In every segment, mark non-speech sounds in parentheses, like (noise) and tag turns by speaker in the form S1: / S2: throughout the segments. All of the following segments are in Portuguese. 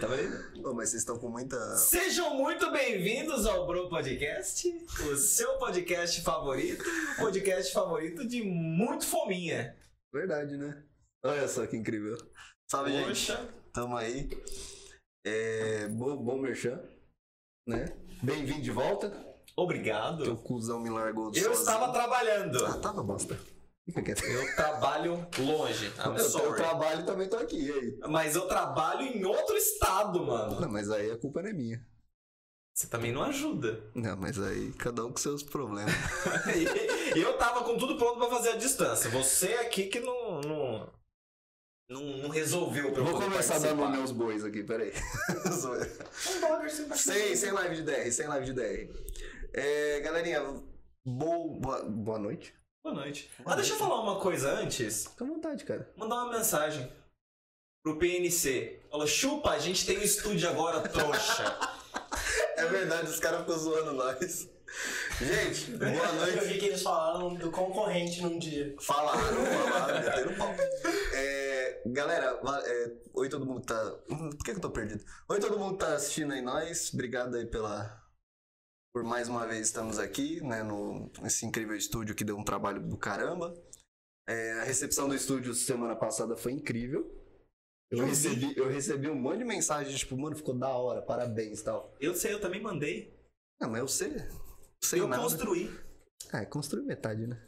S1: Tá
S2: mas vocês estão com muita.
S1: Sejam muito bem-vindos ao Bro Podcast, o seu podcast favorito, o podcast favorito de muito fominha.
S2: Verdade, né? Olha só que incrível. Salve, gente.
S1: Poxa,
S2: Tamo aí. É, bom, bom merchan, né? Bem-vindo de volta. Teu
S1: obrigado.
S2: cuzão me largou do
S1: Eu
S2: sozinho.
S1: estava trabalhando.
S2: Ah, tava bosta. Fica quieto.
S1: Eu trabalho longe, I'm
S2: eu, eu
S1: sorry.
S2: trabalho e também tô aqui, e aí?
S1: Mas eu trabalho em outro estado, mano.
S2: Não, mas aí a culpa não é minha.
S1: Você também não ajuda. (laughs)
S2: Não, mas aí cada um com seus problemas.
S1: E eu tava com tudo pronto pra fazer a distância. Você aqui que não. Não, não, não resolveu pra eu
S2: Vou
S1: poder
S2: começar dando
S1: participar.
S2: meus bois aqui,
S1: (laughs)
S2: peraí. Zoeira.
S1: Um dólar, você vai-
S2: sem, sem live de DR, sem live de DR. É, galerinha, bo- boa, boa noite.
S1: Boa noite.
S2: Boa
S1: Ah, deixa eu
S2: noite.
S1: falar uma coisa antes.
S2: Fica à vontade, cara.
S1: Mandar uma mensagem pro PNC. Fala, chupa, a gente tem um estúdio agora, trouxa.
S2: É verdade, os caras ficam zoando nós. Gente, (laughs) boa
S3: Eu
S2: noite.
S3: vi que eles falaram do concorrente num dia.
S2: Falaram, falaram, meteram pau. É, galera, va- é, oi todo mundo tá... Hum, Por que que eu tô perdido? Oi todo mundo tá assistindo aí nós, obrigado aí pela... Por mais uma vez estamos aqui, né, no, nesse incrível estúdio que deu um trabalho do caramba. É, a recepção do estúdio semana passada foi incrível. Eu
S1: Eu
S2: recebi, eu recebi um monte de mensagens, tipo, mano, ficou da hora, parabéns e tal.
S1: Eu sei, eu também mandei.
S2: Não, mas eu sei, sei
S1: eu
S2: nada. né?
S1: construí.
S2: Ah, é construir metade, né?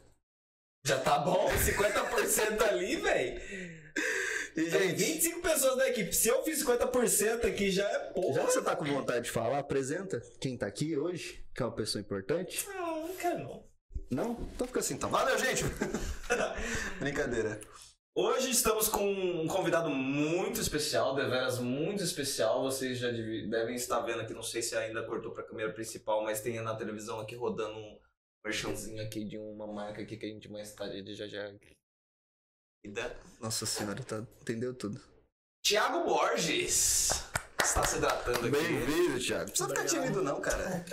S1: Já tá bom? 50% ali, velho. Tem
S2: E, gente,
S1: 25 pessoas da equipe. Se eu fiz 50% aqui, já é pouco.
S2: Já que você tá com vontade de falar, apresenta quem tá aqui hoje, que é uma pessoa importante.
S1: Não, não quero não.
S2: Não? Então fica assim, então. Valeu, gente! (laughs)
S1: (laughs)
S2: Brincadeira.
S1: Hoje estamos com um convidado muito especial, deveras muito especial. Vocês já devi- devem estar vendo aqui, não sei se ainda cortou pra câmera principal, mas tem na televisão aqui rodando um merchanzinho aqui de uma marca aqui que a gente mais tarde já já.
S2: Nossa senhora, tá, entendeu tudo.
S1: Tiago Borges está se hidratando aqui.
S2: Bem-vindo, Thiago. Não precisa ficar
S3: Obrigado.
S2: tímido, não, cara.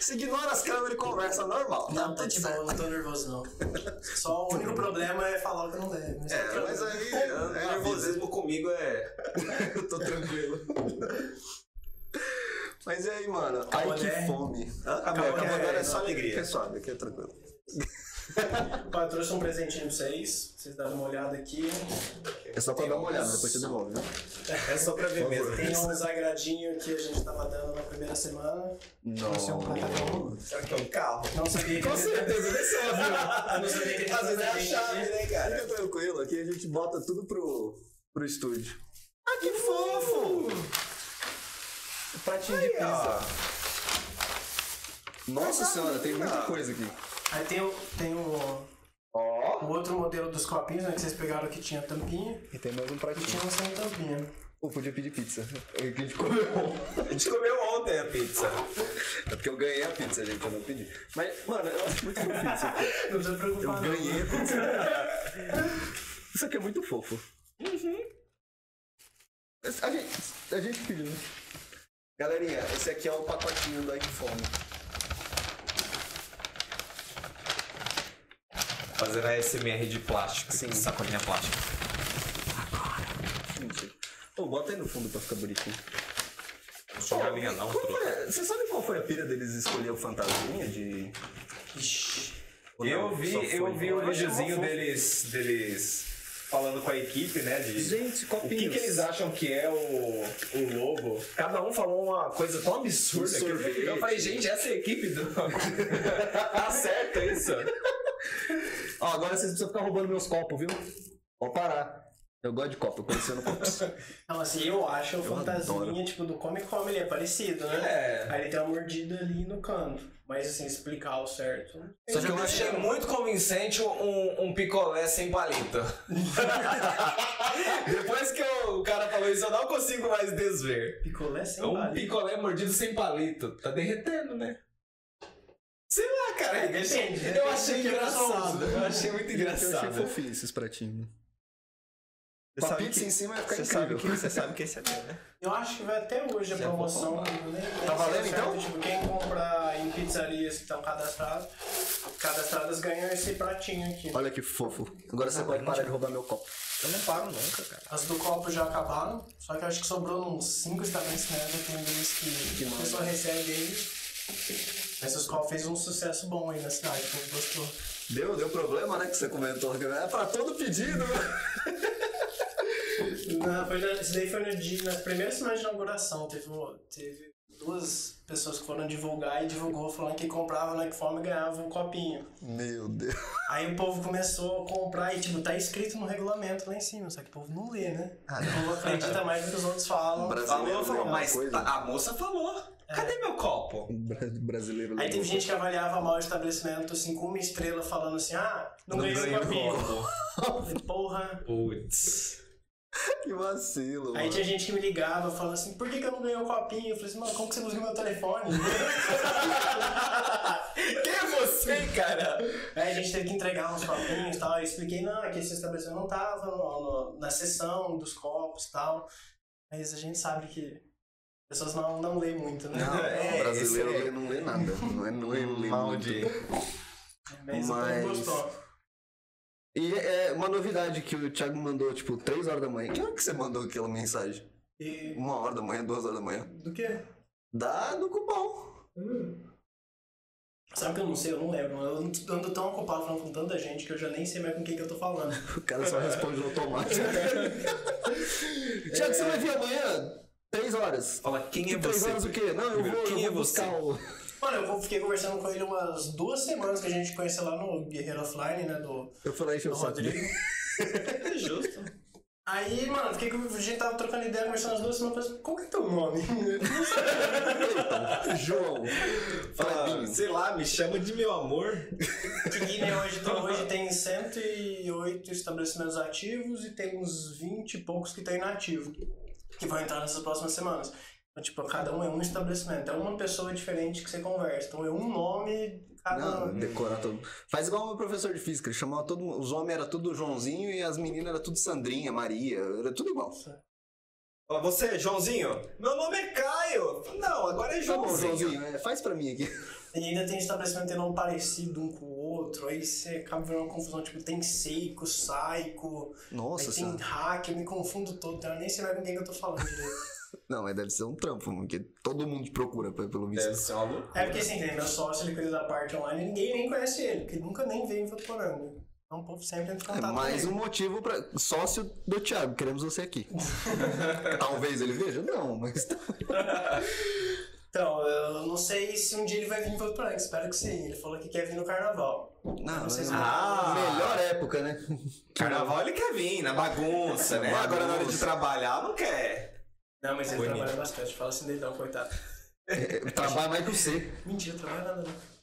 S2: Se ignora as câmeras e conversa normal.
S3: Não,
S2: tá
S3: tá de
S2: tudo
S3: boa, não tô nervoso não. Só o único problema é falar o que não deve. mas
S2: É,
S3: tá
S2: mas
S3: tranquilo.
S2: aí.
S1: O
S2: É, é a vida.
S1: nervosismo comigo é.
S2: Eu tô tranquilo. Mas e aí, mano? Ai,
S3: Acabou,
S2: que
S3: né?
S2: fome.
S1: Acabou,
S3: acabou,
S1: agora é
S3: é,
S1: só
S2: Fica
S1: alegria.
S2: suave, aqui é tranquilo.
S3: Pá, eu trouxe um presentinho pra vocês, pra vocês darem uma olhada aqui.
S2: É só pra dar uma olhada, depois você devolve, né?
S1: É só pra ver
S2: Por favor.
S1: mesmo.
S3: Tem uns agradinhos que a gente tava dando na primeira semana. Trouxe um pra cada um.
S1: Será que é um carro?
S3: Não sabia que...
S2: Com certeza, nem né? sei, viu?
S3: Eu não sabia que ele
S1: Às vezes é a chave, né, cara?
S2: Fica tranquilo, aqui a gente bota tudo pro, pro estúdio. Ah, que fofo!
S3: Pratinho de pizza.
S2: Nossa senhora, tem muita coisa aqui.
S3: Aí tem, o, tem o,
S2: Ó.
S3: o outro modelo dos copinhos, né, que vocês pegaram que tinha tampinha.
S2: E tem mais um
S3: E tinha um sem tampinha.
S2: Ou podia pedir pizza. É que a gente comeu.
S1: A gente comeu ontem a pizza.
S2: É porque eu ganhei a pizza, gente, eu não pedi. Mas, mano, eu acho muito fofo isso aqui.
S3: Não precisa
S2: Eu
S3: preocupar não.
S2: ganhei a pizza. Isso aqui é muito fofo. Uhum. A gente, a gente pediu, né? Galerinha, esse aqui é o pacotinho do iPhone.
S1: Fazendo a SMR de plástico.
S2: Sim.
S1: Sacolinha plástica.
S2: Mentira. Ô, bota aí no fundo pra ficar bonitinho.
S1: Não sou galinha não,
S2: Qual
S1: trouxa.
S2: foi a- Você sabe qual foi a pira deles escolher o fantasminha de.
S3: Ixi.
S2: Ou não,
S1: Eu
S2: só
S1: vi,
S2: foi
S1: eu vi
S2: um.
S1: o
S3: Poxa,
S1: videozinho
S3: vou- vou-
S1: deles, deles falando com a equipe, né? De
S2: Gente,
S1: o
S2: copinhos.
S1: que, que eles acham que é o, o logo. Cada um falou
S2: (laughs)
S1: uma coisa tão absurda
S2: Um
S1: que eu-
S2: sorvete.
S1: eu falei, gente, essa é a equipe do. tá certo isso.
S2: Ó, agora vocês precisam ficar roubando meus copos, viu? Vou parar. Eu gosto de copo, (laughs) eu coleciono copos.
S3: Não, assim, eu acho o fantasminha,
S2: adoro.
S3: tipo, do Comic Con ele é parecido, né?
S1: (laughs) É.
S3: Aí ele tem uma mordida ali no canto. Mas assim, explicar o certo. não sei.
S1: Só que eu achei muito convincente um, um picolé sem (laughs) palito. Depois que eu- o cara falou isso, eu não consigo mais desver.
S3: Picolé né, sem
S1: Um
S3: palito.
S1: picolé mordido sem palito. Tá derretendo, né? Sei lá, cara.
S3: É, depende, depende
S1: eu achei
S3: do que a pessoa
S1: engraçado.
S3: usa.
S1: Eu achei muito
S2: Eu achei
S1: engraçado.
S2: fofinho esses pratinhos. Com a pizza em cima vai ficar
S4: você sabe
S2: incrível.
S4: que Você sabe que esse é meu, né?
S3: Eu acho que vai até hoje a
S4: Isso é bom,
S3: promoção.
S4: mano.
S3: eu nem- nem
S2: Tá
S3: sei
S2: valendo,
S3: ao certo,
S2: então?
S3: Tipo, quem compra em pizzarias que estão cadastradas, cadastradas ganham esse pratinho aqui.
S2: Olha que fofo. Agora você pode parar de roubar meu copo.
S4: Eu não paro nunca, cara.
S3: As do copo já acabaram, só que eu acho que sobrou uns 5 estabelecimentos, tem dois que, a pessoa recebe aí. Essas copos fez um sucesso bom aí na cidade, o povo gostou.
S2: Deu, deu problema, né? Que você comentou. É pra todo pedido.
S3: Não, foi na, isso daí foi no dia, nas primeiras semanas de inauguração. Teve, um- teve duas pessoas que foram divulgar e divulgou falando que comprava na forma e ganhava um copinho.
S2: Meu Deus.
S3: Aí o povo começou a comprar e, tipo, tá escrito no regulamento lá em cima, só que o povo não lê, né? o povo acredita mais no que os outros falam.
S2: Brasileiro
S1: Falou,
S2: tem
S1: falou,
S2: uma
S1: mas
S2: coisa.
S1: a moça falou. Cadê meu copo?
S2: Um Bra- Brasileiro.
S3: Aí teve
S2: louco.
S3: gente que avaliava mal o estabelecimento, assim, com uma estrela, falando assim, ah, não, ganhei
S1: ganhei
S3: ganhei copinho.
S1: copo.
S3: Falei, Porra.
S1: Putz.
S2: (laughs) Que vacilo,
S3: Aí
S2: mano.
S3: tinha gente que me ligava falando assim, por que, que eu não ganhei o copinho? Eu falei assim, mano, como que você não viu meu telefone? (laughs)
S1: Quem é você, cara?
S3: Aí a gente teve que entregar uns copinhos e tal. Eu expliquei, não, é que esse estabelecimento não tava no- no- na sessão dos copos e tal. Mas a gente sabe que pessoas não, não lê muito, né?
S2: Não,
S1: (laughs) É,
S2: brasileiro
S1: esse é-
S2: não lê nada. Não
S1: (laughs)
S2: é, não é não lê muito.
S1: Maldito.
S3: (laughs) Mas,
S2: mas-
S3: o povo gostou.
S2: E é uma novidade que o Thiago mandou, tipo, 3 horas da manhã. Que hora que você mandou aquela mensagem?
S3: E
S2: Uma hora da manhã, duas horas da manhã.
S3: do quê?
S2: Dá do cupom.
S3: Sabe que eu não sei, eu não lembro. Eu ando tão ocupado falando com tanta gente que eu já nem sei mais com quem que eu tô falando. (laughs)
S2: O cara só responde
S1: (laughs)
S2: no automático. Thiago, você vai vir amanhã? 3 horas.
S1: Fala, quem é
S2: Que 3
S1: você?
S2: horas o quê? Não, eu
S1: Primeiro,
S2: vou,
S1: quem
S2: eu
S1: é
S2: vou buscar
S1: você?
S2: o...
S3: Mano, eu fiquei conversando com ele umas duas semanas que a gente conheceu lá no Guerreiro Offline, né? Do,
S2: Eu falei, enche
S3: do
S2: o saco dele.
S3: Rodrigo.
S1: É justo.
S3: Aí, mano, fiquei com... a gente tava trocando ideia, conversando as duas semanas. falei, Qual que é teu nome? (laughs)
S2: Então, João.
S1: (laughs) (laughs) Fala,
S2: Flebinho.
S1: sei lá, me chama de meu amor.
S3: Que Guiné né? hoje, tem- hoje tem 108 estabelecimentos ativos e tem uns 20 e poucos que estão inativo, que vão entrar nessas próximas semanas. Então, tipo, cada um é um estabelecimento, é uma pessoa diferente que você conversa. Então é um nome, cada. um.
S2: Não, decorar todo mundo. Faz igual o meu professor de física, ele chamava todo mundo. Os homens eram tudo Joãozinho e as meninas eram tudo Sandrinha, Maria, era tudo igual.
S3: Tá
S1: Fala, você, é Joãozinho? Meu nome é Caio. Não, agora é
S2: Tá bom,
S1: Joãozinho.
S2: Joãozinho, é, faz pra mim aqui.
S3: E ainda tem estabelecimento que tem nome parecido um com o outro, aí você acaba virando uma confusão, tipo, tem Seiko, Saico,
S2: Nossa
S3: aí tem
S2: senhora.
S3: hack, eu me confundo todo, então eu nem sei mais com quem que eu tô falando direito.
S2: Não, mas deve ser um trampo, porque todo mundo te procura, pe- pelo visto.
S1: Deve ser uma loucura.
S3: É porque assim, né, meu sócio ele cuida da parte online e ninguém nem conhece ele, porque ele nunca nem veio em Votuporanga. Então o povo sempre entra em
S2: É
S3: contato
S2: mais
S3: com
S2: um
S3: ele.
S2: motivo pra. Sócio do Thiago, queremos você
S3: (laughs)
S2: aqui. Talvez ele veja? Não, mas. tá
S3: Então, eu não sei se um dia ele vai vir em Votuporanga, espero que sim. Ele falou que quer vir no carnaval.
S2: Não,
S3: Não sei
S2: mas-
S3: se-
S2: Ah, melhor época, né?
S1: Carnaval ele quer vir, na bagunça, né?
S2: Bagunça.
S1: Agora na hora de trabalhar, não quer.
S3: Não, mas ele
S1: Bonito.
S3: trabalha bastante, fala assim dele não, coitado.
S2: É, Trabalha mais que você.
S3: Mentira, trabalha nada né? não.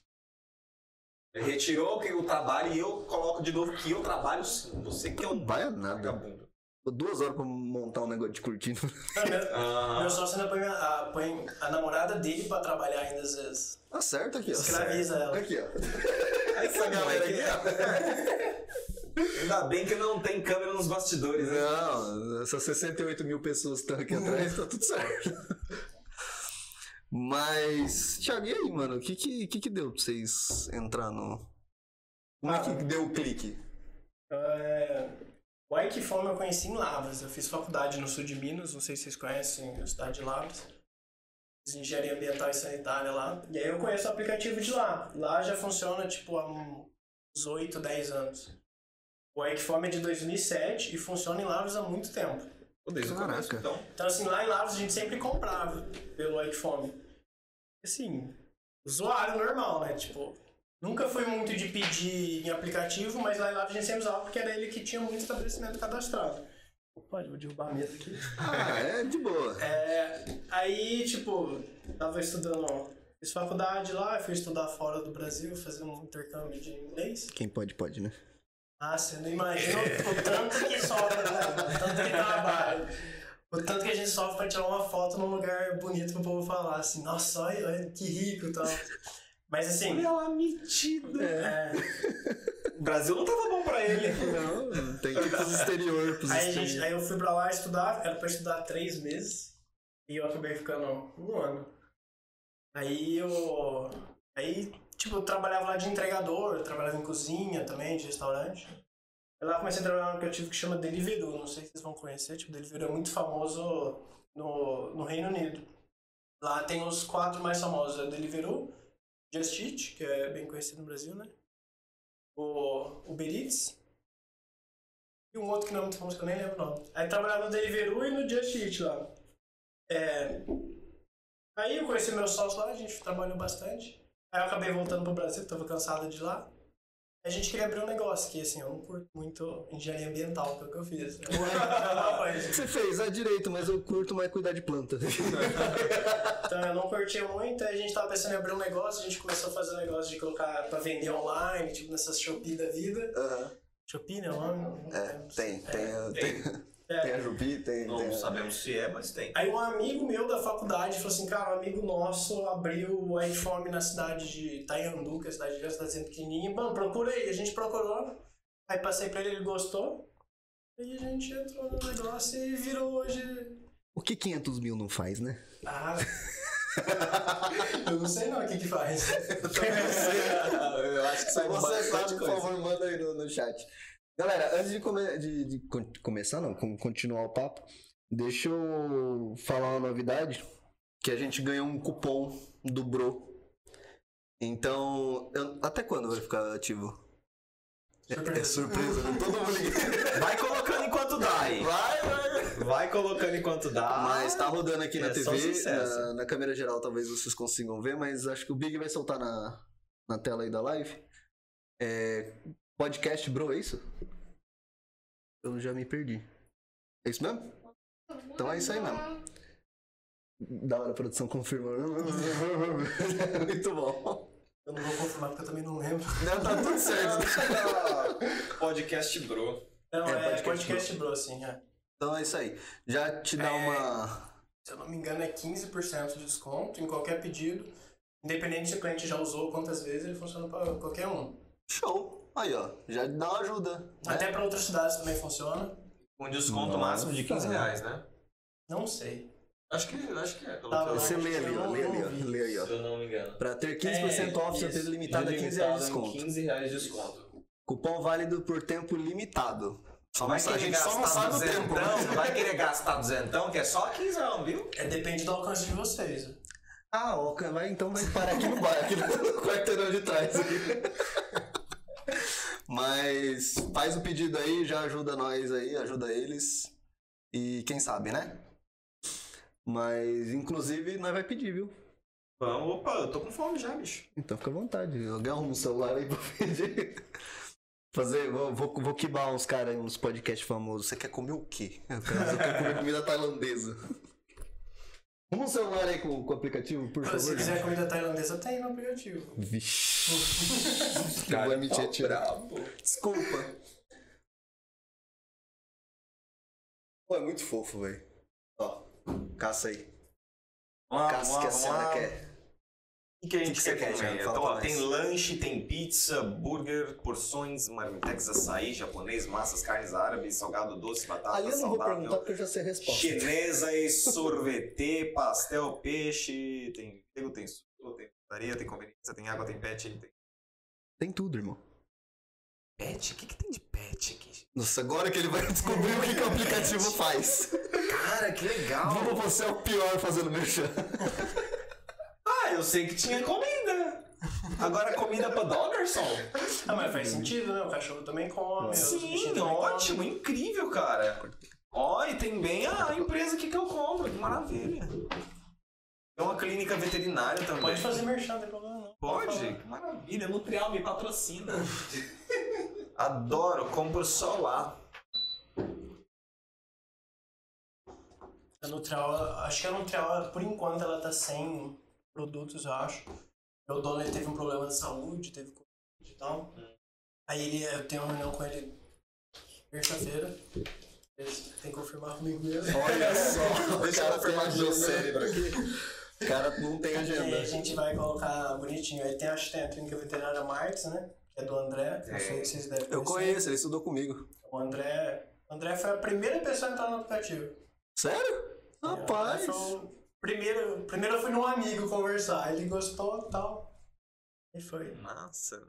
S1: Ele retirou que eu trabalho e eu coloco de novo que eu trabalho sim. Você que é um
S2: Trabalha nada.
S1: vagabundo.
S2: Tô Duas horas pra montar um negócio de cortina.
S3: Ah, meu-
S1: Ah,
S3: Meu sócio ainda põe a, põe a namorada dele pra trabalhar ainda às vezes.
S2: Tá certo aqui, ó.
S3: Escraviza ela.
S2: Aqui, ó.
S1: essa galera aqui. é? (laughs) Ainda bem que não tem câmera nos bastidores, né?
S2: Não, essas 68 mil pessoas que estão aqui atrás, tá tudo certo. Mas, Thiago, e aí, mano? O que, que, que que deu pra vocês entrar no. Como é que deu o clique?
S3: É, O Aikifome eu conheci em Lavras. Eu fiz faculdade no sul de Minas, não sei se vocês conhecem a cidade de Lavras. Fiz engenharia ambiental e sanitária lá. E aí eu conheço o aplicativo de lá. Lá já funciona tipo há uns 8, 10 anos. O Aikifome é de 2007 e funciona em Lavras há muito tempo.
S1: Pô, Desde o
S2: Caraca.
S1: começo, então.
S3: Então, assim, lá em Lavras a gente sempre comprava pelo iPhone. Assim, usuário normal, né? Tipo, nunca fui muito de pedir em aplicativo, mas lá em Lavras a gente sempre usava porque era ele que tinha muito estabelecimento cadastrado. Opa, eu vou derrubar a mesa aqui.
S2: Ah, é de boa.
S3: É, aí, tipo, tava estudando, fiz faculdade lá, fui estudar fora do Brasil, fazer um intercâmbio de inglês.
S2: Quem pode, pode, né?
S3: Ah, você não imagina o tanto que sobra, né? O tanto que trabalha. O tanto que a gente sofre pra tirar uma foto num lugar bonito pro povo falar assim, nossa, olha, olha que rico e tal. Mas assim,
S1: lá, metido.
S3: é,
S1: Então, O Brasil não tava bom pra ele.
S5: Não, não tem que ir pros exterior, pros
S3: aí, a
S5: exterior.
S3: gente, aí eu fui pra lá estudar, era pra estudar três meses. E eu acabei ficando um ano. Aí eu. Aí, tipo, eu trabalhava lá de entregador, eu trabalhava em cozinha também, de restaurante. Aí lá eu comecei a trabalhar num aplicativo que chama Deliveroo, não sei se vocês vão conhecer, tipo, Deliveroo é muito famoso no, no Reino Unido. Lá tem os quatro mais famosos, é Deliveroo, Just Eat, que é bem conhecido no Brasil, né? O Uber Eats e um outro que não é muito famoso, que eu nem lembro o nome. Aí trabalhava no Deliveroo e no Just Eat lá. É... Aí eu conheci meu sócio lá, a gente trabalhou bastante. Aí eu acabei voltando pro Brasil, porque eu tava cansado de lá. A gente queria abrir um negócio, que assim, eu não curto muito engenharia ambiental, que é o que eu fiz. Eu não é aprendi.
S5: Você fez a direito, mas eu curto mais cuidar de planta.
S3: Então eu não curtia muito, aí a gente tava pensando em abrir um negócio, a gente começou a fazer um negócio de colocar pra vender online, tipo nessas Shopee da vida.
S2: Aham.
S3: Shopee né, o nome? Não
S2: É,
S3: lembro.
S2: tem, tem, a- tem,
S3: É.
S2: tem a Jubi, tem.
S1: Não
S2: tem a-
S1: sabemos se é, mas (laughs) tem.
S3: Aí um amigo meu da faculdade falou assim, cara, um amigo nosso abriu o iForm na cidade de Taiandu, que é a cidade de uma cidadezinha pequenininha. Mano, procura aí. A gente procurou, aí passei pra ele, ele gostou. E a gente entrou no negócio e virou hoje...
S5: O que 500 mil não faz, né?
S3: Ah... (laughs) eu não sei não o que que faz.
S2: Eu acho que
S5: sai
S2: Você
S5: bastante
S2: sabe, por
S5: coisa.
S2: favor, manda aí no, no chat.
S5: Galera, antes de, come- de- de con- começar, não, con- continuar o papo, deixa eu falar uma novidade.
S2: Que a gente ganhou um cupom do Bro. Então, eu- até quando vai ficar ativo?
S3: Surpresa.
S2: É surpresa, né? todo mundo liga.
S1: Vai colocando enquanto dá, hein?
S2: Vai, vai.
S1: Vai colocando enquanto dá.
S2: Mas tá rodando aqui na
S1: é só
S2: TV,
S1: sucesso.
S2: na, na câmera geral talvez vocês consigam ver, mas acho que o Big vai soltar na, na tela aí da live. É, podcast Bro, é isso? Eu já me perdi. É isso mesmo? Então é isso aí mesmo. Da hora a produção confirmou. (laughs) Muito bom.
S3: Eu não vou confirmar porque eu também não lembro.
S2: Não, tá tudo certo.
S1: Podcast Bro.
S3: Não,
S2: É,
S3: é,
S2: podcast
S3: podcast, bro, assim, é.
S2: Então é isso aí. Já te dá
S3: É.
S2: uma.
S3: Se eu não me engano, é 15% de desconto em qualquer pedido. Independente se o cliente já usou quantas vezes, ele funciona pra qualquer um.
S2: Show. Aí, ó. Já dá uma ajuda. né?
S3: Até pra outras cidades também funciona.
S1: Com Um desconto máximo de 15 reais, né?
S3: Não sei.
S1: Acho que, acho que é. pelo
S3: Tá
S1: que eu-
S2: Você lê ali, ó. Lê ali, ó.
S3: ouvi.
S2: Lê aí, ó.
S1: Se eu não me engano.
S2: Pra ter 15% off, você
S1: É, isso.
S2: tem limitado a 15 reais de
S1: Limitado em
S2: desconto.
S1: 15 reais de desconto.
S2: Cupom válido por tempo limitado. Só não
S1: Vai
S2: sabe- a
S1: querer
S2: gente só não
S1: gastar
S2: sabe o tempo.
S1: duzentão, vai querer gastar duzentão, que é só 15 reais, viu?
S3: É, depende do alcance de vocês. né?
S5: Ah, ó, vai então vai
S2: Para aqui no bairro, aqui no (laughs) quarteirão de trás. Mas faz o pedido aí, já ajuda nós aí, ajuda eles. E quem sabe, né? Mas, inclusive, nós vai pedir, viu?
S1: Vamos, opa, eu tô com fome já, bicho.
S5: Então fica à vontade.
S2: Alguém arruma um celular aí pra pedir. Fazer, vou, vou, vou quibar uns caras, uns podcasts famosos. Você quer comer o quê? Eu quero, eu quero comer comida tailandesa. Arruma um celular aí com, com o aplicativo, por
S3: Mas Se
S2: favor.
S3: quiser comida tailandesa, tem no aplicativo.
S2: Vixe. Não vai me
S1: tá
S2: tirar.
S1: brabo.
S2: Desculpa. Pô, é muito fofo, velho. Ó, caça aí.
S1: Vamos lá,
S2: Caça que a
S1: vamos lá,
S2: senhora
S1: vamos lá.
S2: quer.
S1: O que a gente
S2: que você
S1: quer,
S2: quer,
S1: comer?
S2: Thiago?
S1: Então,
S2: Fala
S1: ó,
S2: pra
S1: tem
S2: nós.
S1: lanche, tem pizza, burger, porções, marmitex, açaí, japonês, massas, carnes árabes, salgado, doce, batata,
S2: Ali eu não vou
S1: saudável,
S2: perguntar porque eu já sei a resposta.
S1: chinesa e sorvete, pastel, peixe, tem pego, tem suco, tem putaria, tem conveniência, tem água, tem pet, tem...
S5: Tem tudo, irmão.
S1: Pet? O que que tem de pet aqui?
S2: Nossa, agora que ele vai descobrir o que, que o aplicativo faz.
S1: Cara, que legal!
S2: Como você é o pior fazendo merchan.
S1: Ah, eu sei que tinha comida. Agora comida pra Doggerson.
S3: Ah, mas faz sentido, né? O cachorro também come. os bichinhos
S1: Sim,
S3: também
S1: ótimo,
S3: comem.
S1: incrível, cara. Ó, e tem bem a empresa aqui que eu compro, que maravilha. Tem uma clínica veterinária também.
S3: Pode fazer merchan, não tem problema não.
S1: Pode?
S3: falar.
S1: Que maravilha, Nutrial me patrocina. (laughs) Adoro, compro só lá.
S3: A Nutrial, acho que a Nutrial, por enquanto, ela tá sem produtos, eu acho. Meu dono ele teve um problema de saúde, teve Covid e tal.
S6: Hum.
S3: Aí ele, eu tenho uma reunião com ele terça-feira. Ele Tem que confirmar comigo mesmo.
S2: Olha só,
S1: Deixa eu confirmar com meu
S2: cérebro aqui.
S6: O cara não tem
S3: Que
S2: é
S3: a
S6: agenda.
S3: gente vai colocar bonitinho. Aí tem, acho que tem a clínica veterinária Marx, né? Que é do André. Não sei se vocês devem
S6: Eu
S3: conhecer.
S6: conheço, ele estudou comigo.
S3: O André. O André foi a primeira pessoa a entrar no aplicativo.
S6: Sério? Rapaz!
S3: É, o André foi o Primeiro, primeiro eu fui num amigo conversar. Ele gostou e tal. E foi.
S1: Massa.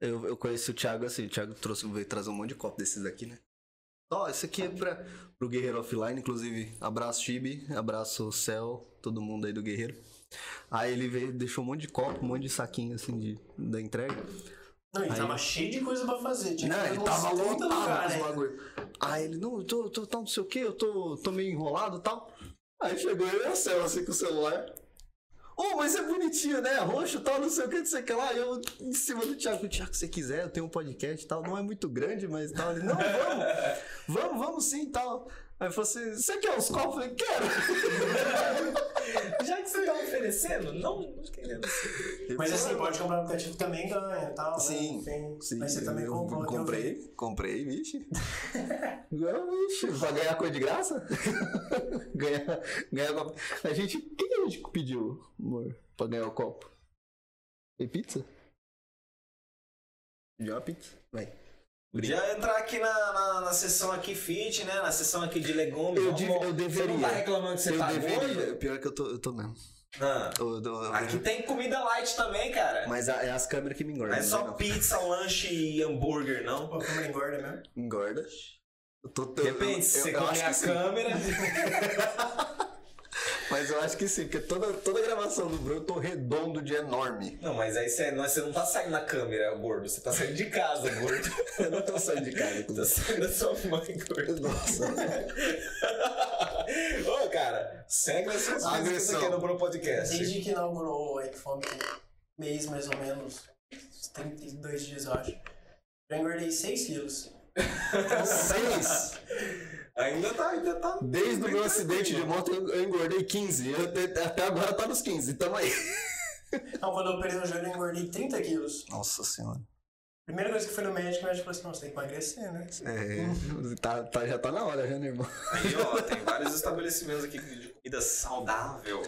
S2: Eu, eu conheço o Thiago assim, o Thiago trouxe, veio trazer um monte de copo desses aqui, né? Ó, esse aqui é pra, pro Guerreiro Offline, inclusive. Abraço, Chibi, abraço, Cel, todo mundo aí do Guerreiro. Aí ele veio, deixou um monte de copo, um monte de saquinho assim de, da entrega.
S3: Não, ele
S2: Aí-
S3: tava cheio de coisa pra fazer. Tinha
S2: Não,
S3: que
S2: ele
S3: fazer uns
S2: tava
S3: 30
S2: lotado com
S3: lugares.
S2: os bagulho. Aí ele, não, eu tô, tô, tá não sei o que, eu tô, tô meio enrolado e tal. Aí chegou eu e o Cel assim com o celular. Ô, mas é bonitinho, né? Roxo, tal, não sei o que, não sei o que lá. Eu em cima do Thiago, Thiago, se você quiser, eu tenho um podcast e tal. Não é muito grande, mas tal. Ele, não, vamos, vamos, vamos sim e tal. Aí eu falei assim, você quer uns copos? Eu falei, quero.
S1: Já que você tá oferecendo, não, não querendo.
S3: Mas assim, pode comprar o aplicativo também ganha e tal. né?
S6: Sim,
S3: Tem-
S6: Sim,
S3: Mas você também
S6: eu
S3: comprou. um eu vi.
S6: Comprei, comprei, vixe.
S2: Não, Vixe, pra ganhar coisa de graça? ganhar, ganhar copo. A gente, o que que a gente pediu, amor, pra ganhar o copo? E pizza? Pediu uma pizza? Vai.
S1: Já entrar aqui na, na, na sessão aqui fit, né? Na sessão aqui de legumes.
S2: Eu
S1: Ó,
S2: de-
S1: ó, Você
S2: eu
S1: não tá
S2: deveria.
S1: reclamando que você
S2: eu
S1: tá
S2: deveria.
S1: gordo?
S2: Pior que eu tô, eu tô mesmo.
S1: Ah,
S2: Eu- eu- eu-
S1: aqui tem comida light também, cara.
S2: Mas a- é as câmeras que me engordam.
S1: Não é só
S2: né?
S1: pizza, lanche e hambúrguer, não.
S3: Pô, como engorda né? mesmo.
S2: Engorda. Eu tô, eu-
S1: Depende,
S2: eu-
S1: se você
S2: eu acho
S1: comer
S2: que
S1: a
S2: sim.
S1: câmera.
S2: Mas eu acho que sim, porque toda, toda gravação do Bruno eu tô redondo de enorme.
S1: Não, mas aí você não, você não tá saindo na câmera, gordo. Você tá saindo de casa, gordo.
S2: Eu não tô saindo de casa.
S1: tá
S2: (laughs) inclusive.
S1: saindo da sua mãe, gordo.
S2: Nossa.
S1: (laughs) Ô, cara, segue as suas coisas
S2: Agressão.
S1: aqui no Bro
S2: É
S1: Podcast.
S3: Desde que inaugurou o iPhone, mês mais ou menos, uns 32 dias, eu acho. Eu engordei 6 quilos.
S2: Seis.
S1: Ainda tá, ainda tá.
S2: Desde
S1: bem
S2: o meu
S1: tranquilo.
S2: acidente de moto eu eu engordei 15. Eu te- até agora tá nos 15. Tamo aí.
S3: Então, quando eu operei o joelho, eu engordei 30 quilos.
S2: Nossa senhora.
S3: Primeira coisa que eu fui no médico, o médico falou assim, não, você tem que emagrecer, né?
S2: É, tá, tá- já tá na hora, já, né, irmão?
S1: Aí, ó, tem vários estabelecimentos aqui de comida saudável.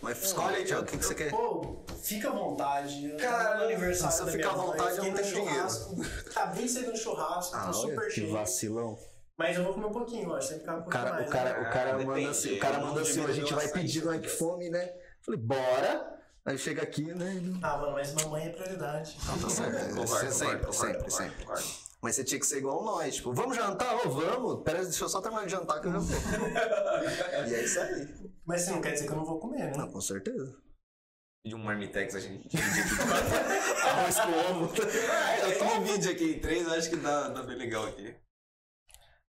S2: Mas escolhe aí, Thiago, o que, que você quer?
S3: Pô, fica à vontade. Eu
S1: Cara,
S3: tava no aniversário
S6: se eu
S3: da
S6: ficar à
S3: minha mãe,
S6: vontade, eu
S3: fiquei
S6: não
S3: no
S6: tenho
S3: churrasco. Acabei de sair de um churrasco, tô super
S2: Ah, que
S3: cheio.
S2: vacilão.
S3: Mas eu vou comer um pouquinho, eu acho, sempre ficar um
S2: O
S3: pouquinho
S2: cara,
S3: mais.
S2: o cara,
S1: né?
S2: o cara
S1: Ah,
S2: manda
S1: depende.
S2: assim, o cara
S1: Eu
S2: manda
S1: não
S2: assim, a gente
S1: diminui o
S2: vai
S1: açaí,
S2: pedir no
S1: se
S2: iPhone, né? Falei, bora! Aí chega aqui, né?
S3: Ah, mano, mas mamãe é prioridade.
S2: Não, tá certo.
S1: Concordo,
S2: Sempre,
S1: concordo,
S2: sempre,
S1: concordo,
S2: sempre,
S1: concordo,
S2: sempre.
S1: concordo.
S2: Mas você tinha que ser igual nós, tipo, vamos jantar? Ô, vamos! Pera, deixa eu só terminar de jantar que eu
S1: (laughs)
S2: já vou. e é isso aí.
S3: Mas isso não quer dizer que eu não vou comer, né?
S2: Não, com certeza.
S1: De um marmitex a gente.
S2: Arroz com ovo. É,
S1: eu tô um vídeo aqui em três, eu acho que dá, dá bem legal aqui.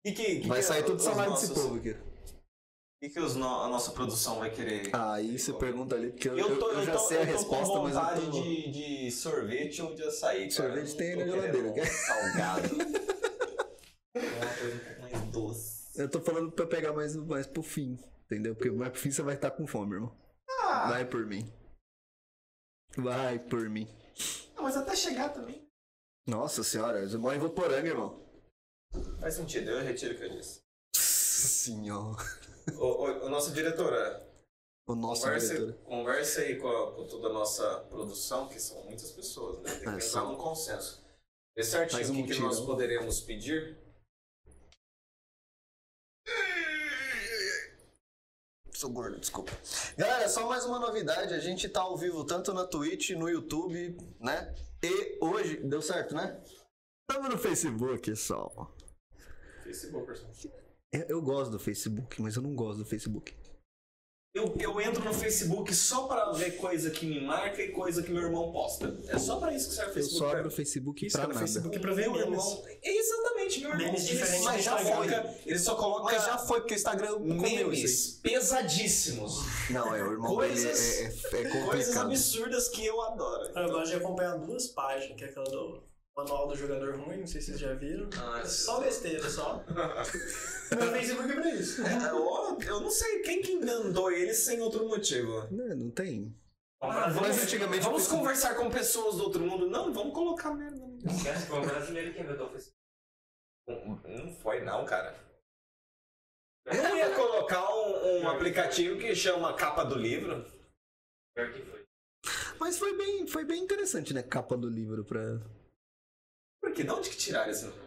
S1: E que, que
S2: (laughs) Vai
S1: que
S2: sair
S1: a-
S2: tudo
S1: os
S2: salário desse
S1: nossos-
S2: povo aqui.
S1: O que, que os no- a nossa produção vai querer?
S2: Aí você pergunta ali, porque eu,
S1: Eu, tô,
S2: eu- eu já
S1: tô-
S2: sei a
S1: eu tô
S2: resposta,
S1: com
S2: mas eu
S1: vontade
S2: tô...
S1: de, de sorvete ou de açaí, cara.
S2: Sorvete
S1: Eu
S2: tem
S1: tô
S2: na
S1: querendo um
S2: geladeira, quer? (laughs)
S1: Salgado. É uma coisa um pouco mais doce.
S2: Eu tô falando pra pegar mais, mais pro fim, entendeu? Porque mais pro fim você vai estar com fome, irmão.
S3: Ah,
S2: Vai por mim. Vai por mim.
S3: Mas até chegar também.
S2: Nossa senhora, eu moro em Voporanga, irmão.
S1: Faz sentido, eu retiro o que eu disse.
S2: Senhor.
S1: Ô, ô, ô, nossa diretora,
S2: O nosso
S1: Converse,
S2: diretor.
S1: converse aí com, a- com toda a nossa produção, que são muitas pessoas, né? Tem
S2: É,
S1: que entrar
S2: são.
S1: num consenso. Vê
S2: Faz
S1: certinho
S2: um
S1: o que, que
S2: mutirão.
S1: nós poderemos pedir.
S6: Sou gordo, desculpa.
S2: Galera, só mais uma novidade. A gente tá ao vivo tanto na Twitch, no YouTube, né? E hoje. Deu certo, né? Tamo no Facebook só.
S1: Facebook, pessoal.
S2: É, Eu, eu gosto do Facebook, mas eu não gosto do Facebook.
S1: Eu, eu entro no Facebook só pra ver coisa que me marca e coisa que meu irmão posta. É só pra isso que serve o
S2: Eu
S1: Facebook. é
S2: só
S1: pra
S2: abro o
S1: mim.
S2: Facebook
S3: Isso,
S2: pra
S3: cara,
S2: nada.
S3: Facebook pra
S1: Meu
S3: ver memes.
S1: irmão. É Exatamente, meu irmão.
S3: Memes
S1: Ele,
S3: diferente
S1: mas
S3: do
S1: já
S3: Instagram.
S1: foca, ele só coloca
S6: Mas já foi, porque o Instagram comeu
S1: memes
S6: isso
S1: pesadíssimos.
S2: Não, é, o irmão dele
S1: Coisas-
S2: é, é, é
S1: Coisas
S2: complicado.
S1: absurdas que eu adoro.
S3: Eu gosto de acompanhar duas páginas, que é aquela do Manual do Jogador Ruim, não sei se vocês já viram.
S1: Ah,
S3: É só besteira, só. Meu Facebook é pra isso.
S1: É, ó, Eu não sei quem que inventou ele sem outro motivo.
S2: Não, não tem.
S1: Ah, vamos,
S2: Mas antigamente
S1: vamos
S2: eu pensei-
S1: conversar com pessoas do outro mundo. Não, vamos colocar merda. no-
S7: Esquece, foi o brasileiro que inventou o Facebook.
S1: Não foi não, cara. Eu não ia colocar um, um aplicativo que chama capa do livro.
S7: Pior que foi.
S2: Mas foi bem, foi bem interessante, né? Capa do livro pra
S1: Por que? De onde que tiraram esse nome?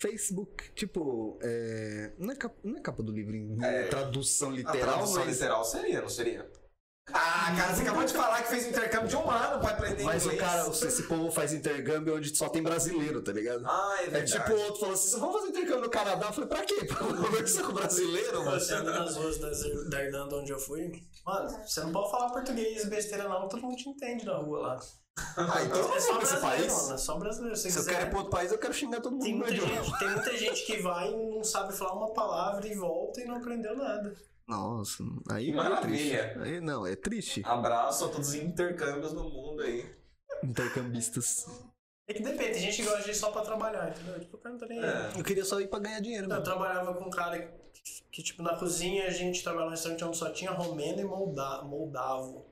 S2: Facebook. Tipo, é... não, é capa, não é capa do livro em
S1: É.
S2: tradução
S1: a
S2: literal,
S1: tradução
S2: mas,
S1: literal seria, não seria? Ah, cara, você acabou de falar que fez um intercâmbio de um ano pra aprender
S2: mas o
S1: inglês.
S2: cara, esse povo faz intercâmbio onde só tem brasileiro, tá ligado?
S1: Ah, é
S2: É
S1: verdade.
S2: tipo o outro falou assim: vamos fazer intercâmbio no Canadá? Eu falei, pra quê? (laughs) Pra conversar com brasileiro, mano?
S3: Você É. anda nas ruas das, da Irlanda onde eu fui. Mano, você não pode falar português besteira não, todo mundo te entende na rua lá.
S2: Ah, então eu
S3: é
S2: não
S3: só
S2: vou pra esse
S3: brasileiro,
S2: país.
S3: mano, é só brasileiro. Se,
S2: Se eu
S3: quiser-
S2: quero ir pra outro país, eu quero xingar todo mundo né,
S3: tem
S2: no meu
S3: muita,
S2: idioma.
S3: gente, tem muita gente que vai e não sabe falar uma palavra e volta e não aprendeu nada.
S2: Nossa, aí
S1: Que
S2: é triste.
S1: maravilha.
S2: Aí não, é triste.
S1: Abraço a todos os intercâmbios no mundo aí.
S2: Intercambistas.
S3: É que depende, tem gente que gosta de ir só pra trabalhar, entendeu? Tipo, o cara não tá nem aí.
S1: É.
S2: Eu queria só ir pra ganhar dinheiro,
S3: Eu
S2: mano.
S3: trabalhava com um cara que, que, tipo, na cozinha a gente trabalhava num restaurante onde só tinha romeno e molda moldavo.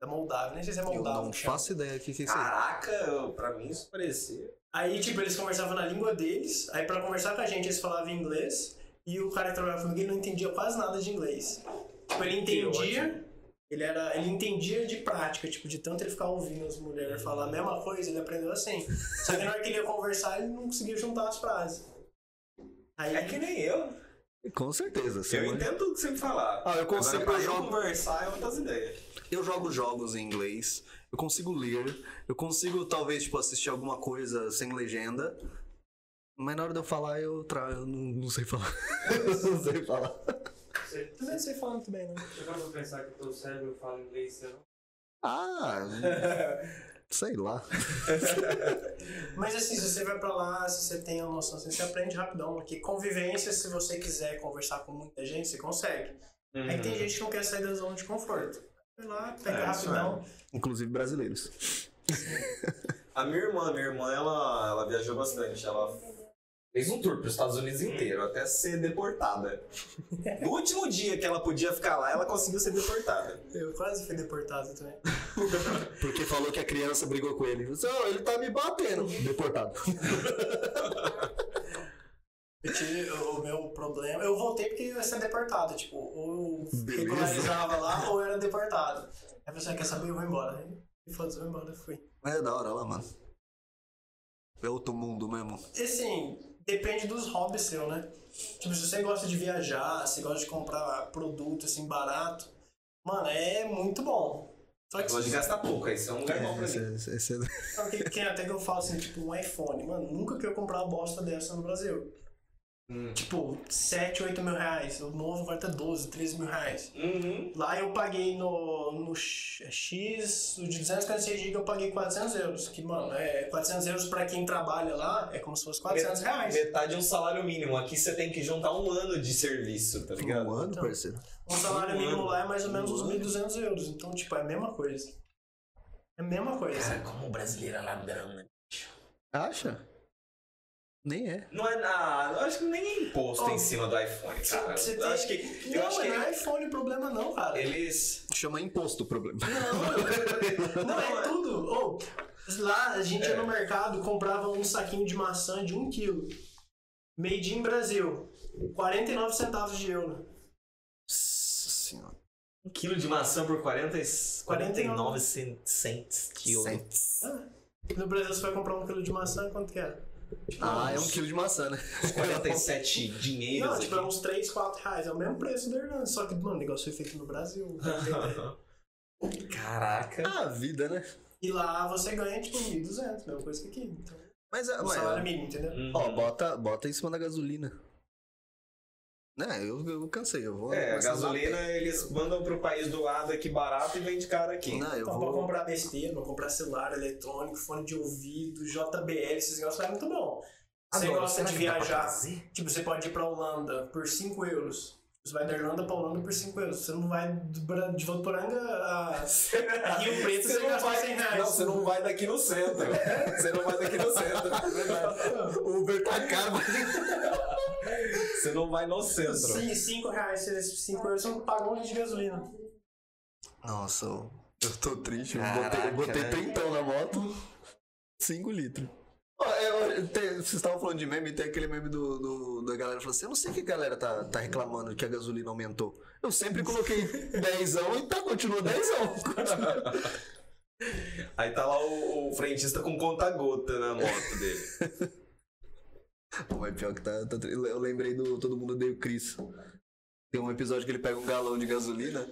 S3: Da Moldávia, nem sei se é
S2: Eu
S3: moldavo.
S2: não
S3: que chama.
S2: faço ideia do que, que é isso aí.
S1: Caraca, pra mim isso parecia.
S3: Aí, tipo, eles conversavam na língua deles, aí pra conversar com a gente eles falavam inglês, e o cara que trabalhava comigo ele não entendia quase nada de inglês. Tipo, ele entendia, ele era, ele entendia de prática, tipo, de tanto ele ficar ouvindo as mulheres falar a mesma coisa, ele aprendeu assim. Só que na hora que ele ia conversar, ele não conseguia juntar as frases. Aí,
S1: É que nem eu.
S2: Com certeza. você
S1: eu
S2: manja.
S1: entendo tudo que você me falar.
S2: Ah, eu consigo
S1: Agora, pra eu
S2: jogar-
S1: conversar é outras ideias.
S2: eu jogo jogos em inglês, eu consigo ler, eu consigo talvez tipo, assistir alguma coisa sem legenda, mas na hora de eu falar eu, tra... eu não, não sei falar. (laughs) eu não sei falar.
S7: Você,
S3: Eu também não sei falar muito bem, não.
S7: você vai pensar que o teu cérebro fala inglês, você não?
S2: (laughs) Ah, sei lá.
S3: Mas assim, se você vai pra lá, se você tem a noção, assim, você aprende rapidão. Porque convivência, se você quiser conversar com muita gente, você consegue.
S1: Uhum.
S3: Aí tem gente que não quer sair da zona de conforto. Vai lá, pega
S1: É, isso
S3: rapidão.
S2: Inclusive brasileiros.
S1: A minha irmã, minha irmã, ela, ela viajou bastante. Ela fez um tour pros Estados Unidos inteiro, até ser deportada. No último dia que ela podia ficar lá, ela conseguiu ser deportada.
S3: Eu quase fui deportado também.
S2: Porque falou que a criança brigou com ele. Disse, "Ó, ele tá me batendo. Deportado.
S3: Eu tive o meu problema. Eu voltei porque eu ia ser deportado. Tipo, ou eu
S2: Beleza.
S3: regularizava lá ou eu era deportado. Aí a pessoa quer saber, eu vou embora. Aí, E foda-se, eu vou embora, eu fui.
S2: Mas é da hora lá, mano. É outro mundo mesmo.
S3: E assim, depende dos hobbies seu, né? Tipo, se você gosta de viajar, se gosta de comprar produto assim barato, mano, é muito bom. Só
S1: Eu
S3: que
S1: gosto de gastar pouco, isso é um lugar bom pra
S2: Esse-
S1: mim.
S2: esse- esse- é
S3: só que tem até que eu falo assim, tipo, um iPhone, mano, nunca que eu comprar uma bosta dessa no Brasil.
S1: Hum.
S3: Tipo, 7, 8 mil reais. O novo agora tá 12, 13 mil reais.
S1: Uhum.
S3: Lá eu paguei no, no X, é X, o de 256 GB eu paguei 400 euros. Que, mano, é 400 euros pra quem trabalha lá é como se fosse 400 reais.
S1: Metade é um salário mínimo. Aqui você tem que juntar um ano de serviço, tá ligado?
S2: Um ano,
S3: Então.
S2: parceiro.
S3: Um salário mínimo lá é mais ou menos uns 1.200 euros. Então, tipo, é a mesma coisa. É a mesma coisa.
S1: como o brasileiro é ladrão, né?
S2: Acha? Nem é.
S1: Não é nada. Eu acho que nem é imposto
S3: Ó,
S1: em cima do iPhone, cara.
S3: você
S1: Eu
S3: tem-
S1: acho que. Eu
S3: não,
S1: acho
S3: mas
S1: que
S3: não é iPhone o problema não, cara.
S1: eles.
S2: Chama imposto o problema.
S3: Não, é tudo. Ou, lá a gente ia
S1: É.
S3: no mercado, comprava um saquinho de maçã de 1 quilo. Made in Brasil. 49 centavos de euro.
S2: Nossa senhora.
S1: Um quilo de maçã por 40, e- 49 cen- cents quilo.
S3: Ah, No Brasil você vai comprar um quilo de maçã, quanto que é? Tipo,
S2: Ah, é
S3: uns-
S2: um quilo de maçã, né?
S1: 47 dinheiros.
S3: Não,
S1: aqui.
S3: tipo, é uns 3, 4 reais. É o mesmo preço da Irlanda. Só que, mano, o negócio foi feito no Brasil.
S1: (laughs) Caraca.
S2: Ah, vida, né?
S3: E lá você ganha, tipo, 1.200, mesma coisa que aqui. Então,
S2: Mas, é,
S3: o
S2: mas,
S3: salário mínimo, entendeu?
S1: Uhum.
S2: ó, bota, bota em cima da gasolina. Né, eu, eu cansei, eu vou...
S1: É, a
S2: começar andar a
S1: gasolina eles mandam pro país do lado aqui barato e vende caro
S2: pé.
S1: aqui.
S2: Não, eu
S3: Então, pra
S2: vou...
S3: comprar besteira, pra comprar celular eletrônico, fone de ouvido, JBL, esses negócios é muito bom. Você
S1: Agora,
S3: gosta
S1: será
S3: de
S1: que dá pra
S3: viajar,
S1: fazer?
S3: tipo, você pode ir pra Holanda por 5 euros. Você vai da Irlanda pra Holanda por 5 euros. Você não vai do Bra- de
S1: (laughs)
S3: Votuporanga a a Rio Preto, você,
S1: não
S3: gasta
S1: vai,
S3: 100 reais.
S1: não, você não vai daqui no centro. Você não vai daqui no
S2: (laughs)
S1: centro.
S2: O Uber tá caro,
S1: Você não vai no centro.
S3: Sim, 5 reais, 5 euros, você não paga um litro de gasolina.
S2: Nossa, eu eu tô triste. Eu
S1: Caraca,
S2: botei, eu botei
S1: né?
S2: trintão na moto. 5 litros. Ó, é, ó, tem- Vocês estavam falando de meme, tem aquele meme do, do- da galera falando assim: eu não sei que a galera tá, tá reclamando que a gasolina aumentou. Eu sempre coloquei 10 e tá, continua 10
S1: Aí tá lá o, o frentista com conta-gota na moto dele.
S2: Pô, mas pior que tá, tá tri- Eu lembrei do Todo Mundo Odeia o Chris. Tem um episódio que ele pega um galão de gasolina.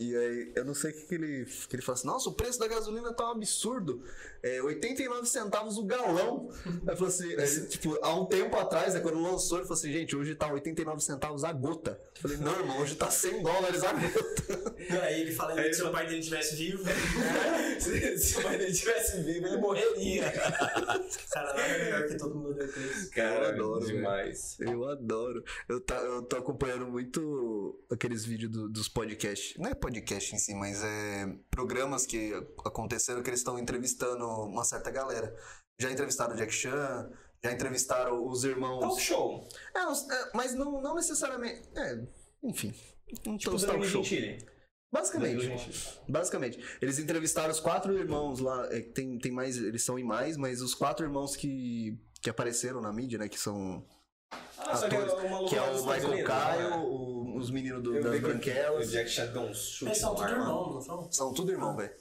S2: E aí, eu não sei o que, que ele, que ele fala assim, nossa, o preço da gasolina tá um absurdo. É 89 centavos o galão. Aí falou assim, aí, tipo, há um tempo atrás, né, quando lançou, ele falou assim, gente, hoje tá 89 centavos a gota. Eu falei, não, irmão, hoje tá 100 dólares a gota.
S3: Aí ele fala
S1: Aí
S3: que se
S1: ele-
S3: o pai dele estivesse (laughs) vivo,
S1: se, se o pai dele tivesse vivo, ele morreria.
S3: cara, nada melhor que todo mundo deu três.
S1: Cara,
S2: Eu adoro,
S1: demais.
S2: Eu adoro. Eu, tá, eu tô acompanhando muito aqueles vídeos do- dos podcasts. Não é podcast em si, mas é programas que aconteceram que eles estão entrevistando uma certa galera. Já entrevistaram o Jack Chan, já entrevistaram os
S1: Talk
S2: irmãos.
S1: show.
S2: É, os- é, mas não, não necessariamente. É, enfim. Não
S1: Tipo,
S2: todos talk
S1: Danilo
S2: show.
S1: Gentili. Danilo
S2: Basicamente.
S1: Gentili.
S2: Basicamente, eles entrevistaram os quatro irmãos lá, é, que tem, tem mais, eles são em mais, mas os quatro irmãos que, que apareceram na mídia, né, que são
S1: Ah, só que é o maluco
S2: que é
S1: lá
S2: o
S1: dos
S2: Michael
S1: Estados Unidos,
S2: Caio,
S1: né?
S2: o- os meninos do,
S1: Eu
S2: das
S1: vi que o- O
S2: branquelas.
S1: Jack Chan deu um
S2: Tipo,
S1: chute.
S3: Mas É, são
S1: no
S3: tudo
S1: ar, mano.
S3: irmão, não são?
S2: São tudo irmão, velho.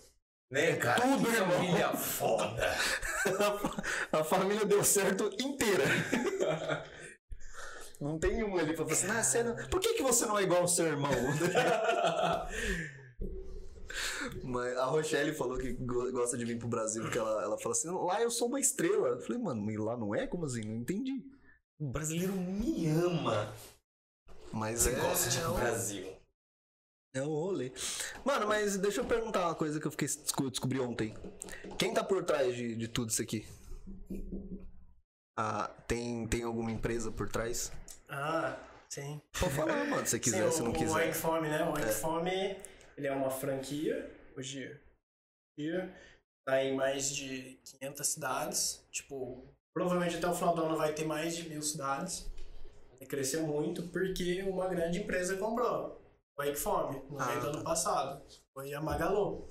S1: Né, cara?
S2: Tudo
S1: Que
S2: irmão.
S1: Família foda.
S2: A família deu certo
S1: (laughs)
S2: inteira. Não tem um ali pra falar assim, ah, você não... por que, que você não é igual ao seu
S1: (laughs)
S2: irmão? Mas a Rochelle falou que go- gosta de vir pro Brasil, porque ela, ela fala assim, lá eu sou uma estrela. Eu falei, mano, e lá não é? Como assim? Não entendi.
S1: O brasileiro me ama.
S2: Mas
S1: Você
S2: é,
S1: gosta de
S2: é um-
S1: Brasil.
S2: É um rolê. Mano, mas deixa eu perguntar uma coisa que eu fiquei que eu descobri ontem. Quem tá por trás de, de tudo isso aqui? Ah, tem, tem alguma empresa por trás?
S3: Ah, sim.
S2: Pode falar, mano, se quiser,
S3: sim,
S2: se
S3: o-
S2: não
S3: O
S2: quiser.
S3: Wakeform, né? O Wakeform, ele é uma franquia, hoje dia, tá em mais de 500 cidades, tipo, provavelmente até o final do ano vai ter mais de mil cidades. Ele cresceu muito porque uma grande empresa comprou, o Wakeform, no
S2: Ah,
S3: meio do
S2: tá.
S3: ano passado, foi a Magalu.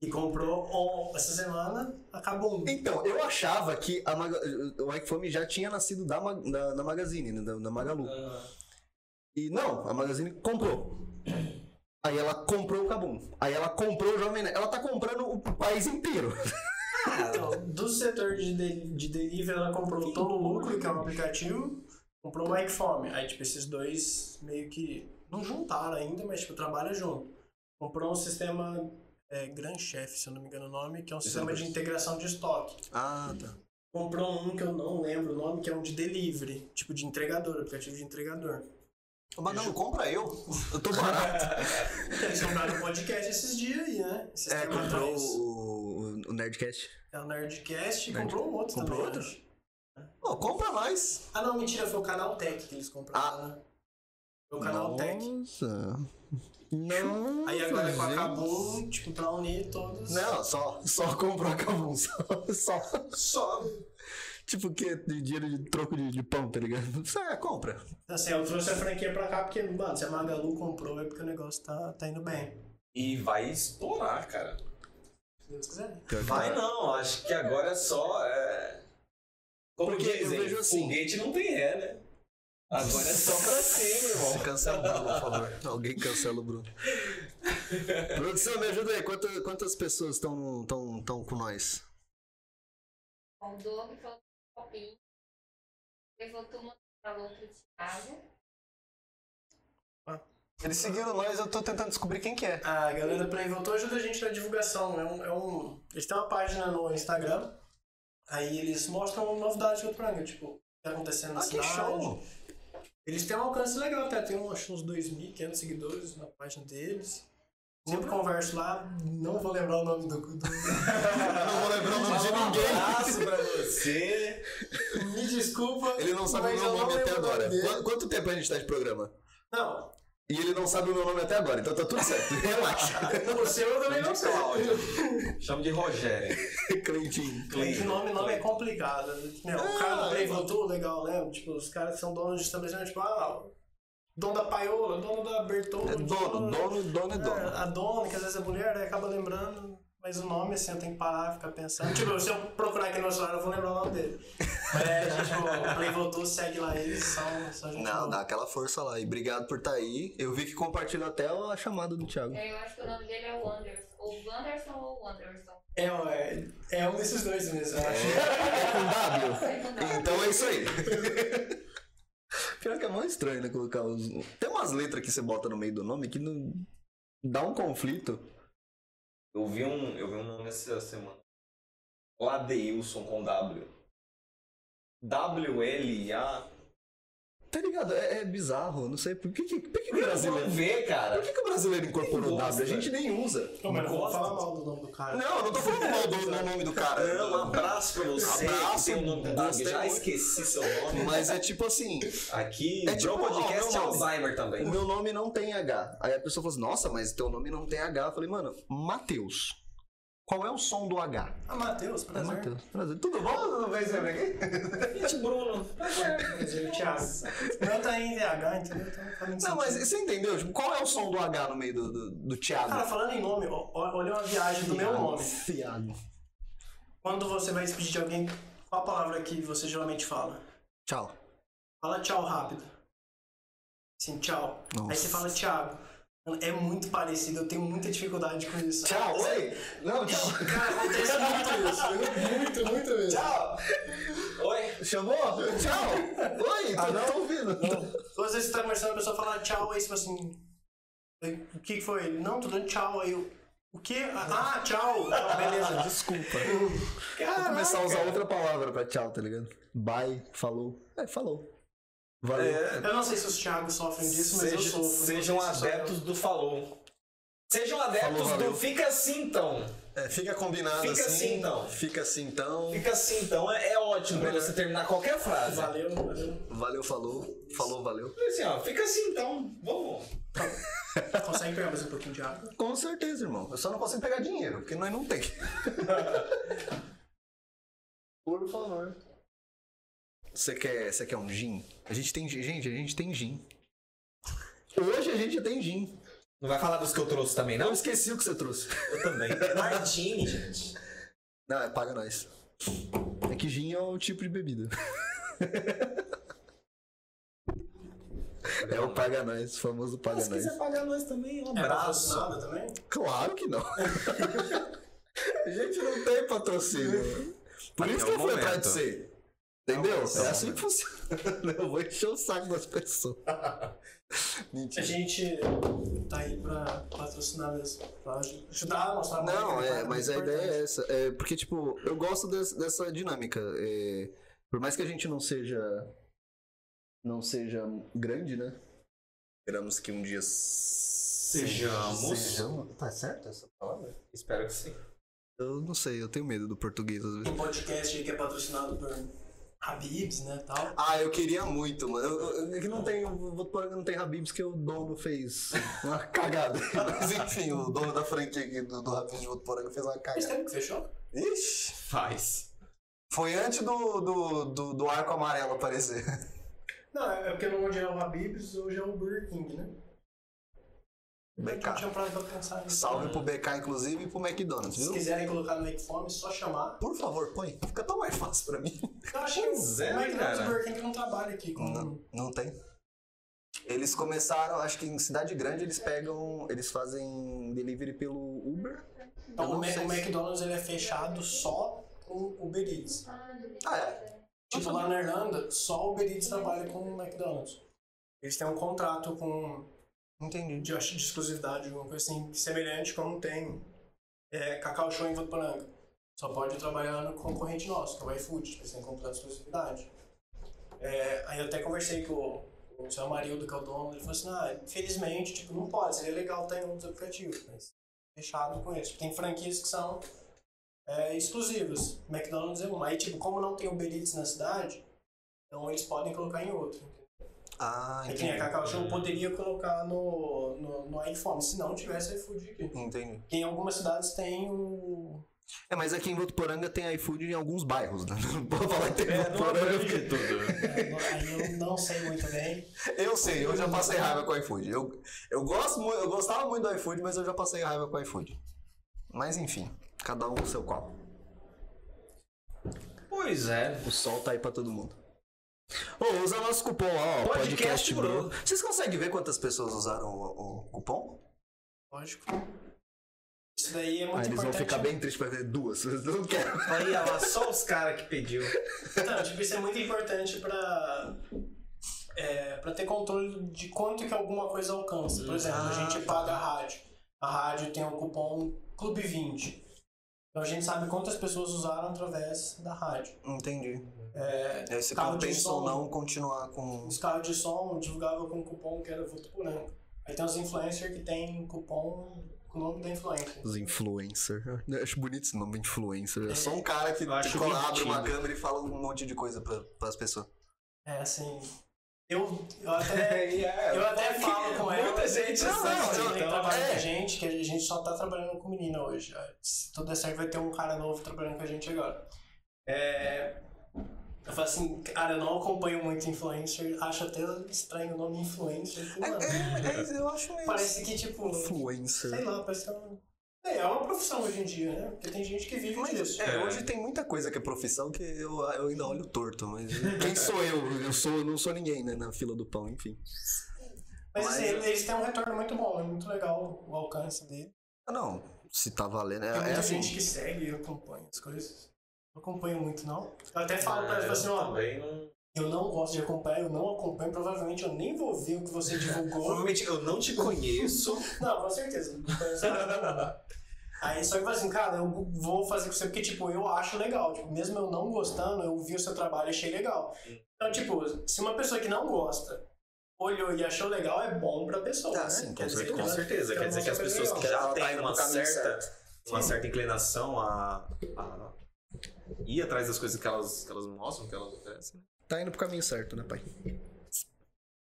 S3: E comprou, on- essa semana, acabou.
S2: Então, eu achava que a Maga... o Wakeform já tinha nascido da, Ma- da, da Magazine, né, da, da Magalu. E não, a Magazine comprou. Aí ela comprou o Kabum. Aí ela comprou o Jovem Nerd. Ela tá comprando o país inteiro.
S3: Então, do setor de, de, de delivery, ela comprou o Todo Lucro, que é um aplicativo, comprou o Wakeform. Aí, tipo, esses dois meio que não juntaram ainda, mas, tipo, trabalham junto. Comprou um sistema é, Grand Chef, se eu não me engano o nome, que é um sistema de integração de estoque.
S2: Ah, tá.
S3: Comprou um que eu não lembro o nome, que é um de delivery, tipo de entregador, aplicativo de entregador.
S2: Ô, Magalu, compra eu. Eu tô barato.
S3: Eles compraram um podcast esses dias aí, né? Esses
S2: É,
S3: tempos
S2: comprou
S3: atrás.
S2: o, o Nerdcast.
S3: É o Nerdcast e comprou um outro
S2: Comprou
S3: também.
S2: outro?
S3: acho.
S2: Não, compra nós.
S3: Ah, não, mentira, foi o Canal Tech que eles
S2: Ah.
S3: compraram. né? Foi o Canal Tech.
S2: Nossa. Não.
S3: Aí agora com a Kabum, tipo, pra unir todos.
S2: Não, só, só comprou a Kabum. (laughs) Só, só.
S1: Só.
S2: Tipo, que é de dinheiro de troco de, de pão, tá ligado? É, compra.
S3: Assim, eu trouxe a franquia pra cá porque, mano, se a Magalu comprou é porque o negócio tá, tá indo bem.
S1: E vai estourar, cara.
S3: Se Deus quiser.
S1: Vai não, acho que agora é só. É... Como
S2: Porque eu
S1: dizem,
S2: vejo assim-
S1: foguete não tem ré, né? Agora é só pra cima, irmão.
S2: (laughs) Cancela o Bruno, por favor. Alguém cancela o Bruno. Produção, me ajuda aí. Quanta- Quantas, pessoas estão tão, tão com nós?
S8: Bom, o Doug falou um copinho. Levantou uma para outra de Thiago.
S2: Eles seguiram nós, eu tô tentando descobrir quem que é.
S3: A galera do Play voltou ajuda a gente na divulgação. É um, é um... Eles têm uma página no Instagram. Aí eles mostram novidades do Pranga, tipo, o que tá acontecendo na
S2: Ah, que
S3: cidade.
S2: show!
S3: Eles têm um alcance legal até, tem um, acho, uns 2.500 seguidores na página deles. Sempre converso lá, não vou lembrar o nome do. do...
S2: Não vou lembrar o nome de
S1: Um
S2: ninguém.
S1: abraço pra
S2: (laughs)
S1: você.
S3: Me desculpa.
S2: Ele não sabe
S3: mas
S2: o meu
S3: eu não
S2: nome até
S3: lembro o
S2: agora.
S3: nome dele.
S2: Qu- Quanto tempo a gente tá de programa?
S3: Não,
S2: E ele não sabe o meu nome até agora, então tá tudo certo. (laughs) Relaxa.
S3: o seu eu também não sei.
S1: Cláudio. Chamo de Rogério.
S2: Cleitinho.
S3: O nome, nome é complicado. Tipo, Meu, o cara do
S2: é
S3: Play voltou, legal, né? Tipo, os caras que são donos de estabelecimento, tipo, ah, dono da Paiola, dono da Bertoldo.
S2: É dono, dono, dono é
S3: É,
S2: dono.
S3: a dona, que às vezes é mulher, né? acaba lembrando. Mas o nome, assim, eu tenho que parar, ficar pensando. Tipo, se eu procurar aqui no meu celular, eu vou lembrar o nome dele. Mas é, gente, o Play voltou, segue lá eles, são, são gente
S2: Não,
S3: boa.
S2: dá aquela força lá. E obrigado por estar aí. Eu vi que compartilhou até a chamada do Thiago.
S8: É, eu acho que o nome dele é Wanderson. Ou Wanderson ou Wanderson.
S3: É, ó, é, é um desses dois mesmo, eu acho.
S2: Com W.
S8: Vai mudar.
S2: Então é isso aí. (laughs) Pior que é mó estranho, né? Colocar os. Tem umas letras que você bota no meio do nome que não. dá um conflito.
S1: Eu vi um, eu vi um nome essa semana. Ladeilson com W. W-L-A.
S2: Tá ligado? É, é bizarro. Não sei. Por que, que, por que que o
S1: Brasileiro.
S2: brasileiro.
S1: ver, cara.
S2: Por que, que o brasileiro incorporou o
S1: Quem
S2: W?
S1: gosta?
S2: A gente nem usa.
S3: Não, mas não vou
S1: Gosta?
S3: falar mal do nome do cara.
S2: Não, eu não tô falando mal do, do nome do cara.
S1: Não, um abraço pra você.
S2: Abraço,
S1: Tem o nome do
S2: gostei
S1: Já
S2: muito.
S1: esqueci seu nome.
S2: Mas é tipo assim,
S1: Aqui,
S2: É tipo,
S1: Bro
S2: ó,
S1: Podcast
S2: meu nome.
S1: Alzheimer
S2: o
S1: também.
S2: meu nome não tem H. Aí a pessoa fala assim, nossa, mas teu nome não tem H. Eu falei, mano, Matheus. Qual é o som do H?
S3: Ah, Matheus,
S9: Tá
S2: É
S3: prazer.
S2: Matheus. Prazer. Tudo bom? Tudo bem, você né?
S1: Gente,
S2: (laughs)
S1: Bruno.
S3: Prazer, Thiago. Não tá em VH, entendeu? Então, fala em
S2: Não,
S3: sentido.
S2: mas você entendeu? Tipo, qual é o som do H no meio do, do, do
S3: Cara,
S9: Ah,
S2: Thiago?
S3: falando em nome, ó, ó, olha uma viagem do meu nome.
S2: Thiago.
S3: Quando você vai despedir de alguém, qual a palavra que você geralmente fala?
S2: Tchau.
S3: Fala tchau rápido. Assim, tchau.
S2: Nossa.
S3: Aí você fala Thiago. Mano, É muito parecido, eu tenho muita dificuldade com isso.
S2: Tchau, oi. Não, (laughs) tchau.
S3: Cara, acontece muito isso.
S9: Muito, muito mesmo.
S1: Tchau. Oi.
S9: Chamou?
S2: Tchau. Oi, tô,
S9: Ah, não?
S2: tô ouvindo.
S3: Ou às vezes você tá conversando, a pessoa fala tchau, aí você fala assim. "Oi, O que que foi? Ele, Não, tô dando tchau. Aí eu. O quê? Ah, tchau. Tá,
S2: (laughs)
S3: beleza.
S2: Desculpa. Vou começar a usar outra palavra pra tchau, tá ligado? Bye, falou. É, falou. Valeu.
S3: Eu não sei se os Thiago sofrem disso, mas eu
S1: Seja-
S3: sofro.
S1: sejam
S3: Não sei se
S1: adeptos do Falou. Sejam adeptos
S2: Falou, valeu.
S1: do Fica Assim Então.
S2: É, fica combinado
S1: Fica assim, então.
S2: Fica assim então.
S1: Fica assim então é, é ótimo pra você terminar qualquer frase.
S3: sou eu. Valeu, valeu.
S2: Valeu, falou. Falou, valeu.
S1: Assim, ó, fica assim então. Vamos.
S3: Consegue pegar mais um pouquinho de água?
S2: Com certeza, irmão. Eu só não consigo pegar dinheiro, porque nós não tem. (laughs) Por favor. Você quer, você quer um gin? A gente tem gin. Gente, a gente tem gin. Hoje a gente tem gin.
S1: Não vai falar dos que eu trouxe também,
S2: Não esqueci o que você trouxe.
S1: Eu
S2: (laughs)
S1: também. Martini, gente.
S2: Não, é paga nós. É que gin é o tipo de bebida. (laughs) É o paga nós, o famoso paga nós.
S1: pagar nós também, um
S2: É, Ah,
S3: Nada também?
S2: Claro que não. a gente não tem patrocínio. Por
S1: Até
S2: isso que eu
S1: o
S2: fui atrás
S1: momento.
S2: de você. Entendeu?
S1: Até o
S2: É assim que funciona. (laughs) Eu vou encher o saco
S1: (laughs)
S2: das pessoas.
S3: A
S2: Mentira.
S3: gente tá aí pra patrocinar mesmo. Pra ajudar a mostrar
S2: Não,
S3: marca,
S2: é,
S3: tá?
S2: mas a
S3: Importante.
S2: ideia é essa. É, porque, tipo, eu gosto des- dessa dinâmica. É, por mais que a gente não seja. Não seja grande, né? Esperamos que um dia.
S1: Sejamos.
S2: Sejamos. Tá certo essa palavra?
S1: Espero que sim.
S2: Eu não sei, eu tenho medo do português às vezes.
S3: Um podcast aí que é patrocinado por Habibs, né, tal.
S2: Ah, eu queria muito, mano. Eu, eu- é que não tem, eu vou pôr que não tem Habibs que o dono fez uma cagada. (laughs) Mas enfim, o dono da franquia aqui do, do Habibs de Votuporanga fez uma
S3: Mas
S2: cagada.
S3: tem que fechou?
S2: Ixi!
S1: Faz.
S2: Foi antes do, do, do, do arco amarelo aparecer. (laughs)
S3: Não, é é porque onde é o Habibs, hoje é o Burger King, né? Eu não
S2: BK.
S3: tinha parado pra pensar nisso.
S2: Salve pro BK, inclusive, e pro McDonald's,
S3: Se
S2: viu?
S3: quiserem colocar no Make Fome, é só chamar.
S2: Por favor, põe. Fica tão mais fácil pra mim.
S3: Eu acho que o
S1: Pois é,
S3: McDonald's
S1: cara.
S3: e o Burger King não trabalha aqui com...
S2: Não, não tem. Eles começaram, acho que em cidade grande eles pegam, eles fazem delivery pelo Uber.
S3: Então,
S2: Eu
S3: o,
S2: não
S3: Ma-
S2: sei
S3: o
S2: se-
S3: McDonald's ele é fechado só com Uber Eats.
S2: Ah, é?
S3: Tipo, lá na Irlanda, só o Uber Eats trabalha com o McDonald's. Eles têm um contrato com,
S2: Entendi.
S3: de, acho que de exclusividade, alguma coisa assim, semelhante como tem é, Cacau Show em Votuporanga. Só pode trabalhar no concorrente nosso, que é o iFood, tipo, eles têm contrato de exclusividade. É, aí eu até conversei com o, com o seu marido, que é o dono, ele falou assim, ah, infelizmente, tipo, não pode, seria legal ter em outros aplicativos, mas fechado com isso. Tem franquias que são é, exclusivas, McDonald's é uma. Aí, tipo, como não tem Uber Eats na cidade, então eles podem colocar em outro.
S2: Ah,
S3: É que nem a
S2: entendi.
S3: Cacau Show poderia colocar no, no, no iFome, se não tivesse iFood aqui.
S2: Entendi.
S3: Porque em algumas cidades tem o.
S2: É, mas aqui em Votuporanga tem iFood em alguns bairros, né? (laughs) Não pode falar que tem
S1: É, não
S2: Votuporanga.
S1: abrange
S2: porque-
S1: tudo.
S3: é, no- Aí eu não sei muito bem.
S2: Eu sei, eu já passei raiva com iFood. Eu, eu, gosto, mu- eu gostava muito do iFood, mas eu já passei raiva com iFood. Mas enfim. Cada um o seu qual.
S1: Pois é.
S2: O sol tá aí pra todo mundo. Ô, usa nosso cupom lá, ó. Podcast,
S1: Podcast
S2: Bro.
S1: Bro.
S2: Vocês conseguem ver quantas pessoas usaram o, o cupom?
S3: Lógico. Isso daí é muito
S2: Aí Ah, eles vão
S3: importante.
S2: ficar bem tristes pra ver duas. (laughs) Eu não quero.
S1: Aí, ó, lá, só os caras que pediu.
S3: Não, tipo, isso é muito importante pra, é, pra ter controle de quanto que alguma coisa alcança. Por exemplo, a gente paga a rádio. A rádio tem o cupom Clube 20. Então a gente sabe quantas pessoas usaram através da rádio.
S2: Entendi.
S3: É,
S2: E aí você
S3: Carro de
S2: compensa
S3: som.
S2: ou não continuar com.
S3: os carros de som divulgavam com o cupom que era Votuporanga. Aí tem os influencers que tem cupom com o nome da influencer.
S2: Os influencer. Eu acho bonito esse nome, influencer.
S6: É só um cara que
S1: Eu acho
S6: cola- abre
S1: divertido.
S6: uma câmera e fala um monte de coisa pra, pras pessoas.
S3: É assim. Eu, eu até.
S1: É,
S3: Eu até falo com ela.
S1: Muita gente
S3: Não, não,
S1: assiste,
S3: não,
S1: então.
S3: trabalha com a
S1: É.
S3: gente, que a gente só tá trabalhando com menina hoje. É, Se tudo der certo, vai ter um cara novo trabalhando com a gente agora. É, Eu falo assim, cara, eu não acompanho muito influencer, acho até estranho o nome influencer. porque, mano,
S2: É, é, eu acho mesmo.
S3: parece que, tipo, sei
S2: Influencer.
S3: lá, parece que é um- é, é uma profissão hoje em dia, né? Porque tem gente que vive
S2: Mas
S3: disso.
S2: é, hoje tem muita coisa que é profissão que eu, eu ainda olho torto, mas (laughs) quem sou eu? Eu sou, não sou ninguém, né? Na fila do pão, enfim.
S3: Mas, assim,
S2: mas-
S3: eles têm um retorno muito bom, é muito legal o alcance dele.
S2: Ah, Não, se tá valendo.
S3: Tem
S2: É, é
S3: muita
S2: assim.
S3: gente que segue e acompanha as coisas. Não acompanho muito, não. Eu até falo pra eles, falo assim, ó,
S1: É, também não.
S3: Eu não gosto de acompanhar, eu não acompanho, provavelmente eu nem vou ver o que
S2: (laughs)
S3: você divulgou.
S1: Provavelmente eu não te conheço.
S3: não, com certeza. não conheço nada. Aí só que eu falo assim, cara, eu vou fazer com você porque, tipo, eu acho legal. Tipo, mesmo eu não gostando, eu vi o seu trabalho e achei legal. Então, tipo, se uma pessoa que não gosta olhou e achou legal, é bom pra pessoa.
S2: Ah,
S3: né?
S2: sim, com
S3: Quer dizer
S1: (laughs)
S3: que é
S1: Com
S3: ela-
S1: certeza. Quer dizer que as pessoas que
S2: Ela
S1: já
S2: tá
S1: têm
S2: indo
S1: uma
S2: pro caminho
S1: certa, uma certa inclinação a, a ir atrás das coisas que elas, que elas mostram, que elas oferecem. né?
S2: Tá indo pro caminho certo, né, pai?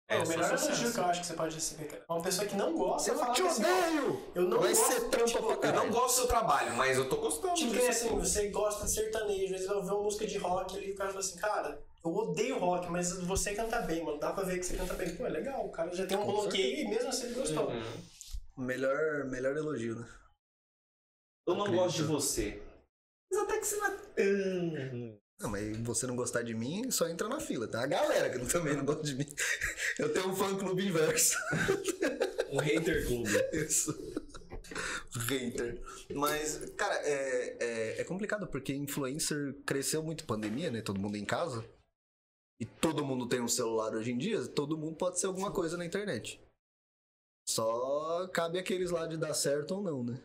S3: É,
S1: só
S3: o
S1: um
S3: melhor
S1: sucesso.
S3: elogio que eu acho que você pode receber, cara. Uma pessoa que não gosta,
S2: Eu
S3: fala
S2: te
S3: assim,
S2: odeio!
S3: eu não
S2: Vai
S3: gosto.
S2: ser trampa pra
S1: Eu
S2: caralho.
S1: não gosto do seu trabalho, mas eu tô gostando.
S3: Tipo, que nem
S1: disso.
S3: assim, você gosta de sertanejo, às vezes eu ver uma música de rock ali e o cara fala assim, cara, eu odeio rock, mas você canta bem, mano. Dá pra ver que você canta bem. Pô, é legal, o cara já tem um
S2: Com
S3: bloqueio e mesmo assim ele gostou.
S1: Uhum.
S2: Melhor, melhor elogio, né?
S1: Eu não
S2: Acredito.
S1: gosto de você. Mas até que você não é tão ruim.
S2: Não, mas você não gostar de mim, só entra na fila. Tem a galera que também não gosta de mim. (laughs) Eu tenho um fã clube inverso.
S1: Um hater clube.
S2: Isso. Hater. Mas, cara, é, é, é complicado porque influencer cresceu muito pandemia, né? Todo mundo em casa. E todo mundo tem um celular hoje em dia, todo mundo pode ser alguma coisa na internet. Só cabe aqueles lá de dar certo ou não, né?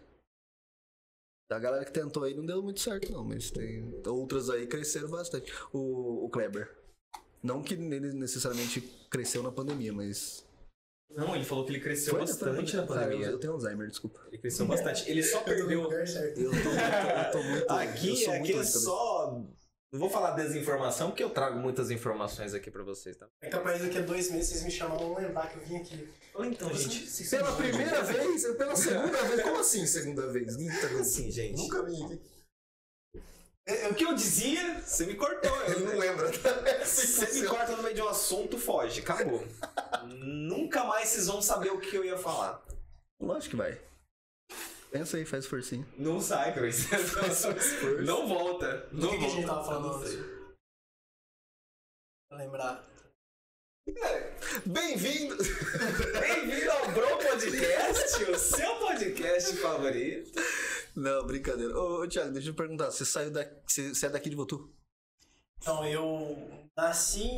S2: Da galera que tentou aí não deu muito certo, não, mas tem outras aí que cresceram bastante. O, o Kleber. Não que ele necessariamente cresceu na pandemia, mas.
S1: Não, ele falou que ele cresceu
S2: Foi, foi
S1: bastante na
S2: Cara, eu-
S1: pandemia.
S2: Eu tenho Alzheimer, desculpa.
S1: Ele cresceu bastante. Ele (laughs) só perdeu.
S2: Eu tô, eu tô muito. eu
S1: Aqui,
S2: sou
S1: aqui é
S2: muito ruim de cabeça.
S1: só. Não vou falar desinformação, porque eu trago muitas informações aqui pra vocês, tá?
S3: É capaz daqui a dois meses vocês me chamarem vão lembrar que eu vim aqui.
S1: Então, gente.
S2: Pela primeira vez, pela segunda vez. Como assim, segunda vez? Não tá acontecendo.
S1: Assim, gente.
S2: Nunca vim aqui.
S1: É, O que eu dizia, você me cortou.
S2: Eu não lembro.
S1: Você me corta no meio de um assunto, foge. Acabou. Nunca mais vocês vão saber o que eu ia falar.
S2: Lógico que vai. Pensa aí, faz forcinho.
S1: Não sai, Chris. Não volta.
S3: Do
S1: Não
S3: que, que a gente
S1: volta.
S3: tava falando antes? Pra lembrar.
S2: Bem-vindo!
S1: Bem-vindo ao Bro Podcast, o seu podcast favorito.
S2: Não, brincadeira. Ô, ô, Thiago, deixa eu perguntar. Você saiu da. Você, você é daqui de Votu?
S3: Então, eu nasci,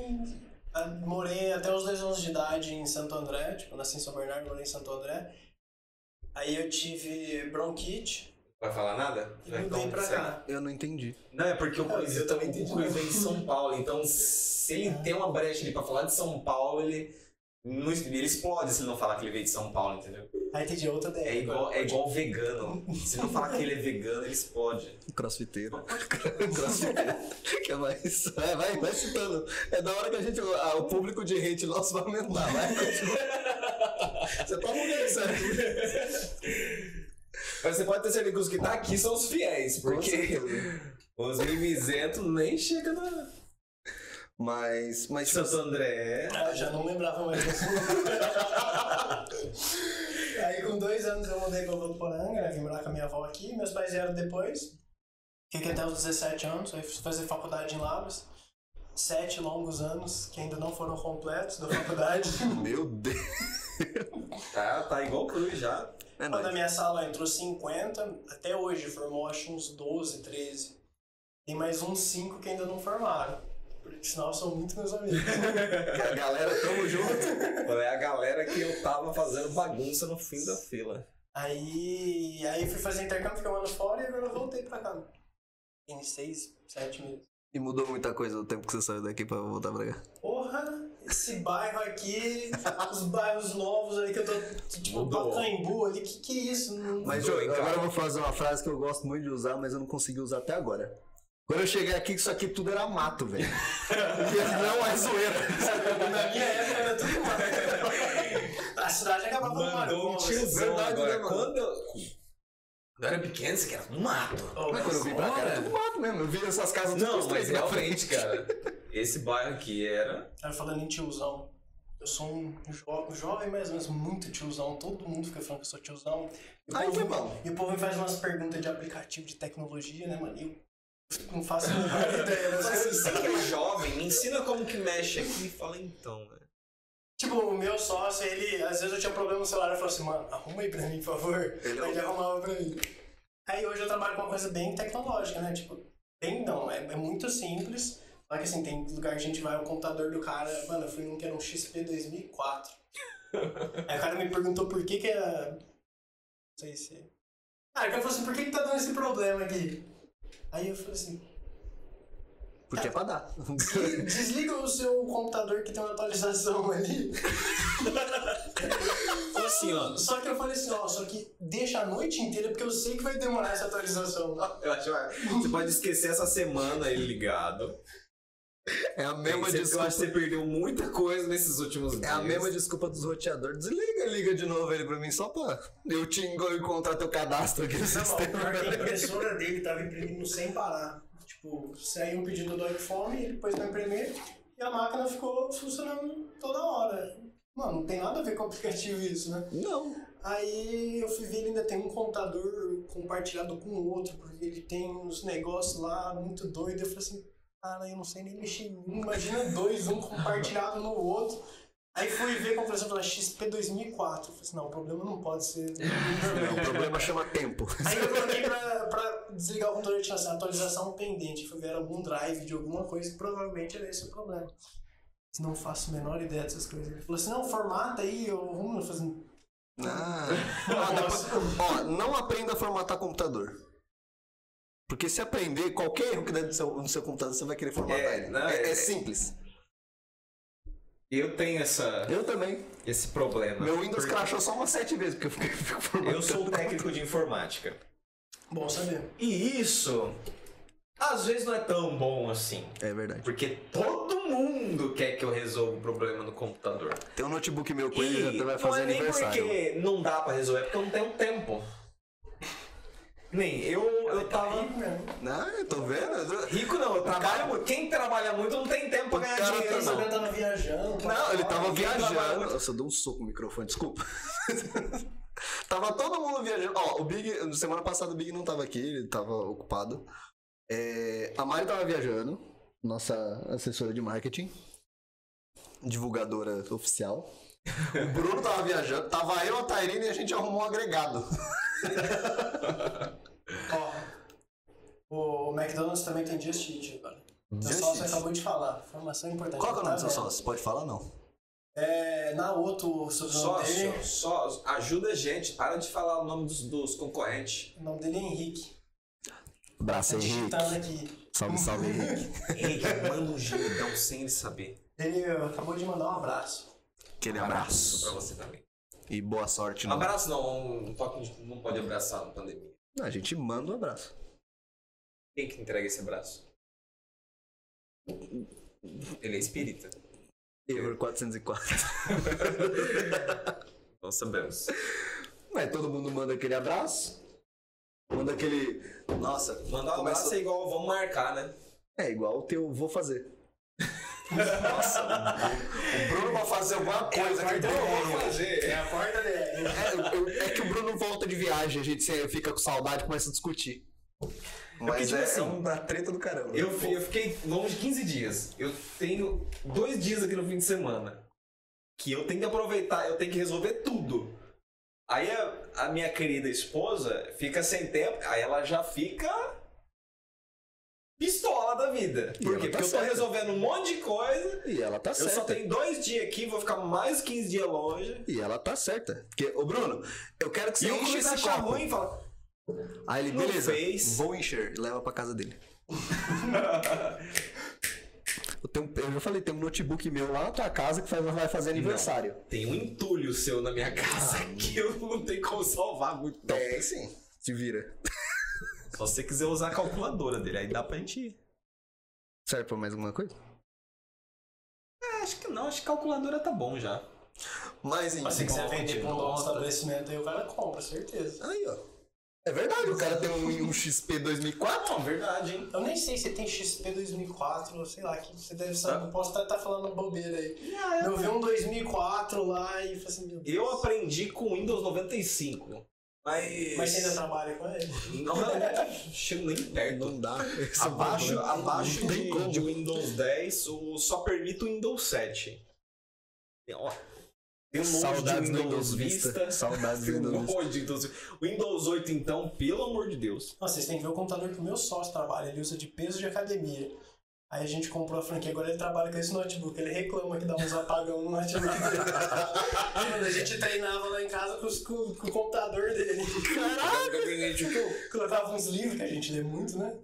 S3: a- morei até os dois anos de idade em Santo André, tipo, nasci em São Bernardo, morei em Santo André. Aí eu tive bronquite
S1: Vai falar nada?
S3: e mudei pra cá.
S2: Eu não entendi.
S1: Não, é porque o
S3: Não,
S1: Chris
S3: eu
S1: tá
S3: também entendi.
S1: o Chris vem de São Paulo, então se ele tem uma brecha ali pra falar de São Paulo, ele, não- ele explode se ele não falar que ele veio de São Paulo, entendeu?
S3: Aí tem de outra DR.
S1: É igual, é igual vegano. Se não falar que ele é vegano, ele explode.
S2: Crossfiteiro. (laughs) Crossfiteiro. que é mais? Vai, vai, vai citando. É da hora que a gente. ah, o público de hate nosso vai aumentar. Vai, continua. (laughs) Você toma um lugar certo.
S1: Mas você pode ter certeza que os que tá aqui são os fiéis,
S2: Com
S1: porque
S2: certeza.
S1: os mimizentos nem chegam na.
S2: Mas, mas
S1: Santo André.
S3: Ah, eu já não lembrava mais (laughs) disso. Aí com dois anos eu mudei pra Votuporanga, né? Vim morar com a minha avó aqui, meus pais vieram depois. Fiquei até os 17 anos, aí fui fazer faculdade em Lavras. Sete longos anos que ainda não foram completos
S1: (laughs)
S3: da faculdade.
S2: meu Deus.
S1: Tá, tá igual cruz já.
S2: É
S3: Quando a
S2: nóis.
S3: minha sala entrou 50, até hoje formou acho uns 12, 13. Tem mais uns 5 que ainda não formaram. Por sinal, são muito meus amigos.
S2: (laughs) Galera, tamo junto.
S1: É a galera que eu tava fazendo bagunça no fim da fila.
S3: Aí, aí fui fazer intercâmbio, fiquei um ano fora e agora eu voltei pra cá. Tem seis, sete meses.
S2: (laughs) E mudou muita coisa no tempo que você saiu daqui pra voltar pra cá.
S3: Porra, esse bairro aqui, os bairros novos ali que eu tô, que, tipo,
S1: Mudou.
S3: Pacaembu ali, que que é isso? Não-
S2: Mas
S1: Mudou,
S2: Jô,
S1: hein,
S2: agora
S1: cara?
S2: eu vou fazer uma frase que eu gosto muito de usar, mas eu não consegui usar até agora. Quando eu cheguei aqui, isso aqui tudo era mato, (laughs) velho. E não é zoeira.
S3: Na minha época era tudo
S1: (laughs)
S3: mato. A cidade acabava com
S1: Mandou um
S3: maconha.
S1: tiozão
S2: Verdade,
S1: agora.
S2: né, mano?
S1: Quando eu... Quando eu era pequeno, você quer um mato.
S3: Oh,
S2: Mas quando eu vim pra cá, era
S1: Olha.
S2: tudo mato mesmo. Eu vi essas casas tudo
S1: Não, mas
S2: construídas na
S1: realmente,
S2: frente.
S1: cara. Esse bairro aqui era...
S3: Aí falando em tiozão, eu sou um jo- jovem, mas, mas muito tiozão. Todo mundo fica falando que eu sou tiozão. E o
S2: Aí
S3: povo-
S2: que bom.
S3: E o povo me faz umas perguntas de aplicativo de tecnologia, né, mano? E eu não faço a
S2: (laughs)
S3: menor ideia das coisas.
S1: Você que é jovem, me ensina como que mexe aqui e fala então, né?
S3: Tipo, o meu sócio, ele, às vezes eu tinha problema no celular, eu falava assim, mano, arruma aí pra mim, por favor.
S2: Ele é
S3: Aí
S2: o-
S3: ele arrumava pra mim. Aí hoje eu trabalho com uma coisa bem tecnológica, né? Tipo, bem não, é, é muito simples. Só que assim, tem lugar que a gente vai, o computador do cara, mano, eu fui num que era um
S2: (laughs)
S3: XP 2004. aí o cara me perguntou por que que era... Não sei se... Cara, que eu falei assim, por que que tá dando esse problema aqui? Aí eu falei assim,
S2: Porque é pra dar.
S3: Desliga o seu computador que tem uma atualização ali.
S1: Assim, ó.
S3: Só que eu falei assim, ó, só que deixa a noite inteira porque eu sei que vai demorar essa (laughs) atualização.
S1: Eu acho, que você pode esquecer essa semana aí ligado.
S2: É a (laughs)
S1: Eu
S2: mesma
S1: acho que
S2: desculpa.
S1: você perdeu muita coisa nesses últimos dias.
S2: É a mesma desculpa dos roteadores. Desliga e liga de novo ele pra mim, só pra eu te engo- encontrar teu cadastro aqui no
S3: Não, o
S2: sistema.
S3: pior que É a impressora dele tava imprimindo sem parar. Tipo, saiu um pedido do iPhone, ele pôs pra imprimir e a máquina ficou funcionando toda hora. Mano, não tem nada a ver com o aplicativo isso, né?
S2: Não.
S3: Aí eu fui ver, ele ainda tem um computador compartilhado com o outro, porque ele tem uns negócios lá muito doido. Eu falei assim, cara, eu não sei nem mexer em um. Imagina dois, um compartilhado no outro. Aí fui ver como compressão pela XP 2004. Eu falei assim, não, o problema não pode ser.
S2: Não, o problema chama tempo.
S3: Aí eu coloquei pra, pra desligar o computador, tinha assim, atualização pendente. Fui ver algum drive de alguma coisa que provavelmente era esse o problema. Eu Não faço a menor ideia dessas coisas. Ele falou assim, não, formata aí, eu arrumo. Eu falei assim,
S2: Ah. Ah, dá
S3: nossa.
S2: pra- Ó, não aprenda a formatar computador. Porque se aprender, qualquer erro que der no seu, no seu computador, você vai querer formatar
S1: É,
S2: ele.
S1: não,
S2: é,
S1: é-
S2: é simples.
S1: Eu tenho essa,
S2: Eu também.
S1: esse problema.
S2: Meu Windows
S1: Porque
S2: crashou só umas sete vezes, porque eu fico, fico formatando.
S1: Eu sou um técnico de informática.
S3: Bom saber.
S1: E isso, às vezes não é tão bom assim.
S2: É verdade.
S1: Porque todo mundo quer que eu resolva o problema no computador.
S2: Tem um notebook meu com ele,
S1: E
S2: ele vai
S1: não
S2: fazer
S1: é nem
S2: aniversário.
S1: porque não dá pra resolver, é porque eu não tenho tempo. Nem, eu, eu
S2: tá
S1: tava...
S2: Ah, eu tô vendo.
S1: Rico não, eu trabalho muito. Quem trabalha muito não tem tempo pra
S2: O
S1: ganhar
S2: cara
S1: dinheiro, né?
S2: tá-
S1: não.
S3: Ele né? tava viajando.
S2: Não, ele tava
S1: Ninguém trabalha
S2: viajando.
S1: muito.
S2: Nossa, eu dei um soco no microfone, desculpa. (laughs) tava todo mundo viajando. Ó, o Big. Semana passada o Big não tava aqui, ele tava ocupado. É, a Mari tava viajando, nossa assessora de marketing, divulgadora oficial. O Bruno tava viajando, tava eu, a Tairina e a gente arrumou um agregado.
S3: Ó, o McDonald's também tem Just Eat agora. Meu
S2: Just
S3: sócio
S2: Eat.
S3: acabou de falar. Informação importante.
S2: Qual que é o nome do seu
S3: Tá
S2: sócio? Pode falar não?
S3: vendo? É, Naoto, o sobrenome
S1: Sócio,
S3: dele.
S1: só ajuda a gente, para de falar o nome dos, dos concorrentes.
S3: O nome dele é Henrique.
S2: Braço
S3: Tá
S2: Henrique.
S3: digitando aqui.
S2: Salve, salve Henrique. (laughs)
S1: Henrique, manda um gemidão sem ele saber.
S3: Ele acabou de mandar um abraço.
S2: Aquele
S1: Pra
S2: abraço.
S1: você também.
S2: E boa sorte
S1: Um
S2: no.
S1: abraço não, um toque de- não pode abraçar na pandemia.
S2: Não, A gente manda um abraço.
S1: Quem que entrega esse abraço? Ele é espírita.
S2: Ever 404.
S1: Nós sabemos.
S2: Mas todo mundo manda aquele abraço. Manda aquele. Nossa,
S1: Mandar um
S2: começa-
S1: abraço é igual, vamos marcar, né?
S2: É igual o teu vou fazer.
S6: Nossa, o, o Bruno vai fazer alguma coisa aqui
S1: Então,
S6: pro Bruno.
S3: É a porta dele.
S2: É, eu- eu- é que o Bruno volta de viagem, a gente se- fica com saudade e começa a discutir.
S6: Mas
S1: tipo
S6: é,
S1: assim,
S6: é uma treta do caramba.
S1: Eu, fi- eu fiquei longe 15 dias. Eu tenho dois dias aqui no fim de semana. Que eu tenho que aproveitar, eu tenho que resolver tudo. Aí a, a minha querida esposa fica sem tempo, aí ela já fica pistola da vida.
S2: E
S1: Por
S2: ela
S1: quê?
S2: tá
S1: Porque eu tô
S2: certa.
S1: resolvendo um monte de coisa,
S2: E ela tá
S1: eu
S2: certa.
S1: só tenho dois dias aqui, vou ficar mais 15 dias longe.
S2: E ela tá certa. Porque, ô Bruno, eu quero que
S1: E tá
S2: você
S1: eu
S2: enche
S1: começo a
S2: esse
S1: achar
S2: copo.
S1: ruim e falo,
S2: Aí ele,
S1: Não
S2: beleza,
S1: fez.
S2: vou encher e leva pra casa (laughs) dele. eu, tenho- eu já falei, tem um notebook meu lá na tua casa que faz- vai fazer aniversário.
S1: tem um entulho seu na
S2: Ah,
S1: minha casa que eu não tenho como salvar muito. não.
S6: Tem sim.
S2: Te Então, vira.
S1: Só se você quiser usar a calculadora dele, aí dá pra gente ir.
S2: Serve pra mais alguma coisa?
S1: É, Acho que não, acho que calculadora tá bom já.
S6: Mas
S2: um.
S6: enfim.
S1: Assim que você
S3: Bom,
S1: vende
S3: tipo,
S1: pro
S3: um
S1: Losta.
S3: estabelecimento aí, o cara compra, certeza.
S6: Aí, ó.
S2: É verdade, o cara tem um, um XP 2004.
S1: Não, verdade, hein?
S3: Eu nem sei se tem XP 2004, ou sei lá, que você deve saber. Não posso estar tá falando bobeira aí. Eu vi um 2004 lá e falei assim, meu Deus.
S1: Eu aprendi com Windows 95. Mas. tá-
S3: Mas você ainda trabalha com ele?
S1: Não, chego nem perto.
S2: Não dá. Esse
S1: Abaixo,
S2: bagulho.
S1: abaixo
S2: Não tem
S1: de,
S2: como.
S1: de um Windows 10, o, só permite o Windows 7. Tem, ó, tem um monte de
S2: Saudades do
S1: Windows
S2: Windows
S1: Vista.
S2: Vista. Saudades do
S1: Tem um
S2: Windows Vista.
S1: monte de Windows Vista. Windows 8, então, pelo amor de Deus.
S3: Nossa, vocês têm que ver o computador que o meu sócio trabalha. Ele usa de peso de academia. Aí a gente comprou a franquia, agora ele trabalha com esse notebook. Ele reclama que dá uns apagão no notebook dele. Mano, a gente treinava lá em casa com, os- com- com o computador dele. Colocava uns livros, que a gente lê muito, né?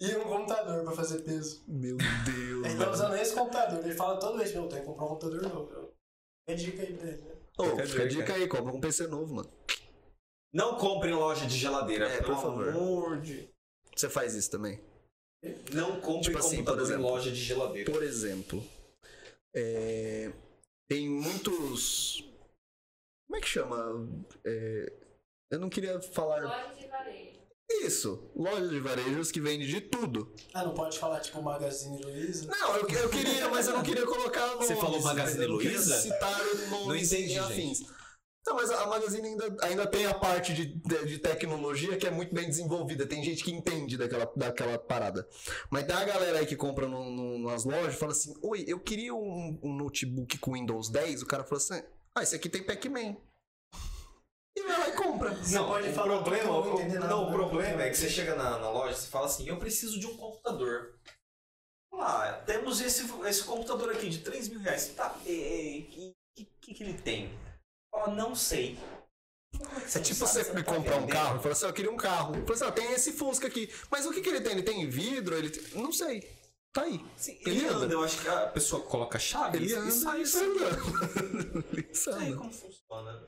S3: E um computador pra fazer peso.
S2: Meu Deus.
S3: Ele tá usando esse computador. Ele fala toda vez, meu, tem que comprar um computador novo. É dica aí pra ele, né?
S2: Ô,
S1: Fica a
S2: fica a
S1: dica.
S2: dica aí, compra um PC novo, mano.
S1: Não compre em loja de geladeira,
S2: É,
S1: pelo
S2: por favor.
S1: amor de
S2: Você faz isso também?
S1: Não compre
S2: Tipo assim,
S1: computador
S2: por
S1: em
S2: exemplo.
S1: loja de geladeira.
S2: Por exemplo, é, tem muitos. Como é que chama? É, eu não queria falar
S8: Loja de varejo.
S2: isso. Lojas de varejos que vende de tudo.
S3: Ah, não pode falar, tipo, Magazine Luiza?
S2: Não, eu, eu queria, mas eu não queria colocar nomes.
S1: Você falou Magazine
S2: entendeu? Eu queria
S1: Luiza?
S2: Citar nomes
S1: Não entendi,
S2: e
S1: gente.
S2: afins. Não, mas a Magazine ainda, ainda tem a parte de, de, de tecnologia que é muito bem desenvolvida. Tem gente que entende daquela, daquela parada. Mas tem a galera aí que compra no- no- nas lojas e fala assim: Oi, eu queria um, um notebook com Windows 10. O cara fala assim: Ah, esse aqui tem Pac-Man. E vai lá e compra.
S1: Não,
S3: pode
S1: o
S3: falar,
S1: problema,
S3: eu não
S1: o,
S3: vou entender nada,
S1: não, o
S3: né?
S1: problema é que você chega na, na loja e fala assim, eu preciso de um computador. Ah, temos esse, esse computador aqui de 3 mil reais. Tá, e- e- e- que, que, que ele tem? Fala, não sei.
S2: É tipo você me
S1: tá
S2: comprar um carro e falar assim, "Ah, eu queria um carro. Fala assim, "Ah, tem esse Fusca aqui. Mas o que, que ele tem? Ele tem vidro? Ele tem-" Não sei. Tá aí.
S1: Sim,
S2: Ele
S1: ele, anda.
S2: anda.
S1: eu acho que a pessoa coloca a chave
S2: Ele
S1: e-
S2: anda
S1: e sai. assim,
S2: e sai andando. (laughs)
S1: Não
S2: Ele sai
S1: sei
S2: andando.
S1: como funciona.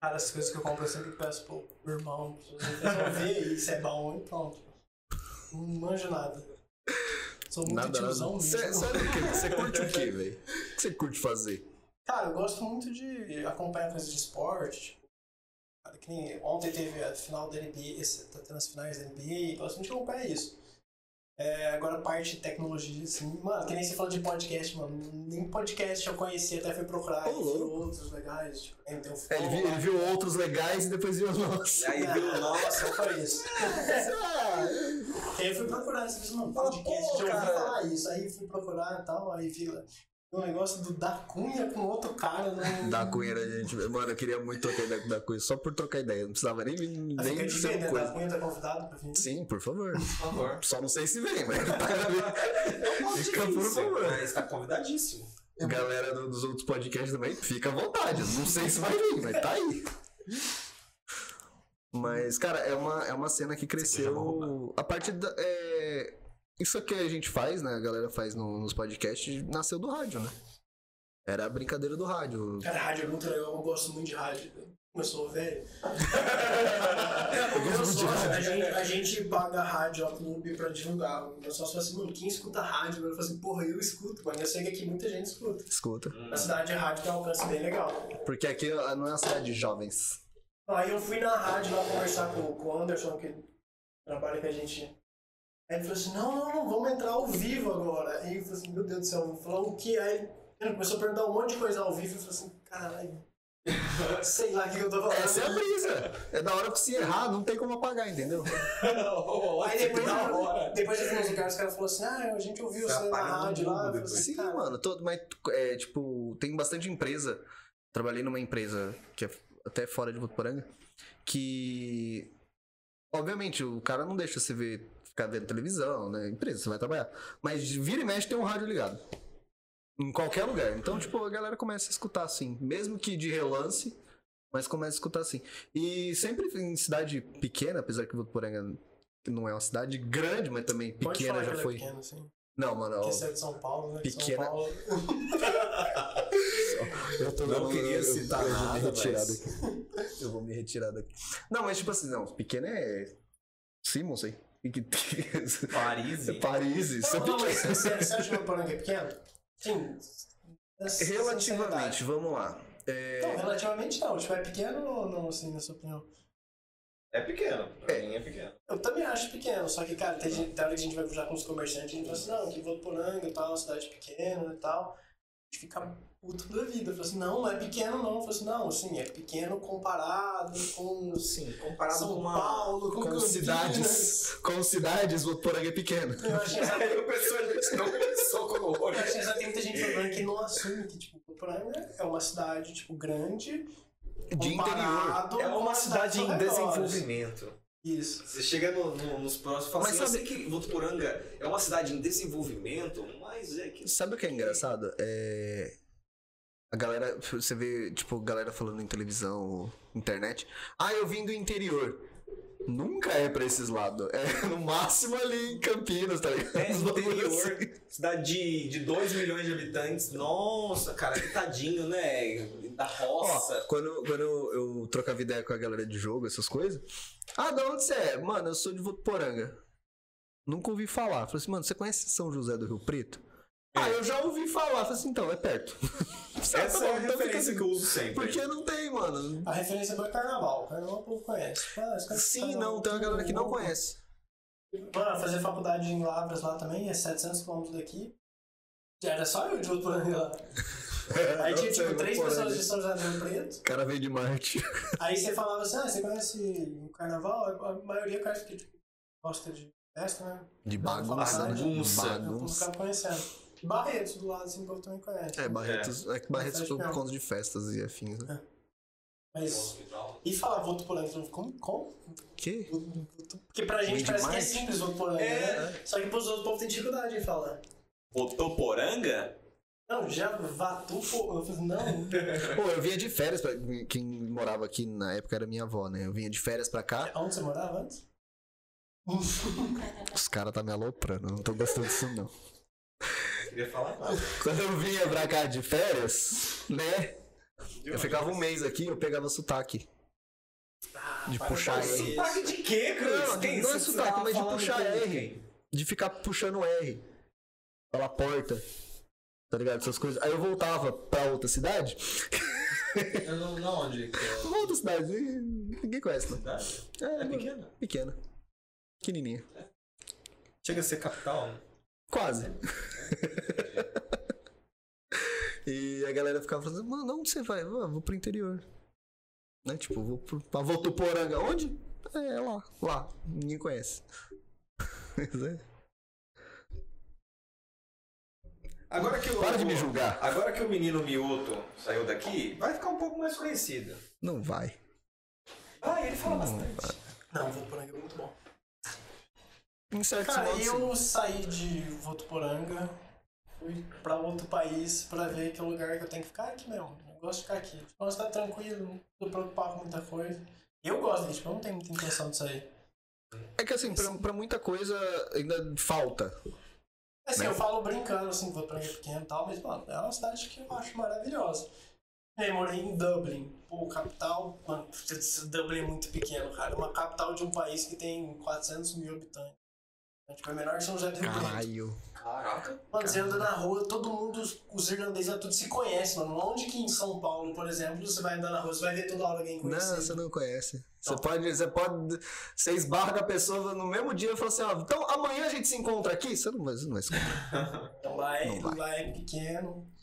S3: Cara, as coisas que eu compro eu sempre peço pro meu irmão, pra você resolver e se é bom e pronto. Não manjo nada. Sou muito
S2: Nada.
S3: tiozão mesmo.
S2: Você você curte o quê, velho? O que você curte fazer?
S3: Cara, eu gosto muito de acompanhar coisas de esporte. tipo, cara, que nem ontem teve a final da NBA, esse, tá tendo as finais da NBA, gosto muito de acompanhar isso. É, agora parte de tecnologia, assim, mano, que nem você falou de podcast, mano. Nem podcast eu conheci, até fui procurar
S2: Ô,
S3: e vi
S2: louco.
S3: outros legais, tipo, nem tem o
S2: É, ele, viu, ele viu outros legais e depois viu
S1: E
S2: nós.
S1: aí deu nossa.
S3: Nossa, foi isso.
S2: (laughs)
S3: Aí eu fui procurar, você disse, mano,
S1: Fala,
S3: podcast,
S1: pô,
S3: já ouvi
S1: cara.
S3: falar isso. Aí fui procurar e tal, aí vi lá, um negócio do da Cunha com outro cara. Né?
S2: Da Cunha, era gente. Mano, eu queria muito trocar ideia com o da Cunha, só por trocar ideia. Não precisava nem,
S3: Aí Fica
S2: nem
S3: de
S2: ser uma
S3: ver, né? Da
S2: coisa.
S3: Cunha tá convidado pra vir.
S2: Sim, por favor.
S1: Por favor.
S2: Só não sei se vem, mas. (laughs) Fica
S1: é Fica
S2: por favor.
S1: Mas tá convidadíssimo.
S2: Galera do- dos outros podcasts também, fica à vontade. Não sei se vai vir, mas tá aí. Mas, cara, é uma, é uma cena que cresceu. A partir da. é, Isso que a gente faz, né? A galera faz no- nos podcasts, nasceu do rádio, né? Era a brincadeira do rádio.
S3: Cara, rádio é muito legal, eu gosto muito de rádio. Eu sou velho.
S2: Eu gosto
S3: Meu
S2: muito de
S3: sócio,
S2: rádio.
S3: A gente, a gente paga a rádio ao clube pra divulgar. O meu sócio fala assim, mano, quem escuta rádio? Eu falo assim, porra, eu escuto, mano. Eu sei que aqui muita gente escuta.
S2: Escuta.
S3: Na cidade, a rádio tem um alcance bem legal.
S2: Porque aqui ó, não é uma cidade de jovens.
S3: Aí eu fui na rádio lá conversar com, com o Anderson, que trabalha com a gente Aí ele falou assim, não, não, não, vamos entrar ao vivo agora. Aí eu falei assim, meu Deus do céu, eu vou falar o que? Aí ele- ele começou a perguntar um monte de coisa ao vivo, eu falei assim, caralho, sei lá o que que eu tô falando.
S2: Essa é a brisa. É da hora que se errar, não tem como apagar, entendeu?
S3: (laughs)
S1: tá
S3: Aí depois, depois de alguns lugares, os caras falaram assim, ah, a gente ouviu
S1: Você
S3: você na
S1: apaga no
S3: rádio lá.
S1: mundo
S3: Eu falei assim,
S2: Sim,
S3: cara,
S2: mano. Todo, mas, é, tipo, tem bastante empresa. Trabalhei numa empresa que é até fora de Votuporanga. Que. Obviamente, o cara não deixa você ver, ficar vendo televisão, né? Empresa, você vai trabalhar. Mas vira e mexe tem um rádio ligado. Em qualquer lugar. Então, tipo, a galera começa a escutar assim. Mesmo que de relance, mas começa a escutar assim. E sempre em cidade pequena, apesar que Votuporanga não é uma cidade grande, mas também
S3: pode
S2: pequena
S3: falar
S2: já
S3: que ele é
S2: foi.
S3: Pequeno, assim.
S2: Não, mano. ó,
S3: Porque você é de São Paulo, né?
S2: Pequena-
S3: São Paulo.
S2: Eu tô
S6: Não queria citar
S2: eu, vou
S6: nada,
S2: me retirar
S6: mas-
S2: daqui. (laughs) Eu vou me retirar daqui. Não, mas tipo assim, não, pequeno é. Simons aí. E que-
S1: Paris.
S2: É (laughs) Paris, isso é
S3: Não, não, mas
S2: pequeno.
S3: você você acha que o Poranga é pequeno? Sim. Essa
S2: (laughs)
S3: sinceridade.
S2: Relativamente, vamos lá. É,
S3: Não, relativamente não. Tipo, é pequeno ou não, assim, na sua opinião?
S1: É pequeno, pra
S2: É.
S1: mim é pequeno.
S3: Eu também acho pequeno, só que, cara, tem, gente- tem hora que a gente vai conversar com os comerciantes e a gente fala assim, não, aqui em Votuporanga e tal, cidade pequena e tal. A gente fica puto da vida. Eu falo assim, não, não é pequeno não. Eu falo assim, não, sim, é pequeno comparado com
S1: Sim, comparado
S3: São
S1: com uma.
S3: Paulo, com,
S2: com
S3: Campinas.
S2: cidades. Com cidades, o Poranga é pequeno.
S3: Eu acho que essa-
S1: Aí o pessoal gente não começou com o
S3: Eu
S1: olho.
S3: acho que essa- tem muita gente falando que não assume que, tipo, Votuporanga é uma cidade, tipo, grande,
S2: De interior.
S3: comparado
S1: É
S3: com
S1: uma
S3: as
S1: cidade em
S3: cidades ao redor.
S1: desenvolvimento.
S3: Isso.
S1: Você chega no- no- nos próximos e fala
S2: Mas
S1: assim,
S2: sabe-
S1: eu sei que Votuporanga é uma cidade em desenvolvimento, mas é que...
S2: Sabe o que é engraçado? É. A galera, você vê, tipo, galera falando em televisão, internet. Ah, eu vim do interior. Nunca é pra esses lados. É (laughs) no máximo ali em Campinas, tá
S1: (laughs)
S2: ligado?
S1: É
S2: Os bagulhos assim.
S1: interior, cidade de- de 2 milhões de habitantes. Nossa, cara, que tadinho, né? Da
S2: Ó,
S1: roça.
S2: quando, quando eu, eu trocava ideia com a galera de jogo, essas coisas. Ah, da onde você é? Mano, eu sou de Votuporanga. Nunca ouvi falar. Falei assim, mano, você conhece São José do Rio Preto?
S1: É.
S2: Ah, eu já ouvi falar. Falei assim, então, é perto. (laughs) Sabe,
S1: é
S2: tá bom, então fica assim.
S1: eu uso sempre.
S2: Porque não tem, mano.
S3: A referência é do carnaval. Carnaval o povo conhece. Ah, esse cara-
S2: Sim,
S3: carnaval,
S2: não, tem uma
S3: todo
S2: galera que não (laughs)
S3: mundo.
S2: conhece.
S3: Mano, fazer faculdade em Lavras lá também, é 700 km daqui. Já era só eu de Votuporanga lá.
S2: É,
S3: Aí tinha tipo três pessoas de São José do Rio Preto.
S2: O cara veio de Marte.
S3: Aí você falava assim, ah, você conhece o carnaval? A a maioria conhece que tipo, gosta de festa, né?
S2: De
S3: bagunça,
S2: Ah, bagunça,
S3: né?
S1: Bagunça.
S3: Eu não
S2: Bagunça.
S3: ficava conhecendo. Barretos do lado, assim, o povo também conhece.
S2: É, Barretos, é que Barretos
S3: Festa de
S2: por
S3: peão.
S2: conta de festas e afins, né?
S3: Mas, e falar Votuporanga, como? como?
S2: Que?
S3: Porque pra gente
S2: Vem de
S3: parece que é
S2: Marte?
S3: simples Votuporanga,
S1: É.
S3: né? Só que pros outros povos tem dificuldade em falar.
S1: Votoporanga?
S3: Não, já vatu, pô. Eu falei, não.
S2: Pô, eu vinha de férias, pra... quem morava aqui na época era minha avó, né? Eu vinha de férias pra cá,
S3: Onde você morava antes?
S2: os caras tá me aloprando, eu não tô gostando disso não.
S1: Não queria falar nada.
S2: (laughs) Quando eu vinha pra cá de férias, né? Eu ficava um mês aqui, eu pegava sotaque. De puxar R.
S1: Sotaque de quê, Cruz?
S2: Não,
S1: Quem-
S2: não é
S1: você
S2: sotaque,
S1: tava
S2: mas de
S1: falando
S2: puxar
S1: com
S2: R.
S1: quem?
S2: De ficar puxando R pela porta. Tá ligado? Essas coisas. Aí eu voltava pra outra cidade.
S7: Eu não, não onde que é.
S2: Uma outra cidade. e Ninguém conhece, né?
S1: Cidade?
S2: É,
S1: É pequena?
S2: pequena. Pequenininha.
S1: Chega a ser capital, né?
S2: Quase. (laughs) e a galera ficava falando, mano, onde você vai? Ah, vou pro interior. Né? Tipo, vou pro, pra Votuporanga. Onde? É, lá, lá. Ninguém conhece. (laughs) Mas é.
S1: Agora que o...
S2: Para de me julgar.
S1: Agora que o menino Mioto saiu daqui, vai ficar um pouco mais conhecido.
S2: Não vai.
S1: Ah, ele fala bastante.
S3: Não, Votuporanga é muito bom.
S2: Em certo
S3: Cara,
S2: modo, sim.
S3: eu saí de Votuporanga, fui pra outro país pra ver que é o lugar que eu tenho que ficar aqui mesmo. Eu gosto de ficar aqui. Tipo, é uma cidade tranquila, não tô preocupado com muita coisa. Eu gosto, né? tipo, eu não tenho muita intenção de sair.
S2: É que assim, pra, pra muita coisa ainda falta.
S3: Assim,
S2: Né?
S3: eu falo brincando, assim, vou pra pequeno e tal, mas, mano, é uma cidade que eu acho maravilhosa. Eu morei em Dublin. Pô, capital, mano, Dublin é muito pequeno, cara. Uma capital de um país que tem 400 mil habitantes. Né? Tipo, é menor que São José do Rio Preto.
S2: Caralho.
S1: Caraca.
S3: Mano, você anda na rua, todo mundo, os- os irlandeses, né, todos se conhecem, mano. Onde que em São Paulo, por exemplo, você vai andar na rua, você vai ver toda hora alguém
S2: Não,
S3: conhecido.
S2: você não conhece. Você
S3: Não.
S2: pode, você pode. Você esbarra com a pessoa no mesmo dia e fala assim, ó, então amanhã a gente se encontra aqui? Você não, vai- você não vai se encontrar.
S3: Então vai,
S2: Não
S3: não vai. pequeno.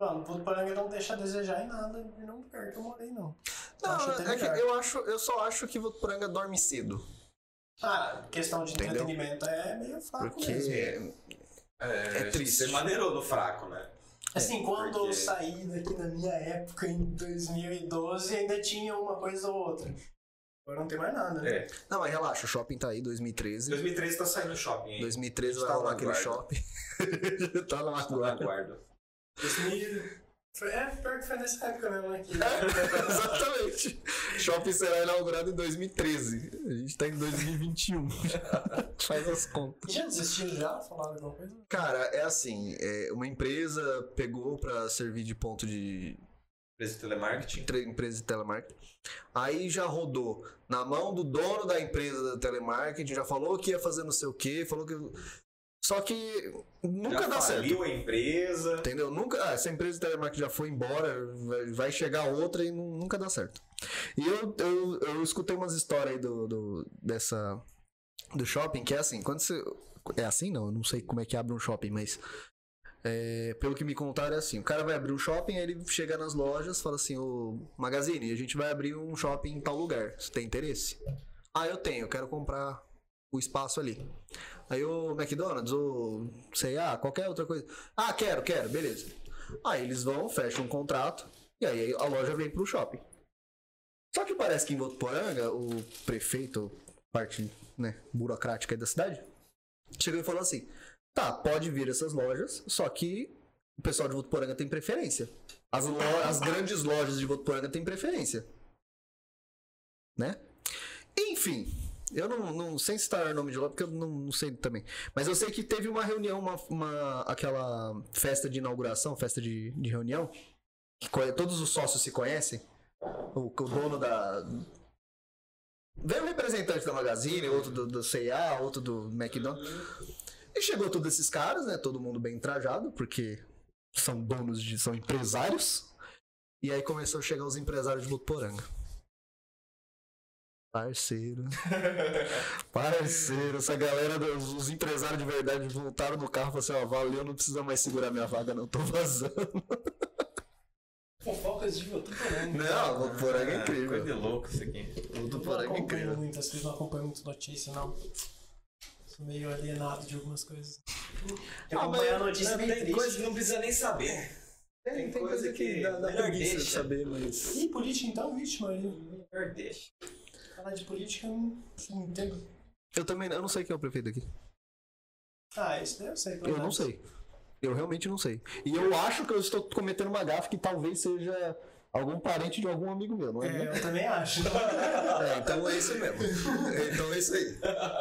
S3: Mano, Puto Paranga não deixa a desejar em nada de nenhum lugar que eu morei, não. Eu acho
S2: Não,
S3: até
S2: é que
S3: melhor.
S2: eu acho, eu só acho que Votuporanga dorme cedo.
S3: Ah, questão de
S2: Entendeu?
S3: entretenimento é meio fraco mesmo.
S2: Porque. É
S1: É,
S2: triste.
S1: Você maneirou no fraco, né?
S3: Assim, quando eu
S1: porque-
S3: saí daqui na minha época, em 2012, ainda tinha uma coisa ou outra. Agora não tem mais nada, né?
S1: É.
S2: Não, mas relaxa, o shopping tá aí, 2013.
S1: 2013 tá saindo no shopping, hein?
S2: 2013 vai
S1: Tá
S2: rolar
S1: na
S2: aquele
S1: guarda.
S2: shopping. (laughs) tá no
S1: Tá na
S2: aguardo.
S1: guarda.
S3: 2000... Foi, é, pior que foi nessa época
S2: (laughs)
S3: mesmo aqui.
S2: Exatamente. Shopping será inaugurado em 2013. A gente tá em 2021. (laughs) Faz as contas.
S3: Já desistiram já? Falaram alguma coisa?
S2: Cara, é assim, é, uma empresa pegou pra servir de ponto de
S1: Preço de telemarketing.
S2: tre- empresa de telemarketing. Aí já rodou na mão do dono da empresa de telemarketing, já falou que ia fazer não sei o quê, falou que só que nunca
S1: Já
S2: dá certo.
S1: faliu a empresa.
S2: Entendeu? Nunca, ah, essa empresa de telemarketing já foi embora, vai- vai chegar outra e nu- nunca dá certo. E eu, eu, eu escutei umas histórias aí do, do, dessa, do shopping, que é assim, quando você... É assim? Não, eu não sei como é que abre um shopping, mas... é, pelo que me contaram é assim, o cara vai abrir um shopping, aí ele chega nas lojas, fala assim, ô Magazine, a gente vai abrir um shopping em tal lugar, você tem interesse? Ah, eu tenho, eu quero comprar o espaço ali. Aí o McDonald's, ou sei lá, qualquer outra coisa. Ah, quero, quero, beleza. Aí eles vão, fecham um contrato, e aí a loja vem pro shopping. Só que parece que em Votuporanga, o prefeito, parte né, burocrática aí da cidade, chegou e falou assim: tá, pode vir essas lojas, só que o pessoal de Votuporanga tem preferência. As, lo- as grandes lojas de Votuporanga têm preferência. Né? Enfim, eu não, não sei citar o nome de loja, porque eu não, não sei também. Mas eu sei que teve uma reunião, uma, uma- aquela festa de inauguração, festa de, de reunião, que co- todos os sócios se conhecem. O, o dono da. Veio um representante da Magazine, outro do, do CA, outro do McDonald's. E chegou todos esses caras, né? Todo mundo bem trajado, porque são donos de. são empresários. E aí começou a chegar os empresários de Botuporanga. Parceiro. (laughs) Parceiro, essa galera, dos, os empresários de verdade voltaram no carro e falaram assim, ó, valeu, não precisa mais segurar minha vaga, não, tô vazando.
S3: Fofocas de YouTube também.
S2: Não, vou por aí, (laughs) é
S1: Ah, Coisa
S2: incrível.
S1: de louco isso aqui.
S2: Vou
S3: Eu
S2: por aí,
S3: não
S2: é
S3: acompanho
S2: incrível.
S3: muito, às vezes não acompanho muito notícia, não. Sou meio alienado de algumas coisas. Porque
S2: Ah,
S3: acompanhar
S2: mas-
S3: a notícia é meio triste.
S1: que não precisa nem saber. Tem coisa que
S2: dá
S1: melhor
S2: preguiça de
S1: deixa.
S2: saber, mas...
S3: Ih, política então, vixe, Maria.
S1: Melhor deixa.
S3: Falar de política eu não não entendo.
S2: Eu também, eu não sei quem é o prefeito aqui.
S3: Ah, isso deve ser. pelo
S2: Eu não
S3: menos.
S2: sei. Eu realmente não sei. E eu acho que eu estou cometendo uma gafe que talvez seja algum parente de algum amigo meu, (laughs) não é?
S3: É, eu também acho.
S6: É, então é isso mesmo. Então é isso aí.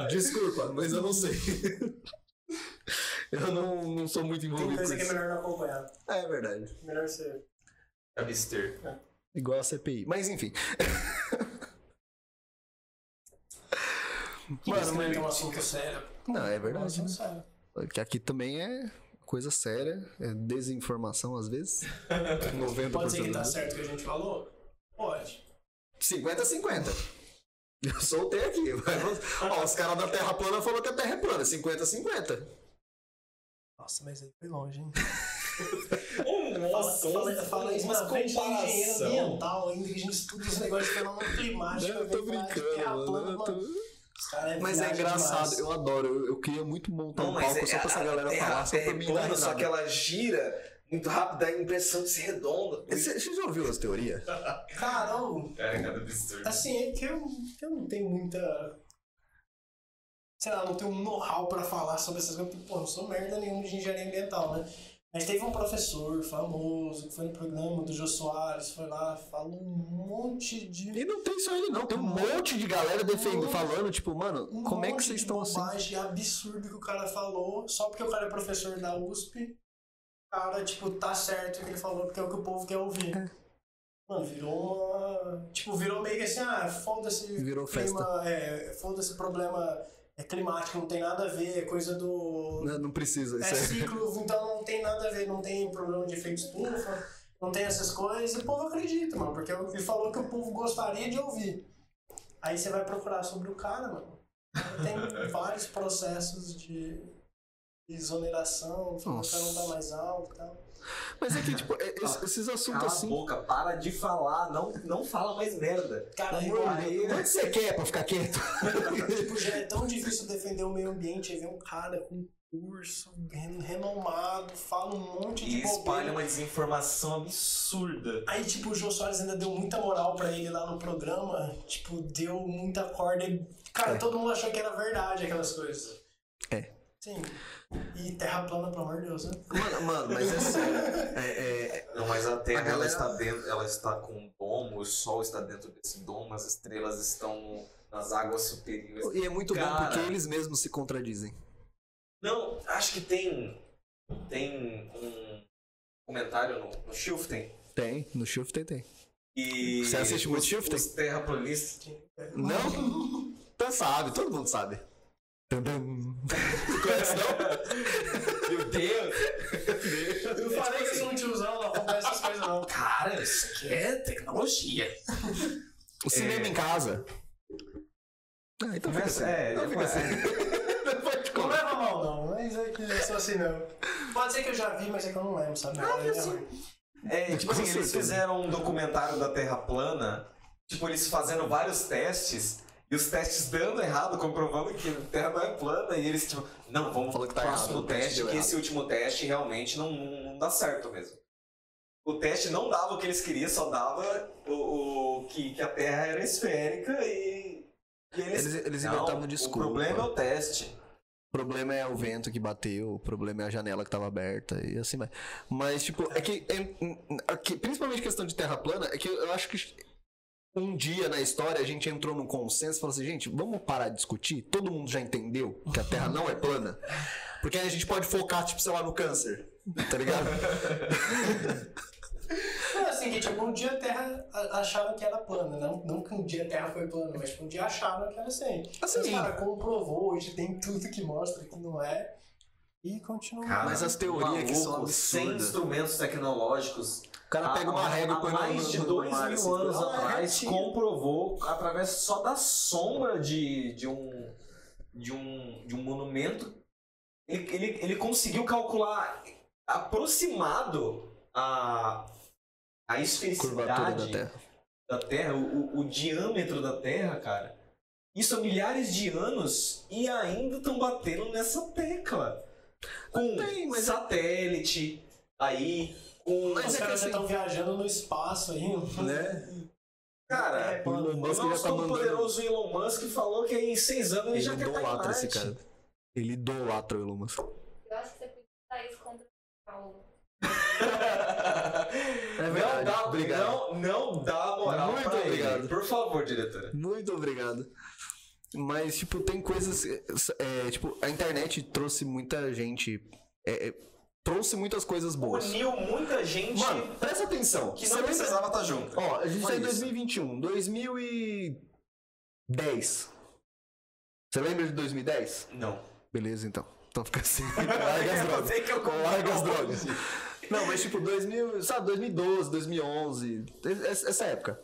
S2: Desculpa, mas eu não sei. eu não, não sou muito
S3: Tem
S2: envolvido com
S3: coisa que é
S2: isso.
S3: melhor não acompanhar.
S2: É verdade.
S3: Melhor você.
S1: Abster.
S2: Igual a CPI. Mas enfim.
S3: Que
S2: Mano,
S3: isso
S2: mas-
S3: também é um assunto sério.
S2: Não, é
S3: É um
S2: verdade.
S3: assunto sério.
S2: Que aqui também é coisa séria, é desinformação às vezes. 90%.
S3: Pode ser que tá
S2: das
S3: certo o que a gente falou? Pode.
S2: vezes. 50-50. Eu soltei aqui. vai. Ó, os caras da Terra plana falaram que a Terra é plana. 50-50.
S3: Nossa, mas aí foi longe, hein?
S1: Nossa,
S3: Fala, fala isso na frente de engenheiro
S1: Um comparação.
S3: ambiental ainda, que a gente estuda os negócios de fenômeno climático.
S2: Eu tô
S3: né?
S2: brincando,
S3: É a
S2: mano.
S3: plana,
S2: eu tô-
S3: Os caras é
S2: Mas é
S3: viagem
S2: engraçado,
S3: demais.
S2: eu adoro. Eu, eu queria muito montar um
S1: é
S2: palco só pra essa galera falar, só pra mim dar risada.
S1: Só que ela gira muito rápido, dá a impressão de ser redonda.
S2: Você você já ouviu as teorias?
S3: Caramba,
S1: Cara, cada absurdo.
S3: assim, é que eu, eu não tenho muita. Sei lá, não tenho um know-how pra falar sobre essas coisas, porque, pô, não sou merda nenhuma de engenharia ambiental, né? Mas teve um professor famoso que foi no programa do Jô Soares, foi lá, falou um monte de.
S2: E não tem só ele, não. Tem um monte de galera defendendo, falando, tipo, mano,
S3: um
S2: como é que
S3: monte
S2: vocês
S3: de
S2: estão assim?
S3: bobagem absurda que o cara falou, só porque o cara é professor da USP, o cara, tipo, tá certo o que ele falou, porque é o que o povo quer ouvir.
S2: É.
S3: Mano, virou uma. Tipo, virou meio que assim, ah, foda-se
S2: Virou
S3: clima, é, foda-se problema é climático, não tem nada a ver, é coisa do.
S2: Né, Não, não precisa.
S3: É
S2: Isso é.
S3: ciclo, então não tem nada a ver, não tem problema de efeito estufa, não tem essas coisas, e o povo acredita, mano, porque é o que falou que o povo gostaria de ouvir. Aí você vai procurar sobre o cara, mano. Tem
S1: (laughs)
S3: vários processos de exoneração, falando que o cara não tá mais alto e tal.
S2: Mas é que, tipo, é- es- esses assuntos
S1: Cala a
S2: assim.
S1: boca, para de falar, não, não fala mais merda.
S3: Cara,
S1: Aí,
S3: igual-
S1: aí,
S2: né? Onde você quer pra ficar quieto?
S3: é Tipo, já é tão difícil defender o meio ambiente, aí vem um cara com curso ren- renomado, fala um monte de
S1: E espalha
S3: bobeira.
S1: uma desinformação absurda.
S3: Aí, tipo, o Jô Soares ainda deu muita moral pra ele lá no programa, tipo, deu muita corda e, cara,
S2: É.
S3: todo mundo achou que era verdade aquelas coisas.
S2: É.
S3: Sim. E terra plana, pelo amor de Deus, né?
S6: Mano, mano, mas é sério. É, é,
S1: Não, mas a Terra
S6: A galera-
S1: ela está dentro, ela está com um domo, o Sol está dentro desse domo, as estrelas estão no- nas águas superiores.
S2: E é muito bom
S1: Cara.
S2: porque eles mesmos se contradizem.
S1: Não, acho que tem tem um comentário no, no Shifting
S2: Tem, no Shifter tem.
S1: e
S2: Você assiste muito
S1: os,
S2: Shifting?
S1: Os terraplanistas.
S2: Não? Então sabe, todo mundo sabe. Tum, tum. Conhece não?
S1: (laughs) Meu Deus!
S3: Eu falei que eu sou um tiozão, não acontece essas coisas não.
S1: Cara, isso aqui é tecnologia.
S2: O cinema em casa. Ah, então fica assim.
S1: é,
S2: então fica
S1: é.
S2: assim. (laughs) Não pode
S3: (laughs) Não
S2: comer.
S3: leva mal não, mas é que eu sou assim não. Pode ser que eu já vi, mas é que eu não lembro, sabe? Não, é ruim.
S1: É, tipo assim,
S2: Com
S1: eles
S2: certeza.
S1: fizeram um documentário da Terra plana, tipo, eles fazendo vários testes, e os testes dando errado, comprovando que a Terra não é plana, e eles, tipo, não, vamos
S2: Falou
S1: pro
S2: que tá
S1: próximo
S2: errado, o teste
S1: teste,
S2: deu
S1: que
S2: errado.
S1: esse último teste realmente não, não, não dá certo mesmo. O teste não dava o que eles queriam, só dava o, o- que, que a Terra era esférica e. e
S2: Eles, eles
S1: Não,
S2: inventavam
S1: O
S2: desculpa.
S1: problema é o teste.
S2: O problema é o vento que bateu, o problema é a janela que tava aberta e assim vai. Mas, tipo, é que, é- é que- Principalmente questão de terra plana, é que eu acho que um dia na história a gente entrou num consenso e falou assim, gente, vamos parar de discutir? Todo mundo já entendeu que a terra não é plana? Porque aí a gente pode focar, tipo, sei lá, no câncer. Tá ligado?
S3: Não, assim, que tipo, um dia a Terra a- acharam que era plana, não, não que um dia a Terra foi plana, mas tipo, um dia acharam que era assim.
S2: Assim.
S3: Mas, cara, comprovou, hoje tem tudo que mostra que não é, e continua.
S2: Mas as teorias que são
S1: maluco, Sem
S2: absurdas.
S1: instrumentos tecnológicos, (laughs)
S2: O cara pega uma régua e põe
S1: Há
S2: no-
S1: mais
S2: no-
S1: de
S2: no
S1: dois
S2: mar,
S1: mil
S2: assim,
S1: anos
S2: ah, é
S1: atrás
S2: retinho.
S1: comprovou através só da sombra de, de um de um de um monumento ele, ele, ele conseguiu calcular aproximado a a
S2: Curvatura da
S1: esfericidade
S2: terra.
S1: da Terra, o, o- o diâmetro da Terra, cara. Isso há milhares de anos e ainda estão batendo nessa tecla. Com
S2: Tem, mas- é
S1: satélite, aí, com.
S2: Mas
S3: Os
S2: é que
S3: caras
S2: assim-
S3: já estão viajando no espaço aí, né?
S2: é,
S1: Cara,
S2: O Elon
S1: o
S2: Musk já
S1: nosso
S2: tá
S1: tão
S2: mandando.
S1: poderoso Elon Musk falou que em seis anos ele,
S2: Ele um
S1: já quer estar em
S2: idolatra
S1: Marte.
S2: esse cara. Ele idolatra o Elon Musk.
S8: Eu acho que você podia usar isso contra o Paulo.
S1: (laughs) não,
S2: verdade.
S1: dá,
S2: Obrigado.
S1: É não, não dá moral
S2: Muito
S1: pra
S2: obrigado.
S1: ele. Por favor, diretora.
S2: Muito obrigado. Mas, tipo, tem coisas. é, tipo, a internet trouxe muita gente. é, é, trouxe muitas coisas boas.
S1: Uniu muita gente
S2: Mano, presta atenção.
S1: que
S2: Você
S1: não
S2: lembra-
S1: precisava estar junto.
S2: Ó, a gente
S1: Foi
S2: tá em
S1: isso.
S2: 2021. 2010. Você lembra de 2010?
S1: Não.
S2: Beleza, então. Então fica (laughs) assim. Larga as drogas.
S1: sei que eu
S2: Larga as drogas. Não, mas tipo, 2000, sabe, 2012, 2011, es- essa época.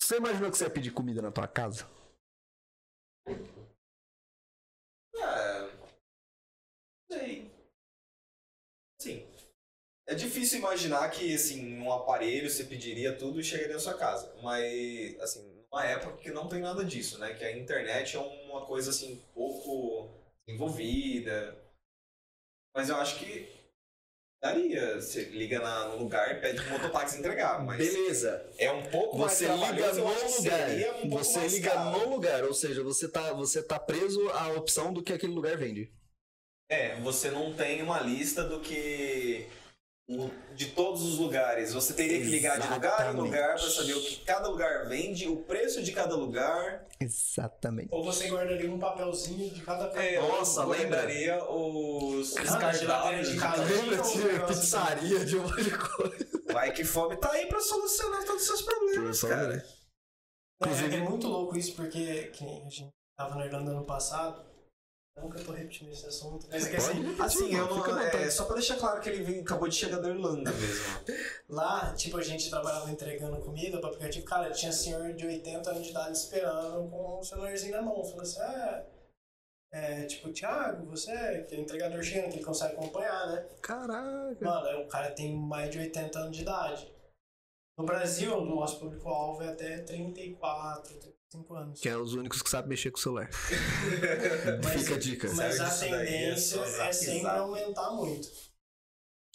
S2: Você imaginou que você ia pedir comida na tua casa?
S1: É. Sei. Sim. É difícil imaginar que, assim, um aparelho você pediria tudo e chegaria na sua casa. Mas, assim, numa época que não tem nada disso, né? Que a internet é uma coisa, assim, pouco envolvida. Mas eu acho que daria. Você liga na, no lugar e pede pro mototáxi entregar. Mas
S2: Beleza.
S1: é um pouco
S2: Você
S1: mais
S2: liga
S1: trabalhoso, eu acho que
S2: no lugar.
S1: seria um pouco
S2: você
S1: mais
S2: liga
S1: caro.
S2: no lugar, ou seja, você tá, você tá preso à opção do que aquele lugar vende.
S1: É, você não tem uma lista do que. o- de todos os lugares. Você teria que ligar de lugar em
S2: Exatamente.
S1: lugar para saber o que cada lugar vende, o preço de cada lugar.
S2: Exatamente.
S3: Ou você guardaria um papelzinho de cada
S1: É,
S2: Nossa,
S1: eu
S2: lembra?
S1: lembraria os. os
S3: Cara, geladeira de
S1: cardápios.
S3: casa.
S2: Lembra
S3: Sim,
S2: assim, de pizzaria, de um monte de coisa.
S1: Vai que fome tá aí para
S2: um
S1: solucionar todos os seus problemas,
S2: Por favor.
S1: cara.
S3: É,
S2: Inclusive-
S3: é muito louco isso, porque que nem a gente Tava na Irlanda ano passado. Nunca tô repetindo esse assunto. Mas é que assim,
S1: Assim, eu
S2: Fica à
S1: não,
S2: vontade.
S1: é, só pra deixar claro que ele vem- acabou de chegar da Irlanda mesmo.
S3: Lá, tipo, a gente trabalhava entregando comida pro aplicativo. Cara, tinha senhor de 80 anos de idade esperando com o celularzinho na mão. Falou assim, ah, é, tipo, Thiago, você que é entregador chegando, que ele consegue acompanhar, né?
S1: é,
S2: Caraca.
S3: Mano, aí o cara tem mais de 80 anos de idade. No Brasil, o nosso público-alvo é até 34, 35 anos.
S2: Que é os únicos que sabem mexer com o celular.
S3: Mas-
S2: Fica a dica.
S3: Mas a
S1: Isso daí é
S3: tendência
S1: só
S3: é
S1: zap,
S3: sempre
S1: zap.
S3: aumentar muito.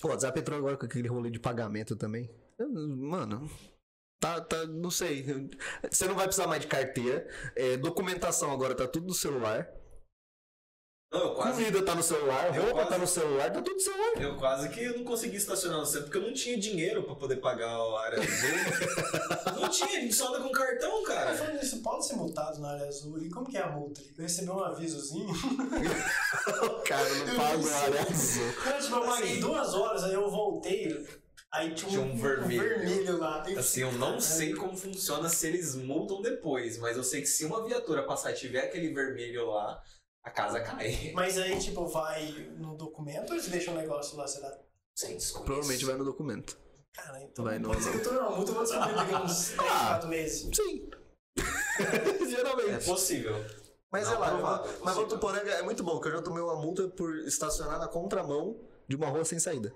S2: Pô, o WhatsApp entrou agora com aquele rolê de pagamento também. Eu, Mano, tá, tá, não sei. Você não vai precisar mais de carteira. É, documentação agora tá tudo no celular.
S1: Não, eu quase,
S2: Comida tá no celular,
S1: Eu
S2: roupa tá
S1: quase-
S2: no celular, tá tudo no celular.
S1: eu quase que não consegui estacionar no centro porque eu não tinha dinheiro pra poder pagar a área azul. (laughs) não tinha, a gente só anda com cartão,
S3: Cara,
S1: cara.
S3: falando nisso, pode ser multado na área azul? E como que é a multa? Eu recebi um avisozinho.
S2: O cara não paga a área azul.
S3: Cara, tipo, eu paguei duas horas, aí eu voltei, aí tinha um,
S1: Tinha um vermelho.
S3: vermelho lá.
S1: Assim, eu não sei como funciona se eles multam depois, mas eu sei que se uma viatura passar e tiver aquele vermelho lá, a casa cai.
S3: Mas aí, tipo, vai no documento ou eles deixam o negócio lá, será?
S1: Sem desconto.
S2: Provavelmente vai no documento.
S3: Cara, então
S2: Vai no-
S3: pode ser que eu tô numa multa, eu vou descobrir daqui a uns 3,
S2: Ah.
S3: 4 meses.
S2: Sim.
S1: É
S2: (laughs) Geralmente.
S1: possível.
S2: Mas
S1: Não,
S2: sei lá,
S1: provável,
S2: eu- mas
S1: possível.
S2: Votuporanga é muito bom, que eu já tomei uma multa por estacionar na contramão de uma rua sem (laughs) saída.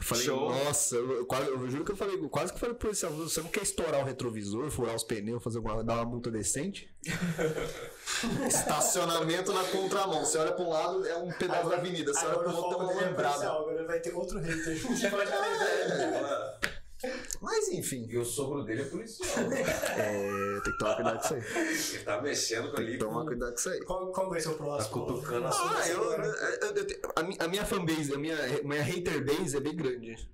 S2: Falei,
S1: Show.
S2: nossa, eu, quase- eu juro que eu falei, quase que eu falei pro policial, você não quer estourar o retrovisor, furar os pneus, fazer alguma, dar uma multa decente? (laughs) Estacionamento na contramão. Você olha pra um lado, é um pedaço da avenida. Você olha
S3: Agora
S2: pro
S3: eu
S2: outro, é
S3: vou
S2: uma
S3: falar
S2: lembrada.
S3: policial, agora vai ter outro hater. (laughs) Tipo,
S2: Mas enfim,
S1: E o sogro dele é policial.
S2: é, tem que tomar cuidado com isso aí.
S1: Ele tá mexendo com
S2: Tem que
S1: ali.
S2: tomar cuidado com isso aí.
S3: Qual, qual vai ser o
S1: Tá
S3: próximo?
S1: cutucando a
S2: Ah, eu, eu- eu- eu te- a, mi- a minha fanbase, a minha, minha hater base é bem grande.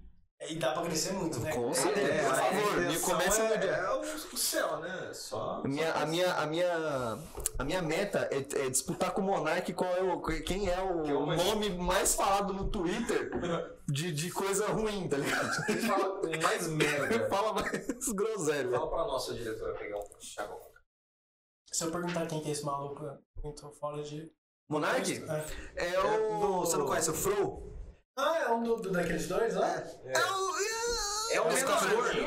S3: E dá pra crescer muito, né?
S2: Com certeza.
S1: É,
S2: Por
S1: a
S2: favor, me
S1: intenção
S2: começa a
S1: é,
S2: odiar.
S1: é o céu, né? Só.
S2: A minha, a, minha, a, minha, a minha meta é, é disputar com o Monark qual é o, quem é o
S1: Que é o mais-
S2: nome mais falado no Twitter de, de coisa ruim, tá (laughs) ligado?
S1: Ele fala o mais merda.
S2: (laughs) Fala mais groselha.
S1: Fala pra nossa diretora pegar um chacoalho.
S3: Se eu perguntar quem que é esse maluco, eu tô fora de.
S2: Monark?
S3: É.
S2: É o. Você não conhece o Fro?
S3: Ah, é um do, do- daqueles dois lá?
S2: É o.
S1: É o
S2: Mas
S1: menos
S2: tá
S1: gordo.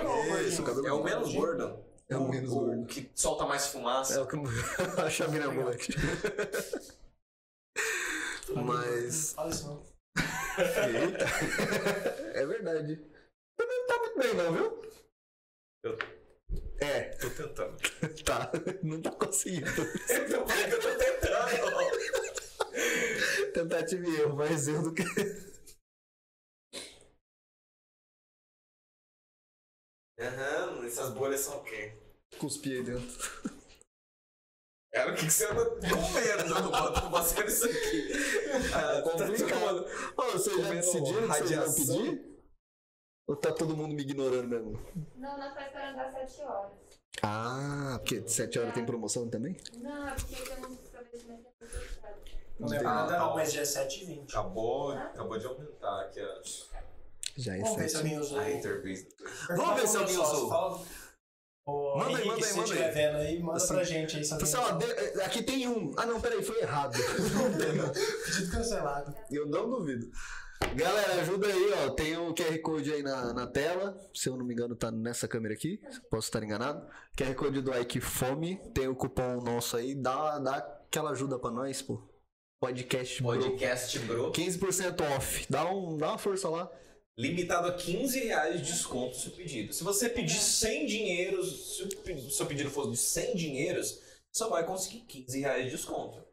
S2: Isso, cabelo
S1: É o menos
S3: gordo.
S1: gordo.
S2: É o menos gordo.
S1: O que solta mais
S2: É
S1: fumaça.
S2: o que eu (laughs) acho a mina moleque. (laughs) Mas.
S3: Fala isso não.
S2: Eita. É verdade. Também não tá muito bem, não, viu?
S1: Eu-
S2: É. (laughs)
S1: Tô tentando.
S2: Tá, não tá conseguindo.
S1: Eu falei que eu tô tentando.
S2: Tentativa e erro, mais erro do que.
S1: Aham, essas bolhas são o quê?
S2: Cuspir aí dentro.
S1: Era o que, que você anda comendo? Bota passando isso aqui. Ah, tá
S2: Complicado. Ô, vocês já
S1: Comendo
S2: decidiram que vocês vão
S1: radiação.
S2: pedir? Ou tá todo mundo me ignorando mesmo?
S8: Não, nós tá esperando às 7 horas.
S2: Ah, porque 7 horas tem promoção também?
S8: Não, é porque tem um estabelecimento que é muito fechado.
S3: Não é
S2: Entendi.
S3: nada,
S1: Ah,
S3: não,
S1: tá.
S3: mas já é 7h20.
S1: Acabou, acabou de aumentar aqui a,
S2: Já é
S3: Vamos ver se
S2: 7.
S3: alguém usou.
S1: a interface.
S2: Vamos ver se alguém usou. Manda aí,
S3: Manda aí,
S2: manda aí,
S3: Se
S2: manda
S3: estiver
S2: aí.
S3: vendo aí, manda
S2: Assim.
S3: pra gente aí. um se alguém
S2: Assim, ó,
S3: usou.
S2: de- aqui tem um. Ah, não, peraí, foi errado.
S3: (laughs) Pedido cancelado.
S2: Eu não duvido. Galera, ajuda aí, ó. Tem o QR Code aí na, na tela. Se eu não me engano, tá nessa câmera aqui. Posso estar enganado. QR Code do Ike Fome. Tem o cupom nosso aí. Dá, dá aquela ajuda pra nós, pô. Podcast, bro.
S1: Podcast Bro.
S2: 15% off. Dá, um, dá uma força lá.
S1: Limitado a 15 reais de desconto se o pedido. Se você pedir 100 dinheiros, se o pe- seu pedido for de 100 dinheiros, só vai conseguir 15 reais de desconto.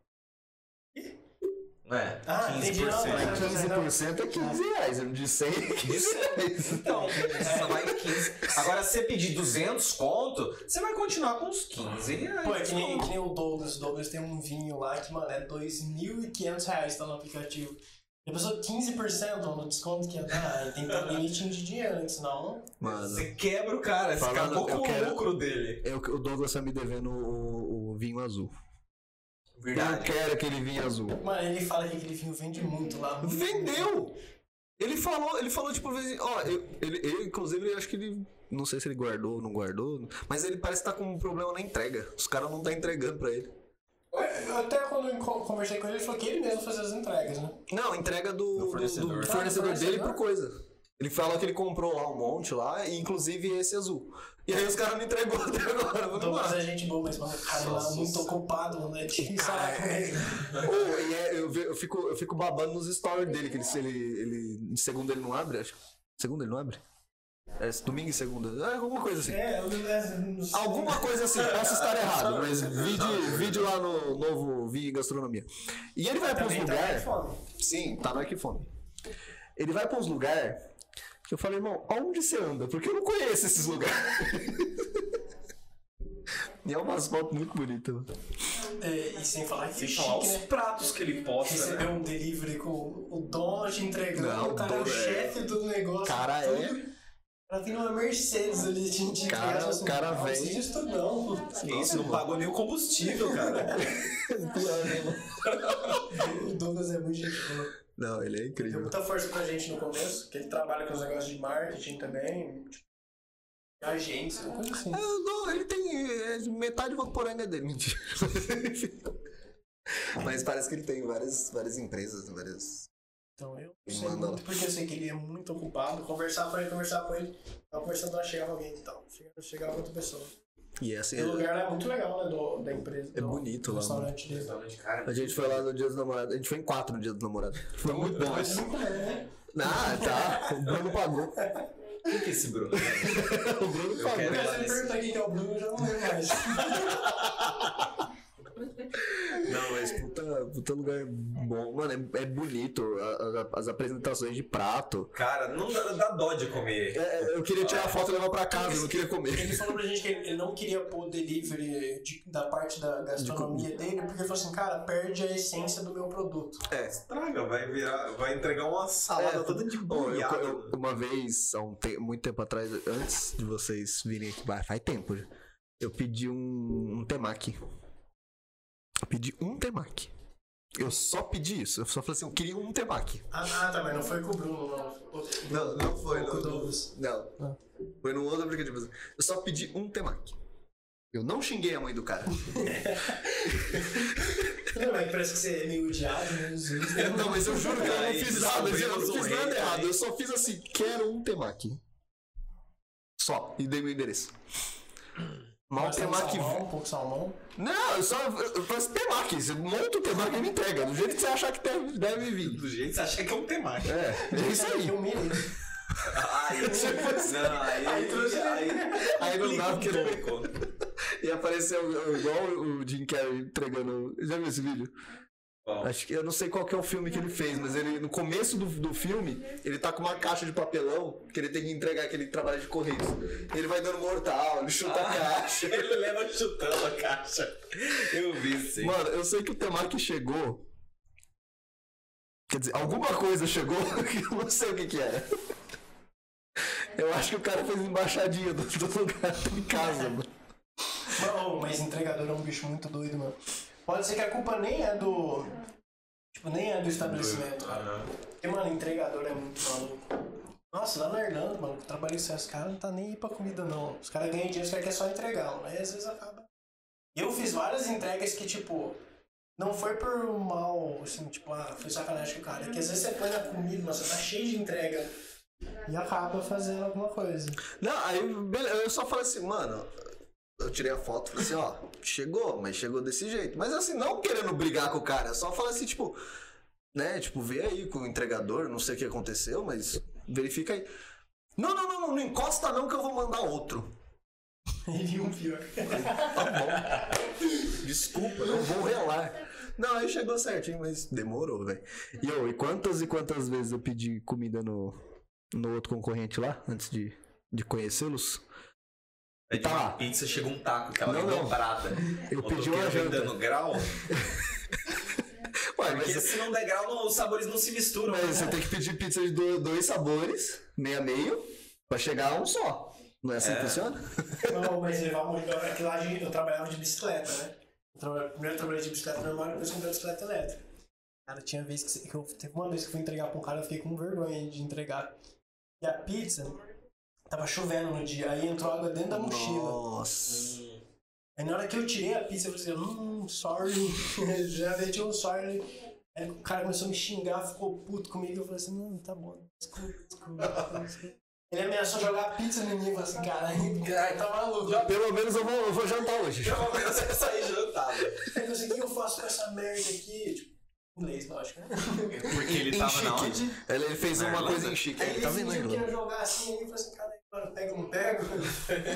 S1: É,
S3: Ah, entendi, não,
S2: Mas
S3: mas-
S2: 15% é 15 reais. Eu disse 100 é 15 reais.
S1: Então, você só vai 15. Agora, se você pedir 200 conto, você vai continuar com os 15 reais.
S3: Pô, é que nem,
S1: de
S2: tipo-
S1: desconto.
S3: que nem o Douglas. O Douglas tem um vinho lá que, mano, é 2.500 reais tá no aplicativo. Já pensou 15% no desconto que é? Ah, tem que ter um limitinho de dinheiro, né? senão...
S2: Mano,
S1: Você quebra o cara, você
S2: Falando,
S1: acabou
S2: eu
S1: com
S2: quero-
S1: o lucro dele.
S2: é o que- o Douglas tá me devendo o, o vinho azul. Eu
S1: Verdade.
S2: quero aquele vinho azul.
S3: Mano, ele fala que aquele vinho vende muito lá.
S2: Vendeu! Ele falou, ele falou, tipo, assim, ó, eu- ele, eu, inclusive, eu acho que ele não sei se ele guardou ou não guardou, mas ele parece que tá com um problema na entrega. Os caras não tá entregando pra ele.
S3: Eu- Até quando eu enco- conversei com ele, ele falou que ele mesmo fazia as entregas, né?
S2: Não, entrega do, do- do fornecedor,
S1: fornecedor.
S3: Ah, do
S2: dele
S3: fornecedor?
S2: pro coisa. Ele fala que ele comprou lá um monte lá, e inclusive esse azul. E aí os caras não entregou até agora. Eu falei,
S3: Douglas
S2: "Mano,
S3: é gente boa, mas mano, cara, lá muito ocupado, né? Tinha que falar com
S2: é
S3: ele.
S2: Ô, e é, eu, ve- eu fico, eu fico babando nos stories dele, que ele, ele, ele- Segundo ele não abre, acho. Segundo ele não abre? É, domingo e segunda. É, alguma coisa assim.
S3: É, eu não sei.
S2: Alguma coisa assim, posso estar errado, mas vídeo, vídeo lá no novo Vi Gastronomia. E ele vai é pra uns
S3: Também tá com
S2: lugares.
S3: fome.
S2: Sim, tá no Equifome. Ele vai pra uns lugares que eu falei, irmão, aonde você anda? Porque eu não conheço esses lugares. (laughs) e é umas fotos muito bonitas. mano.
S3: É, e sem falar que
S1: Sem
S3: chique,
S1: falar os
S3: né?
S1: pratos que ele posta,
S3: Recebeu
S1: né?
S3: um delivery com o dono te entregando,
S2: Não,
S3: o cara é
S2: o
S3: o
S2: dono é-
S3: chefe do negócio.
S2: Cara,
S3: tudo.
S2: é.
S3: O cara tem uma Mercedes ali te entregando.
S2: Cara, o cara vem-
S3: Isso não.
S1: Quem isso não pagou nem o combustível, (laughs) cara.
S3: O Douglas é muito gente boa.
S2: Não, ele é
S3: Deu
S2: incrível.
S3: muita força pra gente no começo, que ele trabalha com os negócios de marketing também, tipo, de agência, uma coisa assim.
S2: Eu dou- ele tem é, metade do Votoporanga dele, mentira. (laughs) Mas parece que ele tem várias, várias empresas, várias.
S3: Então eu não sei
S2: Manda lá.
S3: muito porque eu sei que ele é muito ocupado. Conversar com ele, conversar com ele, tava conversando, lá chegava alguém e tal. Chegava, chegava outra pessoa.
S2: E é assim,
S3: E o lugar lá é muito legal, né, do, da empresa.
S2: É
S3: do-
S2: bonito
S3: do
S2: lá,
S3: restaurante né? dele.
S2: a gente foi lá no Dia dos Namorados. A gente foi em quatro no Dia dos Namorados. Foi muito bom isso. Ah, tá. O Bruno pagou.
S1: Quem que é esse (laughs) Bruno?
S2: O Bruno
S1: Eu
S2: pagou.
S1: quero ir lá
S3: Cara, se ele
S1: nesse-
S3: perguntar quem que é o Bruno, eu já não lembro mais.
S2: Não, mas puta, puta lugar bom. Mano, é, é bonito. a- a- as apresentações de prato.
S1: Cara, não dá, dá dó de
S2: É,
S1: comer.
S2: é, eu queria tirar foto e levar pra casa, eu não queria comer.
S3: Ele falou pra gente que ele não queria pôr delivery de- da parte da gastronomia dele, porque ele falou assim, cara, perde a essência do meu produto.
S1: É. Estraga, vai virar, vai entregar uma salada
S2: É.
S1: toda de
S2: Ô, eu-
S1: boiada.
S2: eu- uma vez, há um te- muito tempo atrás, antes de vocês virem aqui, bah, faz tempo já, eu pedi um, um temaki. Eu pedi um temaki. Eu só pedi isso. Eu só falei assim, eu queria um temaki.
S3: Ah, ah, tá, mas não foi com o Bruno, não. O-
S2: Não, não foi,
S3: com o
S2: não.
S3: Douglas.
S2: Não. Foi num outro aplicativo. Eu só pedi um temaki. Eu não xinguei a mãe do cara. (laughs)
S3: Não, mas parece que você é meio odiado, né? Os juízes, né?
S2: Eu- não, mas eu juro que eu não
S1: Aí,
S2: fiz nada.
S1: descobrimos
S2: Eu não
S1: um
S2: fiz
S1: rei,
S2: nada
S1: cara.
S2: errado. Eu só fiz assim, quero um temaki. Só. E dei meu endereço. Mal
S3: Nós temos
S2: temaki.
S3: salmão, um pouco de salmão.
S2: Não, eu só eu- eu faço temaki. Você monta o temaki e me entrega. Do jeito que você achar que deve, deve vir.
S1: Do jeito que você acha que é um temaki.
S2: É, é isso aí.
S3: Eu mereço.
S1: Aí, (laughs) não, aí, aí,
S2: Aí não dá (laughs) porque
S1: complica um pouco.
S2: E apareceu igual o Jim Carrey entregando. Já viu esse vídeo?
S1: Qual?
S2: Acho que eu não sei qual que é o filme que ele fez, mas ele no começo do, do filme, ele tá com uma caixa de papelão que ele tem que entregar aquele trabalho de correios. Ele vai dando mortal, ele chuta a
S1: Ah,
S2: caixa.
S1: Ele leva chutando a caixa. Eu vi, sim.
S2: Mano, eu sei que o Temaki chegou. Quer dizer, alguma coisa chegou (laughs) que eu não sei o que que era. Eu acho que o cara fez embaixadinha do, do lugar em casa, mano.
S3: Mano, mas entregador é um bicho muito doido, mano. Pode ser que a culpa nem é do... Tipo, nem é do estabelecimento, cara. Porque, mano, entregador é muito maluco. Nossa, lá na Irlanda, mano, que eu trabalhei com os caras não tá nem aí pra comida, não. Os caras ganham dinheiro, os caras querem só entregar, mano. Aí às vezes acaba. E eu fiz várias entregas que, tipo, não foi por mal, assim, tipo, ah, foi sacanagem com o cara. É que às vezes você põe na comida, mas você tá cheio de entrega. E acaba fazendo alguma coisa. (laughs)
S2: Não, aí beleza, eu só falei assim, mano. Eu tirei a foto e falei assim, ó, chegou, mas chegou desse jeito. Mas assim, não querendo brigar com o cara, só falei assim, tipo, né, tipo, vê aí com o entregador, não sei o que aconteceu, mas verifica aí. Não, não, não, não, não encosta não que eu vou mandar outro.
S3: E um pior.
S2: Tá bom. Desculpa, não vou relar. Não, aí chegou certinho, mas demorou, velho. E eu, e quantas e quantas vezes eu pedi comida no, no outro concorrente lá, antes de, de conhecê-los?
S1: Aí de
S2: Tá
S1: uma
S2: lá.
S1: pizza chegou um taco, aquela
S2: Não, não.
S1: dobrada.
S2: Eu pedi
S1: Motoqueiro
S2: uma
S1: vem
S2: janta.
S1: dando grau.
S2: Ué, mas
S1: Porque se não der grau, não- os sabores não se misturam.
S2: Mas
S1: (laughs)
S2: você tem que pedir pizza de do- dois sabores, meio a meio, pra chegar a um só. Não é assim que funciona?
S3: Não, mas levar muito. É que lá a gente- eu trabalhava de bicicleta, né? Eu trabalhava- primeiro eu trabalhei de bicicleta normal, depois comprei a bicicleta elétrica. Cara, tinha vez que, se- que eu. Teve uma vez que eu fui entregar pra um cara, eu fiquei com vergonha de entregar. E a pizza, Tava chovendo no dia, aí entrou água dentro da É mochila.
S2: Nossa.
S3: Aí na hora que eu tirei a pizza, eu falei assim, hum, sorry. (laughs) Já veio um sorry. Aí o cara começou a me xingar, ficou puto comigo. Eu falei assim, não, tá bom, desculpa, desculpa, desculpa. (laughs) Ele ameaçou jogar a pizza no mim, eu falei assim, caralho, cara, tá maluco.
S2: Pelo menos eu vou, eu vou jantar hoje.
S1: Pelo menos você sair jantado.
S3: Aí eu falei assim, o que eu faço com essa merda aqui? Tipo, inglês, lógico, né?
S1: Porque ele
S2: Em
S1: tava na
S2: chique.
S1: onde?
S2: Ele ele fez
S1: Na
S2: uma
S1: Irlanda.
S2: coisa em chique.
S3: Aí
S2: Ele
S3: ele
S2: tá vendo na
S3: fingiu que ia
S2: Irlanda.
S3: jogar assim, aí eu falei assim, cara, agora pega ou não pega?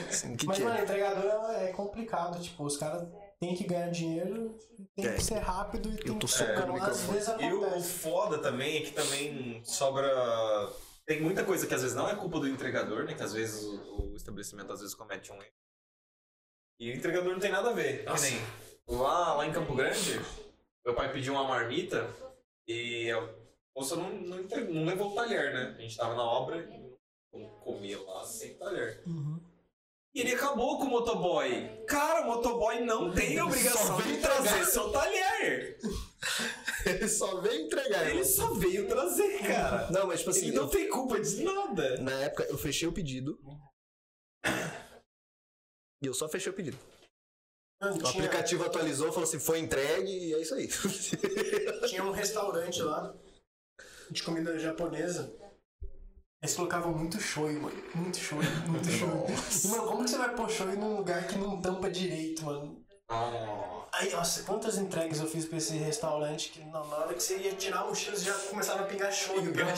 S2: Assim, (laughs) que
S3: Mas,
S2: que é?
S3: mano, entregador é complicado, tipo, os caras têm que ganhar dinheiro, tem
S2: É.
S3: que ser rápido e tem
S2: tô
S3: que
S2: socando
S3: Então,
S2: o
S3: às
S2: microfone.
S3: vezes
S1: E o
S3: acontece.
S1: foda também é que também sobra. Tem muita coisa que às vezes não é culpa do entregador, né? Que às vezes o, o estabelecimento às vezes comete um erro. E o entregador não tem nada a ver. Que nem lá, lá em Campo Grande, meu pai pediu uma marmita e a moça não, não, entre- não levou o talher, né? A gente tava na obra e eu comia lá sem talher. E ele acabou com o motoboy. Cara, o motoboy não tem obrigação
S2: vem
S1: de trazer seu talher.
S2: Ele só veio entregar.
S1: Ele
S2: irmão.
S1: só veio trazer, cara.
S2: Não, mas tipo assim,
S1: Ele não tem culpa de nada.
S2: eu- na época eu fechei o pedido. E eu só fechei o pedido.
S3: Mano,
S2: O
S3: tinha-
S2: aplicativo atualizou, falou assim, foi entregue e é isso aí. (laughs)
S3: Tinha um restaurante lá de comida japonesa. Eles colocavam muito shoyu, mano. Muito shoyu, muito shoyu. E, mano, como que você vai pôr shoyu num lugar que não tampa direito, mano? Aí, nossa, quantas entregas eu fiz pra esse restaurante que na hora que você ia tirar a mochila, você já começava a pingar shoyu. Pingar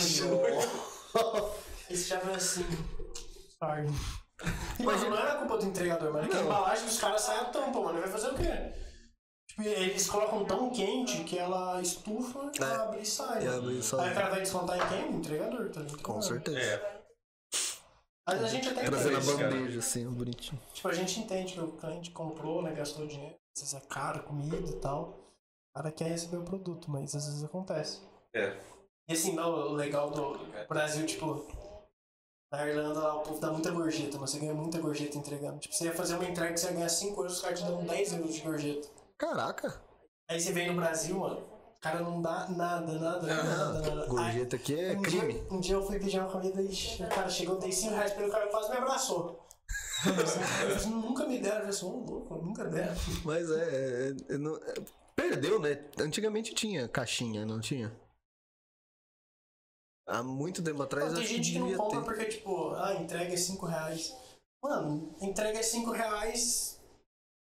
S3: E você já falou assim... Sorry.
S2: (laughs)
S3: E, mano, não era culpa do entregador, mano. é Que a
S2: Não.
S3: embalagem dos caras sai a tampa, mano. Vai fazer o quê? Tipo, eles colocam tão quente que ela estufa,
S2: É.
S3: abre e sai.
S2: E abri só-
S3: Aí o cara vai descontar em quem? No entregador, tá ligado?
S2: Com certeza.
S1: É,
S3: Mas a gente até
S2: Trazendo a
S1: Três,
S3: entende.
S1: É, cara.
S2: bandeja, assim, bonitinho.
S3: Tipo, a gente entende que o cliente comprou, né? Gastou dinheiro, às vezes é caro, comida e tal. O cara quer receber o produto, mas às vezes acontece.
S1: É.
S3: E assim, não, o legal do Brasil, tipo, na Irlanda lá o povo dá muita gorjeta, mas você ganha muita gorjeta entregando. Tipo, você ia fazer uma entrega que você ia ganhar 5 euros, os caras te dão 10 euros de gorjeta.
S2: Caraca,
S3: Aí você vem no Brasil, mano, o cara não dá nada, nada, nada, nada.
S2: (laughs)
S3: Aí-
S2: gorjeta aqui é
S3: um
S2: crime.
S3: Dia, um dia eu fui pedir uma comida e o cara chegou, eu dei 5 reais pra ele, o cara quase me abraçou.
S2: (laughs)
S3: Eles nunca me deram, eu sou um louco, nunca deram.
S2: Mas é. é- é- não- é- perdeu, né? Antigamente tinha caixinha, não tinha? Há muito tempo atrás
S3: Não, tem
S2: acho
S3: gente que não
S2: devia
S3: compra
S2: ter.
S3: porque, tipo, ah, entrega é 5 reais. Mano, entrega é 5 reais.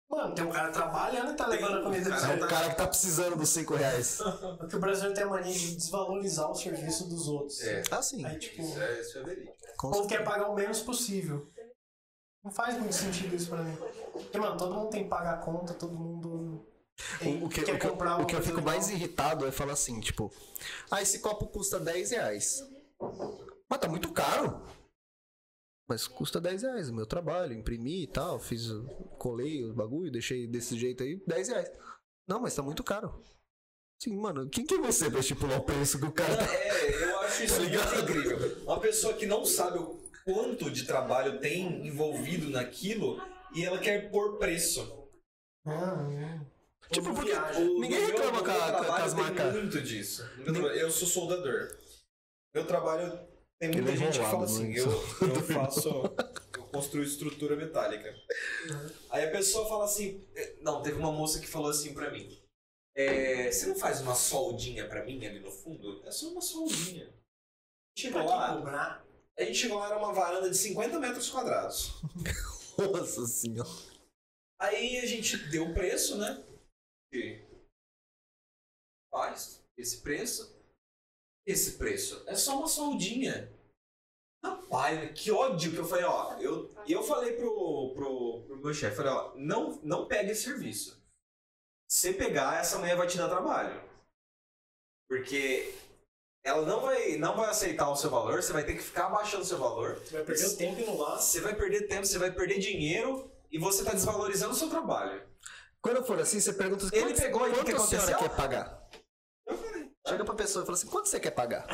S3: Mano, tem um cara trabalhando e tá levando a comida pra
S1: cara,
S3: você.
S2: É o cara que tá precisando dos 5 reais.
S3: Porque o brasileiro tem a mania de desvalorizar o serviço dos outros.
S1: É.
S2: Ah, sim.
S3: Aí, tipo,
S1: Isso
S3: o
S1: é, isso é verídico.
S2: Com
S3: povo quer
S2: certeza.
S3: pagar o menos possível. Não faz muito sentido isso pra mim. Porque, mano, todo mundo tem que pagar a conta, todo mundo. tem-
S2: O, o que,
S3: quer
S2: o que eu-
S3: comprar uma
S2: o que eu
S3: coisa
S2: fico
S3: legal.
S2: mais irritado é falar assim, tipo, ah, esse copo custa 10 reais. Mas tá muito caro. Mas custa 10 reais o meu trabalho, imprimi e tal, fiz, o- colei o bagulho, deixei desse jeito aí, 10 reais. Não, mas tá muito caro. Sim, mano, quem que é você pra estipular o preço que o cara
S3: (laughs)
S2: tá?
S1: É, eu acho isso muito incrível. Uma pessoa que não sabe o quanto de trabalho tem envolvido naquilo e ela quer pôr preço.
S3: Ah, é.
S2: Tipo,
S3: Ou
S2: porque-
S3: viagem.
S1: O-
S2: Ninguém
S1: no
S2: reclama
S1: meu,
S2: com a-
S1: no meu
S2: com a- com
S1: trabalho
S2: as
S1: tem
S2: marcas.
S1: muito disso. No meu
S2: Nem-
S1: trabalho- Eu sou soldador. Meu trabalho tem
S2: Ele
S1: muita
S2: é
S1: gente que
S2: enrolado,
S1: fala assim,
S2: né?
S1: eu,
S2: (laughs)
S1: eu faço. Eu construo estrutura metálica. Aí a pessoa fala assim. eh, Não, teve uma moça que falou assim pra mim. "É, você não faz uma soldinha pra mim ali no fundo? É só uma soldinha. Chegou
S3: Pra quem
S1: lá,
S3: cobrar?
S1: a gente chegou lá, era uma varanda de 50 metros quadrados.
S2: Nossa senhora.
S1: Aí a gente deu o preço, né? E faz esse preço. Esse preço é só uma soldinha. Rapaz, que ódio que eu falei, ó. Eu, eu falei pro, pro, pro meu chefe, falei, ó, não, não pega esse serviço. Se pegar, essa mulher vai te dar trabalho. Porque ela não vai, não vai aceitar o seu valor, você vai ter que ficar abaixando o seu valor.
S3: Você vai perder o tempo e não
S1: Ah,
S3: lá.
S1: Você vai perder tempo, você vai perder dinheiro e você tá desvalorizando o seu trabalho.
S2: Quando for assim, você pergunta
S1: Ele
S2: quanto-
S1: pegou aí, o que
S2: quanto
S1: que
S2: a senhora
S1: aconteceu?
S2: quer pagar? Chega pra pessoa e fala assim, quanto você quer pagar?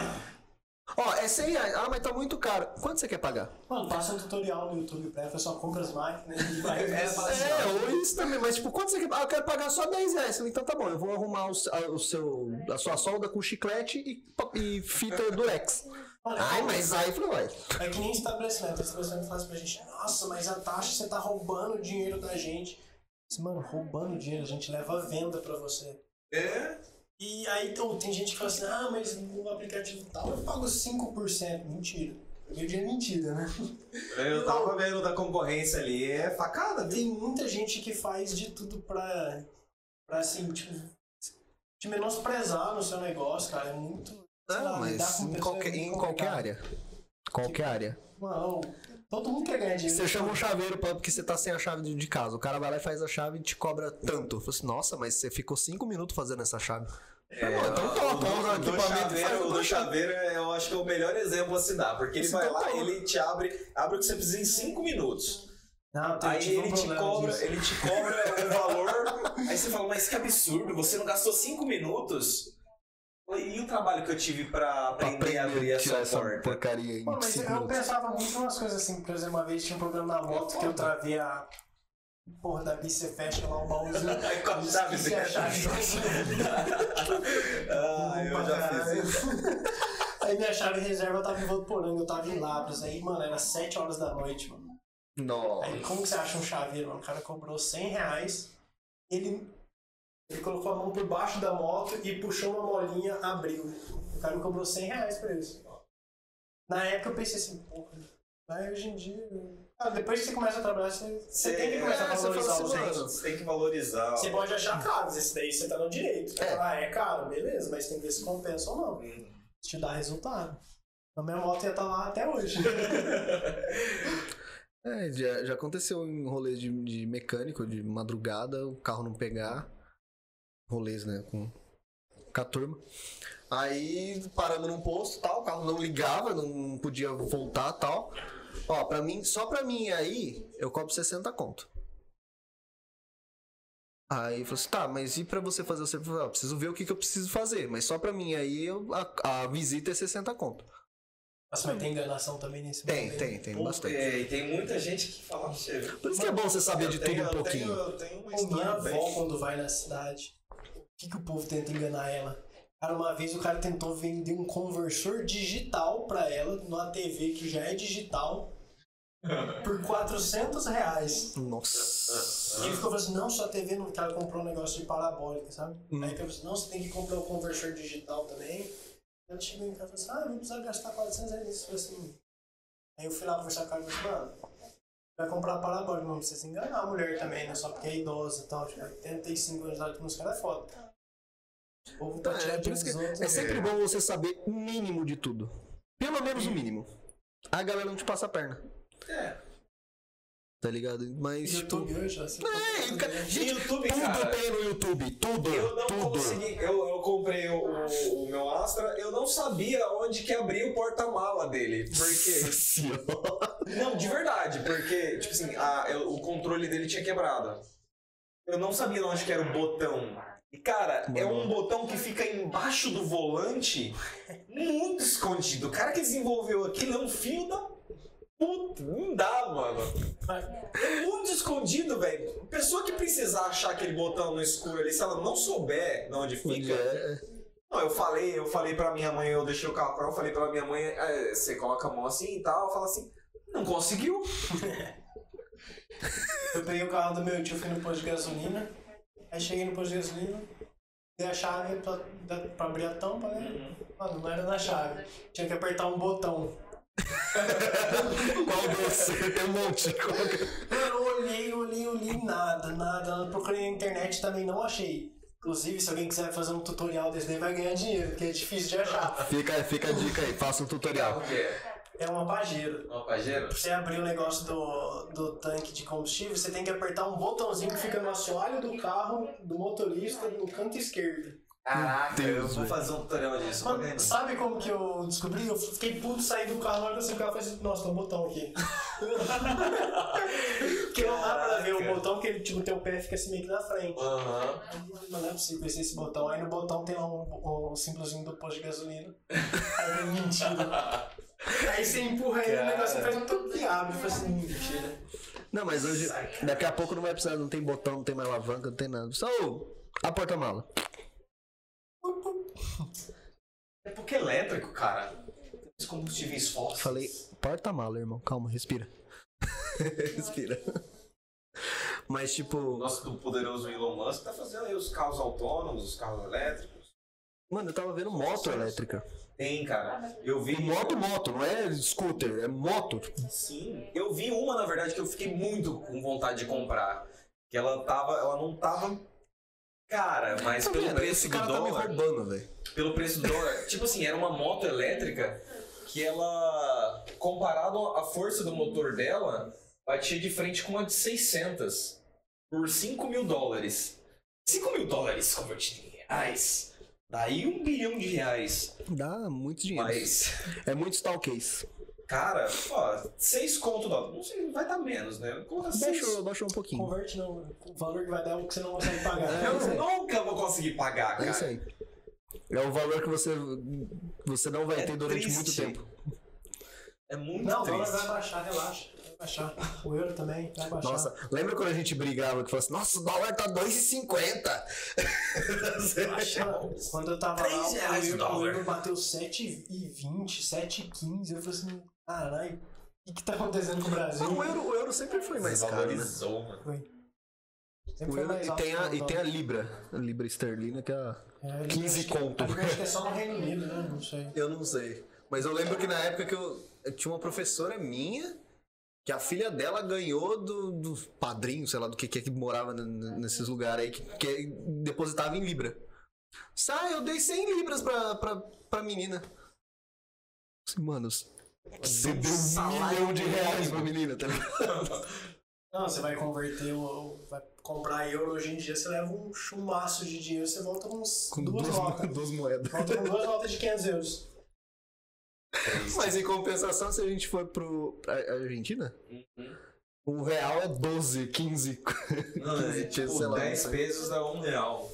S2: Ó, é 100 reais. Ah, mas tá muito caro. Quanto você quer pagar?
S3: Mano, passa um tutorial no YouTube pra ela, só compra as máquinas e vai (laughs)
S1: É,
S3: fala assim,
S2: É,
S3: ó,
S2: ou isso também, mas tipo, quanto você quer? Ah, eu quero pagar só 10 reais. Então tá bom, eu vou arrumar o, s- a, o seu, a sua solda com chiclete e, pa- e fita durex.
S3: Olha,
S2: Ai, mas aí falou, uai.
S3: É que nem estabelecimento. Estabelecimento fala assim pra gente, nossa, mas a taxa você tá roubando o dinheiro da gente. Mas, mano, roubando o dinheiro, a gente leva a venda pra você.
S1: É?
S3: E aí então, tem gente que fala assim, ah, mas no aplicativo tal eu pago 5%. Mentira. Meu dinheiro é mentira, né?
S1: Eu tava vendo da concorrência ali, é facada, viu?
S3: Tem muita gente que faz de tudo pra, pra assim, tipo, te menosprezar no seu negócio, cara. É muito. sei lá,
S2: Não,
S3: lidar
S2: mas
S3: com
S2: em
S3: pessoas
S2: qualquer,
S3: é muito
S2: em qualquer
S3: complicado.
S2: área. Qualquer área.
S3: Mano, todo mundo quer ganhar dinheiro. né?
S2: Você chama um chaveiro pra, porque você tá sem a chave de- de casa. O cara vai lá e faz a chave e te cobra tanto. Eu falo assim, nossa, mas você ficou cinco minutos fazendo essa chave.
S1: É,
S2: Não, então toca,
S1: o dono-
S2: usa o
S1: o dono
S2: equipamento e
S1: chaveiro-
S2: faz um
S1: O
S2: outra
S1: do chaveiro, é, eu acho que é o melhor exemplo a se dar, porque ele
S2: Então
S1: vai lá,
S2: toca.
S1: ele te abre, abre o que você precisa em 5 minutos.
S3: Ah, eu
S1: Aí
S2: tipo
S3: tive um
S1: ele te
S3: problema
S1: cobra,
S3: disso.
S1: ele te
S2: (laughs)
S1: cobra um valor, aí você fala, mas que absurdo, você não gastou 5 minutos? E o trabalho que eu tive pra aprender a abrir
S2: Aprender a tirar
S1: essa é
S2: essa
S1: porta?
S2: porcaria
S3: Pô,
S2: em
S3: mas é
S2: cinco
S3: eu
S2: minutos.
S3: pensava muito em umas coisas assim, por exemplo, uma vez tinha um problema na moto que eu travei a porra da bicefecha lá,
S1: (laughs)
S3: o baúzinho.
S1: Aí com a chave
S3: Esqueci
S2: é
S3: a chave.
S1: (laughs) Ah, eu
S3: (laughs)
S1: já fiz isso.
S3: Aí minha chave reserva tava em Votuporanga, eu tava em Labras. Aí, mano, era 7 horas da noite, mano. Aí,
S2: Nossa.
S3: como que você acha um chaveiro, mano? O cara cobrou 100 reais, ele, ele colocou a mão por baixo da moto e puxou uma molinha, abriu. O cara me cobrou 100 reais pra isso. Na época eu pensei assim, porra, mas hoje em dia... Ah, depois que você começa a trabalhar, você, você tem que começar
S2: é,
S3: a
S2: você fala
S3: valorizar
S2: assim,
S3: os
S2: mano,
S3: outros.
S1: Você tem que valorizar.
S3: Você pode achar caro, esse daí você tá no direito.
S2: É.
S3: Ah, é caro, beleza, mas tem que ver se compensa ou não.
S1: Hum.
S3: Se te dá resultado. Na minha moto ia estar lá
S2: (laughs)
S3: até hoje.
S2: É, já, já aconteceu em rolê de, de mecânico, de madrugada, o carro não pegar. Rolês, né? Com, com a turma. Aí paramos num posto tal, o carro não ligava, não podia voltar tal. Ó, pra mim, só pra mim aí, eu cobro 60 conto. Aí falou assim, tá, mas e pra você fazer o serviço? Eu falei, ó, preciso ver o que, que eu preciso fazer, mas só pra mim aí eu- a, a visita é 60 conto.
S3: Nossa, mas tem enganação também nesse
S2: Tem, tem, tem, bastante.
S1: É, e tem muita gente que fala pra você.
S2: Por isso que é bom você saber
S1: Eu
S2: de
S1: tenho-
S2: tudo um
S1: eu
S2: pouquinho.
S1: tenho- Eu tenho uma
S3: Pô, minha
S1: história
S3: avó,
S1: bem.
S3: quando vai na cidade, o que, que o povo tenta enganar ela? Cara, uma vez o cara tentou vender um conversor digital pra ela, numa TV que já é digital, por 400 reais.
S2: Nossa.
S3: E ele ficou falando assim, não, sua TV não. que Ela comprou um negócio de parabólica, sabe?
S2: Hum.
S3: Aí ele falou assim, não, você tem que comprar o conversor digital também. Ela chegou em casa e falou assim, ah, não precisa gastar 400 reais nisso. Eu falei assim. Aí eu fui lá conversar com ela e falei assim, mano, vai comprar parabólica, não precisa se enganar a mulher também, né? Só porque é idosa e tal, tipo, 85 anos de idade, como os caras é foda. O povo tá
S2: Então, é,
S3: tirando
S2: por isso que
S3: dinheiro dos outros,
S2: é
S3: né?
S2: sempre bom você saber o mínimo de tudo. Pelo menos o mínimo. A galera não te passa a perna.
S1: É.
S2: Tá ligado? Mas, tipo.
S3: YouTube hoje, assim.
S2: É, e, cara, gente,
S1: YouTube,
S2: tudo
S1: cara.
S2: tem no YouTube. Tudo.
S1: Eu não
S2: tudo.
S1: consegui. Eu, eu comprei o, o- o meu Astra, eu não sabia onde que abrir o porta-mala dele.
S2: Nossa
S1: Porque.
S2: senhora.
S1: Não, de verdade, porque, tipo assim, a- eu- o controle dele tinha quebrado. Eu não sabia onde que era o botão. E, cara, é um botão que fica embaixo do volante, muito escondido. O cara que desenvolveu aquilo é um fio da puta. Não dá, mano. É muito escondido, velho. Pessoa que precisar achar aquele botão no escuro ali, se ela não souber de onde
S2: Onde
S1: fica.
S2: é?
S1: Não, eu falei, eu falei pra minha mãe, eu deixei o carro com ela, eu falei pra minha mãe, "É, você coloca a mão assim e tal, eu falo assim, não conseguiu.
S3: Eu peguei o carro do meu tio, fui no posto de gasolina. Aí cheguei no posto de gasolina, dei a chave pra, da- pra abrir a tampa, né? Mano, não era na chave. Tinha que apertar um botão.
S2: Qual você? (laughs) Tem um monte.
S3: Mano, eu olhei, olhei, olhei, nada, nada. Eu Procurei na internet também, não achei. Inclusive, se alguém quiser fazer um tutorial desse daí, vai ganhar dinheiro, porque é difícil de achar.
S2: Fica, fica a dica aí, faça um tutorial.
S1: quê?
S3: É uma pajeira.
S1: Uma pajeira?
S3: Pra você abrir o negócio do, do tanque de combustível, você tem que apertar um botãozinho que fica no assoalho do carro do motorista no canto esquerdo.
S1: Caraca,
S2: Deus,
S1: eu vou
S2: velho.
S1: fazer um tutorial disso.
S3: Mano,
S1: vou ganhar.
S3: sabe como que eu descobri? Eu fiquei puto, saí do carro, na hora que eu saí do carro, eu falei assim, nossa, tem um botão aqui. (laughs) Porque não dá pra ver
S1: Caraca.
S3: o botão, porque tipo, teu pé fica assim meio que na frente.
S1: Aham.
S3: Não é possível esse, esse botão. Aí no botão tem lá um, um símbolozinho do posto de gasolina. Aí eu falei, mentira. Aí você empurra ele, o
S1: Cara.
S3: negócio faz um toque e abre. Eu falei assim, mentira.
S2: Não, mas hoje, daqui a pouco não vai precisar, não tem botão, não tem mais alavanca, não tem nada. Só o- a porta-mala.
S1: É porque é elétrico, cara.
S7: Esses combustíveis fósseis.
S2: Falei, porta-mala, irmão. Calma, respira. (laughs) respira. Mas,
S1: O
S2: tipo,
S1: nosso do poderoso Elon Musk tá fazendo aí os carros autônomos, os carros elétricos.
S2: mano, eu tava vendo moto elétrica.
S1: Tem, cara. Eu vi.
S2: E moto, moto, não é scooter, é moto.
S1: Sim. Eu vi uma, na verdade, que eu fiquei muito com vontade de comprar. Que ela tava. Ela não tava. Cara, mas
S2: Tá
S1: pelo
S2: vendo?
S1: preço
S2: Esse
S1: do
S2: cara tá me
S1: dólar.
S2: roubando, velho.
S1: pelo preço do dólar. (laughs) tipo assim, era uma moto elétrica que ela, comparado à força do motor dela, batia de frente com uma de 600 por 5 mil dólares. 5 mil dólares convertido em reais. Daí um bilhão de reais.
S2: Dá muito dinheiro.
S1: Mas,
S2: É muito stalkcase.
S1: cara, ó, 6 conto dólar. Não sei, vai dar menos, né? Coloca seis-
S2: Baixou, baixou um pouquinho.
S3: Converte não. O valor que vai dar é o que você não consegue
S2: É.
S3: pagar.
S1: Eu nunca vou conseguir pagar,
S2: É isso
S1: cara.
S2: aí. É o valor que você, você não vai
S1: É
S2: ter durante
S1: triste.
S2: muito tempo.
S1: É muito
S3: Não, o dólar vai
S1: triste.
S3: baixar, relaxa. Vai baixar. O euro também vai baixar.
S2: Nossa, lembra quando a gente brigava que falava assim, nossa, o dólar tá 2,50?
S3: Baixa. Quando eu tava lá,
S1: Três reais
S3: o
S1: o
S3: euro,
S1: dólar.
S3: o euro bateu 7,20, 7,15. Eu falei assim, caralho, o que, que tá acontecendo com o Brasil?
S2: Mas Ah, o euro, o euro sempre foi mais caro, né?
S1: Desvalorizou, mano.
S3: Sempre
S2: O
S3: foi
S2: euro
S3: mais
S2: e
S3: alto
S2: tem, a,
S3: que o
S2: e tem a libra, a libra esterlina, que é a...
S3: dólar. É, eu
S2: 15
S3: acho que-
S2: conto.
S3: eu Acho que é só no Reino Unido, né? Não sei.
S2: Eu não sei. Mas eu lembro que na época que eu, eu tinha uma professora minha, que a filha dela ganhou do, do padrinho, sei lá, do que que, é que morava n- n- nesses lugares aí, que, que depositava em Libra. Sai, eu dei 100 libras pra, pra, pra menina. Assim, Mano, você deu um
S1: salário
S2: milhão de reais
S1: mínimo.
S2: pra menina, tá ligado?
S3: Não, você vai converter, o- vai comprar euro hoje em dia, você leva um chumaço de dinheiro, você volta com, uns
S2: Com
S3: duas,
S2: duas,
S3: notas.
S2: duas moedas.
S3: Volta com duas notas de 500 euros.
S2: Mas em compensação, se a gente for pro, pra Argentina, um real é 12, 15.
S1: Não, é tipo,
S2: sei lá, não
S1: 10
S2: sei.
S1: pesos dá 1 real.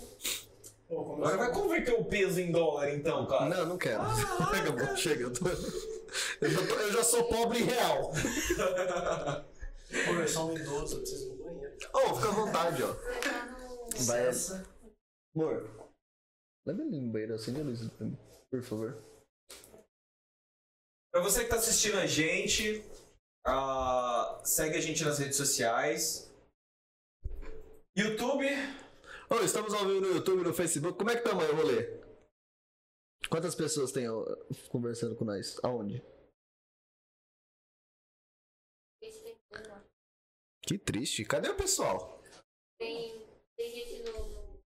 S3: Pô, como eu
S1: Agora
S3: sou-
S1: vai converter o peso em dólar então, cara.
S2: Não, não quero. (laughs) Acabou, chega. Eu, tô- eu já tô- eu já sou pobre em real.
S3: Pô, eu sou um idoso, eu preciso ir no banheiro.
S2: Ô, fica à vontade, ó.
S8: Você tá no.
S2: Vai essa. Amor, leva ele no banheiro, acende a luz pra mim, por favor.
S1: Pra você que tá assistindo a gente, ah, segue a gente nas redes sociais. YouTube,
S2: Ô, estamos ao vivo no YouTube, no Facebook. Como é que tá, mãe, o rolê? Quantas pessoas tem ó, conversando com nós? Aonde? Que triste. Cadê o pessoal?
S8: Tem, tem gente no, no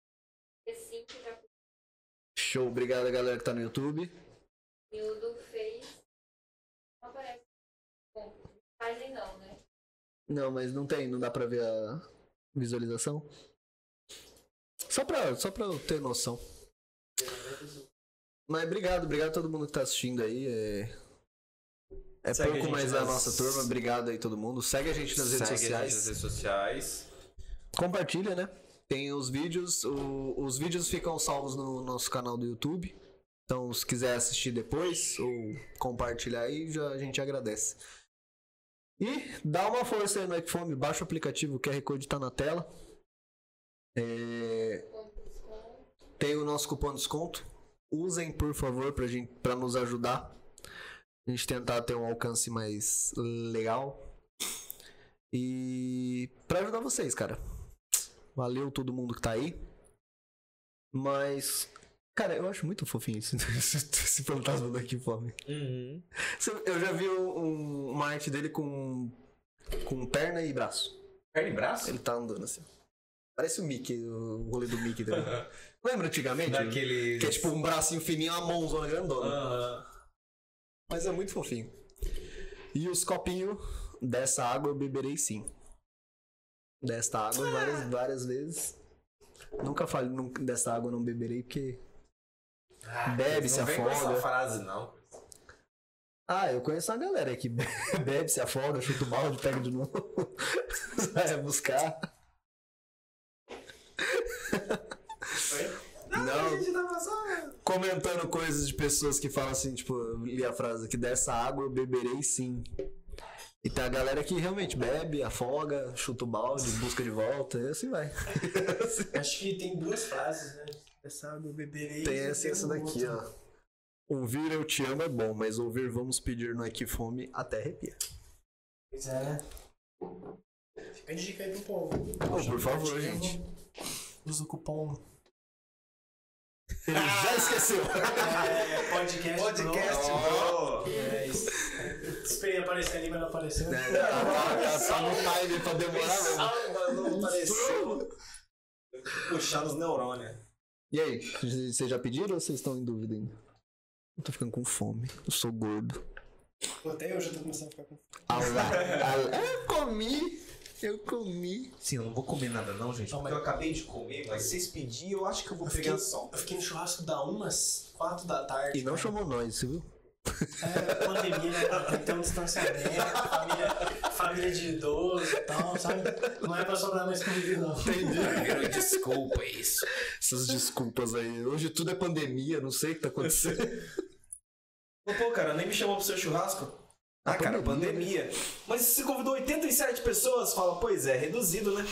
S8: P5 já
S2: Show, obrigado galera que tá no YouTube.
S8: o do Face. Não aparece. Bom, página não, né?
S2: Não, mas não tem, não dá pra ver a visualização. Só pra, só pra eu ter noção. Mas obrigado, obrigado a todo mundo que tá assistindo aí. É, é
S1: Segue a
S2: pouco
S1: gente
S2: mais da
S1: nas-
S2: nossa turma. Obrigado aí todo mundo. Segue a gente nas
S1: segue
S2: redes
S1: a
S2: sociais.
S1: gente nas redes sociais.
S2: Compartilha, né? Tem os vídeos. o- os vídeos ficam salvos no nosso canal do YouTube. Então, se quiser assistir depois ou compartilhar aí, já, a gente agradece. E dá uma força aí no iPhone, baixa o aplicativo, o QR Code tá na tela. É,
S8: Com desconto.
S2: tem o nosso cupom de desconto. Usem, por favor, pra, gente, pra nos ajudar. A gente tentar ter um alcance mais legal. E pra ajudar vocês, cara. Valeu todo mundo que tá aí. Mas, cara, eu acho muito fofinho esse, (laughs) esse fantasma do Equifome. Uhum. Eu já vi um- uma arte dele com, com perna e braço.
S1: Perna e braço?
S2: Ele tá andando assim. Parece o Mickey, o rolê do Mickey dele. Lembra antigamente?
S1: Daquele.
S2: Que é tipo um bracinho fininho e uma mãozona grandona.
S1: Aham.
S2: Mas é muito fofinho. E os copinhos dessa água eu beberei sim. Desta água várias, várias vezes. Nunca falei nunca, dessa água eu não beberei porque. bebe, se
S1: não vem com essa
S2: afoga.
S1: frase, não.
S2: Ah, eu conheço uma galera que (laughs) be- bebe, se afoga, chuta o balde, pega de novo. (laughs) Vai buscar. Não,
S3: ah,
S2: comentando coisas de pessoas que falam assim, tipo, eu li a frase que dessa água eu beberei sim. E tem a galera que realmente bebe, afoga, chuta o balde, busca de volta, e assim vai.
S3: Acho que tem duas frases, né? Essa água eu beberei.
S2: Tem essa, essa daqui, ó. Ouvir eu te amo é bom, mas ouvir vamos pedir no É Que Fome até arrepia.
S3: Pois é, né? Fica a dica aí pro povo.
S2: Pô, por favor, gente.
S3: Usa o cupom.
S2: Ele já esqueceu.
S3: É, podcast.
S1: Podcast, bro.
S3: Pro. É isso. Esperei aparecer ali, mas não apareceu.
S2: (laughs) É, tá, tá- tá no time pra demorar mesmo.
S1: Salva, não apareceu. Puxar os neurônios.
S2: E aí, vocês já pediram ou vocês estão em dúvida ainda? Eu tô ficando com fome. Eu sou gordo.
S3: Pô, Até eu já tô começando a ficar com.
S2: Ah (laughs) lá, ah lá. Eu comi. Eu comi.
S1: Sim, eu não vou comer nada não, gente. porque eu acabei de comer, mas vocês pediram, eu acho que eu vou
S3: Eu
S1: pegar
S3: fiquei,
S1: só. um.
S3: eu fiquei no churrasco da umas 4 da tarde.
S2: E não
S3: cara.
S2: chamou nós, você viu?
S3: É, pandemia, né? Tem que ter um distanciamento, família, família de idoso e tal, sabe? Não é pra sobrar mais comida, não.
S1: Primeiro, desculpa isso.
S2: Essas desculpas aí. Hoje tudo é pandemia, não sei o que tá acontecendo.
S1: Ô, Pô, cara, nem me chamou pro seu churrasco. Ah,
S2: A
S1: cara,
S2: pandemia,
S1: pandemia. né? Mas você convidou 87 pessoas? Fala, pois é, reduzido, né?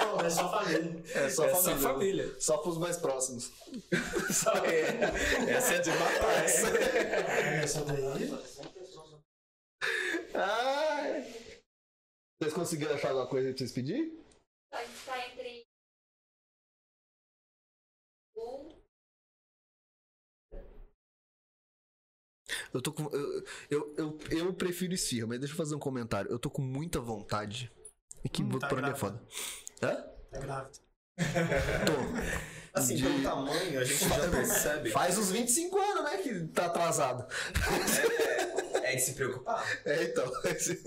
S3: Não, é só família.
S2: É só
S1: É só família.
S2: Só pros mais próximos.
S1: Só (laughs) é. Essa é de matar. essa.
S3: É, essa daí.
S2: Ai. Vocês conseguiram achar alguma coisa pra vocês pedir?
S8: A gente tá entre. Um.
S2: Eu tô com. Eu, eu, eu, eu prefiro esfirra, mas deixa eu fazer um comentário. Eu tô com muita vontade. E que
S3: Hum,
S2: hum,
S3: tá
S2: pra mim é
S3: grávida.
S2: foda. Hã?
S3: Tá grávida.
S2: Tô.
S1: Assim,
S2: De-
S1: pelo tamanho, a gente (laughs) já percebe.
S2: Faz uns 25 anos, né? Que tá atrasado.
S1: É de se preocupar.
S2: É, então.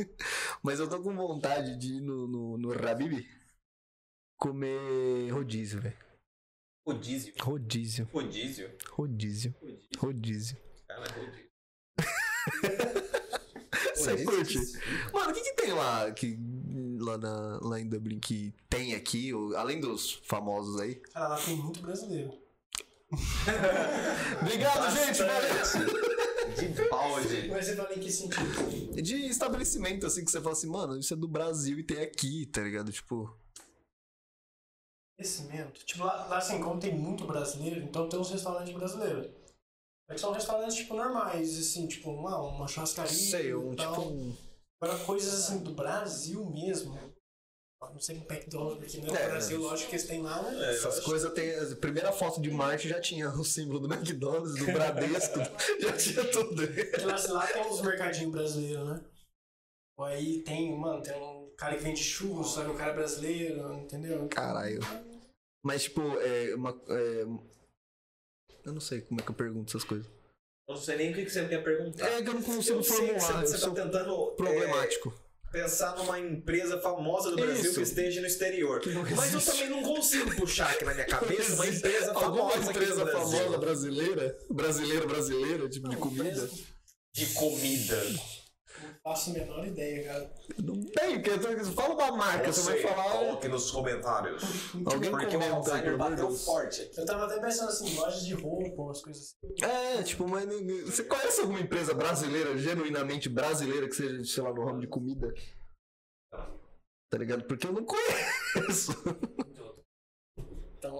S2: (laughs) Mas eu tô com vontade de ir no, no, no Rabibi comer rodízio, velho.
S1: Rodízio.
S2: Rodízio,
S1: Rodízio.
S2: rodízio,
S1: Rodízio.
S2: rodízio.
S1: Cara,
S2: (laughs)
S1: rodízio. Rodízio.
S2: Você
S1: é
S2: curte? Mano, o que, que tem lá, que, lá, na, lá em Dublin que tem aqui, ou- além dos famosos aí?
S3: Cara, lá tem muito brasileiro.
S1: É,
S2: Obrigado, gente! Valeu!
S1: De balde.
S3: Mas você fala em que sentido?
S2: De estabelecimento, assim, que você fala assim, mano, isso é do Brasil e tem aqui, tá ligado? Tipo,
S3: Crescimento. Tipo, lá, lá assim, como tem muito brasileiro, então tem uns restaurantes brasileiros. Mas são restaurantes, tipo, normais, assim, tipo, uma, uma churrascaria.
S2: sei, um
S3: e tal.
S2: tipo um.
S3: Agora, coisas assim do Brasil mesmo. Não sei como McDonald's aqui, né? No
S2: É,
S3: Brasil, lógico que eles têm lá, né?
S2: Essas coisas tem. A primeira foto de Marte já tinha o símbolo do McDonald's, do Bradesco, (laughs) já tinha tudo.
S3: Porque lá, sei lá tem uns mercadinhos brasileiros, né? Ou aí tem, mano, tem um cara que vende churros, só que o cara é brasileiro, entendeu?
S2: Caralho. Mas, tipo, é uma. é, Eu não sei como é que eu pergunto essas coisas.
S1: Eu não sei nem o que que você quer perguntar.
S2: É que eu não consigo
S1: Eu sei que
S2: formular, eu
S1: Você, você
S2: sou
S1: tá tentando é,
S2: problemático.
S1: pensar numa empresa famosa do Brasil
S2: Isso.
S1: que esteja no exterior.
S2: Que não
S1: Mas eu
S2: existe.
S1: também não consigo puxar aqui
S2: (laughs)
S1: na minha cabeça uma
S2: Existe
S1: empresa famosa.
S2: Alguma
S1: aqui do
S2: empresa
S1: Brasil.
S2: famosa brasileira? Brasileira, brasileira, tipo de comida?
S1: De comida.
S3: Não faço a menor ideia, cara.
S2: Não tem, porque tu- fala uma marca, você vai
S1: Você,
S2: falar. "Ah,
S1: Coloque nos comentários.
S2: Alguém
S1: Porque o
S2: comenta,
S1: Alzheimer
S2: pelo amor de
S1: bateu
S2: Deus.
S1: forte aqui.
S3: Eu tava até pensando assim, lojas de roupa, umas coisas assim.
S2: É, tipo, mas não- você conhece alguma empresa brasileira, genuinamente brasileira, que seja, sei lá, no ramo de comida? Tá ligado? Porque eu não conheço.
S3: Então,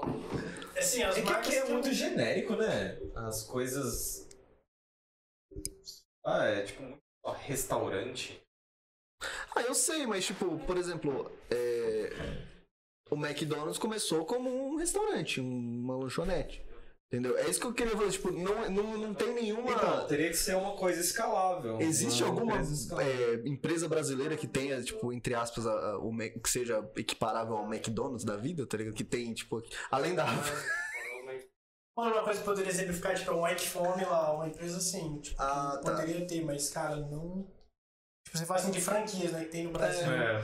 S3: assim, as
S1: É que
S3: marcas
S1: aqui é
S3: têm-
S1: muito genérico, né? As coisas. Ah, é tipo muito. ó, Restaurante.
S2: (laughs) Ah, eu sei, mas tipo, por exemplo, é, o McDonald's começou como um restaurante, um- uma lanchonete. Entendeu? É isso que eu queria falar, tipo, não, não, não tem nenhuma.
S1: Então, teria que ser uma coisa escalável.
S2: Existe
S1: uma
S2: alguma
S1: empresa escalável.
S2: é, empresa brasileira que tenha, tipo, entre aspas, a- a- o Mac- que seja equiparável ao McDonald's da vida, tá ligado? Que tem, tipo, aqui- além da.
S3: Mano, uma coisa que poderia exemplificar, tipo, é um White Fome lá, uma empresa assim, tipo,
S2: Ah,
S3: que
S2: tá.
S3: poderia ter, mas, cara, não... Tipo, você fala assim de franquias, né, que tem no Brasil.
S1: É.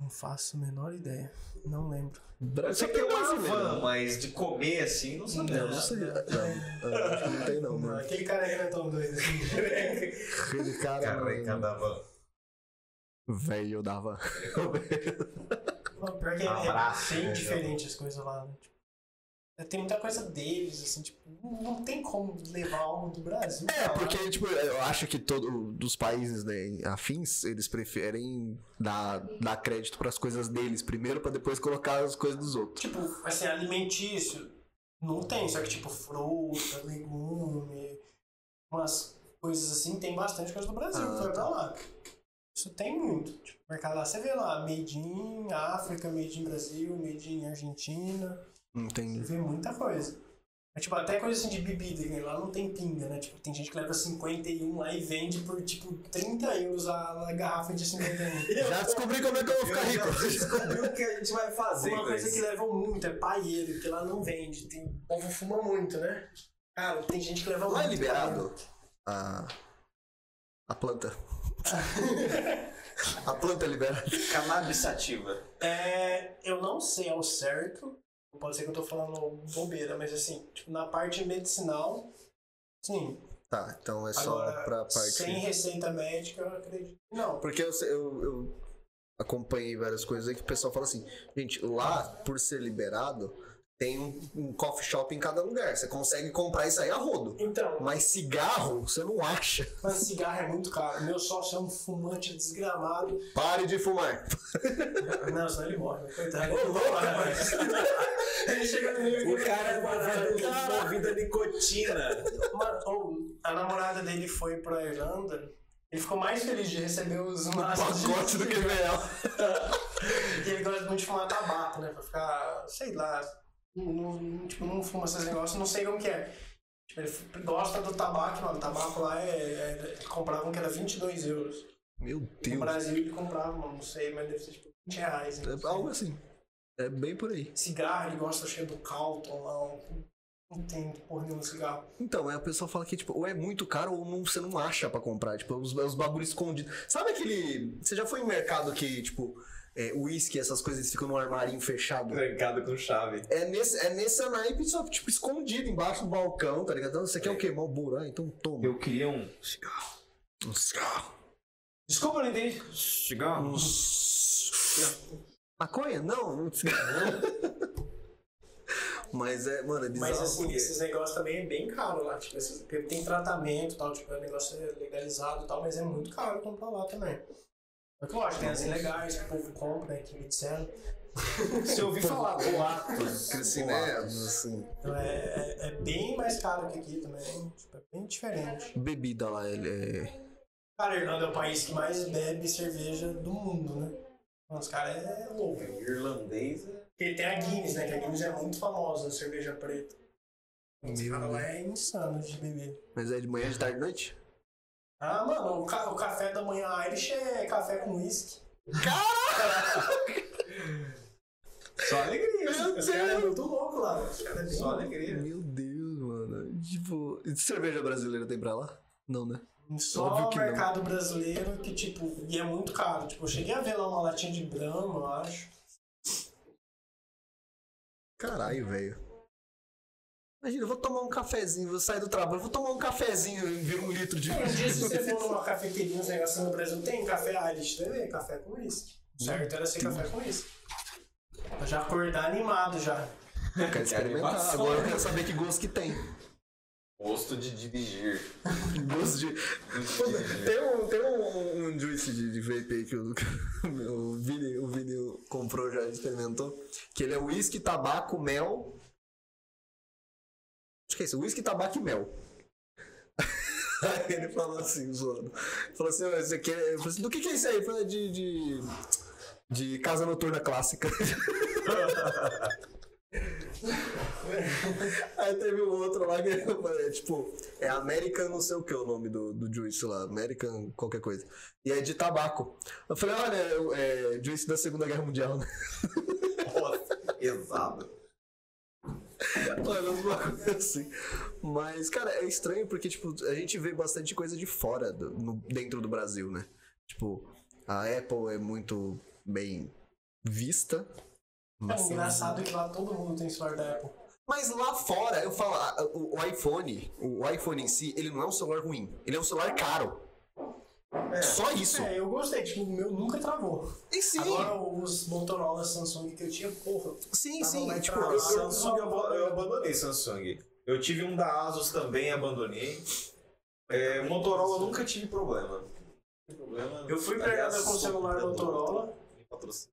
S3: Não faço a menor ideia. Não lembro.
S2: Bra-
S1: Eu sei
S2: Só
S1: que tem uma
S2: brasileiro.
S1: van, mas de comer assim, não
S2: Não, não
S1: sabemos.
S2: sei. Não, não, acho que não tem não,
S3: Mano,
S2: mano.
S3: aquele cara que não é tão doido assim.
S2: (laughs) Aquele cara.
S1: Caralho,
S2: mano,
S1: cada van.
S2: Velho da van.
S3: Mano, Pior que é-
S1: Abraço,
S3: é bem
S1: né,
S3: diferente as coisas lá, né? Tipo, tem muita coisa deles, assim, tipo, não- não tem como levar algo do Brasil.
S2: É,
S3: pra lá.
S2: porque, tipo, eu acho que todos os países né, afins, eles preferem dar, dar crédito pras coisas deles primeiro, pra depois colocar as coisas dos outros.
S3: Tipo, assim, alimentício. Não tem, só que tipo fruta, legume, umas coisas assim, tem bastante coisa do Brasil,
S2: Ah,
S3: foi pra lá. Isso tem muito. Tipo, o mercado lá, você vê lá, made in África, made in Brasil, made in Argentina, você
S2: Entendi.
S3: vê muita coisa. Mas, tipo, até coisa assim de bebida, que lá não tem pinga, né? Tipo, tem gente que leva 51 lá e vende por, tipo, 30 euros a, a garrafa de 51.
S10: Já descobri como é que eu vou ficar
S1: Eu
S10: rico.
S1: já descobri o que a gente vai fazer
S3: Uma
S1: com
S3: coisa
S1: isso.
S3: que levam muito é paieiro, porque lá não vende. Tem, o povo fuma muito, né? Cara, tem gente que leva
S2: Lá é
S3: muito
S2: liberado
S3: paieiro.
S2: a. a planta. a planta é liberada.
S1: Cannabis sativa.
S3: É, eu não sei ao certo, pode ser que eu tô falando bobeira, mas assim, tipo, na parte medicinal, sim.
S2: Tá, então é só
S3: Agora,
S2: pra parte.
S3: sem receita médica, eu acredito. que Não,
S2: Porque eu, sei- eu- eu acompanhei várias coisas aí que o pessoal fala assim, gente, lá, por ser liberado, tem um, um coffee shop em cada lugar. Você consegue comprar isso aí a rodo.
S3: então,
S2: Mas cigarro, você não acha.
S3: mas cigarro é muito caro. Meu sócio é um fumante desgramado.
S2: Pare de fumar. (laughs)
S3: Não, senão ele morre, coitado. (laughs) Ele chega no nível que ele quer parar, cara.
S1: movido a nicotina.
S3: Mano, ou, a namorada dele foi pra Irlanda. Ele ficou mais feliz de receber os maços de-
S2: Pacote do QVL.
S3: E (laughs) ele gosta muito de fumar tabaco, né? Pra ficar, sei lá. não- não- tipo, não fuma esses negócios, não sei como que é. Tipo, ele f- gosta do tabaco, mano. Tabaco lá é, é- Ele comprava um que era 22 euros.
S2: Meu
S3: No
S2: Deus.
S3: Brasil ele comprava, mano, não sei, mas deve ser tipo 20 reais. né?
S2: É algo assim. É bem por aí.
S3: Cigarro, ele gosta cheio do Calton lá. um- Não tem porra nenhuma cigarro.
S2: Então, é, o pessoal fala que, tipo, ou é muito caro ou não- você não acha pra comprar. Tipo, os, os bagulhos escondidos. Sabe aquele. Você já foi em mercado que, tipo, é, uísque, essas coisas eles ficam num armarinho fechado?
S1: Trancado com chave.
S2: É, nesse, é nessa naipe, só, tipo, escondido embaixo do balcão, tá ligado? Então, Você quer o quê? Malbura? Ah, então toma.
S1: Eu queria um
S2: Um cigarro.
S3: Desculpa, eu não entendi.
S1: cigarro.
S2: Maconha? Não, não sei. (laughs) Mas é, mano, é bizarro.
S3: Mas assim,
S2: porque-
S3: esses negócios também é bem caro lá, tipo, esses, porque tem tratamento e tal, tipo, o negócio é legalizado e tal, mas é muito caro comprar lá também. Só que lógico, tem as ilegais que o povo compra, né, que me disseram.
S1: (laughs) Se eu ouvi falar,
S3: é
S1: boatos.
S2: Cresci, né? Assim,
S3: Então é, é, é bem mais caro que aqui também, tipo, é bem diferente.
S2: bebida lá, ele é.
S3: Cara, a Irlanda é o país que mais bebe cerveja do mundo, né? Mano, os caras é louco.
S1: Um Irlandês.
S3: Porque tem a Guinness, né? Que a Guinness é muito famosa, a cerveja preta. Os caras lá é insano de beber.
S2: Mas é de manhã, de tarde, de noite?
S3: Ah, mano, o, ca- o café da manhã Irish é café com uísque.
S1: Só alegria.
S3: Os caras é muito louco lá, velho. Os caras é bem
S1: Só alegria.
S2: Meu Deus, mano. Tipo, e cerveja brasileira tem pra lá? Não, né?
S3: Só
S2: Óbvio
S3: o
S2: que não.
S3: mercado brasileiro que, tipo, e é muito caro. Tipo, eu cheguei a ver lá uma latinha de grama, eu acho.
S2: Caralho, velho. Imagina, eu vou tomar um cafezinho, vou sair do trabalho, vou tomar um cafezinho e vira um litro de.
S3: Um dia, se você for numa cafeteria, uns negócios no Brasil, tem café Irish também, café com uísque. O Certo era ser café com uísque. Eu já acordar animado já. É
S2: Eu quero experimentar.
S1: animação.
S2: Agora eu quero saber que gosto que tem.
S1: Gosto de dirigir.
S2: Gosto de. Tem um, tem um, um juice de, de vape aí que o, (laughs) o, Vini, o Vini comprou já, experimentou. Que ele é uísque, tabaco, mel. Acho que é isso, uísque, tabaco e mel. (laughs) Aí ele falou assim, zoando. Falou assim, "Ó, esse aqui é. Eu falei assim, do que, que é isso aí? Ele falou, "É de, de. de casa noturna clássica. Aí teve um outro lá que eu falei, tipo, é American não sei o que é o nome do, do juice lá, American qualquer coisa. E é de tabaco. Eu falei, olha, é, é juice da Segunda Guerra Mundial, né? (laughs)
S1: Nossa, pesado.
S2: Mano, uma coisa assim. Mas, cara, é estranho porque, tipo, a gente vê bastante coisa de fora, do- no- dentro do Brasil, né? Tipo, a Apple é muito bem vista.
S3: É
S2: mas-
S3: engraçado que lá todo mundo tem celular da Apple.
S2: Mas lá fora, eu falo, ah, o, o iPhone, o iPhone em si, ele não é um celular ruim. Ele é um celular caro. Só isso.
S3: É, eu gostei, tipo, o meu nunca travou.
S2: E sim,
S3: Agora os Motorola Samsung que eu tinha, porra,
S2: sim,
S3: tá bom,
S2: sim.
S3: vai
S2: Tipo,
S3: pra lá.
S2: eu- eu-
S1: Samsung, eu, abo- eu abandonei Samsung. Eu tive um da Asus também, abandonei. É, Motorola nunca tive problema. (laughs)
S3: Eu fui pregada com o celular Motorola.
S1: Me patrocina.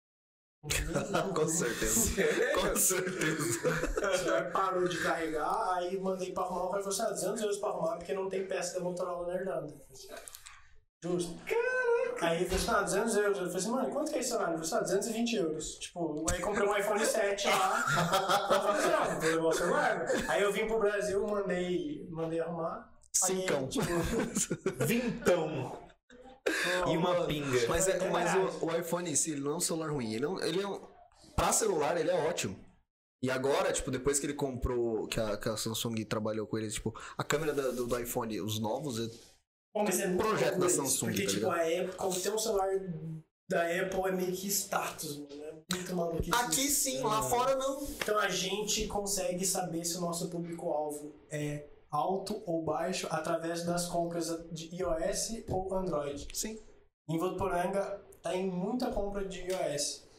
S1: (laughs)
S6: Com certeza.
S2: (laughs)
S6: Com certeza.
S3: O celular parou de carregar, aí mandei pra arrumar, o cara falou assim, ah, 200 euros pra arrumar, porque não tem peça da Motorola na Irlanda. Eu falei assim, Justo. Caraca! Aí ele falou assim, ah, 200 euros. Eu falei assim, mano, quanto que é esse celular? Ele falou assim, ah, 220 euros. Tipo, aí comprei um iPhone 7 lá. Eu falei assim, ah, vou levar o celular. Aí eu vim pro Brasil, mandei, mandei arrumar. paguei,
S2: Cincão. (laughs)
S3: tipo,
S1: Vintão. E uma pinga.
S2: Mas, é, mas o, o iPhone em si, ele não é um celular ruim. Ele é um, ele é um- pra celular, ele é ótimo. E agora, tipo, depois que ele comprou, que a, que a Samsung trabalhou com ele, tipo, a câmera da- do, do iPhone, os novos, é-
S3: Bom, mas é muito
S2: Projeto
S3: louco
S2: da
S3: isso,
S2: Samsung,
S3: Porque,
S2: tá
S3: tipo, a Apple, ter um celular da Apple é meio que status, mano. É muito maluquice.
S2: aqui sim, lá fora não.
S3: Então a gente consegue saber se o nosso público-alvo é alto ou baixo através das compras de iOS ou Android.
S2: Sim.
S3: Em Votuporanga tem muita compra de iOS.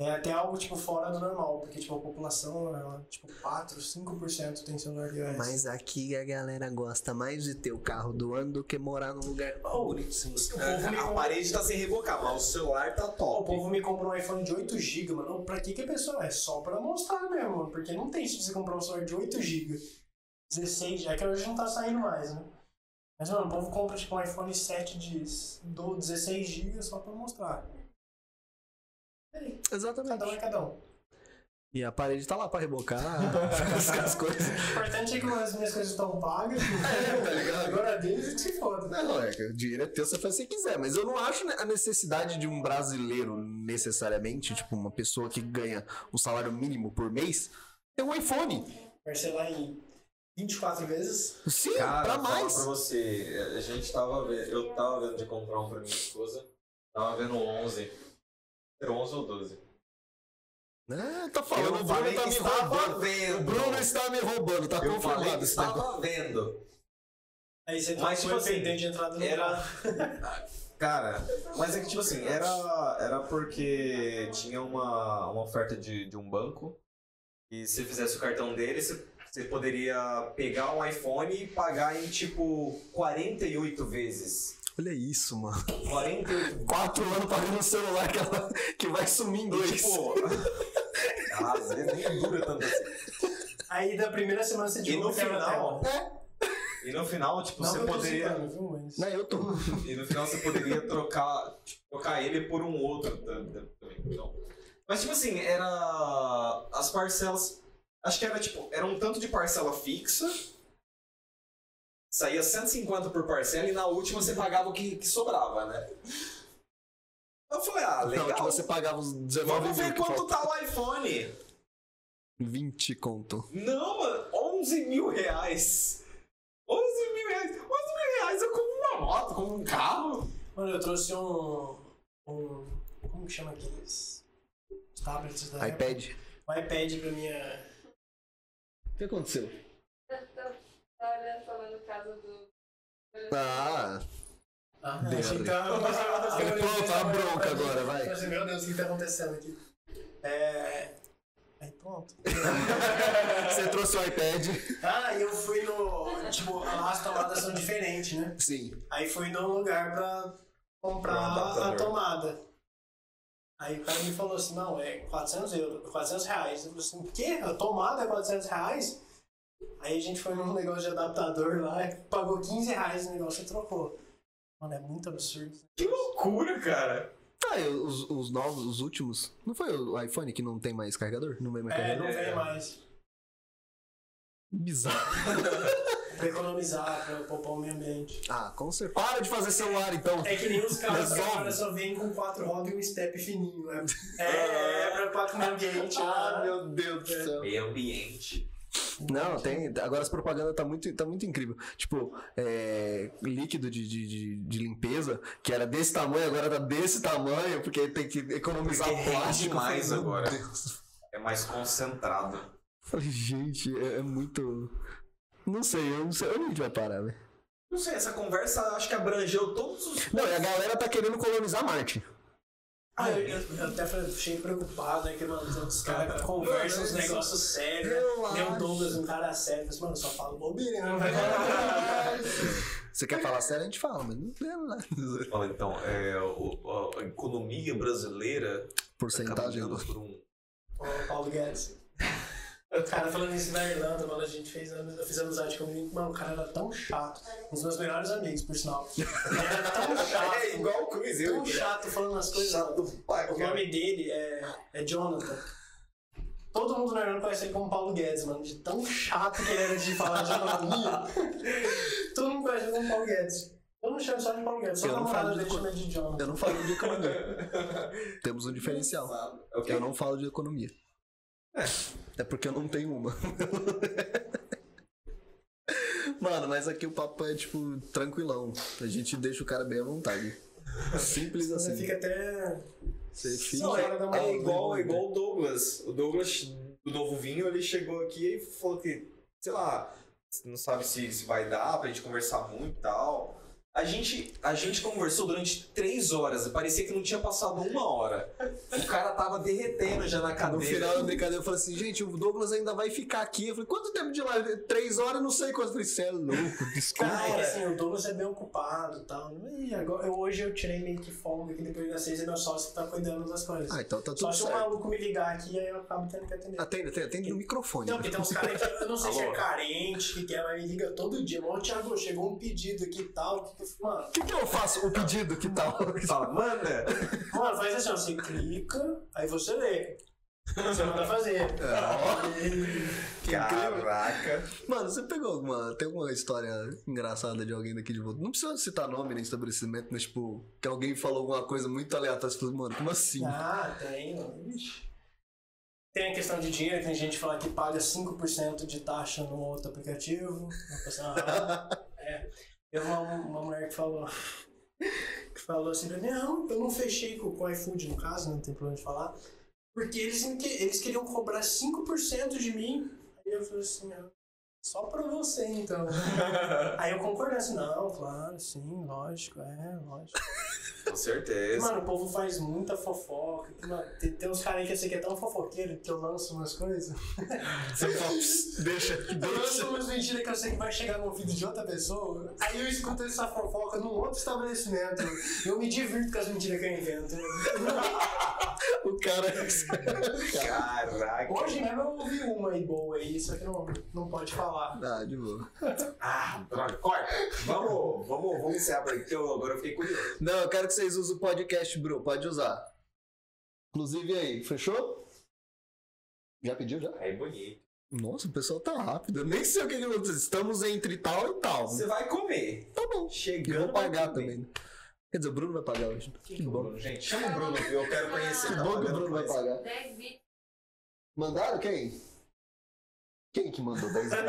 S3: É até algo tipo fora do normal, porque tipo a população, ela, tipo 4, 5% tem celular de iOS.
S2: Mas aqui a galera gosta mais de ter o carro do ano do que morar num lugar
S3: Oh,
S2: bonito. Sim.
S3: O povo me
S1: A
S3: compra-
S1: parede tá sem rebocar, mas o celular tá
S3: O
S1: top.
S3: povo me comprou um iPhone de 8GB, mano. Pra que que a pessoa? É só pra mostrar mesmo, mano. Porque não tem se você comprar um celular de 8GB. 16, já que hoje não tá saindo mais, né? Mas, mano, o povo compra tipo um iPhone 7 de do 16GB só pra mostrar. Cada um é
S2: Exatamente.
S3: cada um.
S2: E a parede tá lá pra rebocar (laughs) as, as coisas.
S3: O importante é que as minhas coisas
S1: (laughs)
S3: estão pagas. né?
S2: tá ligado?
S3: Agora deles é que se foda.
S2: Não, é que o dinheiro é teu, você faz o que você quiser. Mas eu não acho ne- a necessidade de um brasileiro, necessariamente, tipo, uma pessoa que ganha um salário mínimo por mês, ter um iPhone.
S3: Parcelar em 24 vezes.
S2: Sim,
S1: Cara,
S2: pra
S1: falar
S2: mais.
S1: pra você, a gente tava vendo, eu tava vendo de comprar um pra minha esposa, tava vendo 11. Era 11 ou 12.
S2: Ah, tá falando, o Bruno tá me roubando.
S1: vendo.
S2: O Bruno está me roubando, tá
S1: eu falei
S2: confirmado
S1: que
S2: esse negócio.
S1: estava vendo.
S3: Aí você
S1: Mas, tipo
S3: um
S1: assim,
S3: pendente de entrada no
S1: Era.
S3: lugar.
S1: (laughs) Cara, mas é que tipo assim, era, era porque tinha uma, uma oferta de, de um banco e se fizesse o cartão dele, você, você poderia pegar um iPhone e pagar em tipo 48 vezes.
S2: Olha isso, mano.
S1: 48
S3: (laughs)
S2: Quatro anos pagando um celular que, ela- que vai sumir em dois.
S1: Tipo, (laughs) às vezes nem dura tanto assim.
S3: Aí da primeira semana você
S1: E no
S3: desbloqueia na
S1: final,
S3: tela.
S1: E no final, tipo,
S3: Não que
S1: você
S3: eu tô
S1: poderia.
S3: citando, viu, mas-
S2: Não, eu tô.
S1: E no final você poderia trocar, tipo, trocar ele por um outro tam- tam- também. Então. Mas tipo assim, era. As parcelas. Acho que era tipo, era um tanto de parcela fixa. Saía 150 por parcela e na última você pagava o que, que sobrava, né? Eu falei, ah, legal.
S2: Não, que você pagava um os 19
S1: Vamos
S2: mil.
S1: ver
S2: que
S1: quanto
S2: falta.
S1: tá o iPhone.
S2: 20 conto.
S1: Não, mano, 11 mil reais. 11 mil reais. 11 mil reais eu compro uma moto, compro um carro.
S3: Mano, eu trouxe um. um como que chama aqueles? Os tablets da Apple?
S2: iPad.
S3: Um iPad pra minha.
S2: O que aconteceu?
S8: Olha, falando o caso do.
S2: Ah,
S3: Ah,
S2: Deu,
S3: achei que
S2: né?
S3: tava-
S2: (laughs) pronto, a tá bronca agora, vai.
S3: né? Eu falei, Meu Deus, o que tá acontecendo aqui? É. Aí pronto.
S2: Você trouxe o iPad? (laughs)
S3: Ah, e eu fui no. Tipo, lá as tomadas são diferentes, né?
S2: Sim.
S3: Aí fui num lugar pra
S1: Pra
S3: comprar
S1: um adaptador.
S3: a tomada. Aí o cara me falou assim, não, é 400 euros, 400 reais. Eu falei assim, o quê? A tomada é 400 reais? Aí a gente foi num negócio de adaptador lá, e pagou 15 reais no negócio e trocou. Mano, é muito absurdo.
S1: Que loucura, cara.
S2: Ah, e os, os novos, os últimos. Não foi o iPhone que não tem mais carregador? Não vem mais
S3: É,
S2: carregador?
S3: não vem mais.
S2: Bizarro.
S3: Pra economizar, pra poupar o meio ambiente.
S2: Ah, com certeza. Para de fazer celular então.
S3: É que nem os carros que
S2: Resolve.
S3: agora só um. vêm com quatro rodas e um step fininho, né? É, é pra quatro meio ambiente. Ah, meu
S2: Deus do céu.
S1: Meio ambiente.
S2: Não, tem. Agora as propagandas tá muito, tá muito incrível. Tipo, é, líquido de, de, de- de limpeza, que era desse tamanho, agora tá desse tamanho, porque tem que economizar
S1: Porque rende
S2: plástico. um
S1: mais
S2: Meu
S1: Tá agora.
S2: Deus.
S1: É mais concentrado.
S2: Falei, gente, é, é muito. Não sei, eu não sei onde a gente vai parar, né? velho.
S1: Não sei, essa conversa acho que abrangeu todos os.
S2: Não, e a galera tá querendo colonizar Marte.
S3: Ah, eu, eu- eu até falei, fiquei preocupado, é que, mano, tem uns caras que conversam uns
S2: assim.
S3: negócios sérios.
S2: Eu
S3: Meu
S2: acho.
S3: Douglas, um cara sério, mas, mano, só fala bobeira, né? velho?
S2: (laughs) Você quer falar sério, a gente fala, mas não tem lá.
S1: Olha, então, é, o- a- a economia brasileira
S2: porcentagem do.
S1: por um.
S3: Ô, Paulo Guedes. O cara falando isso na Irlanda, mano, a gente fez, eu fiz amizade com um menino, mano, o cara era tão chato. Um dos meus melhores amigos, por sinal. Ele era tão chato.
S2: (laughs) É igual o Cruz, eu.
S1: um
S3: Tão chato falando as coisas.
S2: Chato pra
S3: O
S2: caralho.
S3: nome dele é, é Jonathan. Todo mundo na Irlanda conhece ele como Paulo Guedes, mano. De tão chato que ele era de
S2: (laughs)
S3: falar de economia. Todo mundo conhece ele como Paulo Guedes. Eu não chamo só de Paulo Guedes, só
S2: Eu
S3: a
S2: não
S3: namorada
S2: falo de
S3: dele chama ele de Jonathan.
S2: Eu não falo de economia. Temos um diferencial.
S1: É o quê?
S2: Eu não falo de economia. É porque eu não tenho uma. Mano, mas aqui o papo é, tipo, tranquilão. A gente deixa o cara bem à vontade. Simples
S3: Você
S2: assim.
S3: fica até.
S2: Você fica-
S3: Não, é-
S2: Ah,
S1: É igual,
S2: levanta.
S1: é igual o Douglas. O Douglas do Novo Vinho, ele chegou aqui e falou que, sei lá, não sabe se, se vai dar pra gente conversar muito e tal. A gente, a gente conversou durante três horas, e parecia que não tinha passado uma hora. O cara tava derretendo já na
S2: No
S1: cadeira.
S2: final da brincadeira eu falei assim, gente, o Douglas ainda vai ficar aqui. Eu falei, quanto tempo de live? Três horas, não sei quanto. Eu falei, você é louco, (laughs) desculpa.
S3: Cara, é que assim, o Douglas é bem ocupado e tal. E agora, eu- hoje eu tirei meio que folga aqui depois das seis e meu sócio que tá cuidando das coisas.
S2: Ah, então tá
S3: Só
S2: tudo
S3: se um
S2: certo.
S3: maluco me ligar aqui, aí eu acabo tendo que atender.
S2: Atende, atende, atende no microfone.
S3: Não, porque tem uns caras que eu não sei se é
S1: Alô?
S3: carente, que quer, mas me liga todo dia. Mas, ô Thiago, chegou um pedido aqui e tal. que- que- Mano,
S2: O que, que eu faço? O pedido, que tá tal? (laughs)
S1: Fala, manda!
S3: mano, faz assim, ó, você clica, aí você lê. Você manda fazer.
S2: (laughs) Que incrível.
S1: Caraca!
S2: Mano, você pegou alguma. Tem alguma história engraçada de alguém daqui de volta? Não precisa citar nome nem estabelecimento, mas tipo, que alguém falou alguma coisa muito aleatória. Você falou, mano, como assim?
S3: Ah, tem, mano. Ixi. Tem a questão de dinheiro, que tem gente que fala que paga 5% de taxa no outro aplicativo. Eu pensei, ah, é. Teve uma, uma mulher que falou. Que falou assim pra mim, não, eu não fechei com, com o iFood no caso, não tem problema de falar. Porque eles, me que- eles queriam cobrar 5% de mim. Aí eu falei assim, ah, só pra você então. Aí eu concordei assim, não, claro, sim, lógico, é, lógico.
S1: Com certeza.
S3: Mano, o povo faz muita fofoca. Mano, tem, tem uns caras aí que eu sei que é tão fofoqueiro que eu lanço umas coisas.
S2: Você fala, "Pss, (laughs) deixa,
S3: Eu lanço
S2: deixa.
S3: umas mentiras que eu sei que vai chegar no ouvido de outra pessoa. Aí eu escuto essa fofoca num outro estabelecimento. Eu me divirto com as mentiras que eu invento.
S2: O cara.
S1: Caraca!
S3: Hoje mesmo eu ouvi uma aí boa aí, só que não, não pode falar.
S2: (laughs) Ah, de boa.
S1: Ah, droga, corta! Vamos, vamos, vamos encerrar por aqui, que eu- agora eu fiquei curioso.
S2: Não, eu quero que vocês usem o podcast, Bru. Pode usar. Inclusive aí, fechou? Já pediu já?
S1: É bonito.
S2: Nossa, o pessoal tá rápido. Eu nem sei o que que aconteceu. Estamos entre tal e tal.
S1: Você vai comer.
S2: Tá bom. E
S1: Chegando.
S2: vou pagar
S1: vai comer.
S2: também. né? Quer dizer, o Bruno vai pagar hoje. Que bom.
S1: Bruno, gente, chama o Bruno, que eu quero conhecer.
S2: Que
S1: tá
S2: bom que o
S1: pagando
S2: Bruno vai
S1: pra
S2: pagar.
S8: 10 bits
S2: Mandaram quem? Quem que mandou 10 bits?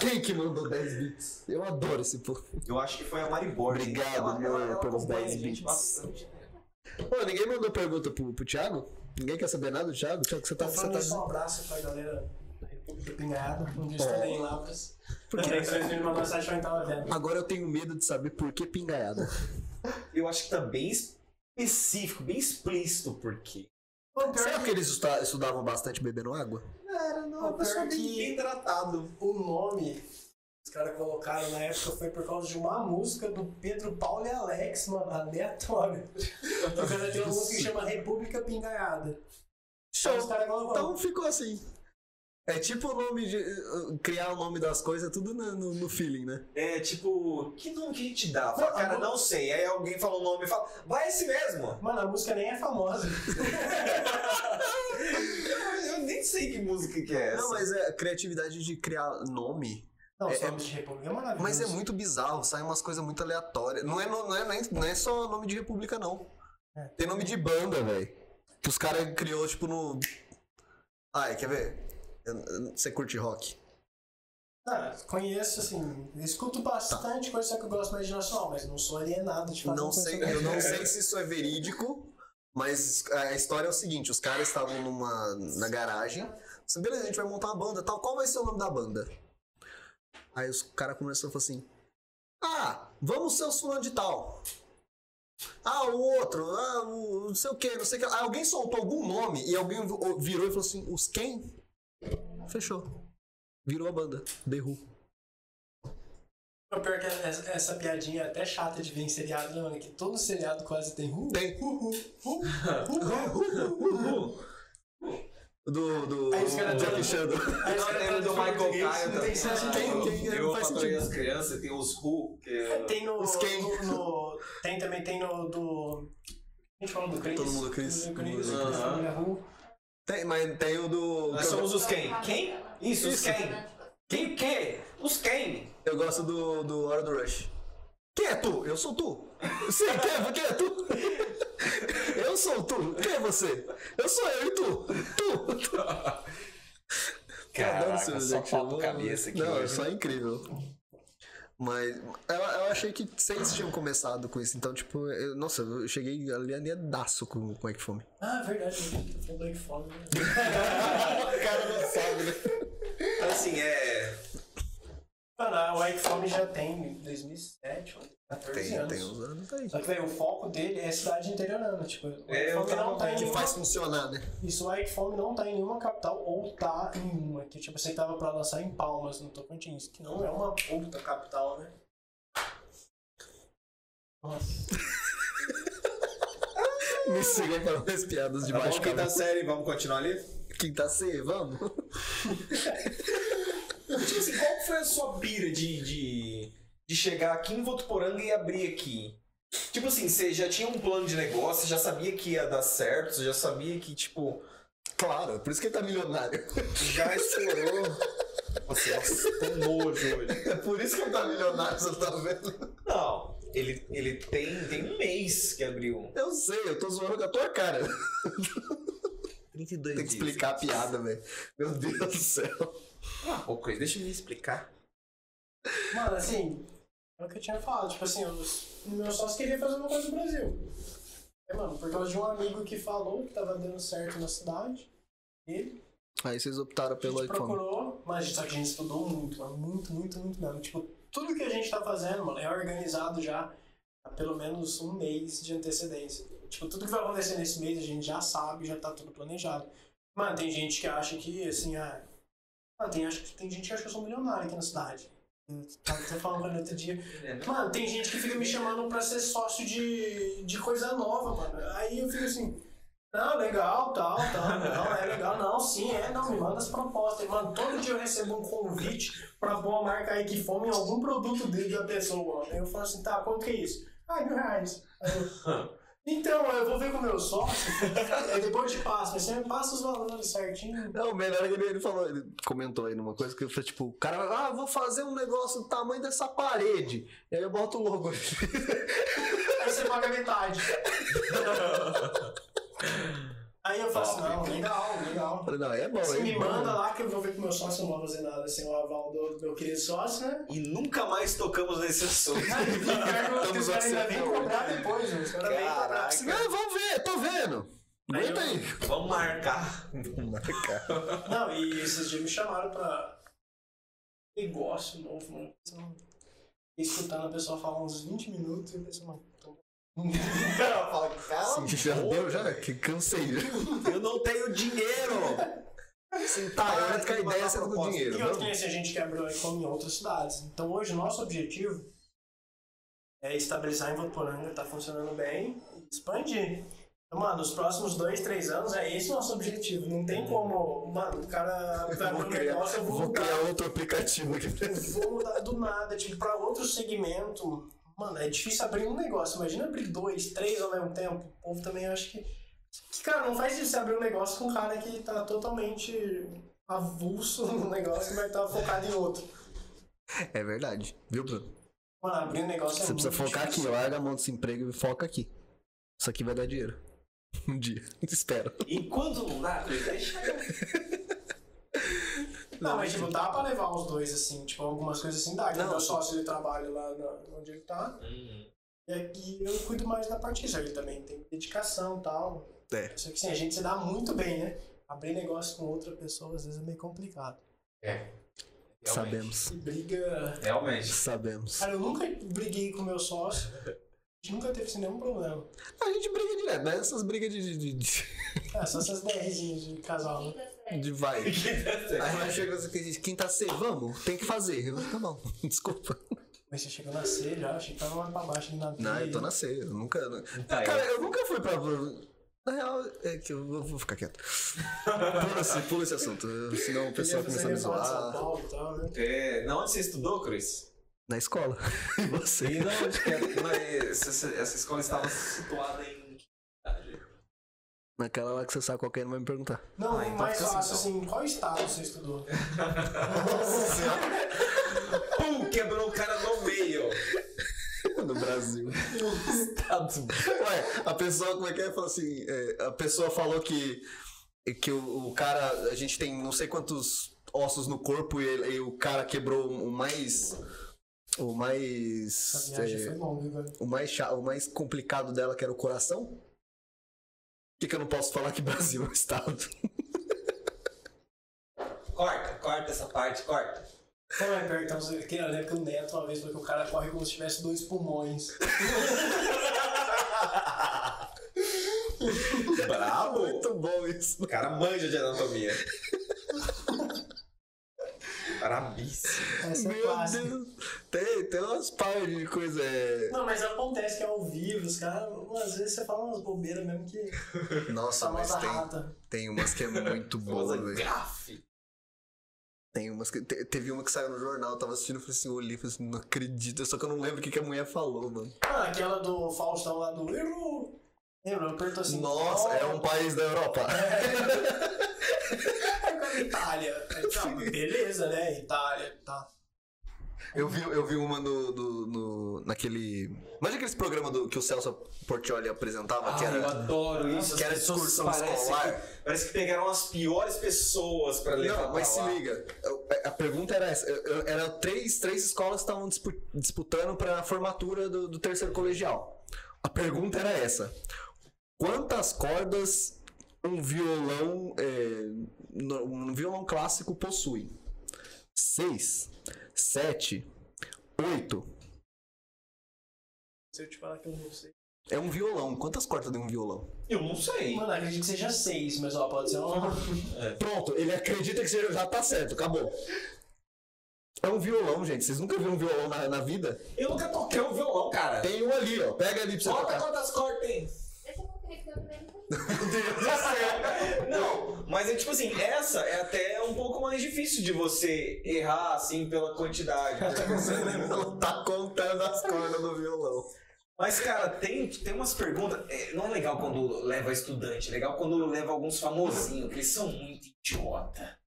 S2: Quem que mandou 10 bits? Eu adoro esse povo.
S1: isso. Eu acho que foi a Mari Borges.
S2: Obrigado,
S1: Ela-
S2: meu,
S1: ela- ela
S2: pelos
S1: acompanha
S2: 10
S1: a gente
S2: bits.
S1: bastante, né?
S2: Pô, ninguém mandou pergunta pro, pro Thiago? Ninguém quer saber nada do Thiago? Thiago, você tá.
S3: Então,
S2: Você
S3: falando
S2: tá...
S3: só um abraço pra galera da República Pinhada. Um dia eu estarei em Lavras.
S2: Por quê?
S3: Porque vocês viram uma mensagem pra entrar lá dentro.
S2: Agora eu tenho medo de saber por que pingaiada.
S1: Eu acho que tá bem específico, bem explícito, porque.
S2: Será que eles estu- estudavam bastante bebendo água?
S1: Cara, não,
S3: a pessoa bem-
S2: é
S3: bem
S1: tratado.
S3: o nome que os caras colocaram na época foi por causa de uma música do Pedro Paulo e Alex,
S2: (laughs)
S3: mano, aleatório. O cara tem uma música que chama República Pingaiada. Então, os
S2: Show.
S3: caras colocaram.
S2: Então ficou assim. É tipo o nome de. uh, Criar o nome das coisas, tudo na- no, no feeling, né?
S1: É tipo, que nome que a gente dá? Fala,
S3: Não,
S1: cara,
S3: a-
S1: não sei. Aí alguém fala o nome e fala, vai esse mesmo. (laughs)
S2: então-
S3: Mano, a música nem é famosa.
S1: Eu nem sei que música que é essa.
S2: Não, mas é a criatividade de criar nome
S3: Não,
S2: É-
S3: os
S2: é-
S3: nomes de República é maravilhoso.
S2: Mas é muito bizarro, saem umas coisas muito aleatórias. Não é, no- não, é, nem- não é só nome de república, não.
S3: É.
S2: Tem nome de banda, velho. Que os caras criou, tipo, no. Ai, quer ver? Eu- eu- Você curte rock?
S3: Ah, conheço, assim, escuto bastante coisa, só que eu gosto mais de nacional, mas não sou alienado de fato.
S2: Não sei, eu não sei se isso é verídico, mas a história é o seguinte: os caras estavam numa na garagem. Assim, Beleza, a gente vai montar uma banda tal. Qual vai ser o nome da banda? Aí os caras começaram a falar assim: Ah, vamos ser os fulano de tal. Ah, o outro, ah, o não sei o que, não sei o que. Aí alguém soltou algum nome e alguém vi- virou e falou assim: Os quem? Fechou. Virou a banda. The Who.
S3: O pior é que essa, essa piadinha é até chata de ver em seriado, né, mano? Que todo seriado quase tem um. ru.
S2: Tem.
S3: Ru, ru, ru, ru,
S2: (laughs)
S3: ru, ru, ru.
S2: Do. do
S3: Aí os caras
S2: Jack
S3: tão-
S2: Shadow.
S3: Aí os
S1: Eu
S3: caras
S1: lembro
S2: é
S1: do
S3: traduzem em
S1: Michael
S3: português,
S1: Caio
S3: Não tem
S1: também.
S3: sentido nenhum.
S2: tem,
S1: eu,
S2: não
S1: eu
S2: faz
S1: patrulhei
S2: sentido.
S1: as crianças, tem os Who, que é-
S3: Tem no,
S2: Os quem?
S3: no, no- Tem também, tem no do. A gente fala do Chris.
S2: Todo mundo Chris.
S3: Do
S2: Todo
S3: Chris,
S2: mundo
S1: Chris.
S3: família Ru.
S2: (laughs) Tem, mas tem o do.
S1: Nós
S2: que eu-
S1: somos os quem? Quem? Isso, os quem? Quem o quê? Os quem?
S2: Eu gosto do, do Hora do Rush. Quem é tu? Eu sou tu. Você quem, quem é tu? (laughs) Eu sou tu. Quem é você? Eu sou eu e tu. Tu. (laughs) tu. Adoro esse Jack Chan. Não, é só incrível. Mas eu, eu achei que vocês tinham começado com isso, então, tipo, eu- nossa, eu cheguei alienadaço com, com é que fome.
S3: Ah, verdade. Foi Black Fog. né?
S2: (laughs) O cara não sabe, né?
S1: Assim, é...
S3: (laughs) Mano, a White Fome já tem 2007, ou 14
S2: Tem,
S3: anos.
S2: tem um. uns anos aí.
S3: Só que, velho, o foco dele é cidade interiorana. Tipo,
S1: É, eu
S3: White Fome
S1: tava
S3: não tá em
S1: vendo
S2: Que
S3: nenhuma-
S2: faz funcionar, né?
S3: Isso, White Fome não tá em nenhuma capital ou tá em uma. Que, tipo, você tava pra lançar em Palmas, no Tocantins, que não é uma puta capital, né? Nossa.
S2: (laughs) Me sigam para mais piadas de baixo
S7: quinta
S2: calão.
S7: série, vamos continuar ali?
S2: Quinta tá C, vamos?
S1: Tipo assim, qual foi a sua pira de, de, de chegar aqui em Votuporanga e abrir aqui? Tipo assim, você já tinha um plano de negócio, você já sabia que ia dar certo, você já sabia que, tipo,
S2: Claro, por isso que ele tá milionário.
S7: Já estourou. Nossa, nossa, tem nojo hoje.
S2: É por isso que ele tá milionário, você tá vendo?
S1: não, ele, ele tem, tem um mês que abriu.
S2: Eu sei, eu tô zoando com a tua cara.
S1: 32
S2: Tem que explicar a piada, velho. Meu Deus do céu.
S1: Ah, ô Cris, deixa eu me explicar.
S3: Mano, assim, é o que eu tinha falado. Tipo assim, os meus sócios queriam fazer uma coisa no Brasil. É, mano, por causa de um amigo que falou que tava dando certo na cidade. Ele.
S2: Aí vocês optaram
S3: A
S2: pelo
S3: gente
S2: iPhone.
S3: procurou, mas só que a gente estudou muito, mas muito, muito, muito mesmo. Tipo, tudo que a gente tá fazendo, mano, é organizado já há pelo menos um mês de antecedência. Tipo, tudo que vai acontecer nesse mês a gente já sabe, já tá tudo planejado. Mano, tem gente que acha que, assim, ah. Mano, tem, acho, que- tem gente que acha que eu sou milionário aqui na cidade. Eu tava até Tá, falando no outro dia. Mano, tem gente que fica me chamando pra ser sócio de, de coisa nova, mano. Aí eu fico assim. Não, legal, tal, tal, não, é legal, não, sim, é, não, me manda as propostas. Mano, todo dia eu recebo um convite pra pôr a marca aí que fome em algum produto dele da pessoa. Aí eu falo assim, tá, quanto que é isso? Ah, mil reais. Aí eu, então, eu vou ver com o meu sócio, aí depois eu te passo, mas você me passa os valores certinho.
S2: Não, o melhor é que ele, ele falou, ele comentou aí numa coisa que foi tipo, o cara, ah, vou fazer um negócio do tamanho dessa parede. E aí eu boto o logo. (laughs)
S3: Aí você paga metade. (laughs) Aí eu falo assim, não, legal, legal.
S2: Falei, não, aí é bom,
S3: Você
S2: aí é
S3: me
S2: bom.
S3: manda lá que eu vou ver com o meu sócio, eu não vou fazer nada sem o aval do do meu querido sócio, né?
S1: E nunca mais tocamos nesse assunto.
S3: é Os caras ainda vêm
S2: acertando.
S3: cobrar depois, né? Os caras vêm cobrar.
S1: Caraca.
S2: Ah, vamos ver, tô vendo.
S3: Aí
S2: Aguenta
S3: eu-
S2: aí.
S1: Vamos marcar.
S2: (laughs)
S3: Não, e esses dias me chamaram pra negócio novo, mano. Então, escutando a pessoa falar uns 20 minutos e eu pensei, mano, tô... (laughs)
S7: Ela fala,
S2: Sim,
S7: cala.
S2: (laughs) já deu, já que cansei.
S1: Eu não tenho dinheiro.
S2: Tá,
S7: Para
S2: eu entro com a ideia
S7: de mandar
S2: sendo com
S7: proposta.
S2: dinheiro.
S3: E eu
S2: vamos.
S3: conheci a gente que abriu a Ecom em outras cidades. Então hoje o nosso objetivo é estabilizar em Votuporanga, tá funcionando bem, e expandir. Então, mano, nos próximos dois, três anos é esse o nosso objetivo. Não tem como, mano, o cara vai abrir um negócio, eu vou,
S2: Uhum. Vou
S3: mudar.
S2: criar outro aplicativo aqui. (laughs)
S3: vou mudar do nada, tipo, pra outro segmento. Mano, é difícil abrir um negócio. Imagina abrir dois, três ao mesmo tempo. O povo também acha que. que, cara, não faz isso você abrir um negócio com um cara que tá totalmente avulso no negócio e vai estar focado em outro.
S2: É verdade, viu, Bruno?
S3: Mano, abrir um negócio é
S2: Você precisa
S3: muito
S2: focar aqui,
S3: difícil.
S2: larga a mão desse emprego e foca aqui. Isso aqui vai dar dinheiro. (laughs) Um dia. Espero.
S1: Enquanto não dá, Cris, deixa eu
S3: Não, mas tipo, dá pra levar os dois assim, tipo, algumas coisas assim dá. Não.
S2: Não.
S3: Meu sócio ele trabalha lá na- onde ele tá. E aqui eu cuido mais da parte isso. Ele também tem dedicação e tal.
S2: É.
S3: Só que assim, a gente se dá muito bem, né? Abrir negócio com outra pessoa às vezes é meio complicado.
S2: Sabemos.
S3: E briga.
S1: (laughs) Realmente.
S2: Sabemos.
S3: Cara, eu nunca briguei com meu sócio. A gente nunca teve assim, nenhum problema.
S2: A gente briga direto, mas essas brigas de, de, de,
S3: É, só essas DRzinhas de casal, né?
S2: de vai. (laughs) Aí nós chegamos aqui e diz, quinta C, vamos, tem que fazer. Eu, tá bom, "Tá (laughs) desculpa.
S3: Mas você chegou na C já, achei que tava lá pra baixo ainda.
S2: Não, eu tô na C, eu nunca.
S1: Tá,
S2: Ah, Cara, eu nunca fui pra. Na real, é que eu vou vou ficar quieto. (laughs) Pula esse, pula esse assunto, senão o pessoal começa a me
S3: São
S2: zoar.
S3: Paulo e tal, né?
S1: É, na onde você estudou, Cris?
S2: Na escola. (laughs) E você?
S1: E na onde que é- mas essa, essa escola estava situada em que cidade?
S2: Naquela lá que você sabe qual que é, não vai me perguntar.
S3: Não,
S1: Ah, então
S3: mais
S1: fica assim,
S3: fácil
S1: só.
S3: assim, qual estado você estudou?
S1: Pum, quebrou o cara no meio.
S2: (laughs) No Brasil. Ué, a pessoa, como é que é? Fala assim, é, a pessoa falou que, que o, o cara, a gente tem não sei quantos ossos no corpo e, ele- e o cara quebrou o mais. O
S3: Essa
S2: mais.
S3: viagem
S2: é,
S3: foi longa, hein, velho.
S2: o, mais cha- o mais complicado dela, que era o coração. Por que, que eu não posso falar que Brasil é um estado?
S1: Corta, corta essa parte, corta.
S3: Não, é pior, então, você- que eu lembro que o Neto uma vez falou que o cara corre como se tivesse dois pulmões.
S2: (laughs)
S1: Bravo!
S2: Muito bom isso.
S1: O cara manja de anatomia. Parabéns.
S3: Essa é
S2: Meu
S3: clássica.
S2: Deus. Tem, tem umas partes de coisa. é,
S3: Não, mas acontece que é ao vivo, os caras, às vezes você fala umas bobeiras mesmo que
S2: Nossa, mas
S3: famosa
S2: tem,
S3: rata.
S2: tem umas que é muito boa,
S1: Famosa
S2: velho.
S1: gafe.
S2: Tem umas que. te- teve uma que saiu no jornal, eu tava assistindo, eu falei assim, eu olhei, falei assim, não acredito, só que eu não lembro o que, que a mulher falou, mano.
S3: Ah, aquela do Faustão lá do Erro. Lembra? Eu pergunto assim.
S2: Nossa,
S3: qual-
S2: é um país da Europa.
S3: Aí vai é pra Itália. Aí, tá,
S2: (laughs)
S3: beleza, né? Itália, tá.
S2: Eu vi, eu vi uma no, do- no- naquele. Imagina aqueles programa do, que o Celso Portioli apresentava, Ah, que
S1: eu
S2: era.
S1: adoro isso.
S2: que
S1: as
S2: era
S1: pessoas
S2: excursão
S1: parecem
S2: escolar.
S1: que- parece que pegaram as piores pessoas pra levar
S2: Não, mas se
S1: pra lá.
S2: liga. eu- é, A, a pergunta era essa. eu- eu- Era três, três escolas que estavam dispu- disputando pra formatura do, do terceiro colegial. A pergunta era essa. Quantas cordas um violão. é, no- um violão clássico possui? Seis, sete, oito.
S3: Se eu te falar que eu não sei.
S2: É um violão. Quantas cordas tem um violão?
S1: Eu não sei.
S3: Mano, acredito que seja seis, mas ó, pode ser uma.
S2: (laughs)
S1: É.
S2: Pronto, ele acredita que você já tá certo, acabou. É um violão, gente. Vocês nunca viram um violão na, na vida?
S1: Eu nunca toquei um violão, cara.
S2: Tem um ali, ó. Pega ali pra você
S1: Conta
S2: tocar.
S1: quantas cordas tem.
S8: Deixa eu conferir que eu também não
S1: (laughs) Não, mas é tipo assim, essa é até um pouco mais difícil de você errar, assim, pela quantidade. né?
S2: (laughs) Não tá contando as cordas do violão.
S1: Mas, cara, tem, tem umas perguntas. é, não é legal quando leva estudante, é legal quando leva alguns famosinhos, que eles são muito idiota.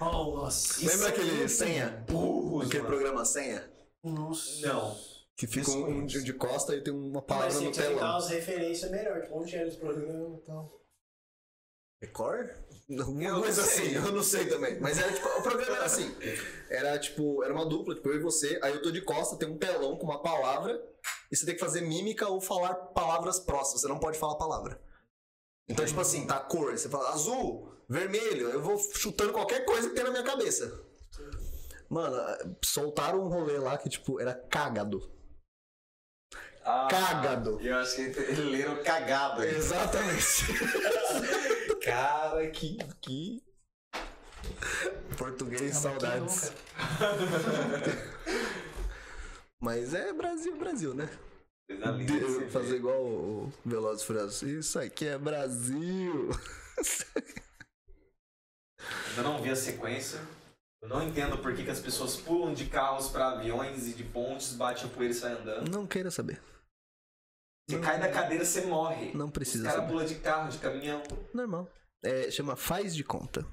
S3: Oh, nossa.
S2: Lembra
S1: são
S2: aquele
S1: muito
S2: senha?
S1: Burros,
S2: Aquele
S1: mano.
S2: programa senha?
S3: Nossa.
S1: Não.
S2: Que fica um, um de de costa e tem uma palavra
S3: Mas tem
S2: no
S3: que pegar
S2: telão.
S3: as referências melhor, tipo, onde era os programas e tal.
S2: Record?
S1: Eu
S2: Alguma
S1: não
S2: coisa
S1: sei.
S2: assim, eu não sei também. Mas era tipo, o programa era assim. Era tipo, era uma dupla, tipo, eu e você, aí eu tô de costa, tem um telão com uma palavra, e você tem que fazer mímica ou falar palavras próximas, você não pode falar palavra. Então, tipo assim, tá a cor, você fala azul, vermelho, eu vou chutando qualquer coisa que tem na minha cabeça. Mano, soltaram um rolê lá que, tipo, era cagado.
S1: Ah,
S2: Cagado.
S1: Eu acho que eles leram cagado.
S2: (laughs) Exatamente.
S1: Cara, que.
S2: Que. Português, saudades.
S3: Que
S2: (laughs)
S3: louca.
S2: Mas é Brasil, Brasil, né?
S1: coisa linda
S2: De-
S1: de se ver.
S2: fazer igual o o Velozes e Furiosos. Isso aqui é Brasil!
S1: Eu não vi a sequência. Eu não entendo por que, que as pessoas pulam de carros pra aviões e de pontes, bate a poeira e sai andando.
S2: Não queira saber.
S1: Você cai da cadeira, você morre.
S2: Não
S1: Os
S2: precisa
S1: caras
S2: saber.
S1: pulam de carro, de caminhão.
S2: Normal. É, chama faz de (laughs) conta.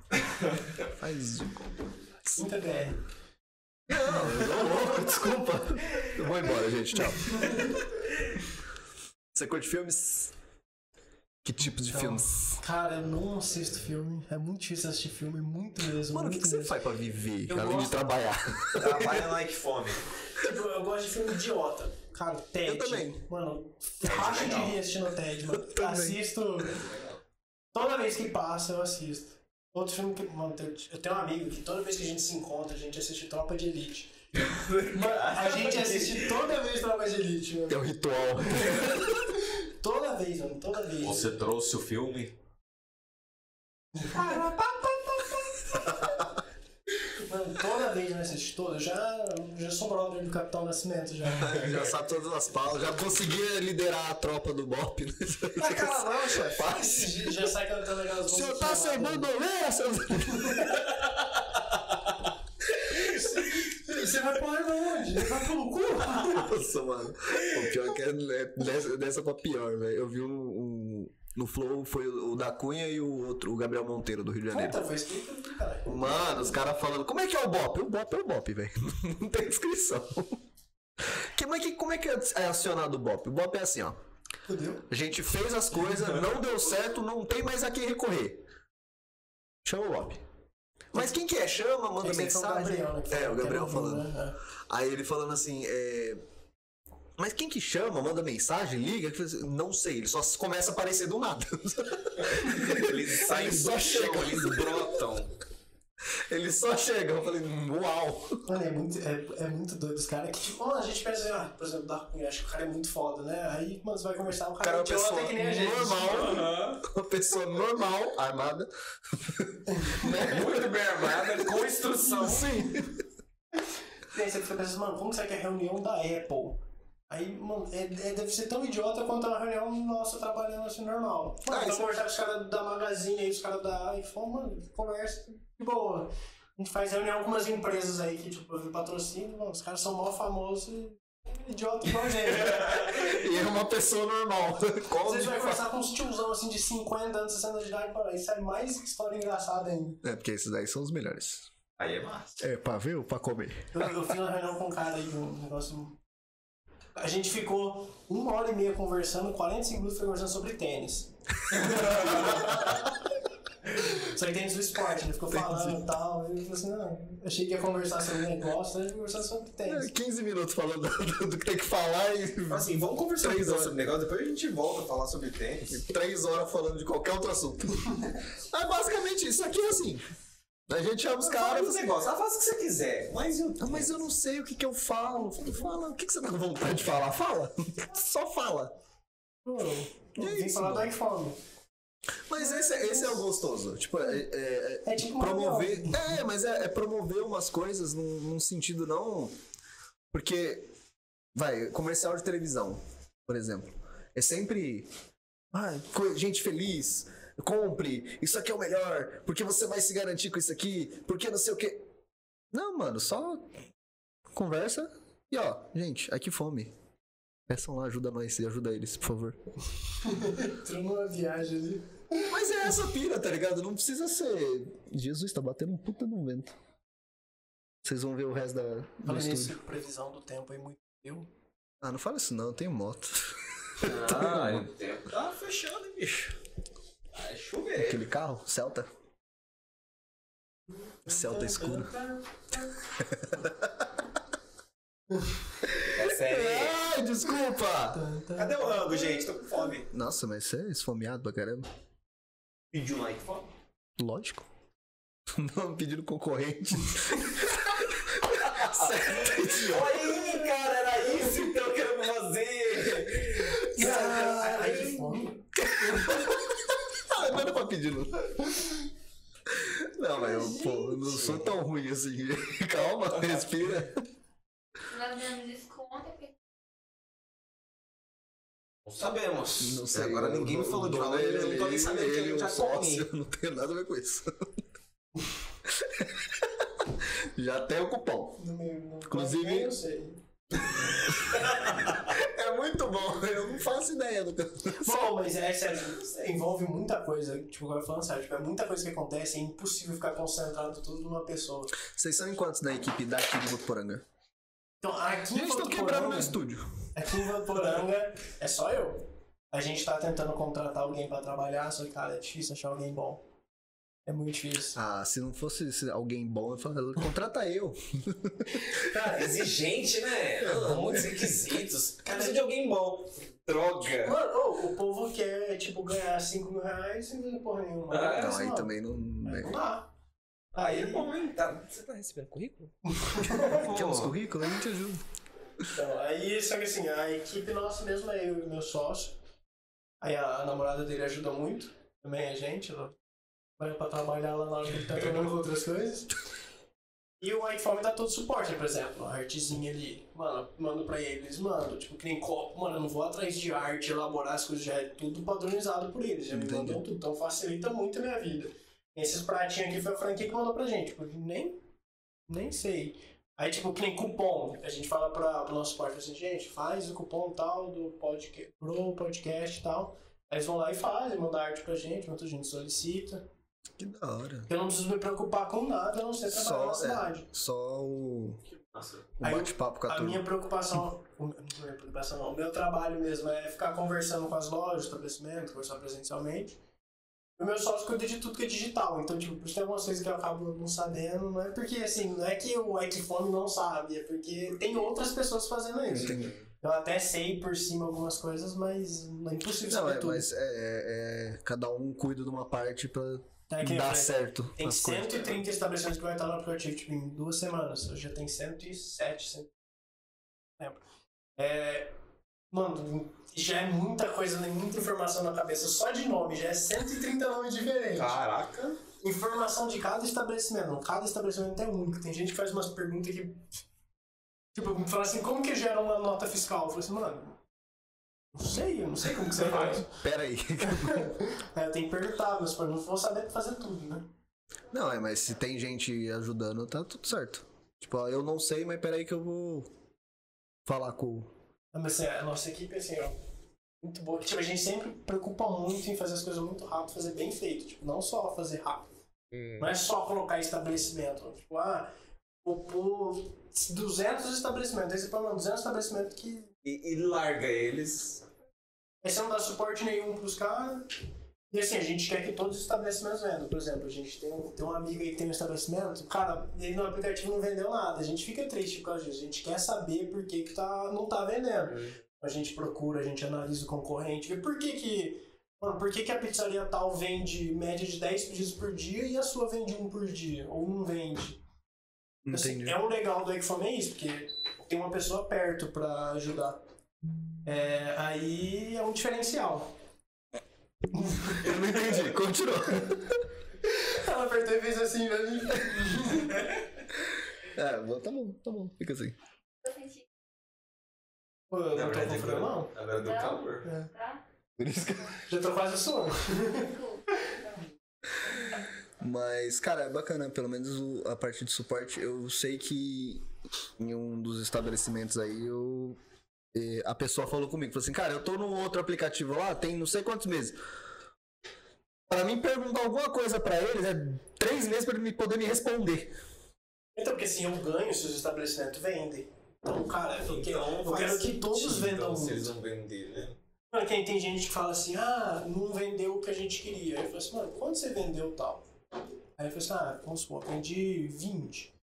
S2: faz de conta.
S3: Muita BR.
S2: Ô, desculpa. Eu vou embora, gente. Tchau. Você curte filmes? Que tipo de
S3: Então,
S2: filmes?
S3: Cara, eu não assisto filme. É muito difícil assistir filme, muito mesmo.
S2: Mano, o que,
S3: muito
S2: que você
S3: mesmo.
S2: faz pra viver?
S3: Eu
S2: além de
S3: gosto-
S2: trabalhar.
S1: Trabalha like (laughs) fome.
S3: Tipo, eu gosto de filme idiota. Cara, TED.
S2: Eu também.
S3: Mano, racha de rir assistindo TED, mano. Assisto. Toda vez que passa, eu assisto. Outro filme que. Mano, tem- eu tenho um amigo que toda vez que a gente se encontra, a gente assiste Tropa
S2: (laughs)
S3: de Elite. Mano, a gente assiste toda vez Tropa de Elite, mano.
S2: É um ritual.
S3: Toda vez, mano, toda vez.
S1: trouxe o filme?
S3: Mano, toda vez, né? Assisti todos. Eu já, já sou brother do Capitão Nascimento,
S2: (laughs)
S3: já.
S2: (laughs) Já sabe todas as palas, já conseguia liderar a tropa do BOP. Né?
S1: Na cara não, chefe.
S2: Fácil.
S3: já sai cantando aquelas
S2: O
S3: músicas.
S2: senhor tá sem bandoleira, seu...
S3: Você vai pra onde? Vai pelo cu?
S2: Nossa, mano. O pior que é, é dessa, dessa pra pior, velho. Eu vi um, um- No Flow foi o da Cunha e o outro, o Gabriel Monteiro, do Rio de Janeiro.
S3: Puta, foi escrito, cara.
S2: Mano, os caras falando, como é que é o Bop? O Bop é o Bop, velho. (laughs) Não tem descrição. Que, mas que, como é que é acionado o Bop? O Bop é assim, ó.
S3: Fudeu.
S2: A gente fez as coisas, não deu certo, não tem mais a quem recorrer. Chama o Bop. Mas quem que é? Chama, manda
S3: Esse aí foi o
S2: mensagem.
S3: Gabriel, né, que
S2: é,
S3: falou
S2: o
S3: que
S2: Gabriel
S3: era
S2: falando.
S3: um, né?
S2: Aí ele falando assim, é... Mas quem que chama, manda mensagem, liga? que faz- Não sei, ele só começa a aparecer do nada. (laughs)
S1: Eles saem
S2: Aí só
S1: do chão,
S2: chega.
S1: eles brotam.
S2: Ele só chega. Eu falei, uau.
S3: Mano, é muito, é, é muito doido os caras que, tipo, mano, a gente pensa, ah, por exemplo, da Cunha, acho que o cara é muito foda, né? Aí, mano, você vai conversar, o
S2: Cara,
S3: cara, é
S2: uma
S3: idiota
S2: pessoa
S3: que nem a gente.
S2: normal.
S1: Aham.
S2: Uma pessoa normal, armada. (laughs) Né?
S1: Muito bem armada, com instrução.
S2: Sim.
S3: E aí você fica pensando, mano, como será que é a reunião da Apple? Aí, mano, é, é- deve ser tão idiota quanto uma reunião nossa trabalhando assim normal. Mano,
S2: Ah,
S3: vai
S2: isso-
S3: conversar com os caras da Magazine aí, os caras da iPhone, mano, conversa de boa. A gente faz reunião com umas empresas aí que, tipo, eu vi patrocínio, mano, os caras são mó famosos e idiota igual a gente.
S2: E é uma pessoa normal. Qual
S3: Vocês vão
S2: de fato?
S3: conversar com uns tiozão assim de 50 anos, 60 anos de idade, mano, isso é mais história engraçada ainda.
S2: É, porque esses daí são os melhores.
S1: Aí é massa.
S2: É, pra ver ou pra comer?
S3: Eu, eu fiz uma reunião com um cara aí, um negócio. A gente ficou uma hora e meia conversando, 45 minutos foi conversando
S2: (laughs)
S3: sobre tênis. sobre tênis do esporte, ele ficou falando e tal. Eu falei assim, não, achei que ia conversar sobre negócio, a gente conversando sobre
S2: É,
S3: tênis.
S2: 15 minutos falando (laughs) do, do que tem que falar e
S1: Assim, vamos conversar
S2: Três
S1: então
S2: horas.
S1: sobre o negócio, depois a gente volta a falar sobre tênis.
S2: 3 horas falando de qualquer outro
S3: (laughs)
S2: assunto. Mas basicamente isso aqui é assim. A gente chama os
S1: Cara,
S2: caras.
S1: os negócios, ah, faz o que você quiser. Mas eu.
S2: "Ah, Mas eu não sei o que, que eu falo. Fala, o que, que você tá com vontade de falar? Fala. (laughs) Só fala.
S3: Pô,
S2: É
S3: Vem
S2: isso,
S3: falar
S2: mano.
S3: do iPhone.
S2: Mas esse, é- esse é o gostoso. Tipo, é, é- é
S3: É tipo uma
S2: promover. É, mas é, é promover umas coisas num, num sentido não. Porque, vai, comercial de televisão, por exemplo. É sempre. Ah, co- gente feliz, compre, isso aqui é o melhor, porque você vai se garantir com isso aqui, porque não sei o quê. Não, mano, só conversa e ó, gente, aqui fome. Peçam lá, ajuda nós e ajuda eles, por favor.
S3: Entrou numa viagem ali.
S2: Mas é essa pira, tá ligado? Não precisa ser. Jesus, tá batendo um puta no vento. Vocês vão ver o resto da, do
S3: Falando
S2: estúdio.
S3: nisso, previsão do tempo aí muito frio.
S2: Ah, não fala isso não, eu tenho moto.
S1: Ah, o tempo tá fechando, hein, bicho. Ah, é Vai chover.
S2: Aquele carro, Celta. Celta escuro. (laughs)
S1: É sério.
S2: Ai, desculpa!
S1: Cadê o rango, gente? Tô com fome.
S2: Nossa, mas você é esfomeado pra caramba.
S1: Pediu um like fome.
S2: Lógico. (laughs) Não, pedindo (laughs) concorrente. Celta, idiota.
S1: Aí, cara, era isso então que eu queria fazer.
S3: Ai, de fome.
S2: Ah, não era pra pedir, não. Não, mas eu, pô, eu não sou tão ruim assim. (laughs) Calma, respira.
S8: Nós demos desconto porque
S1: Não sabemos. É,
S2: Não sei.
S1: Agora
S2: eu-
S1: ninguém me
S2: o
S1: falou de nada,
S2: dono,
S1: eu não tô nem
S2: ele-
S1: sabendo que a
S2: ele,
S1: gente
S2: o
S1: já
S2: sócio,
S1: come.
S2: Eu não tenho nada a ver com isso. (laughs) Já tem o cupom.
S3: No meio, no...
S2: Inclusive-
S3: Eu sei.
S2: É muito bom, eu não faço ideia do que.
S3: Bom, mas é sério, envolve muita coisa. Tipo, agora falando sério, tipo, é muita coisa que acontece, é impossível ficar concentrado tudo numa pessoa.
S2: Vocês são em quantos da equipe daqui de Votuporanga?
S3: Então, aqui em
S2: Gente, estão quebrando meu
S3: Votuporanga,
S2: estúdio.
S3: aqui em Votuporanga, é só eu. A gente tá tentando contratar alguém pra trabalhar, só que, cara, é difícil achar alguém bom. É muito difícil.
S2: Ah, se não fosse se alguém bom, eu falava, contrata eu.
S1: Cara, exigente, né? Ah, Muitos requisitos. Cara, precisa de alguém bom.
S2: É.
S1: Droga.
S3: Mano, ô, o povo quer, tipo, ganhar 5 mil reais sem fazer porra nenhuma.
S1: Ah,
S2: Não, aí
S3: Não,
S2: também né? não.
S3: Não dá.
S1: Aí é bom, hein? Tá.
S7: Você tá recebendo currículo?
S2: Quer uns currículos? A gente ajuda.
S3: Então, aí, só que assim, a equipe nossa mesmo é eu e meu sócio. Aí a, a namorada dele ajuda muito, é também a gente, ela vai pra trabalhar lá na hora que ele tá trabalhando com outras coisas. E o Wakeform dá todo suporte, por exemplo, a artezinha ali. Mano, mando pra eles, mano, tipo, que nem copo, mano, eu não vou atrás de arte, elaborar as coisas, já é tudo padronizado por eles, já me
S2: Entendi.
S3: mandam tudo, então facilita muito a minha vida. Esses pratinhos aqui foi a franquia que mandou pra gente, tipo, nem, nem sei. Aí, tipo, que nem cupom, a gente fala pra, pro nosso suporte, assim, gente, faz o cupom tal do podcast, pro podcast e tal. Aí eles vão lá e fazem, mandam arte pra gente, muita gente solicita.
S2: Que da hora.
S3: Eu não preciso me preocupar com nada, a não ser trabalhar
S2: Só,
S3: na
S2: é.
S3: cidade.
S2: Só o,
S1: Nossa,
S2: o
S3: Aí,
S2: bate-papo com a
S3: A
S2: turma.
S3: minha preocupação, o meu- não é preocupação não, o meu trabalho mesmo é ficar conversando com as lojas, estabelecimento, conversar presencialmente. O meu sócio cuida de tudo que é digital, então, tipo, por isso tem algumas coisas que eu acabo não sabendo, não é porque, assim, não é que o Equifone não sabe, é porque tem outras pessoas fazendo isso.
S2: Entendi.
S3: é Eu até sei por cima algumas coisas, mas não é impossível
S2: Não,
S3: saber
S2: é,
S3: tudo.
S2: mas é, é- é- cada um cuida de uma parte pra
S3: Tá aqui,
S2: dar
S3: né?
S2: certo
S3: Tem
S2: as coisas.
S3: 130 estabelecimentos que vai estar no aplicativo tipo, em duas semanas. Hoje já tem 107. 100... Lembro. É... Mano, já é muita coisa, né? muita informação na cabeça. Só de nome, já é 130 nomes diferentes.
S1: Tá.
S7: Caraca.
S3: Informação de cada estabelecimento. Cada estabelecimento é único. Tem gente que faz umas perguntas que. Tipo, me fala assim, como que gera uma nota fiscal? Eu falo assim, mano. Não sei, eu não sei como que você faz.
S2: Pera aí.
S3: Aí eu tenho que perguntar, mas pô, não vou saber fazer tudo, né?
S2: (laughs) Não, é, mas se tem gente ajudando, tá tudo certo. Tipo, ó, eu não sei, mas peraí que eu vou falar com. o-
S3: Não, Mas assim, a nossa equipe, assim, ó, muito boa. Tipo, a gente sempre preocupa muito em fazer as coisas muito rápido, fazer bem feito. Tipo, não só fazer rápido. Não é só colocar estabelecimento. Tipo, ah, vou pôr 200 estabelecimentos. Aí você põe, mano, 200 estabelecimentos que...
S1: E, e larga eles.
S3: Aí você não dá suporte nenhum pros caras. E assim, a gente quer que todos os estabelecimentos vendam. Por exemplo, a gente tem, um- tem um amigo aí que tem um estabelecimento. Cara, ele no aplicativo não vendeu nada. A gente fica triste por causa disso. A gente quer saber por que, que tá, não tá vendendo. A gente procura, a gente analisa o concorrente, vê por que que. Mano, por que, que a pizzaria tal vende média de 10 pedidos por dia e a sua vende um por dia? Ou não vende? Assim, (laughs)
S2: Entendi.
S3: é o legal do Equifome é isso, porque tem uma pessoa perto pra ajudar. É, aí é um diferencial.
S2: Eu não (laughs) entendi. Continua.
S3: Ela apertou e fez assim pra mim.
S2: (laughs) É, bom, tá bom, tá bom. Fica assim.
S8: Eu senti,
S3: Pô, eu
S1: Na
S3: não tô
S1: verdade,
S3: comprando, não.
S1: agora, agora deu
S8: Não.
S1: calor.
S8: tá?
S3: Já tô quase suando.
S8: Desculpa.
S2: Mas, cara, é bacana, pelo menos o- a parte de suporte. Eu sei que em um dos estabelecimentos aí, eu, eh, a pessoa falou comigo, falou assim, cara, eu tô num outro aplicativo lá, tem não sei quantos meses. Pra mim perguntar alguma coisa pra eles é três meses pra ele me poder me responder.
S3: Então, porque assim, eu ganho se os estabelecimentos vendem. Então, assim, é um cara, eu quero, eu
S1: faz
S3: quero que todos
S1: sentido,
S3: vendam
S1: então, se
S3: muito.
S1: eles vão vender, né?
S3: Mano, tem, tem gente que fala assim, ah, não vendeu o que a gente queria. Aí eu falo assim, mano, quando você vendeu tal? Aí eu falo assim, ah, vamos supor, vendi 20.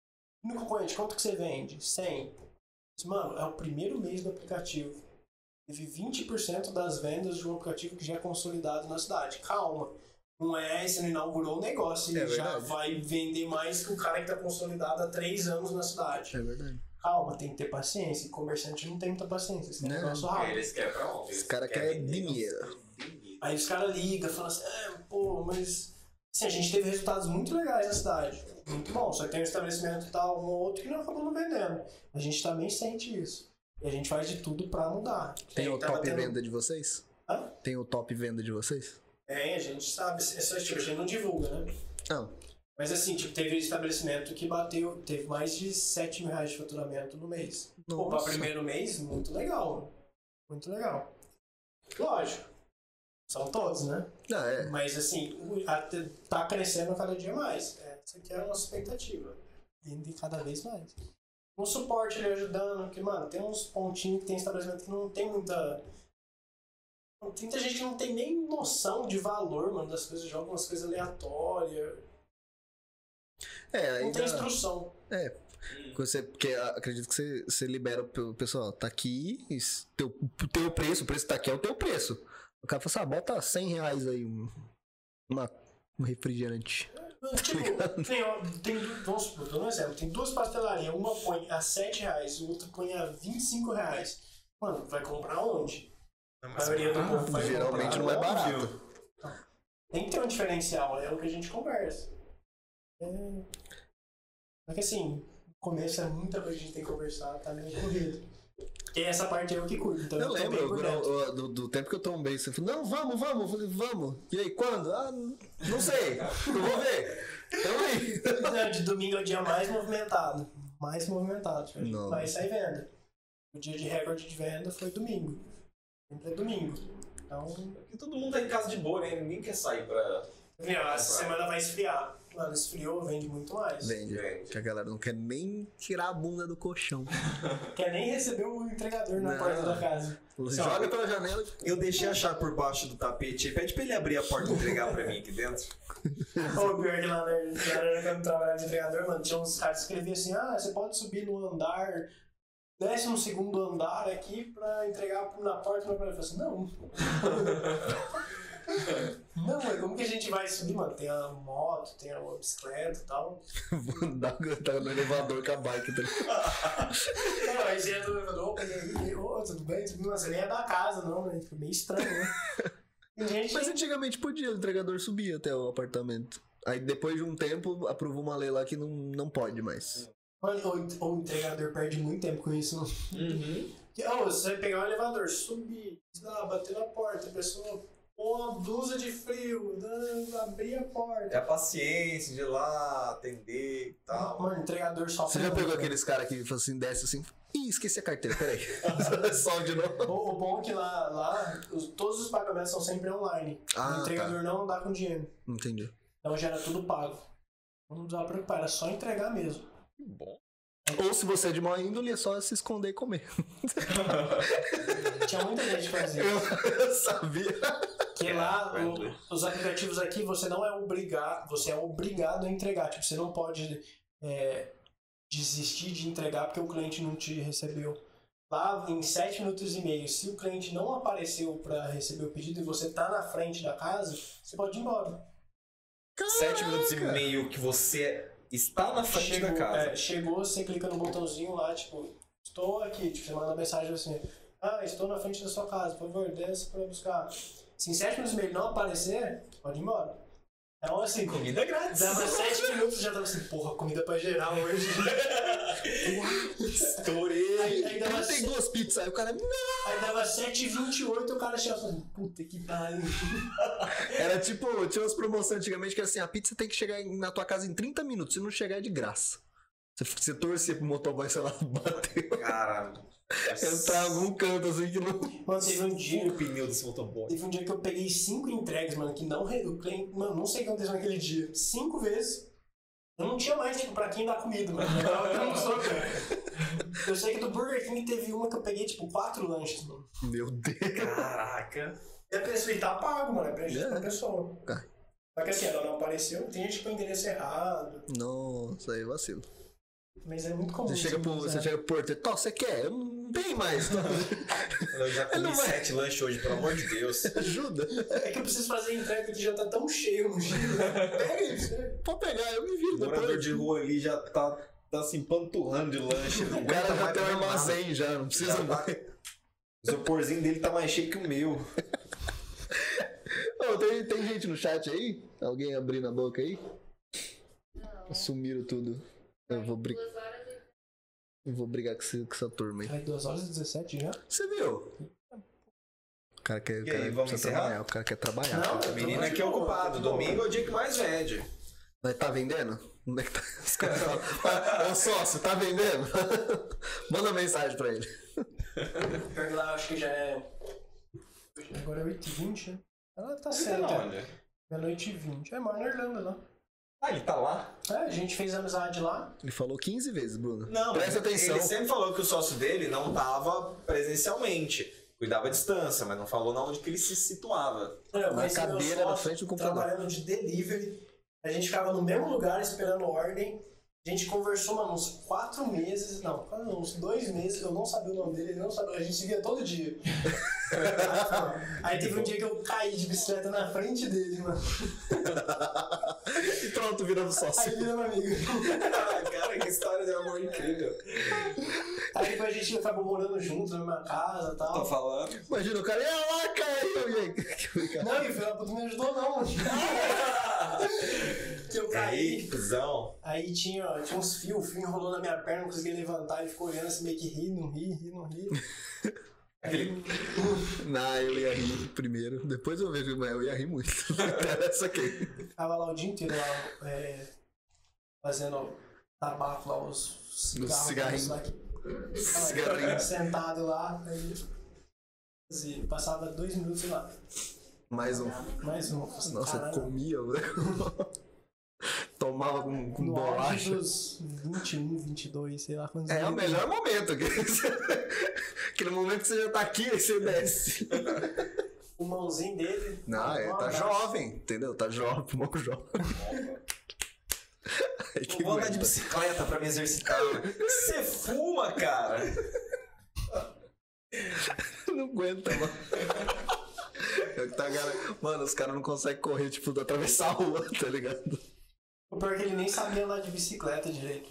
S3: E No concorrente, quanto que você vende? 100. Eu disse, Mano, é o primeiro mês do aplicativo. Teve 20% das vendas de um aplicativo que já é consolidado na cidade. Calma. Não é, você não inaugurou o negócio,
S2: É
S3: ele já
S2: verdade.
S3: vai vender mais que o cara que tá consolidado há 3 anos na cidade.
S2: É verdade.
S3: Calma, tem que ter paciência. E comerciante não tem muita paciência, isso é um
S2: Não.
S3: negócio
S1: Aí
S3: rápido.
S1: Eles querem pra onde?
S2: Esse cara
S3: É,
S2: quer
S3: um-
S2: dinheiro.
S3: Aí os caras ligam, falam assim, é, pô, mas. Assim, a gente teve resultados muito legais na cidade. Muito bom. Só que tem um estabelecimento e tal, um ou outro que não acabou não vendendo. A gente também sente isso. E a gente faz de tudo pra mudar.
S2: Tem
S3: Aí
S2: o
S3: tava
S2: top
S3: tendo-
S2: venda de vocês?
S3: Hã?
S2: Tem o top venda de vocês?
S3: Tem, a gente sabe. É só tipo, a gente não divulga, né?
S2: Não.
S3: Mas assim, tipo, teve estabelecimento que bateu, teve mais de 7 mil reais de faturamento no mês. Pô, pra
S2: Nossa.
S3: primeiro mês, muito legal. Muito legal. Lógico. São todos, né?
S2: Ah, é.
S3: Mas assim, o- a- tá crescendo cada dia mais. Essa aqui é a nossa expectativa. Vende cada vez mais. Um suporte ali ajudando, que, mano, tem uns pontinhos que tem estabelecimento que não tem muita. Tem muita gente que não tem nem noção de valor, mano, das coisas, joga umas coisas aleatórias.
S2: É,
S3: Não tem
S2: ainda...
S3: instrução.
S2: É, Você, porque ah, acredito que você, você libera o pe- o pessoal, tá aqui, isso, teu, teu preço, o preço que tá aqui é o teu preço. O cara fala assim, ah, bota 100 reais aí, um, uma, um refrigerante.
S3: Tipo, tem, ó, tem, du- vamos supor, dando um exemplo, tem duas pastelarias, uma põe a R$ 7 reais, o outro põe a R$ 25 reais. Mano, vai comprar onde? a maioria do povo vai
S2: Geralmente
S3: comprar
S2: não é
S3: onde?
S2: barato.
S3: Tem que ter um diferencial, é o que a gente conversa. É, Só que assim, no começo é muita coisa que a gente tem que conversar, tá meio corrido. E essa parte é eu que cuido, então
S2: Eu
S3: tô bem
S2: lembro
S3: por
S2: agora,
S3: dentro.
S2: ó, do, do tempo que eu trombei. Você falou, não, vamos, vamos. Eu falei, vamos. E aí, quando? Ah, não sei. Eu vou ver. Então aí.
S3: Não, de domingo é o dia mais movimentado. Mais movimentado. tipo, a gente
S2: Não.
S3: Vai sair venda. O dia de recorde de venda foi domingo. Sempre é domingo. Então,
S1: Porque todo mundo tá em casa de boa, né? Ninguém quer sair pra.
S3: meu, essa semana vai esfriar. Mano, esfriou, vende muito mais.
S2: Vende.
S1: Vende.
S2: Que a galera não quer nem tirar a bunda do colchão.
S3: Quer nem receber o entregador na
S2: Não.
S3: porta da casa.
S2: Joga pela janela.
S1: Eu deixei a chave por baixo do tapete. Pede pra ele abrir a porta e entregar pra mim aqui dentro.
S3: Ou pior é que lá né, na na hora que eu trabalhava de entregador, mano, tinha uns caras que escreviam assim, ah, você pode subir no andar, décimo segundo andar aqui pra entregar na porta. Mas eu falei assim, não. (laughs) não, mas como que a gente vai subir, mano? Tem a moto, tem a bicicleta e tal.
S2: (laughs) Vou andar tá no elevador com a bike. Tá? ligado?
S3: Não, aí você entra no elevador, opa, e aí, ô, tudo bem? Tudo bem? Nossa, nem é da casa, não, né? Fica meio estranho, né? Tem gente
S2: Mas antigamente podia, o entregador subia até o apartamento. Aí depois de um tempo, aprovou uma lei lá que não, não pode mais.
S3: Mano, ou, ou o entregador perde muito tempo com isso. não? Que, ó, você vai pegar um elevador, subir, ah, bater na porta, a pessoa pôr uma blusa de frio, ah, abrir a
S1: É
S3: porta.
S1: a paciência de ir lá, atender e tal.
S3: Mano, Tá, o entregador só um
S2: Você já pegou aqueles caras que falam assim, desce assim. Ih, esqueci a carteira, (laughs) peraí. Sobe de novo.
S3: O, o bom é que lá, lá os- todos os pagamentos são sempre online.
S2: Ah,
S3: o entregador não dá com dinheiro.
S2: Entendi.
S3: Então já era tudo pago. Não precisava preocupar, era só entregar mesmo.
S7: Que bom.
S2: Ou se você é de má índole, é só se esconder e comer.
S3: Tinha muita gente que
S2: (laughs)
S3: fazia.
S2: Eu sabia.
S3: Que lá,
S1: É,
S3: o-
S1: vai.
S3: os aplicativos aqui, você não é obrigado, você é obrigado a entregar. Tipo, você não pode é, desistir de entregar porque o cliente não te recebeu. Lá, em 7 minutos e meio, se o cliente não apareceu para receber o pedido e você tá na frente da casa, você pode ir embora.
S1: Sete minutos e meio que você está na frente da casa.
S3: é, chegou, você clica no botãozinho lá, tipo, estou aqui. Tipo, você manda mensagem assim, ah, estou na frente da sua casa, por favor, desce para buscar. Se em 7 minutos e meio ele não aparecer, pode ir embora. Então, assim,
S1: Comida grátis.
S3: Dava sete minutos já tava assim, porra, comida pra geral hoje. aí, aí, dava,
S2: Ela tem duas pizzas. Aí o cara. é "Não."
S3: aí dava 7 e 28 o cara chegava assim, puta que pariu.
S2: Era tipo, tinha umas promoções antigamente que era assim, a pizza tem que chegar em- na tua casa em 30 minutos. Se não chegar é de graça. Você, você torcia pro motoboy, sei lá, (laughs) bater. (laughs)
S1: Caralho.
S2: Entrar em algum canto assim que não.
S3: Mano, teve um dia.
S7: O pneu desse motoboy.
S3: Teve um dia que eu peguei cinco entregas, mano, que não. re- O cliente, mano, não sei o que aconteceu naquele dia. Cinco vezes. Eu não tinha mais, tipo, pra quem dar comida, mano. Eu tava dando um soco. né? Eu sei que do Burger King teve uma que eu peguei, tipo, quatro lanches, mano.
S2: Meu Deus.
S1: Caraca.
S3: E a pessoa, e tá pago, mano, é prejuízo
S2: É.
S3: pra pessoa.
S2: Tá.
S3: Só que assim, ela não apareceu, tem gente com endereço errado.
S2: Nossa, aí vacilo.
S3: Mas é muito comum.
S2: Você chega pro, você
S3: usar.
S2: chega pro porteiro, "Tó, você quer? Eu não tem mais. tá? Tó,
S1: Eu
S2: (laughs)
S1: já
S2: Ele
S1: comi
S2: não vai-
S1: sete lanches hoje, pelo amor de Deus.
S2: (laughs) Ajuda.
S3: É que eu preciso fazer a entrega que já tá tão cheio no dia. (laughs) Pega isso, né?
S2: Pode pegar, eu me viro
S7: morador
S2: depois.
S7: de rua ali já tá, tá se empanturrando de lanche.
S2: O
S1: tá
S2: cara já tem um armazém já, não precisa
S7: Já tá-
S2: mais.
S7: O isoporzinho dele tá mais cheio que o meu.
S2: Ô, tem, tem gente no chat aí? Alguém abrindo a boca aí? Sumiram tudo. Eu vou, bri-
S8: Duas horas e
S2: eu vou brigar com, esse- com essa turma aí.
S3: Vai 2 horas e 17 já?
S2: Você viu? O cara quer, o
S1: E
S2: cara
S1: aí, vamos
S2: precisa
S1: encerrar?
S2: trabalhar, o cara quer trabalhar.
S3: Não,
S1: O menino aqui é ocupado. Domingo é o dia que mais vende.
S2: Mas tá vendendo? Onde é que tá? Os caras falam, "Ah, ô sócio, tá vendendo? (laughs) Manda mensagem pra ele.
S3: Pior que lá eu acho que já é. Agora é 8h20, né? Ela tá
S1: Você tá
S3: certa.
S1: na onde?
S3: Meia-noite e 20. É, mora na Irlanda lá.
S1: Ah, ele tá lá?
S3: É, a gente fez amizade lá.
S2: Ele falou 15 vezes, Bruno.
S1: Não,
S2: Presta
S1: mas
S2: atenção.
S1: Ele sempre falou que o sócio dele não tava presencialmente. Cuidava à distância, mas não falou na onde que ele se
S2: (laughs)
S1: situava.
S3: É, Eu conheci meu
S2: cadeira na
S3: sócio
S2: frente do computador.
S3: Trabalhando de delivery. A gente ficava no mesmo lugar esperando ordem. A gente conversou, mano, uns quatro meses, não, quase uns dois meses, eu não sabia o nome dele, ele não sabia, a gente se via
S2: (laughs)
S3: todo dia. Aí teve um dia que eu caí de bicicleta na frente dele, mano.
S2: E pronto, viramos
S3: Aí
S2: sócio.
S3: ele virou meu amigo.
S1: Cara, que história de amor incrível.
S3: Aí depois a gente acabou morando junto na mesma casa e
S1: Tô
S2: Tá
S3: tal.
S1: falando.
S2: "Ah, Imagina, o cara, e lá, caiu. E aí?
S3: Não, e o filho da puta não me ajudou, não. que eu
S7: Aí,
S3: caí.
S7: que cuzão.
S3: Aí tinha, ó, tinha uns fios, o fio enrolou na minha perna, não consegui levantar e ficou olhando assim, meio que ri, não ri, ri, não ri. Aí,
S2: (laughs) Não, eu ia rir primeiro. Depois eu vejo, mas eu ia rir muito. (laughs) Não interessa quem.
S3: ficava lá o dia inteiro lá, é, fazendo tabaco lá, os cigarros.
S2: cigarrinho.
S3: lá que-
S2: Cigarrinho.
S3: Sentado lá, aí fazia- passava dois minutos sei lá.
S2: Mais um.
S3: Mais um.
S2: Nossa,
S3: Caralho.
S2: comia, velho. (laughs) Tomava com, com
S3: No auge
S2: bolacha.
S3: dos 21, 22, sei lá quantos
S2: É o
S3: anos.
S2: melhor momento. que você- Aquele momento que (laughs) você já tá aqui, aí você desce.
S3: O mãozinho dele.
S2: Não, é,
S3: Um
S2: tá
S3: abraço.
S2: jovem, entendeu? Tá jovem, pulmão jovem. (laughs) Aí que
S1: Vou andar de
S2: aguenta.
S1: bicicleta pra me exercitar. Você fuma, cara?
S2: Não aguenta, (laughs) mano. É o que tá, cara... Mano, os caras não conseguem correr, tipo, atravessar a rua, tá ligado?
S3: O pior é que ele nem sabia andar de bicicleta direito.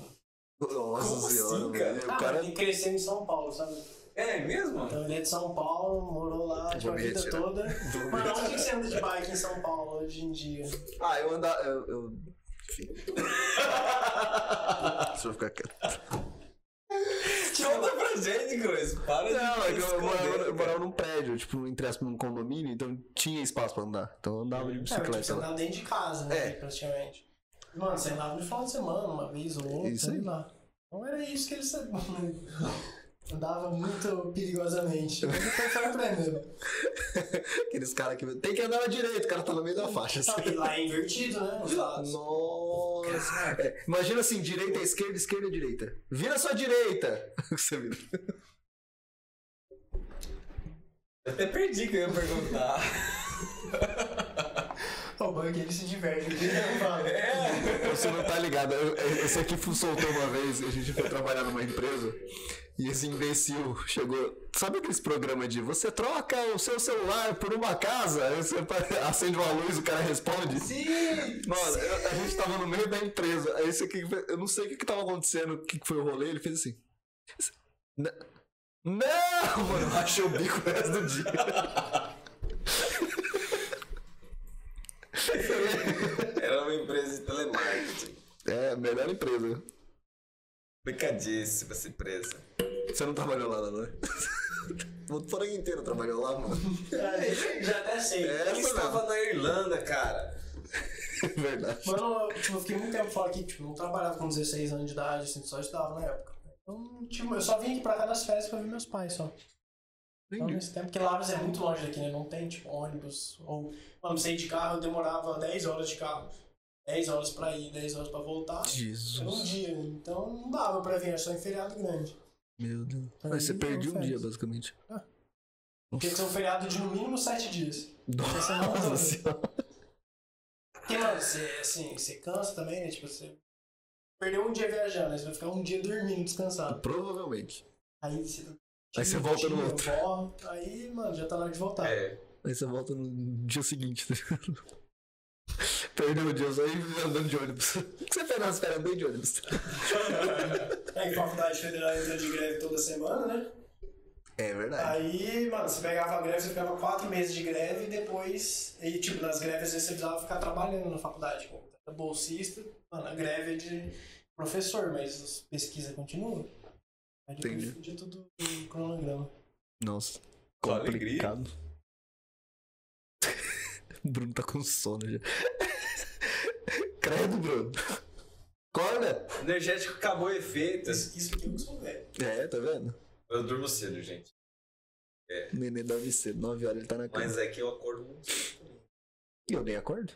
S2: Nossa
S1: Como assim,
S2: senhora,
S1: cara?
S2: velho.
S3: Ah,
S2: O cara.
S3: ele cresceu em São Paulo, sabe?
S1: É mesmo?
S3: Então ele é de São Paulo, morou lá tipo, a
S2: me
S3: vida
S2: retirar.
S3: toda. Mano, onde que você anda de bike em São Paulo hoje em dia?
S2: Ah, eu andar. Eu, eu... Enfim. (laughs) Deixa eu ficar quieto.
S1: Conta pra gente, Cruz. Para de
S2: Não, é que eu
S1: esconder,
S2: morava, eu
S1: cara.
S2: morava num prédio, tipo, num interesse num condomínio, então tinha espaço pra andar. Então eu andava de
S3: É, tipo, você
S2: bicicleta lá.
S3: andava dentro de casa, né?
S2: É.
S3: Praticamente. Mano, você andava no final de semana, uma vez ou outra,
S2: Isso
S3: sei
S2: aí.
S3: lá. Então era isso que ele sabia. (laughs) Andava muito perigosamente. Ele foi aprendendo.
S2: Aqueles caras que. Tem que andar direito, o cara tá no meio da faixa. assim.
S3: Sabe, lá é invertido, né? Os lados.
S2: Nossa! (laughs) É, imagina assim, direita é esquerda, esquerda é direita. Vira sua direita! (laughs) Você vira.
S1: Eu até perdi o que eu ia perguntar.
S3: O bug ele se diverte. ele não fala.
S2: É. Você não tá ligado. eu- eu- Esse aqui fu- soltou uma vez, a gente foi trabalhar numa empresa e esse imbecil chegou. Sabe aqueles programas de você troca o seu celular por uma casa? Aí Você pa- acende uma luz, o cara responde.
S1: Sim!
S2: Mano, eu- a gente tava no meio da empresa. Aí esse aqui, eu não sei o que, que tava acontecendo, o que, que foi o rolê, ele fez assim. "N- Não, mano, (laughs) eu rachei o bico o resto do dia.
S1: Era uma empresa de telemarketing.
S2: É, melhor empresa.
S1: Complicadíssima essa empresa.
S2: Você não trabalhou lá, não, né? O Poranga inteiro trabalhou lá, mano. (laughs)
S3: Já- Já até sei.
S2: É,
S1: Ela
S2: essa
S1: estava na Irlanda, cara.
S2: É Verdade.
S3: Mano, eu, tipo, eu fiquei muito tempo fora aqui, tipo, não trabalhava com 16 anos de idade, assim, só estudava na época. Então, tipo, eu só vim aqui pra cá nas férias pra ver meus pais só. Então, nesse tempo, porque Lavras é muito longe daqui, né? Não tem, tipo, ônibus ou... Mano, sei de carro, eu demorava 10 horas de carro. 10 horas pra ir, 10 horas pra voltar. Era um
S2: Jesus,
S3: dia, então não dava pra vir, era só em feriado grande.
S2: meu Deus.
S1: Tá
S3: Aí
S2: Mas você
S3: não
S2: perdeu um
S3: fez.
S2: dia, basicamente.
S1: Ah.
S3: Tinha que ser um feriado de no mínimo 7 dias. Nossa
S2: Nossa
S1: né?
S3: Senhora.
S2: senhora.
S3: Porque, mano, você, assim, você cansa também, né? Tipo, você perdeu um dia viajando, aí você vai ficar um dia dormindo, descansado.
S2: Provavelmente.
S3: Aí você...
S2: Aí você volta no
S3: Tira,
S2: outro.
S3: borra, Aí, mano, já tá na hora de voltar.
S1: É.
S2: Aí você volta no dia seguinte, tá ligado? Perdeu o dia, eu saí andando de ônibus. (laughs) O que você fez nas férias? Andei de ônibus.
S3: É que a faculdade federal entra de greve toda semana, né?
S2: É verdade.
S3: Aí, mano, você pegava a greve, você ficava quatro meses de greve e depois. E, tipo, nas greves às vezes você precisava ficar trabalhando na faculdade. Tipo, era bolsista, mano, a greve é de professor, mas as pesquisas continuam. Aí depois
S2: Entendi.
S3: fudia tudo no cronograma.
S2: Nossa.
S1: Só alegria.
S2: Complicado. (laughs) O Bruno tá com sono já. (laughs) Credo, Bruno. Acorda.
S1: O energético acabou o efeito.
S3: Isso, isso que eu sou velho.
S2: É, tá vendo?
S1: Eu durmo cedo, gente.
S2: O neném dorme cedo, 9 horas ele tá na cama.
S1: Mas é que eu acordo muito. cedo.
S2: E eu nem acordo.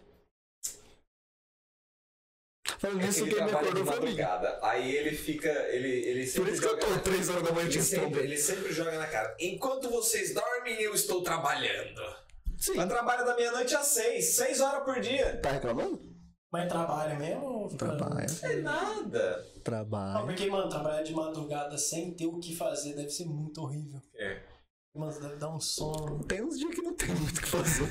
S2: Falando
S1: É que
S2: nisso,
S1: ele
S2: quem me
S1: trabalha de
S2: acordou foi a minha.
S1: madrugada. Aí ele fica. Ele, ele
S2: Por
S1: sempre
S2: isso que eu
S1: joga-
S2: tô 3 horas da manhã de
S1: Ele sempre,
S2: estômago.
S1: ele sempre joga na cara. Enquanto vocês dormem, eu estou trabalhando.
S2: Sim.
S1: Eu trabalho da meia-noite às seis. Seis horas por dia.
S2: Tá reclamando?
S3: Mas trabalha mesmo? ou fica-
S2: Ah, Trabalha.
S1: É nada.
S3: Não,
S2: Trabalha.
S3: porque, mano, trabalhar de madrugada sem ter o que fazer deve ser muito horrível.
S1: É.
S3: Mano, deve dar um sono.
S2: Tem uns dias que não tem muito o que fazer.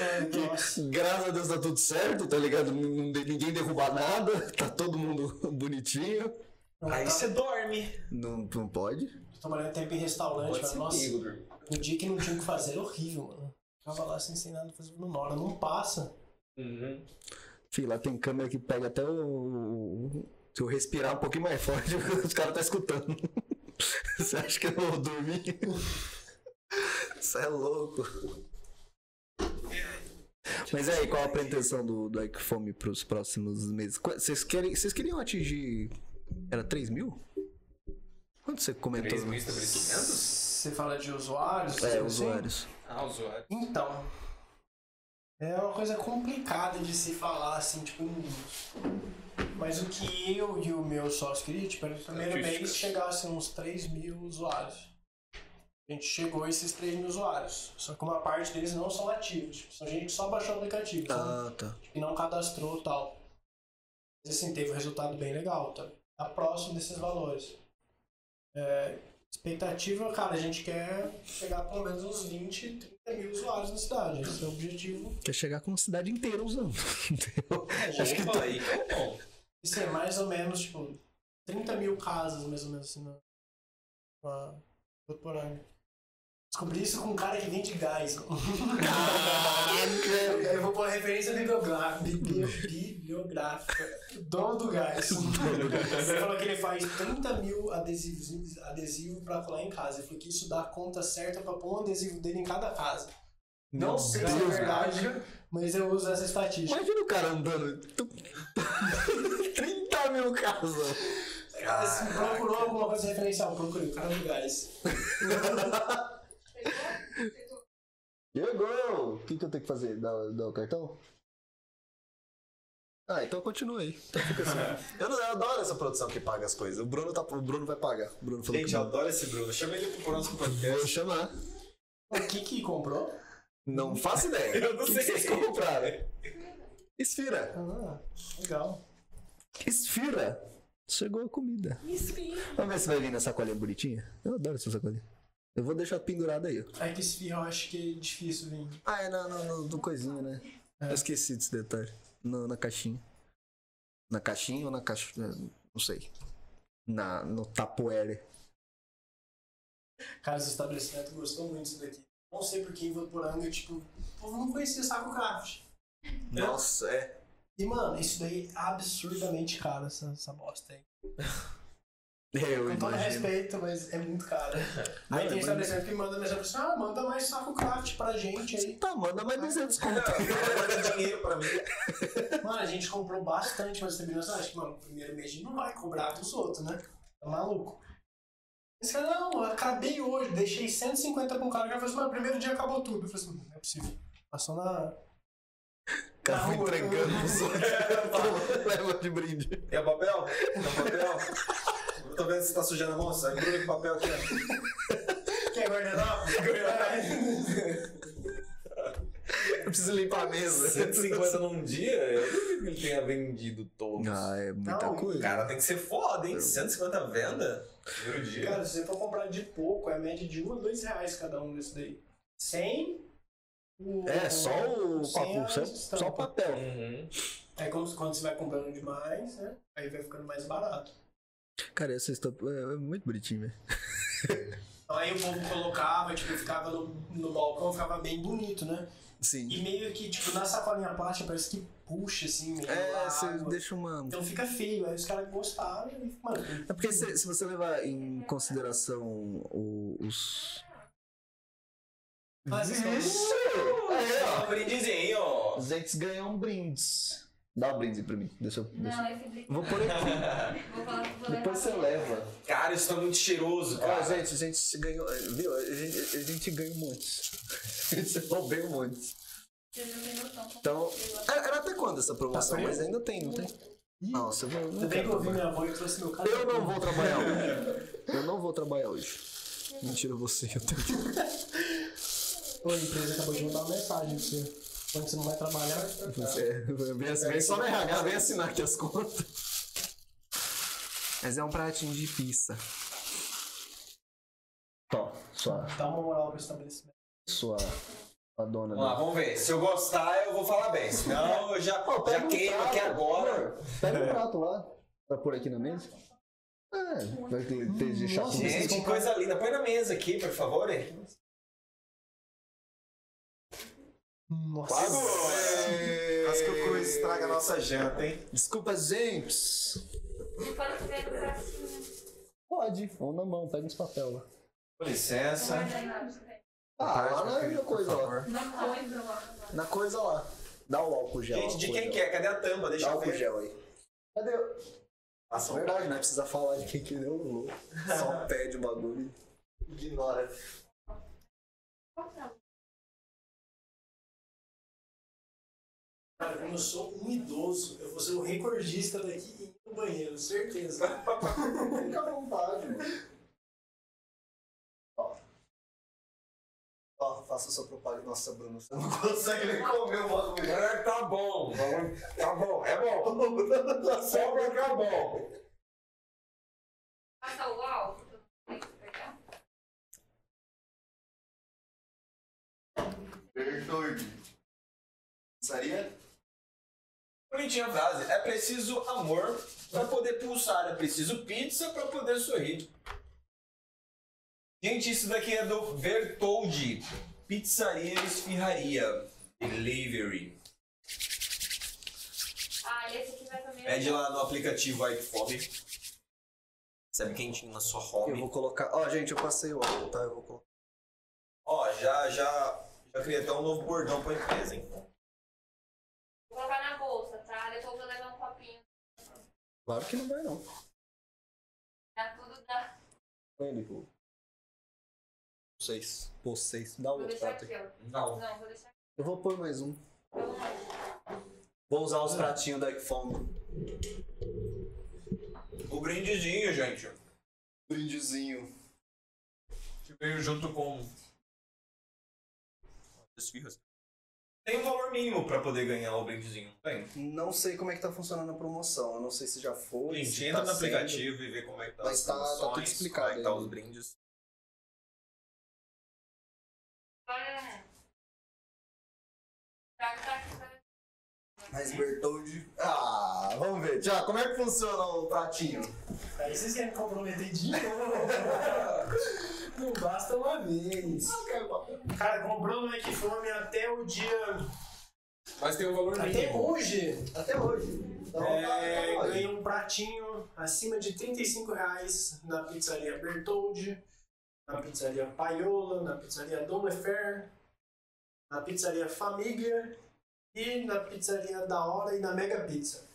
S3: Ai, Nossa.
S2: Graças a Deus tá tudo certo, tá ligado? Não- não- Ninguém derruba nada, tá todo mundo bonitinho.
S3: Não,
S1: Aí
S3: tá-
S1: você dorme.
S2: Não, não pode?
S3: Eu trabalhei um tempo em restaurante,
S1: Pode
S3: mas,
S1: ser
S3: nossa,
S1: comigo, Bruno.
S3: é um dia que não tinha o que fazer era horrível, mano. Ficava lá assim, sem nada, fazendo hora, não passa.
S1: Uhum.
S2: Fih, lá tem câmera que pega até o. Se eu respirar um pouquinho mais forte, (laughs) os caras tá escutando. (laughs) Você acha que eu vou dormir? (laughs) Você é louco. Mas aí, qual a pretensão do, do Ike Fome pros próximos meses? Qu- Vocês, querem, vocês queriam atingir. Era 3 mil? Quanto você comentou?
S1: 3 mil
S3: tá
S1: estabelecimentos?
S3: Você fala de usuários?
S2: É,
S3: assim?
S2: usuários.
S1: Ah, usuário.
S3: Então. É uma coisa complicada de se falar, assim, tipo. um- Mas o que eu e o meu sócio queria, tipo, era
S1: É
S3: no primeiro mês chegasse uns 3 mil usuários. A gente chegou a esses 3 mil usuários. Só que uma parte deles não são ativos. Tipo, são gente que só baixou o aplicativo. sabe?
S2: Ah, tá.
S3: e não cadastrou tal. Mas assim, teve um resultado bem legal, tá? Tá próximo desses valores. É, expectativa, cara, a gente quer chegar a pelo menos uns 20, 30 mil usuários na cidade. Esse é o objetivo.
S2: Quer chegar com a cidade inteira usando. Entendeu? Acho que tá.
S1: Opa, aí que é bom.
S3: Isso é mais ou menos, tipo, 30 mil casas, mais ou menos, assim, na, na Votuporanga. Descobri isso com um cara que vende gás. (laughs) Eu vou pôr a referência bibliográfica. bibliográfica. Dono do gás. Ele falou que ele faz 30 mil adesivos adesivo pra colar em casa. Ele falou que isso dá a conta certa pra pôr um adesivo dele em cada casa. Não sei se é verdade, mas eu uso essa estatística.
S2: Imagina o cara andando. tu- (laughs) 30 mil casas.
S3: Cara, se procurou alguma coisa referencial, procurei o cara do gás.
S8: Chegou? Chegou.
S2: Chegou! O que, que eu tenho que fazer? Dar, dar o cartão? Ah, então continua aí. Então fica assim. (laughs) eu, não- eu adoro essa produção que paga as coisas. O Bruno, tá, o Bruno vai pagar. O Bruno falou
S7: Gente,
S2: que
S7: eu
S2: não.
S7: adoro esse Bruno. Chama ele pro próximo podcast.
S2: Vou chamar.
S3: O que que comprou?
S2: Não faço (laughs) ideia.
S7: Eu não
S2: O que
S7: sei.
S2: que vocês compraram. Esfira.
S3: Ah, legal.
S2: Esfira. Chegou a comida. Vamos ver se vai vir na sacolinha bonitinha. Eu adoro essa sacolinha. Eu vou deixar pendurada aí. ó.
S3: É que esse eu acho que é difícil vir.
S2: Ah, é no, no, no- no coisinho, né?
S3: É.
S2: Eu esqueci desse detalhe. No- na caixinha. Na caixinha ou na caixa. né? Não sei. Na, no Tapoere.
S3: Cara, esse estabelecimento gostou muito disso daqui. Não sei porque em Vaporanga, tipo, o povo não conhecia Saco Craft.
S2: Nossa, é.
S3: E, mano, isso daí é absurdamente caro, essa, essa bosta aí.
S2: É, Eu
S3: Com todo
S2: imagino.
S3: respeito, mas é muito caro.
S2: Não,
S3: Então, aí
S2: é
S3: tem
S2: muito-
S3: estabelecimento que manda mensagem pra você, ah, manda mais Saco Craft pra gente aí.
S2: Tá, manda mais 200 conto.
S7: dinheiro pra mim.
S3: Mano, a gente comprou bastante, mas também nós acho que, mano, no primeiro mês a gente não vai cobrar dos outros, né? Tá maluco. Esse cara, não, eu acabei hoje, deixei 150 com o cara. O cara falou assim, mano, primeiro dia acabou tudo. Eu falei assim, não é possível. Passou na.
S2: O cara
S3: Na
S2: foi
S3: rua.
S2: entregando pros (laughs) outros. Leva de brinde.
S7: É papel? É papel? Eu tô vendo se tá sujando a mão, sai Bruno com papel aqui. ó.
S3: Quer (laughs) guardanapo? É.
S2: Eu preciso limpar a mesa.
S1: 150 num dia, eu duvido que ele tenha vendido todos.
S2: Ah, é muita
S3: Não,
S2: coisa.
S7: Cara, tem que ser foda, hein? 150 venda?
S1: Primeiro dia.
S3: Cara, se você for comprar de pouco, é a média de 1 a 2 reais cada um desse daí. 100. o-
S2: É, só o,
S3: cem é
S2: papo,
S3: a
S2: só,
S3: estampa.
S2: só o papel.
S1: Uhum.
S3: É como se- quando você vai comprando demais, né? Aí vai ficando mais barato.
S2: Cara, essa estampa é é muito bonitinha, velho.
S3: Então aí o povo colocava, tipo, ficava no, no balcão, ficava bem bonito, né?
S2: Sim.
S3: E meio que, tipo, na sacolinha plástica parece que puxa, assim, meio
S2: É,
S3: a
S2: você
S3: água.
S2: deixa uma.
S3: Então fica feio, aí os caras gostaram e, mano,
S2: É porque se, se você levar em consideração o- os.
S3: faz
S1: é
S3: é isso.
S2: Aí,
S1: Brindezinho, ó.
S2: ó. Os dentes ganham brindes. Dá um brinde pra mim. Deixa eu. deixa
S8: Não, esse
S2: eu-
S8: brinco.
S2: Vou pôr
S3: (laughs)
S2: aqui.
S8: Vou falar vou levar
S2: Depois você
S8: pra-
S2: leva.
S1: Cara, isso tá muito
S7: Ah,
S1: cheiroso,
S2: Ó,
S1: cara.
S7: é.
S2: gente, a gente se ganhou. Viu? A gente, a gente ganhou um (laughs) monte. A gente roubou um monte.
S8: Vocês não têm noção como
S2: Então.
S8: eu gosto.
S2: é- Era até quando essa promoção?
S3: Tá frio?
S2: Mas ainda tem, não tem? Nossa, eu vou. eu não
S3: Ainda bem que
S2: quero
S3: eu ouvi minha avó e trouxe meu cara.
S2: Eu não vou
S3: (laughs)
S2: trabalhar hoje. Eu não vou trabalhar hoje. Mentira, você. Eu tenho... que-
S3: Ô, a empresa acabou de mandar uma mensagem pra você. Quando você não vai trabalhar, vai ficar caro.
S2: É, vem, ass- vem só no RH, vem assinar aqui as contas. Mas é um pratinho de pizza. Tó, sua,
S3: dá uma moral pro estabelecimento.
S2: sua, sua dona.
S1: Vamos lá,
S2: da-
S1: vamos ver. Se eu gostar, eu vou falar bem. Senão eu já, já queimo aqui agora.
S2: Pega um prato lá, pra pôr aqui na mesa. É, vai ter, ter de chato.
S1: Gente, que coisa linda. Põe na mesa aqui, por favor. hein?
S3: Nossa.
S7: Quase. Quase que o Cruz estraga a nossa janta, hein?
S2: Desculpa, James.
S8: Não pode ver no bracinho.
S2: Pode, mão na mão, pega uns papel lá.
S7: Com licença.
S8: guardanapo.
S3: Tá,
S2: Ah, lá na, na coisa lá.
S8: Não compra lá.
S2: Na coisa lá. Dá o álcool gel.
S3: Gente, de
S2: álcool
S3: quem
S2: gel.
S3: que é? Cadê a tampa? Deixa
S2: Dá
S7: um
S3: eu
S2: álcool
S3: ver.
S2: gel aí. Cadê? Nossa, É
S1: um
S7: né?
S2: verdade, não precisa falar de quem que deu o louco. (laughs) Só pede o bagulho.
S7: Ignora.
S8: Compra.
S3: Cara, como eu sou um idoso, eu vou ser o recordista daqui e ir no banheiro, certeza.
S2: Fica à vontade, mano. Ó. Ó, faça sua propaganda. Nossa, Bruno, você não consegue nem comer o bagulho.
S7: É, tá bom. vamos- Tá bom, é bom.
S2: Tá
S7: Sobra que é bom.
S8: Passa o álcool. Tem que pegar.
S2: Pizzaria?
S1: Bonitinha a frase. É preciso amor pra poder pulsar, é preciso pizza pra poder sorrir. Gente, isso daqui é do Bertoldi. Pizzaria Esfirraria. Delivery.
S8: Ah, esse aqui vai também.
S1: Pede É lá no aplicativo iFome. Sabe quentinho na sua
S2: Eu
S1: home.
S2: vou colocar. Ó, gente, eu passei o álcool, tá? Eu vou colocar.
S1: Ó, já, já, já criei até um novo bordão pra empresa, hein?
S8: Vou colocar na bolsa, tá? Depois eu vou levar um copinho.
S2: Claro que não vai, não.
S8: Dá Tá tudo da.
S2: Põe ali, pô.
S1: Vocês.
S2: Vocês. Dá o
S8: Vou
S2: outro
S8: deixar
S2: prato aí.
S8: aqui, ó.
S1: Não.
S8: Não, vou deixar aqui.
S2: Eu vou pôr mais um.
S8: Eu não.
S2: Vou usar os pratinhos da iPhone.
S1: O brindezinho, gente.
S2: Brindezinho.
S1: Que veio junto com. as Esfirras. Tem um valor mínimo pra poder ganhar o brindezinho, não tem?
S2: Não sei como é que tá funcionando a promoção. Eu não sei se já foi.
S1: Gente,
S2: se
S1: entra
S2: tá
S1: no
S2: sendo.
S1: aplicativo e vê como é que tá
S2: Mas
S1: as
S2: tá- tá tudo
S1: promoções,
S2: explicado
S1: como é que tá
S2: aí.
S1: os brindes.
S8: Agora. né? Tá, tá, tá.
S2: Mas Bertoldi. Ah, vamos ver. Já, como é que funciona o pratinho?
S3: Aí vocês querem me comprometer de novo. (laughs)
S2: Não basta uma vez.
S3: Cara, comprou no Make Fome até o dia.
S7: Mas tem um valor
S3: Até
S7: mínimo.
S3: hoje.
S2: Até hoje. Então,
S3: É,
S2: tá, tá,
S3: ganhei um pratinho acima de 35 reais na pizzaria Bertoldi, na pizzaria Paiola, na pizzaria Dom Lefer, na pizzaria Família e na pizzaria Da Hora e na Mega Pizza.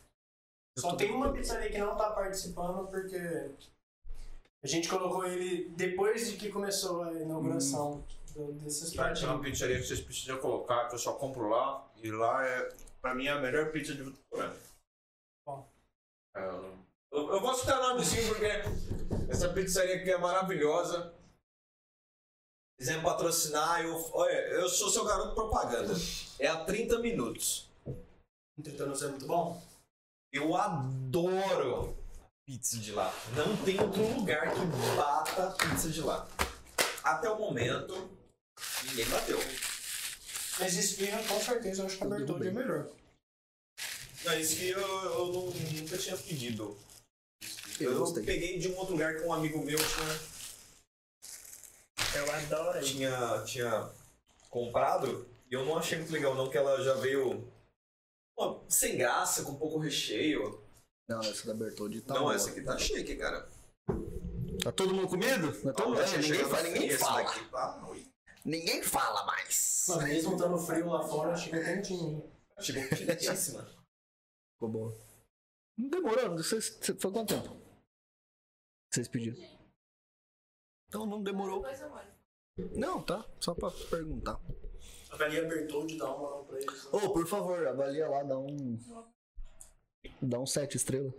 S3: Só tem uma pizzaria que não tá participando porque a gente colocou ele depois de que começou a inauguração do- desses
S7: Cara, tem
S3: pratinhos.
S7: uma pizzaria que vocês precisam colocar, que eu só compro lá. E lá é, pra mim, é a melhor pizza de Votuporanga.
S3: Bom.
S7: É, eu não-
S1: Eu, eu vou citar nome sim, porque essa pizzaria aqui é maravilhosa. Quiser me patrocinar, eu, olha, eu sou seu garoto propaganda. É a 30 minutos.
S3: Tentando ser é muito bom.
S1: Eu adoro pizza de lá. Não tem outro lugar que bata a pizza de lá. Até o momento, ninguém bateu.
S3: Mas espirra, com certeza, eu acho que a Bertoldi é melhor.
S1: Não, é isso que eu, eu não- nunca tinha pedido.
S2: Eu
S1: Eu,
S2: gostei.
S1: peguei de um outro lugar que um amigo meu tinha,
S3: Eu adoro
S1: tinha, tinha comprado e eu não achei muito legal não, que ela já veio ó, sem graça, com pouco recheio.
S2: Não, essa da Bertoldi tá
S1: não,
S2: boa.
S1: essa aqui tá chique, cara.
S2: Tá todo mundo comido? Não, todo mundo.
S1: Tá chegando frio essa
S2: fala.
S1: daqui, tá? Ui.
S2: Ninguém fala mais.
S3: Mas mesmo estando frio lá fora, chega quentinho.
S1: Chegou (laughs) quentíssima.
S2: Ficou boa. Não demorou, não sei se- se- foi quanto tempo? Vocês pediram. Então não demorou.
S8: Depois eu mando.
S2: Não, tá? Só pra perguntar.
S3: A galinha Bertoldi dá uma lá pra eles. né?
S2: Ô, por favor, avalia lá, dá um. Dá um sete estrela.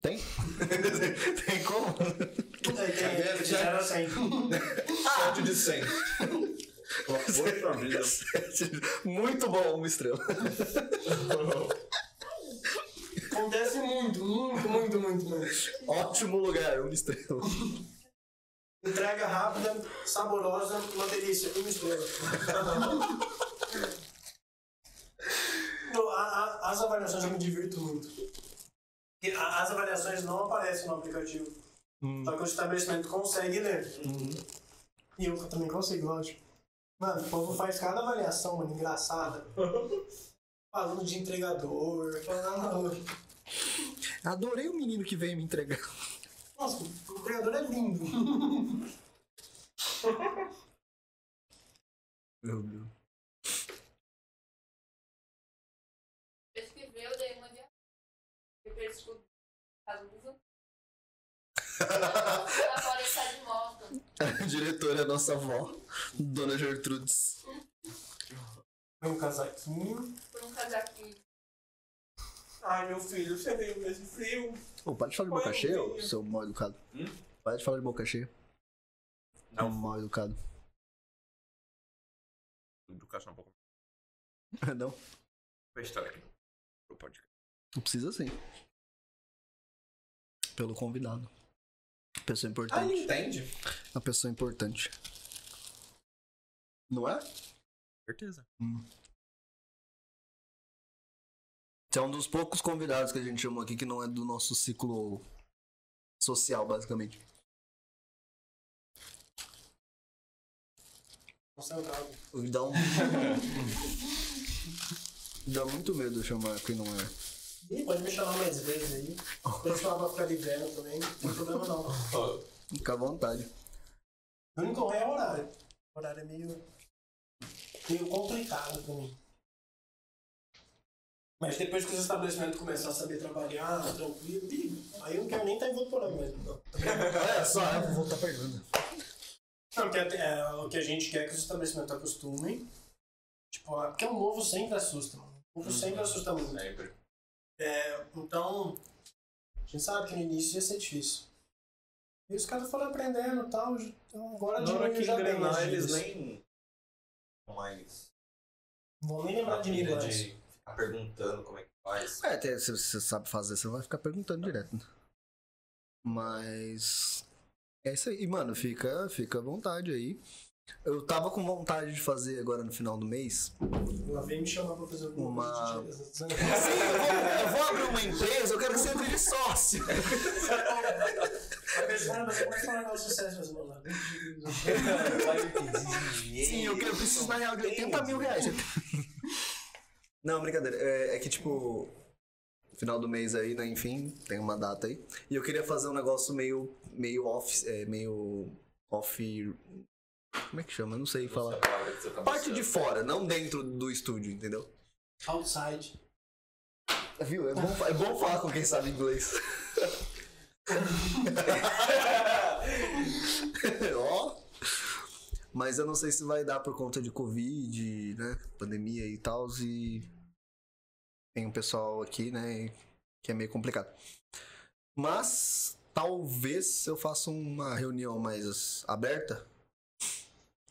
S2: Tem? (laughs) Tem como?
S3: Aí tem, de 0 a 100.
S1: Sete de 100.
S7: Poxa vida.
S2: Sete. Muito bom, uma estrela.
S3: Acontece muito, muito, muito, muito, muito.
S2: Ótimo lugar, uma estrela.
S3: Entrega rápida, saborosa, uma delícia, uma estrela. Não, a- a- as avaliações eu me divirto muito. E a- as avaliações não aparecem no aplicativo. Só que o estabelecimento consegue ler. E eu também consigo, lógico. Mano, o povo faz cada avaliação, mano, engraçada. falando de entregador, falando.
S2: Adorei o menino que veio me entregar.
S3: Nossa, o entregador é lindo.
S2: Meu Deus.
S8: Eu escrevi, eu dei uma de Eu percebi a luva. um Agora ele tá de moto.
S2: A diretora é nossa avó, Dona Gertrudes.
S3: Meu casaquinho.
S8: Por um casaquinho.
S3: Ai, meu filho, você veio mesmo frio.
S2: Ô, para de falar de boca cheia, ô, seu mal educado.
S1: Hum?
S2: Para de falar de boca cheia. Não. Mal educado.
S7: (laughs) do caixa um pouco.
S2: É, Não,
S7: Fez história aqui. Pro podcast.
S2: não precisa sim. Pelo convidado. Pessoa
S1: Ah,
S2: importante.
S1: ele entende.
S2: Uma pessoa importante. Não é? Hum.
S7: Certeza.
S2: Você é um dos poucos convidados que a gente chamou aqui que não é do nosso ciclo social, basicamente.
S3: Concentrado.
S2: Dá (laughs) um. Dá muito medo chamar quem não é.
S3: Ih, pode me chamar mais vezes aí. Pode falar pra ficar liberando também. Não tem problema não.
S2: Fica à vontade.
S3: O único ruim é o horário. O horário é meio. meio complicado pra mim. Mas depois que os estabelecimentos começarem a saber trabalhar, tranquilo, ih, aí eu não quero nem tá estar incorporando mesmo. Não, É,
S2: Olha só, eu vou voltar pra Irlanda.
S3: não porque é, é, o que a gente quer é que os estabelecimentos acostumem. Tipo, ah, porque o novo sempre assusta, mano. O novo sempre assusta muito.
S1: Sempre.
S3: É, então, a gente sabe que no início ia ser difícil. E os caras foram aprendendo e tal. Então agora
S1: Na
S3: de
S1: hora
S3: manhã
S1: que
S3: já né? tem as
S1: engrenar, né? eles
S3: dicas.
S1: nem. mais.
S3: Vão nem lembrar de mim
S1: vida
S3: mais.
S1: de ficar perguntando como é que faz.
S2: É, até se você sabe fazer, você vai ficar perguntando direto. né? Mas. É isso aí. E, mano, fica, fica à vontade aí. Eu tava com vontade de fazer agora no final do mês.
S3: Ela veio me chamar pra fazer alguma
S2: Uma-
S3: coisa de dias.
S2: Sim, eu vou, eu vou abrir uma empresa, eu quero que você vire sócio.
S3: A pessoa (laughs) mas como é que vai o sucesso, mas não
S2: Sim, eu, quero, eu preciso, na real, de 80 mil reais. (laughs) Não, brincadeira. É, é que, tipo, final do mês aí, né? Enfim, tem uma data aí. E eu queria fazer um negócio meio, meio off, é, meio off... Como é que chama? Eu Não sei falar.
S1: tá
S2: Parte de fora, não dentro do estúdio, entendeu?
S3: (laughs) Outside.
S2: Viu? É bom, fa- é bom falar com quem sabe inglês. (laughs) Ó. Mas eu não sei se vai dar por conta de Covid, né? Pandemia e tal. E tem um pessoal aqui, né? Que é meio complicado. Mas talvez eu faça uma reunião mais aberta.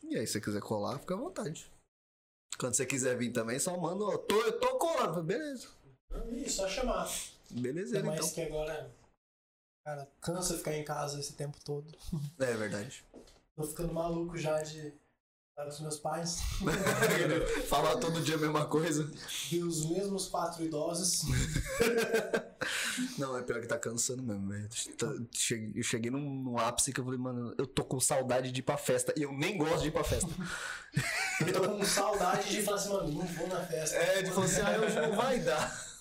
S2: E aí, se você quiser colar, fica à vontade. Quando você quiser vir também, só manda, ó, tô, eu tô colando. Beleza.
S3: Ih, só chamar.
S2: Beleza,
S3: Ainda
S2: então.
S3: mais que agora. Cara, cansa ficar em casa esse tempo todo.
S2: É verdade.
S3: Tô ficando maluco já de. estar com os meus pais.
S2: É, (laughs) Falar todo dia a mesma coisa.
S3: E os mesmos quatro idosos.
S2: Não, é pior que tá cansando mesmo, velho. Tá- cheguei- Eu cheguei num, num ápice que eu falei, mano, eu tô com saudade de ir pra festa. E eu nem gosto de ir pra festa.
S3: Eu tô com saudade de falar assim, mano, não vou na festa.
S2: (laughs) É, de falar assim, ah, hoje não vai dar.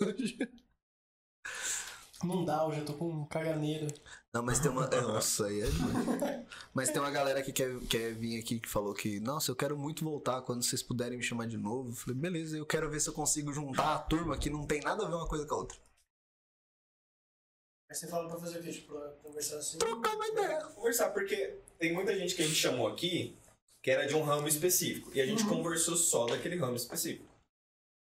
S3: Não dá, hoje eu tô com um caganeira.
S2: Não, mas tem uma. é, Nossa, aí é. demais. Mas tem uma galera que quer, quer vir aqui que falou que, nossa, eu quero muito voltar quando vocês puderem me chamar de novo. Eu falei, beleza, eu quero ver se eu consigo juntar a turma que não tem nada a ver uma coisa com a outra.
S3: Aí você fala pra fazer o quê? Tipo, pra conversar assim.
S2: Trocar uma ideia.
S1: conversar, porque tem muita gente que a gente chamou aqui que era de um ramo específico. E a gente
S6: Uhum.
S1: conversou só daquele ramo específico.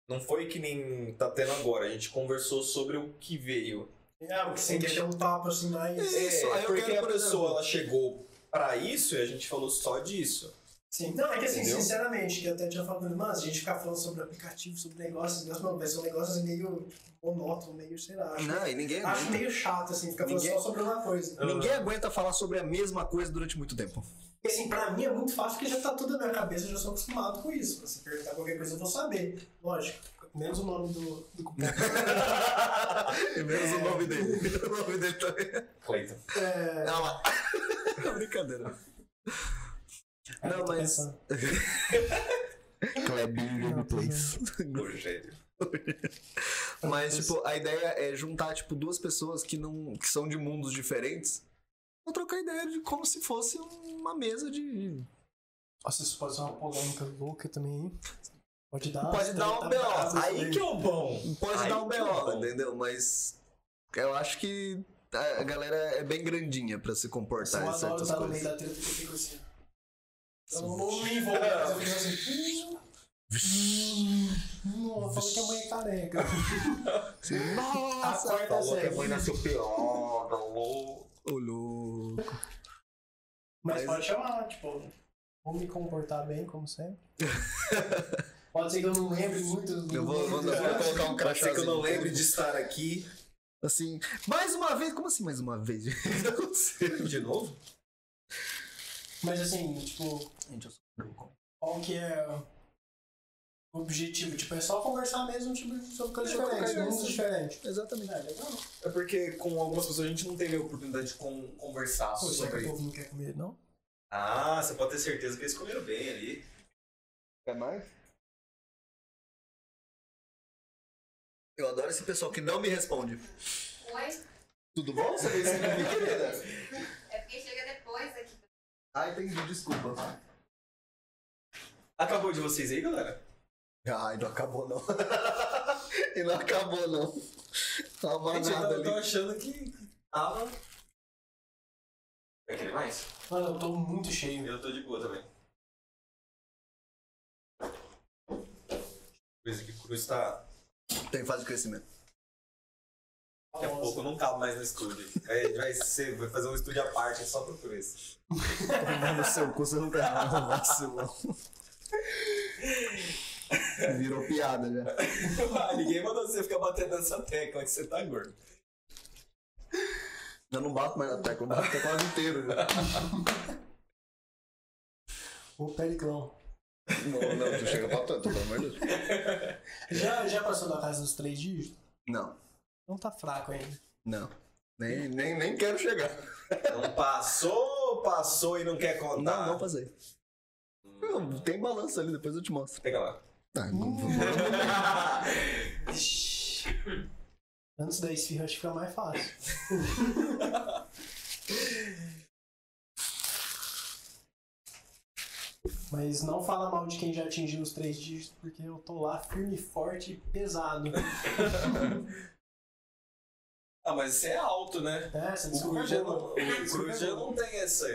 S1: Não foi que nem tá tendo agora, a gente conversou sobre o que veio. É,
S3: É, porque você quer ter um papo assim mais.
S2: Isso, aí eu
S1: porque
S2: quero,
S1: a
S2: por
S1: pessoa
S2: exemplo-
S1: ela chegou pra isso e a gente falou só disso.
S3: Sim. Não, é que assim,
S1: Entendeu?
S3: sinceramente, que eu até tinha falado, mano, se a gente ficar falando sobre aplicativo, sobre negócios, negócio, mano, vai ser um negócio meio monótono, meio, sei lá. Acho,
S2: Não, e ninguém
S3: acho
S2: aguenta.
S3: meio chato, assim, ficar falando
S2: Ninguém-
S3: só sobre uma coisa.
S2: Ninguém aguenta falar sobre a mesma coisa durante muito tempo.
S3: E assim, pra mim é muito fácil, porque já tá tudo na minha cabeça, eu já sou acostumado com isso. Se perguntar qualquer coisa, eu vou saber. Lógico. Menos o nome do, do cupom.
S2: (laughs) E É menos o nome dele. (laughs) O nome dele também.
S1: Cleiton.
S3: É,
S2: Ah lá. (laughs) Brincadeira.
S3: eu tô
S2: mas-
S3: pensando.
S11: Clebinho Gameplays.
S2: (laughs)
S6: Rogério.
S2: Mas, tipo, a ideia é juntar, tipo, duas pessoas que não. que são de mundos diferentes. Vou trocar ideia de como se fosse uma mesa de.
S3: Nossa, isso pode ser uma polêmica louca também, hein? Pode dar.
S2: Pode dar um
S3: treta
S2: B.O.
S3: brava isso
S2: Aí
S3: daí.
S2: que
S6: é o bom.
S2: Pode
S6: Aí
S2: dar um
S6: que é bom.
S2: B.O., entendeu? Mas. Eu acho que a galera é bem grandinha pra se
S3: Nossa,
S2: comportar
S3: Eu
S2: em
S3: adoro
S2: certas
S3: estar no meio
S2: coisas.
S3: da treta porque eu fico assim. Eu não me envolvo, mas eu fico assim. "Hum, Não, eu falo que a mãe é
S2: (laughs)
S3: careca.
S11: Nossa!
S6: Tá
S3: Acorda,
S1: Falou que a
S3: Zé.
S1: mãe nasceu pelada, louco.
S2: Olhou.
S3: Mas
S2: Mas-
S3: pode chamar, tipo, vou me comportar bem, como sempre. (laughs) pode ser que eu não lembre muito do.
S2: Eu vou, vou, vou colocar um
S6: Pode ser que eu
S2: crachazinho.
S6: não lembre de estar aqui.
S2: Assim, mais uma vez? Como assim mais uma vez? (laughs) O que tá acontecendo?
S6: De novo?
S3: Mas assim, tipo,
S2: Gente, eu sou um branco.
S3: qual que é o objetivo? Tipo, é só conversar mesmo tipo, sobre coisas
S6: É,
S3: diferentes,
S6: conversar.
S3: mundos diferentes.
S2: Exatamente.
S3: É, legal.
S6: É porque com algumas pessoas a gente não teve a oportunidade de con- conversar
S1: é.
S3: Pô, será que o
S6: sobre.
S3: povo não quer comer, não?
S6: Ah, você pode ter certeza que eles comeram bem ali.
S11: É nóis?
S2: Eu adoro esse pessoal que não me responde.
S8: Oi?
S2: Tudo bom? Você veio aqui, querida?
S8: É porque chega depois aqui.
S2: Ah, entendi, desculpa.
S6: Acabou de vocês aí, galera?
S2: Ai, não acabou não. (laughs) e não acabou não. Tá uma
S6: Gente, eu
S2: nada
S6: tava- eu
S2: ali.
S6: tô achando que tava. Vai querer mais?
S3: Mano, eu tô muito cheio.
S6: Eu tô de boa também. Coisa que Cruz tá.
S2: Tem fase de crescimento.
S6: Daqui a pouco não cabe mais no estúdio. Aí ele vai, ser, vai fazer um estúdio à parte só pro
S2: (laughs)
S6: Cruz.
S2: No seu curso não tá errado, vacilão. Virou piada já.
S6: Ah, Ninguém mandou você ficar batendo nessa tecla que você tá gordo.
S2: Eu não bato mais na tecla, eu bato o teclado inteiro já.
S3: O Periclão.
S2: Não, não, tu chega pra tanto, pelo amor de Deus.
S3: Já, já passou da casa dos três dígitos?
S2: Não,
S3: Não tá fraco ainda.
S2: não. Nem, nem, nem quero chegar.
S6: Não passou, passou e não quer
S2: Não,
S6: contar.
S2: não passei. Eu- Ah. Tem balanço ali, depois eu te mostro.
S6: Pega
S2: (laughs)
S6: lá.
S2: Tá,
S3: Antes da esfirra acho que fica mais fácil. Mas não fala mal de quem já atingiu os três dígitos, porque eu tô lá firme, forte e pesado.
S6: ah, mas você é alto, né?
S3: É, você
S6: O
S3: desculpa
S6: Cruz já
S3: eu
S6: não,
S3: não.
S6: o Cruz já não tem essa.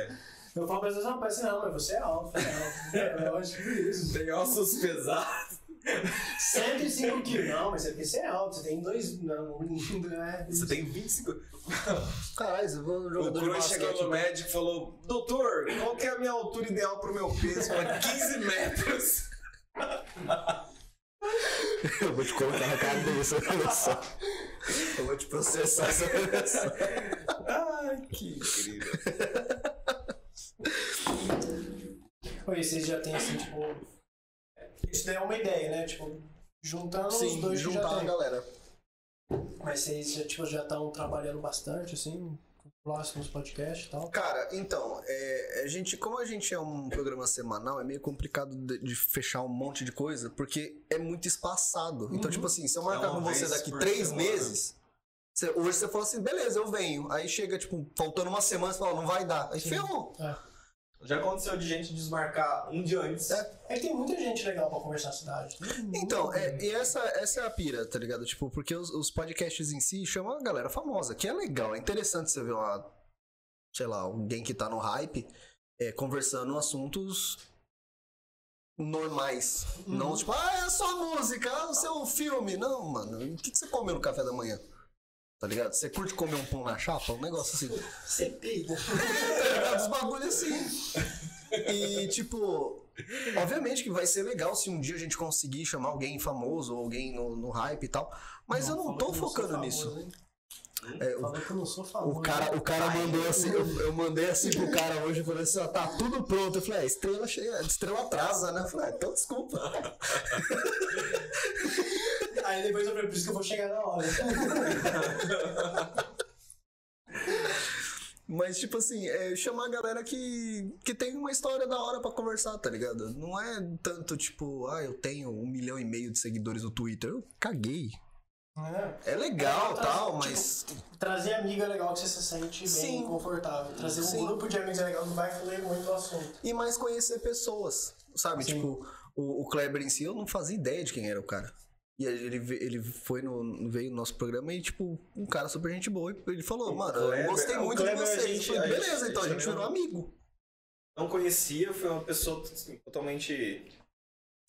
S3: Eu falo pra vocês, não, parece não, mas você é alto. Não, é lógico que isso.
S6: Tem ossos pesados.
S3: 105 quilos. Não, mas é porque você é alto, você tem dois. Não, não é.
S6: Você tem 25.
S2: Caralho, você foi um
S6: O
S2: jogador de
S6: Cruz chegou
S2: basquete.
S6: no médico e falou: Doutor, qual que é a minha altura ideal pro meu peso? Pra 15 metros.
S2: Eu vou te colocar na cabeça, olha só. Eu vou te processar essa versão.
S6: Ai, que incrível.
S3: Oi, vocês já têm assim, tipo. Isso daí é uma ideia, né? Tipo, juntando os
S2: Sim,
S3: dois que já
S2: juntar né? a
S3: tem.
S2: galera.
S3: Mas vocês já tipo, já estão trabalhando bastante, assim, com próximos podcasts e tal.
S2: Cara, então, é, a gente, como a gente é um programa semanal, é meio complicado de, de fechar um monte de coisa, porque é muito espaçado. Então, tipo assim, se eu marcar
S6: É uma
S2: com você
S6: vez
S2: daqui
S6: por
S2: três
S6: semana.
S2: meses, você- hoje você fala assim, beleza, eu venho. Aí chega, tipo, faltando uma semana, você fala, não vai dar. Aí ferrou.
S6: Já aconteceu de gente desmarcar um dia antes.
S2: É.
S3: É que tem muita gente legal pra conversar na cidade. né?
S2: Então, é, e essa, essa é a pira, tá ligado? Tipo, porque os, os podcasts em si chamam a galera famosa, que é legal, é interessante você ver uma, sei lá, alguém que tá no hype é, conversando assuntos normais. Não tipo, ah, é só música, ah, o seu filme. Não, mano, o que, que você comeu no café da manhã? Tá ligado? Você curte comer um pão na chapa? Um negócio assim
S3: Você peida.
S2: tá ligado? Os bagulhos assim. E, tipo, obviamente que vai ser legal se um dia a gente conseguir chamar alguém famoso ou alguém no, no hype e tal. Mas eu não
S3: falou
S2: tô
S3: que eu sou
S2: focando
S3: famoso,
S2: nisso.
S3: hein?
S2: É, o,
S3: Falou que eu não sou famoso.
S2: o cara, o cara mandou assim, eu, eu mandei assim pro cara hoje, eu falei assim, ó, tá tudo pronto. Eu falei, ah, estrela cheia, estrela atrasa, né? Eu falei, ah, então desculpa.
S3: Aí depois eu
S2: (laughs)
S3: falei, por isso que eu vou chegar na hora.
S2: Mas, tipo assim, é chamar a galera que, que tem uma história da hora pra conversar, tá ligado? Não é tanto, tipo, ah, eu tenho um milhão e meio de seguidores no Twitter. Eu caguei.
S3: É.
S2: É legal,
S3: Tá,
S2: tal,
S3: tipo,
S2: mas...
S3: Trazer amiga é legal que você se sente bem
S2: Sim.
S3: confortável. Trazer um
S2: Sim.
S3: grupo de amigos é legal que vai fluir muito o assunto.
S2: E mais conhecer pessoas, sabe?
S3: Sim.
S2: Tipo, o, o Kleber em si, eu não fazia ideia de quem era o cara. E aí ele, ve- ele foi no, veio no nosso programa e, tipo, um cara super gente boa. e Ele falou, mano,
S6: Kleber-
S2: eu gostei
S6: o
S2: muito de
S6: Kleber, a
S2: vocês. Eu
S6: gente-
S2: falei,
S6: a gente-
S2: Beleza, então, a
S6: a
S2: gente
S6: gente
S2: virou amigo.
S6: não conhecia, foi uma pessoa assim, totalmente.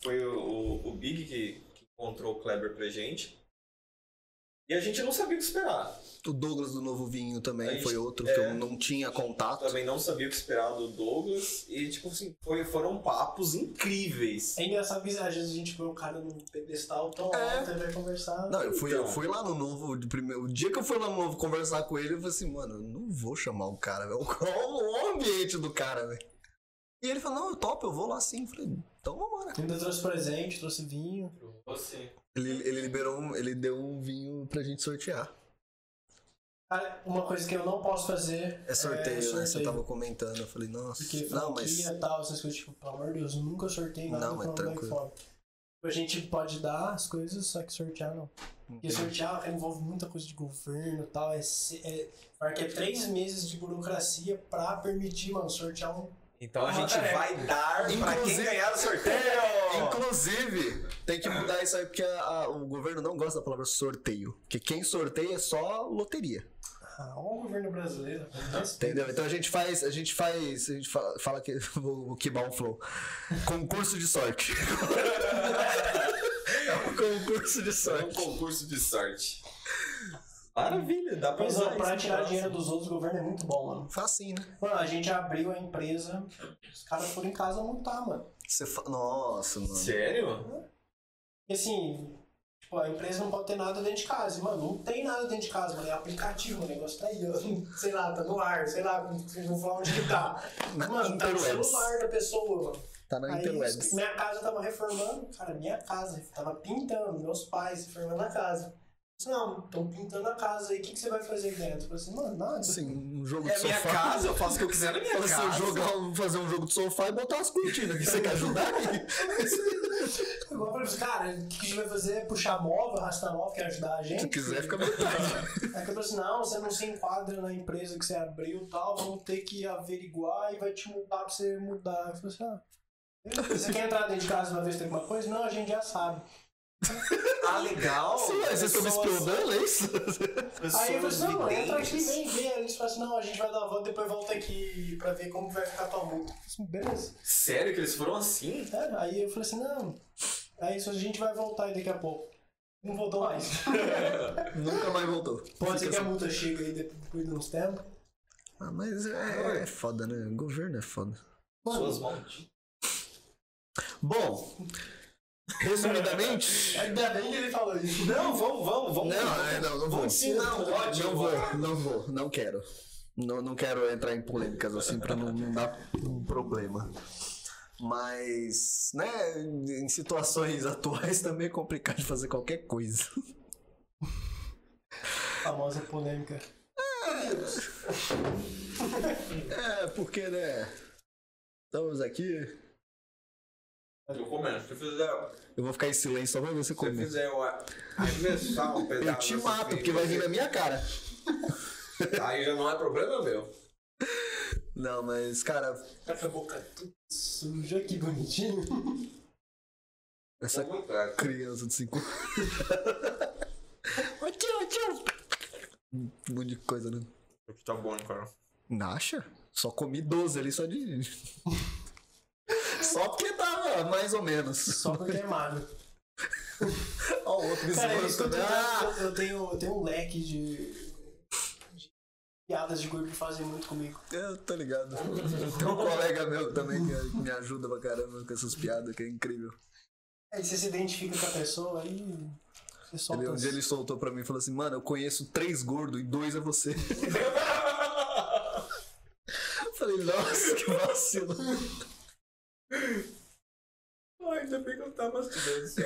S6: Foi o, o, o Big que, que encontrou o Kleber pra gente. E a gente não sabia o que esperar.
S2: O Douglas do Novo Vinho
S6: A
S2: também
S6: gente-
S2: foi outro
S6: é.
S2: que eu não tinha contato.
S6: Também não sabia o que esperar do Douglas. E, tipo assim, foi, foram papos incríveis.
S3: É engraçado que às vezes a gente vê o cara num pedestal tão
S2: É.
S3: alto, ele vai conversar.
S2: Não, eu fui, eu
S6: Então.
S2: fui lá no novo, de primeiro, o dia que eu fui lá no novo conversar com ele, eu falei assim, mano, eu não vou chamar o cara, velho. (laughs) Qual o ambiente do cara, velho? E ele falou, não, eu topo, eu vou lá sim. Eu falei, então vambora.
S3: Ainda trouxe presente, trouxe vinho.
S1: Você.
S2: Ele, ele liberou, um, ele deu um vinho pra gente sortear.
S3: Cara, uma coisa que eu não posso fazer
S2: É sorteio, né? Você tava comentando, eu falei, nossa,
S3: Porque
S2: não, mas...
S3: franquia e tal, essas coisas, tipo, pelo amor de Deus, eu nunca sorteio nada
S2: Não,
S3: pra
S2: é
S3: um moleque
S2: tranquilo.
S3: fora. A gente pode dar as coisas, só que sortear não. Porque sortear envolve muita coisa de governo e tal. É, se- é, fala que é três meses de burocracia pra permitir, mano, sortear um.
S6: Então a gente vai dar pra quem
S2: Inclusive-
S6: ganhar o sorteio.
S2: Inclusive, tem que mudar isso aí, porque a- a- o governo não gosta da palavra sorteio. Porque quem sorteia é só loteria.
S3: Ah, olha o governo brasileiro. tá
S2: Entendeu? Então a gente faz, a gente faz, a gente fa- fala, que (laughs) vou, vou queimar um flow. Concurso de
S3: (laughs)
S2: sorte. é um concurso de
S1: É um
S2: sorte.
S1: concurso de sorte.
S6: Maravilha,
S2: Tá
S6: dá pra
S3: Pois é,
S6: usar
S3: pra
S6: isso.
S3: tirar dinheiro dos outros, o governo é muito bom, mano.
S2: Facinho, né?
S3: Mano, a gente abriu a empresa, os caras foram em casa montar, mano.
S2: Você fa... Nossa, mano.
S6: Sério?
S3: E assim, tipo, a empresa não pode ter nada dentro de casa. Mano, não tem nada dentro de casa, mano. É aplicativo, o negócio tá aí, ó. (laughs) Sei lá, tá no ar, sei lá, não falar onde que tá.
S2: (laughs) Na
S3: Mano, tá no
S2: interwebs.
S3: celular da pessoa, mano.
S2: Tá na
S3: Aí,
S2: interwebs.
S3: minha casa tava reformando, cara, minha casa. Tava pintando, meus pais reformando a casa. Eu disse, Não, tô pintando a casa aí, o que, que você vai fazer dentro? Eu falei assim, mano, nada.
S2: Assim, um jogo
S6: É
S2: de
S6: minha
S2: sofá.
S6: casa, eu faço o que eu quiser na minha
S2: Fala assim, eu
S6: casa.
S2: jogar um- fazer um jogo de sofá e botar umas cortinas aqui. Você quer ajudar (laughs) aqui?
S3: Eu falei assim, cara, o que, que a gente vai fazer? é Puxar móvel, arrastar móvel, quer ajudar a gente?
S2: Se quiser, fica à vontade.
S3: Aí que eu falei assim, não, você não se enquadra na empresa que você abriu e tal, vão ter que averiguar e vai te mudar pra você mudar. Eu falei assim, ah, você quer entrar dentro de casa uma vez tem alguma coisa? Não, a gente já sabe.
S6: Ah, legal.
S2: Sim, mas vocês estão me espionando, é isso?
S3: Aí eu falei
S6: Pessoas
S3: assim, não, entra
S6: videntes.
S3: aqui, vem ver. Aí eles falaram assim, não, a gente vai dar a volta, depois volta aqui pra ver como vai ficar tua multa. Eu falei assim, beleza.
S6: Sério que eles foram assim?
S3: É, aí eu falei assim, não, é isso, a gente vai voltar aí daqui a pouco. Não voltou mais.
S2: Nunca mais voltou.
S3: Pode ser
S2: Fica
S3: que a
S2: assim.
S3: multa chegue aí depois de uns tempos.
S2: Ah, mas é, é foda, né? Governo é foda.
S6: Suas malditas.
S2: Bom, resumidamente.
S3: Ainda bem que ele falou isso.
S6: (laughs) Não, vamos, vamos, vamos.
S2: Não, é, não, não vou.
S6: ensinar o ódio
S2: Não
S6: agora.
S2: vou, não vou, não quero. Não, não quero entrar em polêmicas assim pra não, não dar um problema. Mas, né, em situações atuais também é complicado de fazer qualquer coisa.
S3: Famosa polêmica.
S2: É, porque, né, estamos aqui.
S1: Eu comendo. Se eu fizer, se
S2: Eu vou ficar em silêncio só pra ver você
S1: eu
S2: comer.
S1: fizer o- a versão, um pedaço.
S2: Eu te
S1: desse
S2: mato,
S1: filho,
S2: porque vai vir na minha cara.
S1: Aí já não é problema meu.
S2: Não, mas, cara,
S3: Café boca tudo suja, que bonitinho.
S2: essa
S1: Vou voltar.
S2: criança de 5 anos. (laughs) Ô, tio, ô, tio. Um monte de coisa, né?
S1: Aqui Tá bom, cara.
S2: Nacha? Só comi 12 ali só de. (laughs) só porque tava mais ou menos.
S3: Só porque é magro.
S2: Ó, o outro me
S3: (laughs) Cara,
S2: zoando
S3: isso que eu
S2: também.
S3: tenho,
S2: Ah,
S3: eu, tenho, eu tenho um leque de, de piadas de gordo que fazem muito comigo.
S2: eu tô ligado. Tem um colega meu também que me ajuda pra caramba com essas piadas, que é incrível.
S3: Aí você se identifica com a pessoa, aí você solta.
S2: Ele, um
S3: as-
S2: dia ele soltou pra mim e falou assim: Mano, eu conheço três gordos e dois é você. eu falei: Nossa, que vacilo.
S1: Ai, ainda bem que eu tava mastigando isso.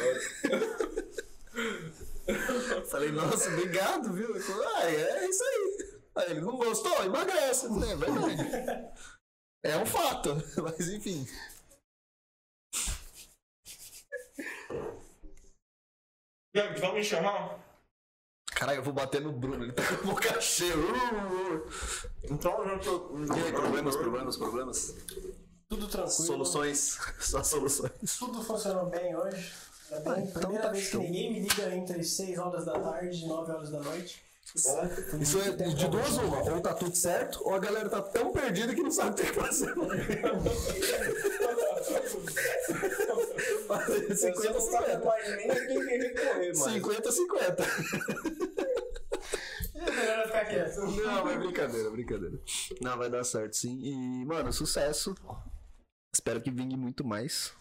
S2: Falei, nossa, obrigado, viu? Ele falou, ah, é isso aí. Aí ele não gostou? Emagrece. Eu falei, É verdade. É um fato. (laughs) Mas enfim.
S7: Gente, vamos me chamar?
S2: Caralho, eu vou bater no Bruno. Ele tá com a boca cheia. Uh, uh.
S7: Então, gente, eu...
S2: E aí, problemas, problemas, problemas.
S3: Tudo tranquilo.
S2: Soluções. Só soluções.
S3: Tudo funcionou bem hoje. É bem,
S2: Ah, então
S3: primeira
S2: tá
S3: vez que
S2: show.
S3: ninguém me liga entre 6 horas da tarde e 9 horas da noite.
S2: Isso é de duas uma. Ou tá tudo certo, ou a galera tá tão perdida que não sabe o que tem que fazer. Fazer
S3: Se você
S2: 50
S3: não sabe mais nem a quem tem (laughs) que correr, mano.
S2: 50 50.
S3: É melhor eu ficar quieto.
S2: Não, é brincadeira, brincadeira. Não, vai dar certo sim. E, mano, sucesso. Espero que vingue muito mais.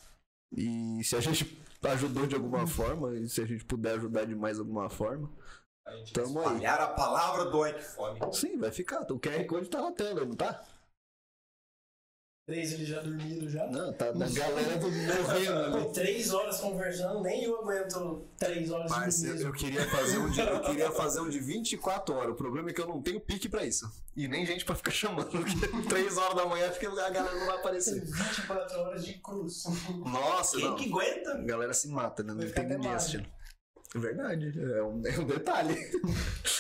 S2: E se a gente ajudou de alguma forma, e se a gente puder ajudar de mais alguma forma, tamo aí.
S7: Espalhar a palavra do Ike Fome.
S2: Sim, vai ficar. O QR Code tá na tela, não tá?
S3: Três eles já dormiram já.
S2: Não, tá da galera do morrendo ali.
S3: Pô, Três horas conversando, nem eu aguento três horas
S2: Parceiro,
S3: de
S2: eu queria fazer um de, eu queria fazer um de 24 horas. O problema é que eu não tenho pique pra isso. E nem gente pra ficar (laughs) chamando. porque 3 horas da manhã fica- a galera não vai aparecer.
S3: 24 horas de cruz.
S2: Nossa,
S3: Quem
S2: não.
S3: que aguenta?
S2: A galera se mata, né?
S3: Vai
S2: Não
S3: ficar
S2: tem
S3: até
S2: ninguém
S3: magro.
S2: assistindo. Verdade, é um, é um detalhe.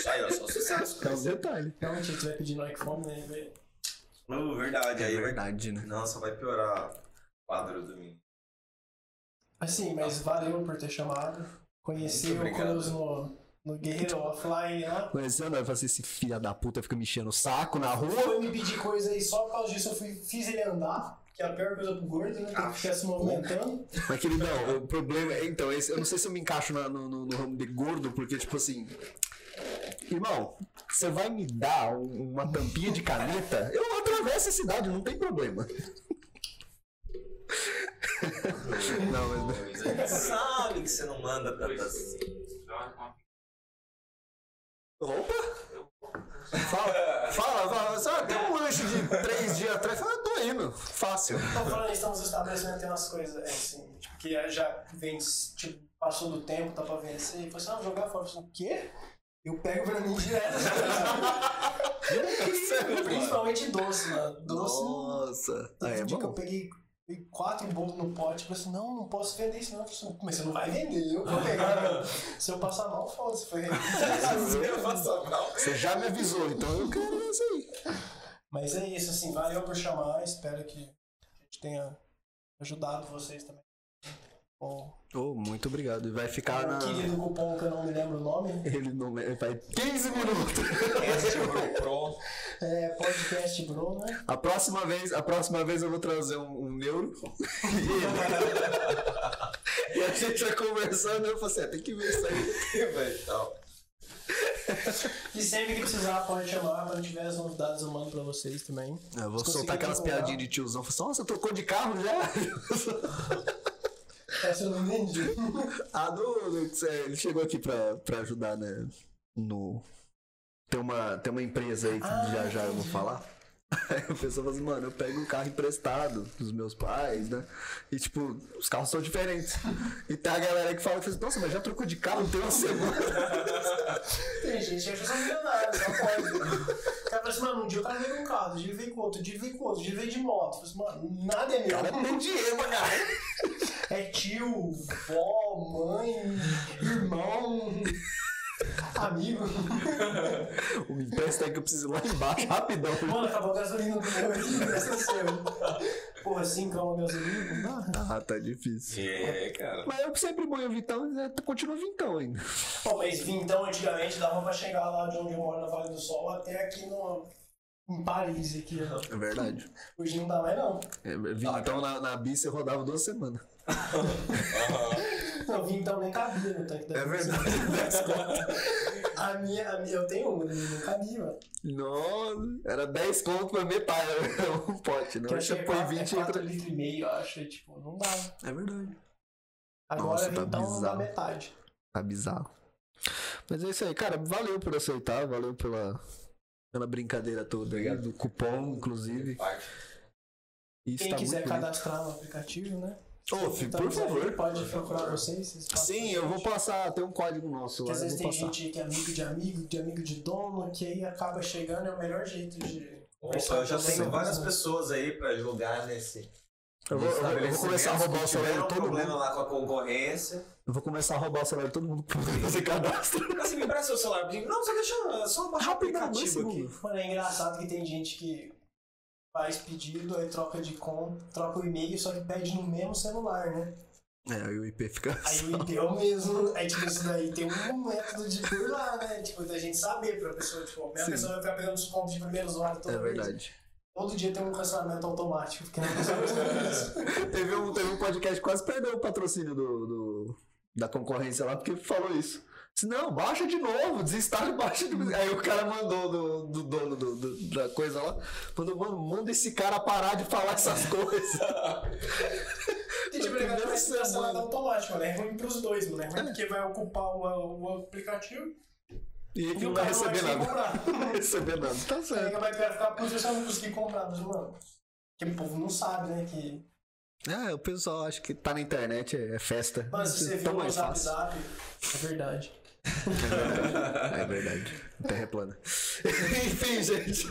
S1: Aí, ó, só sucesso.
S2: (laughs) É um detalhe.
S3: Realmente, se tiver pedindo like fome, né? velho?
S1: Uh, verdade, aí vai.
S2: verdade, né?
S1: Nossa, vai piorar o quadro do mim.
S3: Assim, mas valeu por ter chamado. Conheci
S1: Muito
S3: o
S1: obrigado.
S3: Cruz no, no Guerreiro Offline lá.
S2: Mas eu não vai fazer esse filho da puta fica me enchendo o saco na rua.
S3: Foi me pedir coisa aí só por causa disso. Eu fui, fiz ele andar, que é a pior coisa pro gordo, né? Tem que ficar se movimentando.
S2: Mas queridão, o problema é. Então, esse- eu não sei se eu me encaixo na- no, no- no ramo de gordo, porque, tipo assim. Irmão, você vai me dar um- uma tampinha de caneta? Eu atravesso a cidade, não tem problema. não, mas.
S1: Sabe que você não manda assim. tantas.
S2: Opa! Fala, fala, fala. Só tem um lanche de três dias atrás. Fala, tô indo. Fácil.
S3: Então, falando isso, estamos estabelecendo tem umas coisas é, assim, tipo, que já vem, tipo, passou do tempo, tá pra vencer. E falou assim, ah, jogar fora. Eu falei, o quê? Eu pego pra
S2: (laughs)
S3: mim direto. Principalmente doce, mano. Doce.
S2: Nossa. Ah,
S3: Teve
S2: é
S3: um dia que eu
S2: bom.
S3: peguei, peguei quatro bolos no pote, eu falei assim, não, não posso vender isso não. Eu falei assim, mas você não vai vender, eu vou
S2: (laughs)
S3: pegar. mano. Se eu passar mal, foda-se. Foi
S1: é. um
S2: Você já me avisou, então eu quero isso aí.
S3: mas é isso, assim, valeu por chamar, espero que a gente tenha ajudado vocês também. Com
S2: Oh, muito obrigado. E vai ficar
S3: o
S2: na.
S3: querido cupom que eu não me lembro o nome.
S2: Ele não ele vai 15 minutos.
S3: É podcast Bro, né?
S2: A próxima vez, a próxima vez eu vou trazer um, um (laughs) neuro. E ele- e a gente vai conversando, eu falo assim, "Ah, tem que ver isso aí.
S3: E sempre que precisar, pode chamar. Quando tiver as novidades, eu mando pra vocês também.
S2: Eu vou
S3: Conseguiu
S2: soltar aquelas
S3: divulgar.
S2: piadinhas de tiozão, falo assim, nossa, trocou de carro já?
S3: Essa É, eu não entendi.
S2: A do, do- é, ele chegou aqui pra, pra ajudar, né? No. Tem uma, tem uma empresa aí que já já eu vou falar. (laughs) Aí a pessoa fala assim, mano, eu pego um carro emprestado dos meus pais, né? E tipo, os carros são diferentes. E tem a galera que fala, que fala assim, nossa, mas já trocou de carro tem uma semana.
S3: Tem gente que acha que são milionários, só pode. O cara fala assim, mano, um dia o cara veio com um carro, outro dia veio com outro, outro dia veio com outro, outro dia veio de moto. Eu Falei assim, mano, nada é meu.
S2: Cara, tem dinheiro, pra caralho.
S3: É tio, vó, mãe, irmão, amigo.
S2: O empresta aí que eu preciso ir lá (laughs) embaixo, rapidão.
S3: Mano, acabou a gasolina do meu aqui, essa é seu. Porra, assim, calma a gasolina, não dá.
S2: Ah, tá difícil.
S1: É, cara.
S2: Mas eu sempre bom o Vitão, né? continua Vitão ainda.
S3: Pô, mas vintão antigamente dava pra chegar lá de onde eu moro, na Vale do Sol, até aqui no... em Paris, aqui. ó.
S2: É verdade.
S3: Hoje não dá mais, não.
S2: É, Vitão na, na bis eu rodava duas semanas.
S3: Não, vintão nem cabia né? Tá no tanque da
S2: É
S3: Vila.
S2: verdade.
S3: né? A minha, a minha- eu tenho uma, né? não cabia, mano.
S2: Nossa, era 10 conto pra metade, (laughs) era um pote, né?
S3: Que eu
S2: Você
S3: achei que é
S2: põe
S3: 4,
S2: 20
S3: é
S2: e
S3: 4
S2: entra.
S3: litros e meio, eu acho, e, tipo, não dá.
S2: É verdade.
S3: Agora
S2: Nossa, tá
S3: então na
S2: bizarro.
S3: metade.
S2: Tá bizarro. Mas é isso aí, cara. Valeu por aceitar, valeu pela, pela brincadeira toda aí, do cupom, inclusive.
S1: Parte.
S2: Isso
S3: Quem
S2: tá
S3: quiser
S2: muito bonito.
S3: cadastrar no aplicativo, né?
S2: Ô, fi, por
S3: se a gente
S2: favor.
S3: Pode procurar vocês? vocês passam
S2: Sim,
S3: pra
S2: eu
S3: gente.
S2: vou passar, tem um código nosso
S3: Porque
S2: lá,
S3: às
S2: eu
S3: vezes
S2: vou
S3: tem
S2: passar.
S3: gente que é amigo de amigo, de amigo de dono, que aí acaba chegando, é o melhor jeito de.
S1: Opa, eu já
S3: Sim.
S1: tenho várias pessoas aí pra julgar nesse.
S2: Eu vou, eu vou- eu vou começar a roubar o celular
S1: tiveram
S2: de todo
S1: um problema
S2: mundo.
S1: lá com a concorrência.
S2: Eu vou começar a roubar o celular de todo mundo pra poder fazer cadastro.
S1: Assim, me empresta o celular. Não, só deixa
S3: é
S1: eu- só baixar o
S2: Rápido, dois
S1: aplicativo aqui.
S2: segundos.
S3: um Mano, é engraçado que tem gente que faz pedido, aí troca de conta, troca o e-mail, só que pede no mesmo celular, né?
S2: É, aí o IP fica.
S3: Aí o IP é o mesmo. Aí, tipo, isso daí tem um método de burlar, né? Tipo, da gente saber pra pessoa, tipo, a minha
S2: Sim.
S3: pessoa vai ficar pegando os pontos de primeiros horas todo
S2: É
S3: mês.
S2: verdade.
S3: Todo dia tem um cancelamento automático, porque não pessoa usa isso.
S2: Teve um, teve um podcast que quase perdeu o patrocínio do, do- da concorrência lá, porque falou isso. Disse, não, baixa de novo, desinstala e baixa de novo. Aí o cara mandou do, do dono do- do- da coisa lá, mandou, mano, manda esse cara parar de falar
S3: É.
S2: essas coisas. Foi
S3: Tem tipo, ele vai
S2: primeiro
S3: ter cancelado
S2: semana.
S3: automático, né? É ruim pros dois, mano. É ruim porque vai ocupar o, o aplicativo
S2: E ele
S3: e
S2: não
S3: o
S2: vai
S3: cara não vai
S2: receber
S3: conseguir
S2: nada.
S3: comprar.
S2: (laughs) Não vai receber nada. Tá
S3: Aí
S2: certo.
S3: vai ficar puto se eu não conseguir comprar, mas, mano. Porque o povo não sabe, né? Que.
S2: É, o pessoal acha que tá na internet, é é festa.
S3: Mano, se você
S2: Tá
S3: viu no
S2: mais
S3: Zap
S2: fácil.
S3: Zap. É verdade.
S2: É verdade. Terra é plana. Enfim, gente.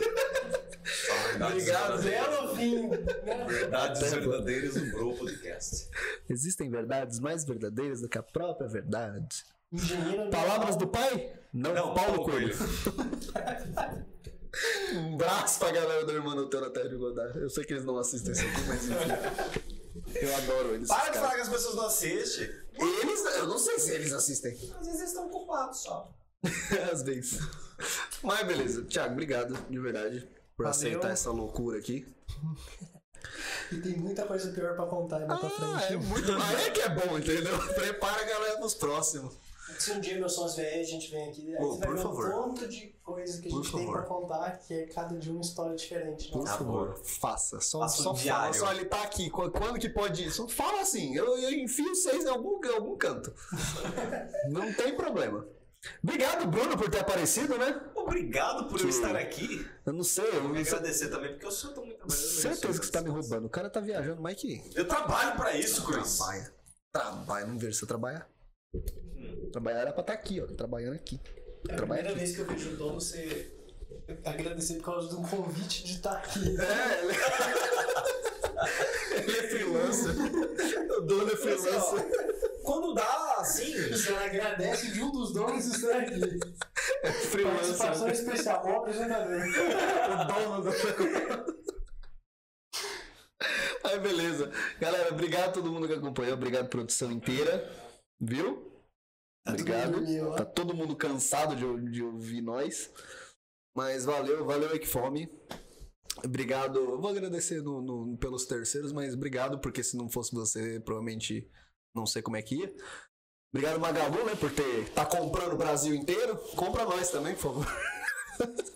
S1: Obrigado,
S3: Belo fim,
S6: (laughs)
S3: né?
S1: Verdades verdadeiras no Bro Podcast.
S2: Existem verdades mais verdadeiras do que a própria verdade.
S3: Engenheiro. né?
S2: Palavras do pai? Não, Paulo Coelho. (laughs) Um abraço pra galera do Irmão Nutella até de Godard. Eu sei que eles não assistem isso aqui, mas enfim. Eu adoro eles.
S1: Para
S2: esses
S1: de
S2: caras.
S1: falar que as pessoas não assistem.
S2: Eles, eu não sei se eles assistem. (laughs)
S1: Às vezes eles estão ocupados só.
S2: Às vezes. Mas beleza. Thiago, obrigado, de verdade, por
S3: Valeu.
S2: aceitar essa loucura aqui.
S3: E tem muita coisa pior pra contar ainda pra
S2: Ah,
S3: frente.
S2: é (laughs) muito Aí é que é bom, entendeu? Prepara a galera pros próximos.
S3: Se um dia meus sons vier, a gente vem aqui. Aí
S6: Pô,
S3: você vai
S6: por
S3: ver
S6: favor.
S3: um tanto de coisa que a
S6: Por
S3: gente tem pra
S6: favor.
S3: contar, que é cada dia uma história diferente.
S2: Por
S3: Né?
S2: favor, Tá faça. Só,
S1: Faça um
S2: só fala,
S1: diário.
S2: só ele tá aqui. Qu- Quando que pode isso? Fala assim, eu, eu enfio seis em algum, em algum (laughs) canto. Não tem problema. Obrigado, Bruno, por ter aparecido, né?
S1: Obrigado por eu estar aqui.
S2: Eu não sei, eu
S1: Eu
S2: não
S1: me
S2: sei.
S1: agradecer também, porque eu só tô muito trabalhando.
S2: Certeza que você tá me roubando. O cara tá viajando mais que.
S1: Eu trabalho pra isso, Cruz.
S2: Trabalha. Trabalha, não vejo você trabalhar. Trabalhar era pra estar aqui, ó. Trabalhando aqui.
S3: É a
S2: Trabalhar
S3: primeira
S2: aqui.
S3: vez que eu vejo o dono ser agradecer por causa de um convite de estar aqui. né?
S2: É, ele... (laughs) ele é freelancer. O dono é
S1: Mas, ó,
S2: freelancer.
S1: Quando dá, assim,
S3: O senhor agradece de um dos donos estar aqui. Participação
S2: Freelancer.
S3: especial, bom apresentador.
S2: O dono do Aí, beleza. Galera, obrigado a todo mundo que acompanhou. Obrigado, produção inteira. Viu?
S3: Todo
S2: Obrigado.
S3: mundo dormiu, ó.
S2: Tá todo mundo cansado de, de ouvir nós. Mas valeu, valeu, Equifome. Obrigado. Eu vou agradecer no- no- pelos terceiros, mas obrigado, porque se não fosse você, provavelmente não sei como é que ia. Obrigado, Magalu, né, por ter. Tá comprando o Brasil inteiro. Compra nós também, por favor.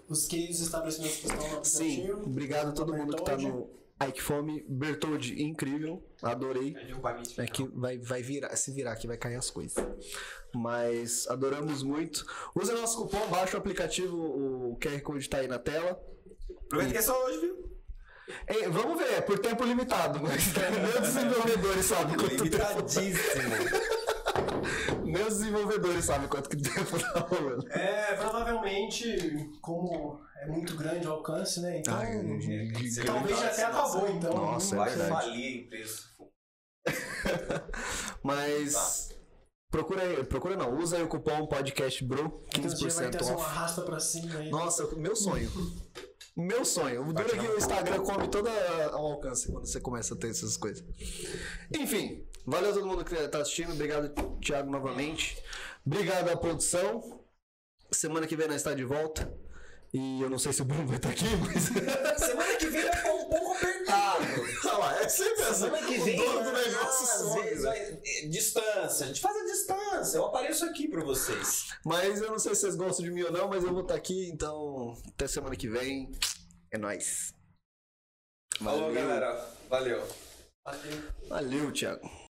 S3: Os queijos estabelecimentos que estão no Então,
S2: Sim,
S3: aplicativo.
S2: obrigado a todo mundo que tá
S3: Bertoldi.
S2: no Ike Fome. Bertold, incrível, adorei.
S1: tipo,
S2: É que vai, vai virar, se virar aqui vai cair as coisas. Mas adoramos muito. Usa nosso cupom, baixa o aplicativo, o QR Code tá aí na tela.
S1: aproveita que é só hoje, viu?
S2: Ei, vamos ver, é por tempo limitado, mas (laughs) meus desenvolvedores sabem quanto
S1: Limitadíssimo.
S2: tempo. (laughs) Meus desenvolvedores sabem quanto que tempo tá rolando.
S3: É, provavelmente, como é muito grande o alcance, né? Então, talvez já até acabou, então.
S2: Nossa,
S1: Vai
S2: é verdade.
S1: falir a empresa.
S2: Mas. Procura aí, procura não, usa aí o cupom podcast bro,
S3: Então, você vai ter
S2: 15%
S3: uma
S2: off.
S3: arrasta pra cima aí.
S2: Nossa, meu sonho. Meu sonho. O duro é que o Instagram come todo a- ao alcance quando você começa a ter essas coisas. Enfim, valeu todo mundo que tá assistindo. Obrigado, Thiago, novamente. Obrigado à produção. Semana que vem nós está de volta. E eu não sei se o Bruno vai estar aqui, (laughs) mas. Ah,
S1: Semana que vem vai ficar um pouco apertado.
S2: Olha lá, é sempre assim.
S1: Semana que vem.
S2: O dono do
S1: ah,
S2: negócio
S1: às
S2: some,
S1: vezes,
S2: né?
S1: vai- é, Distância. A gente faz a distância. Eu apareço aqui pra vocês.
S2: Mas eu não sei se vocês gostam de mim ou não, mas eu vou estar aqui. Então, até semana que vem. É nóis.
S1: Falou, galera. Valeu.
S3: Valeu.
S2: Valeu, Thiago.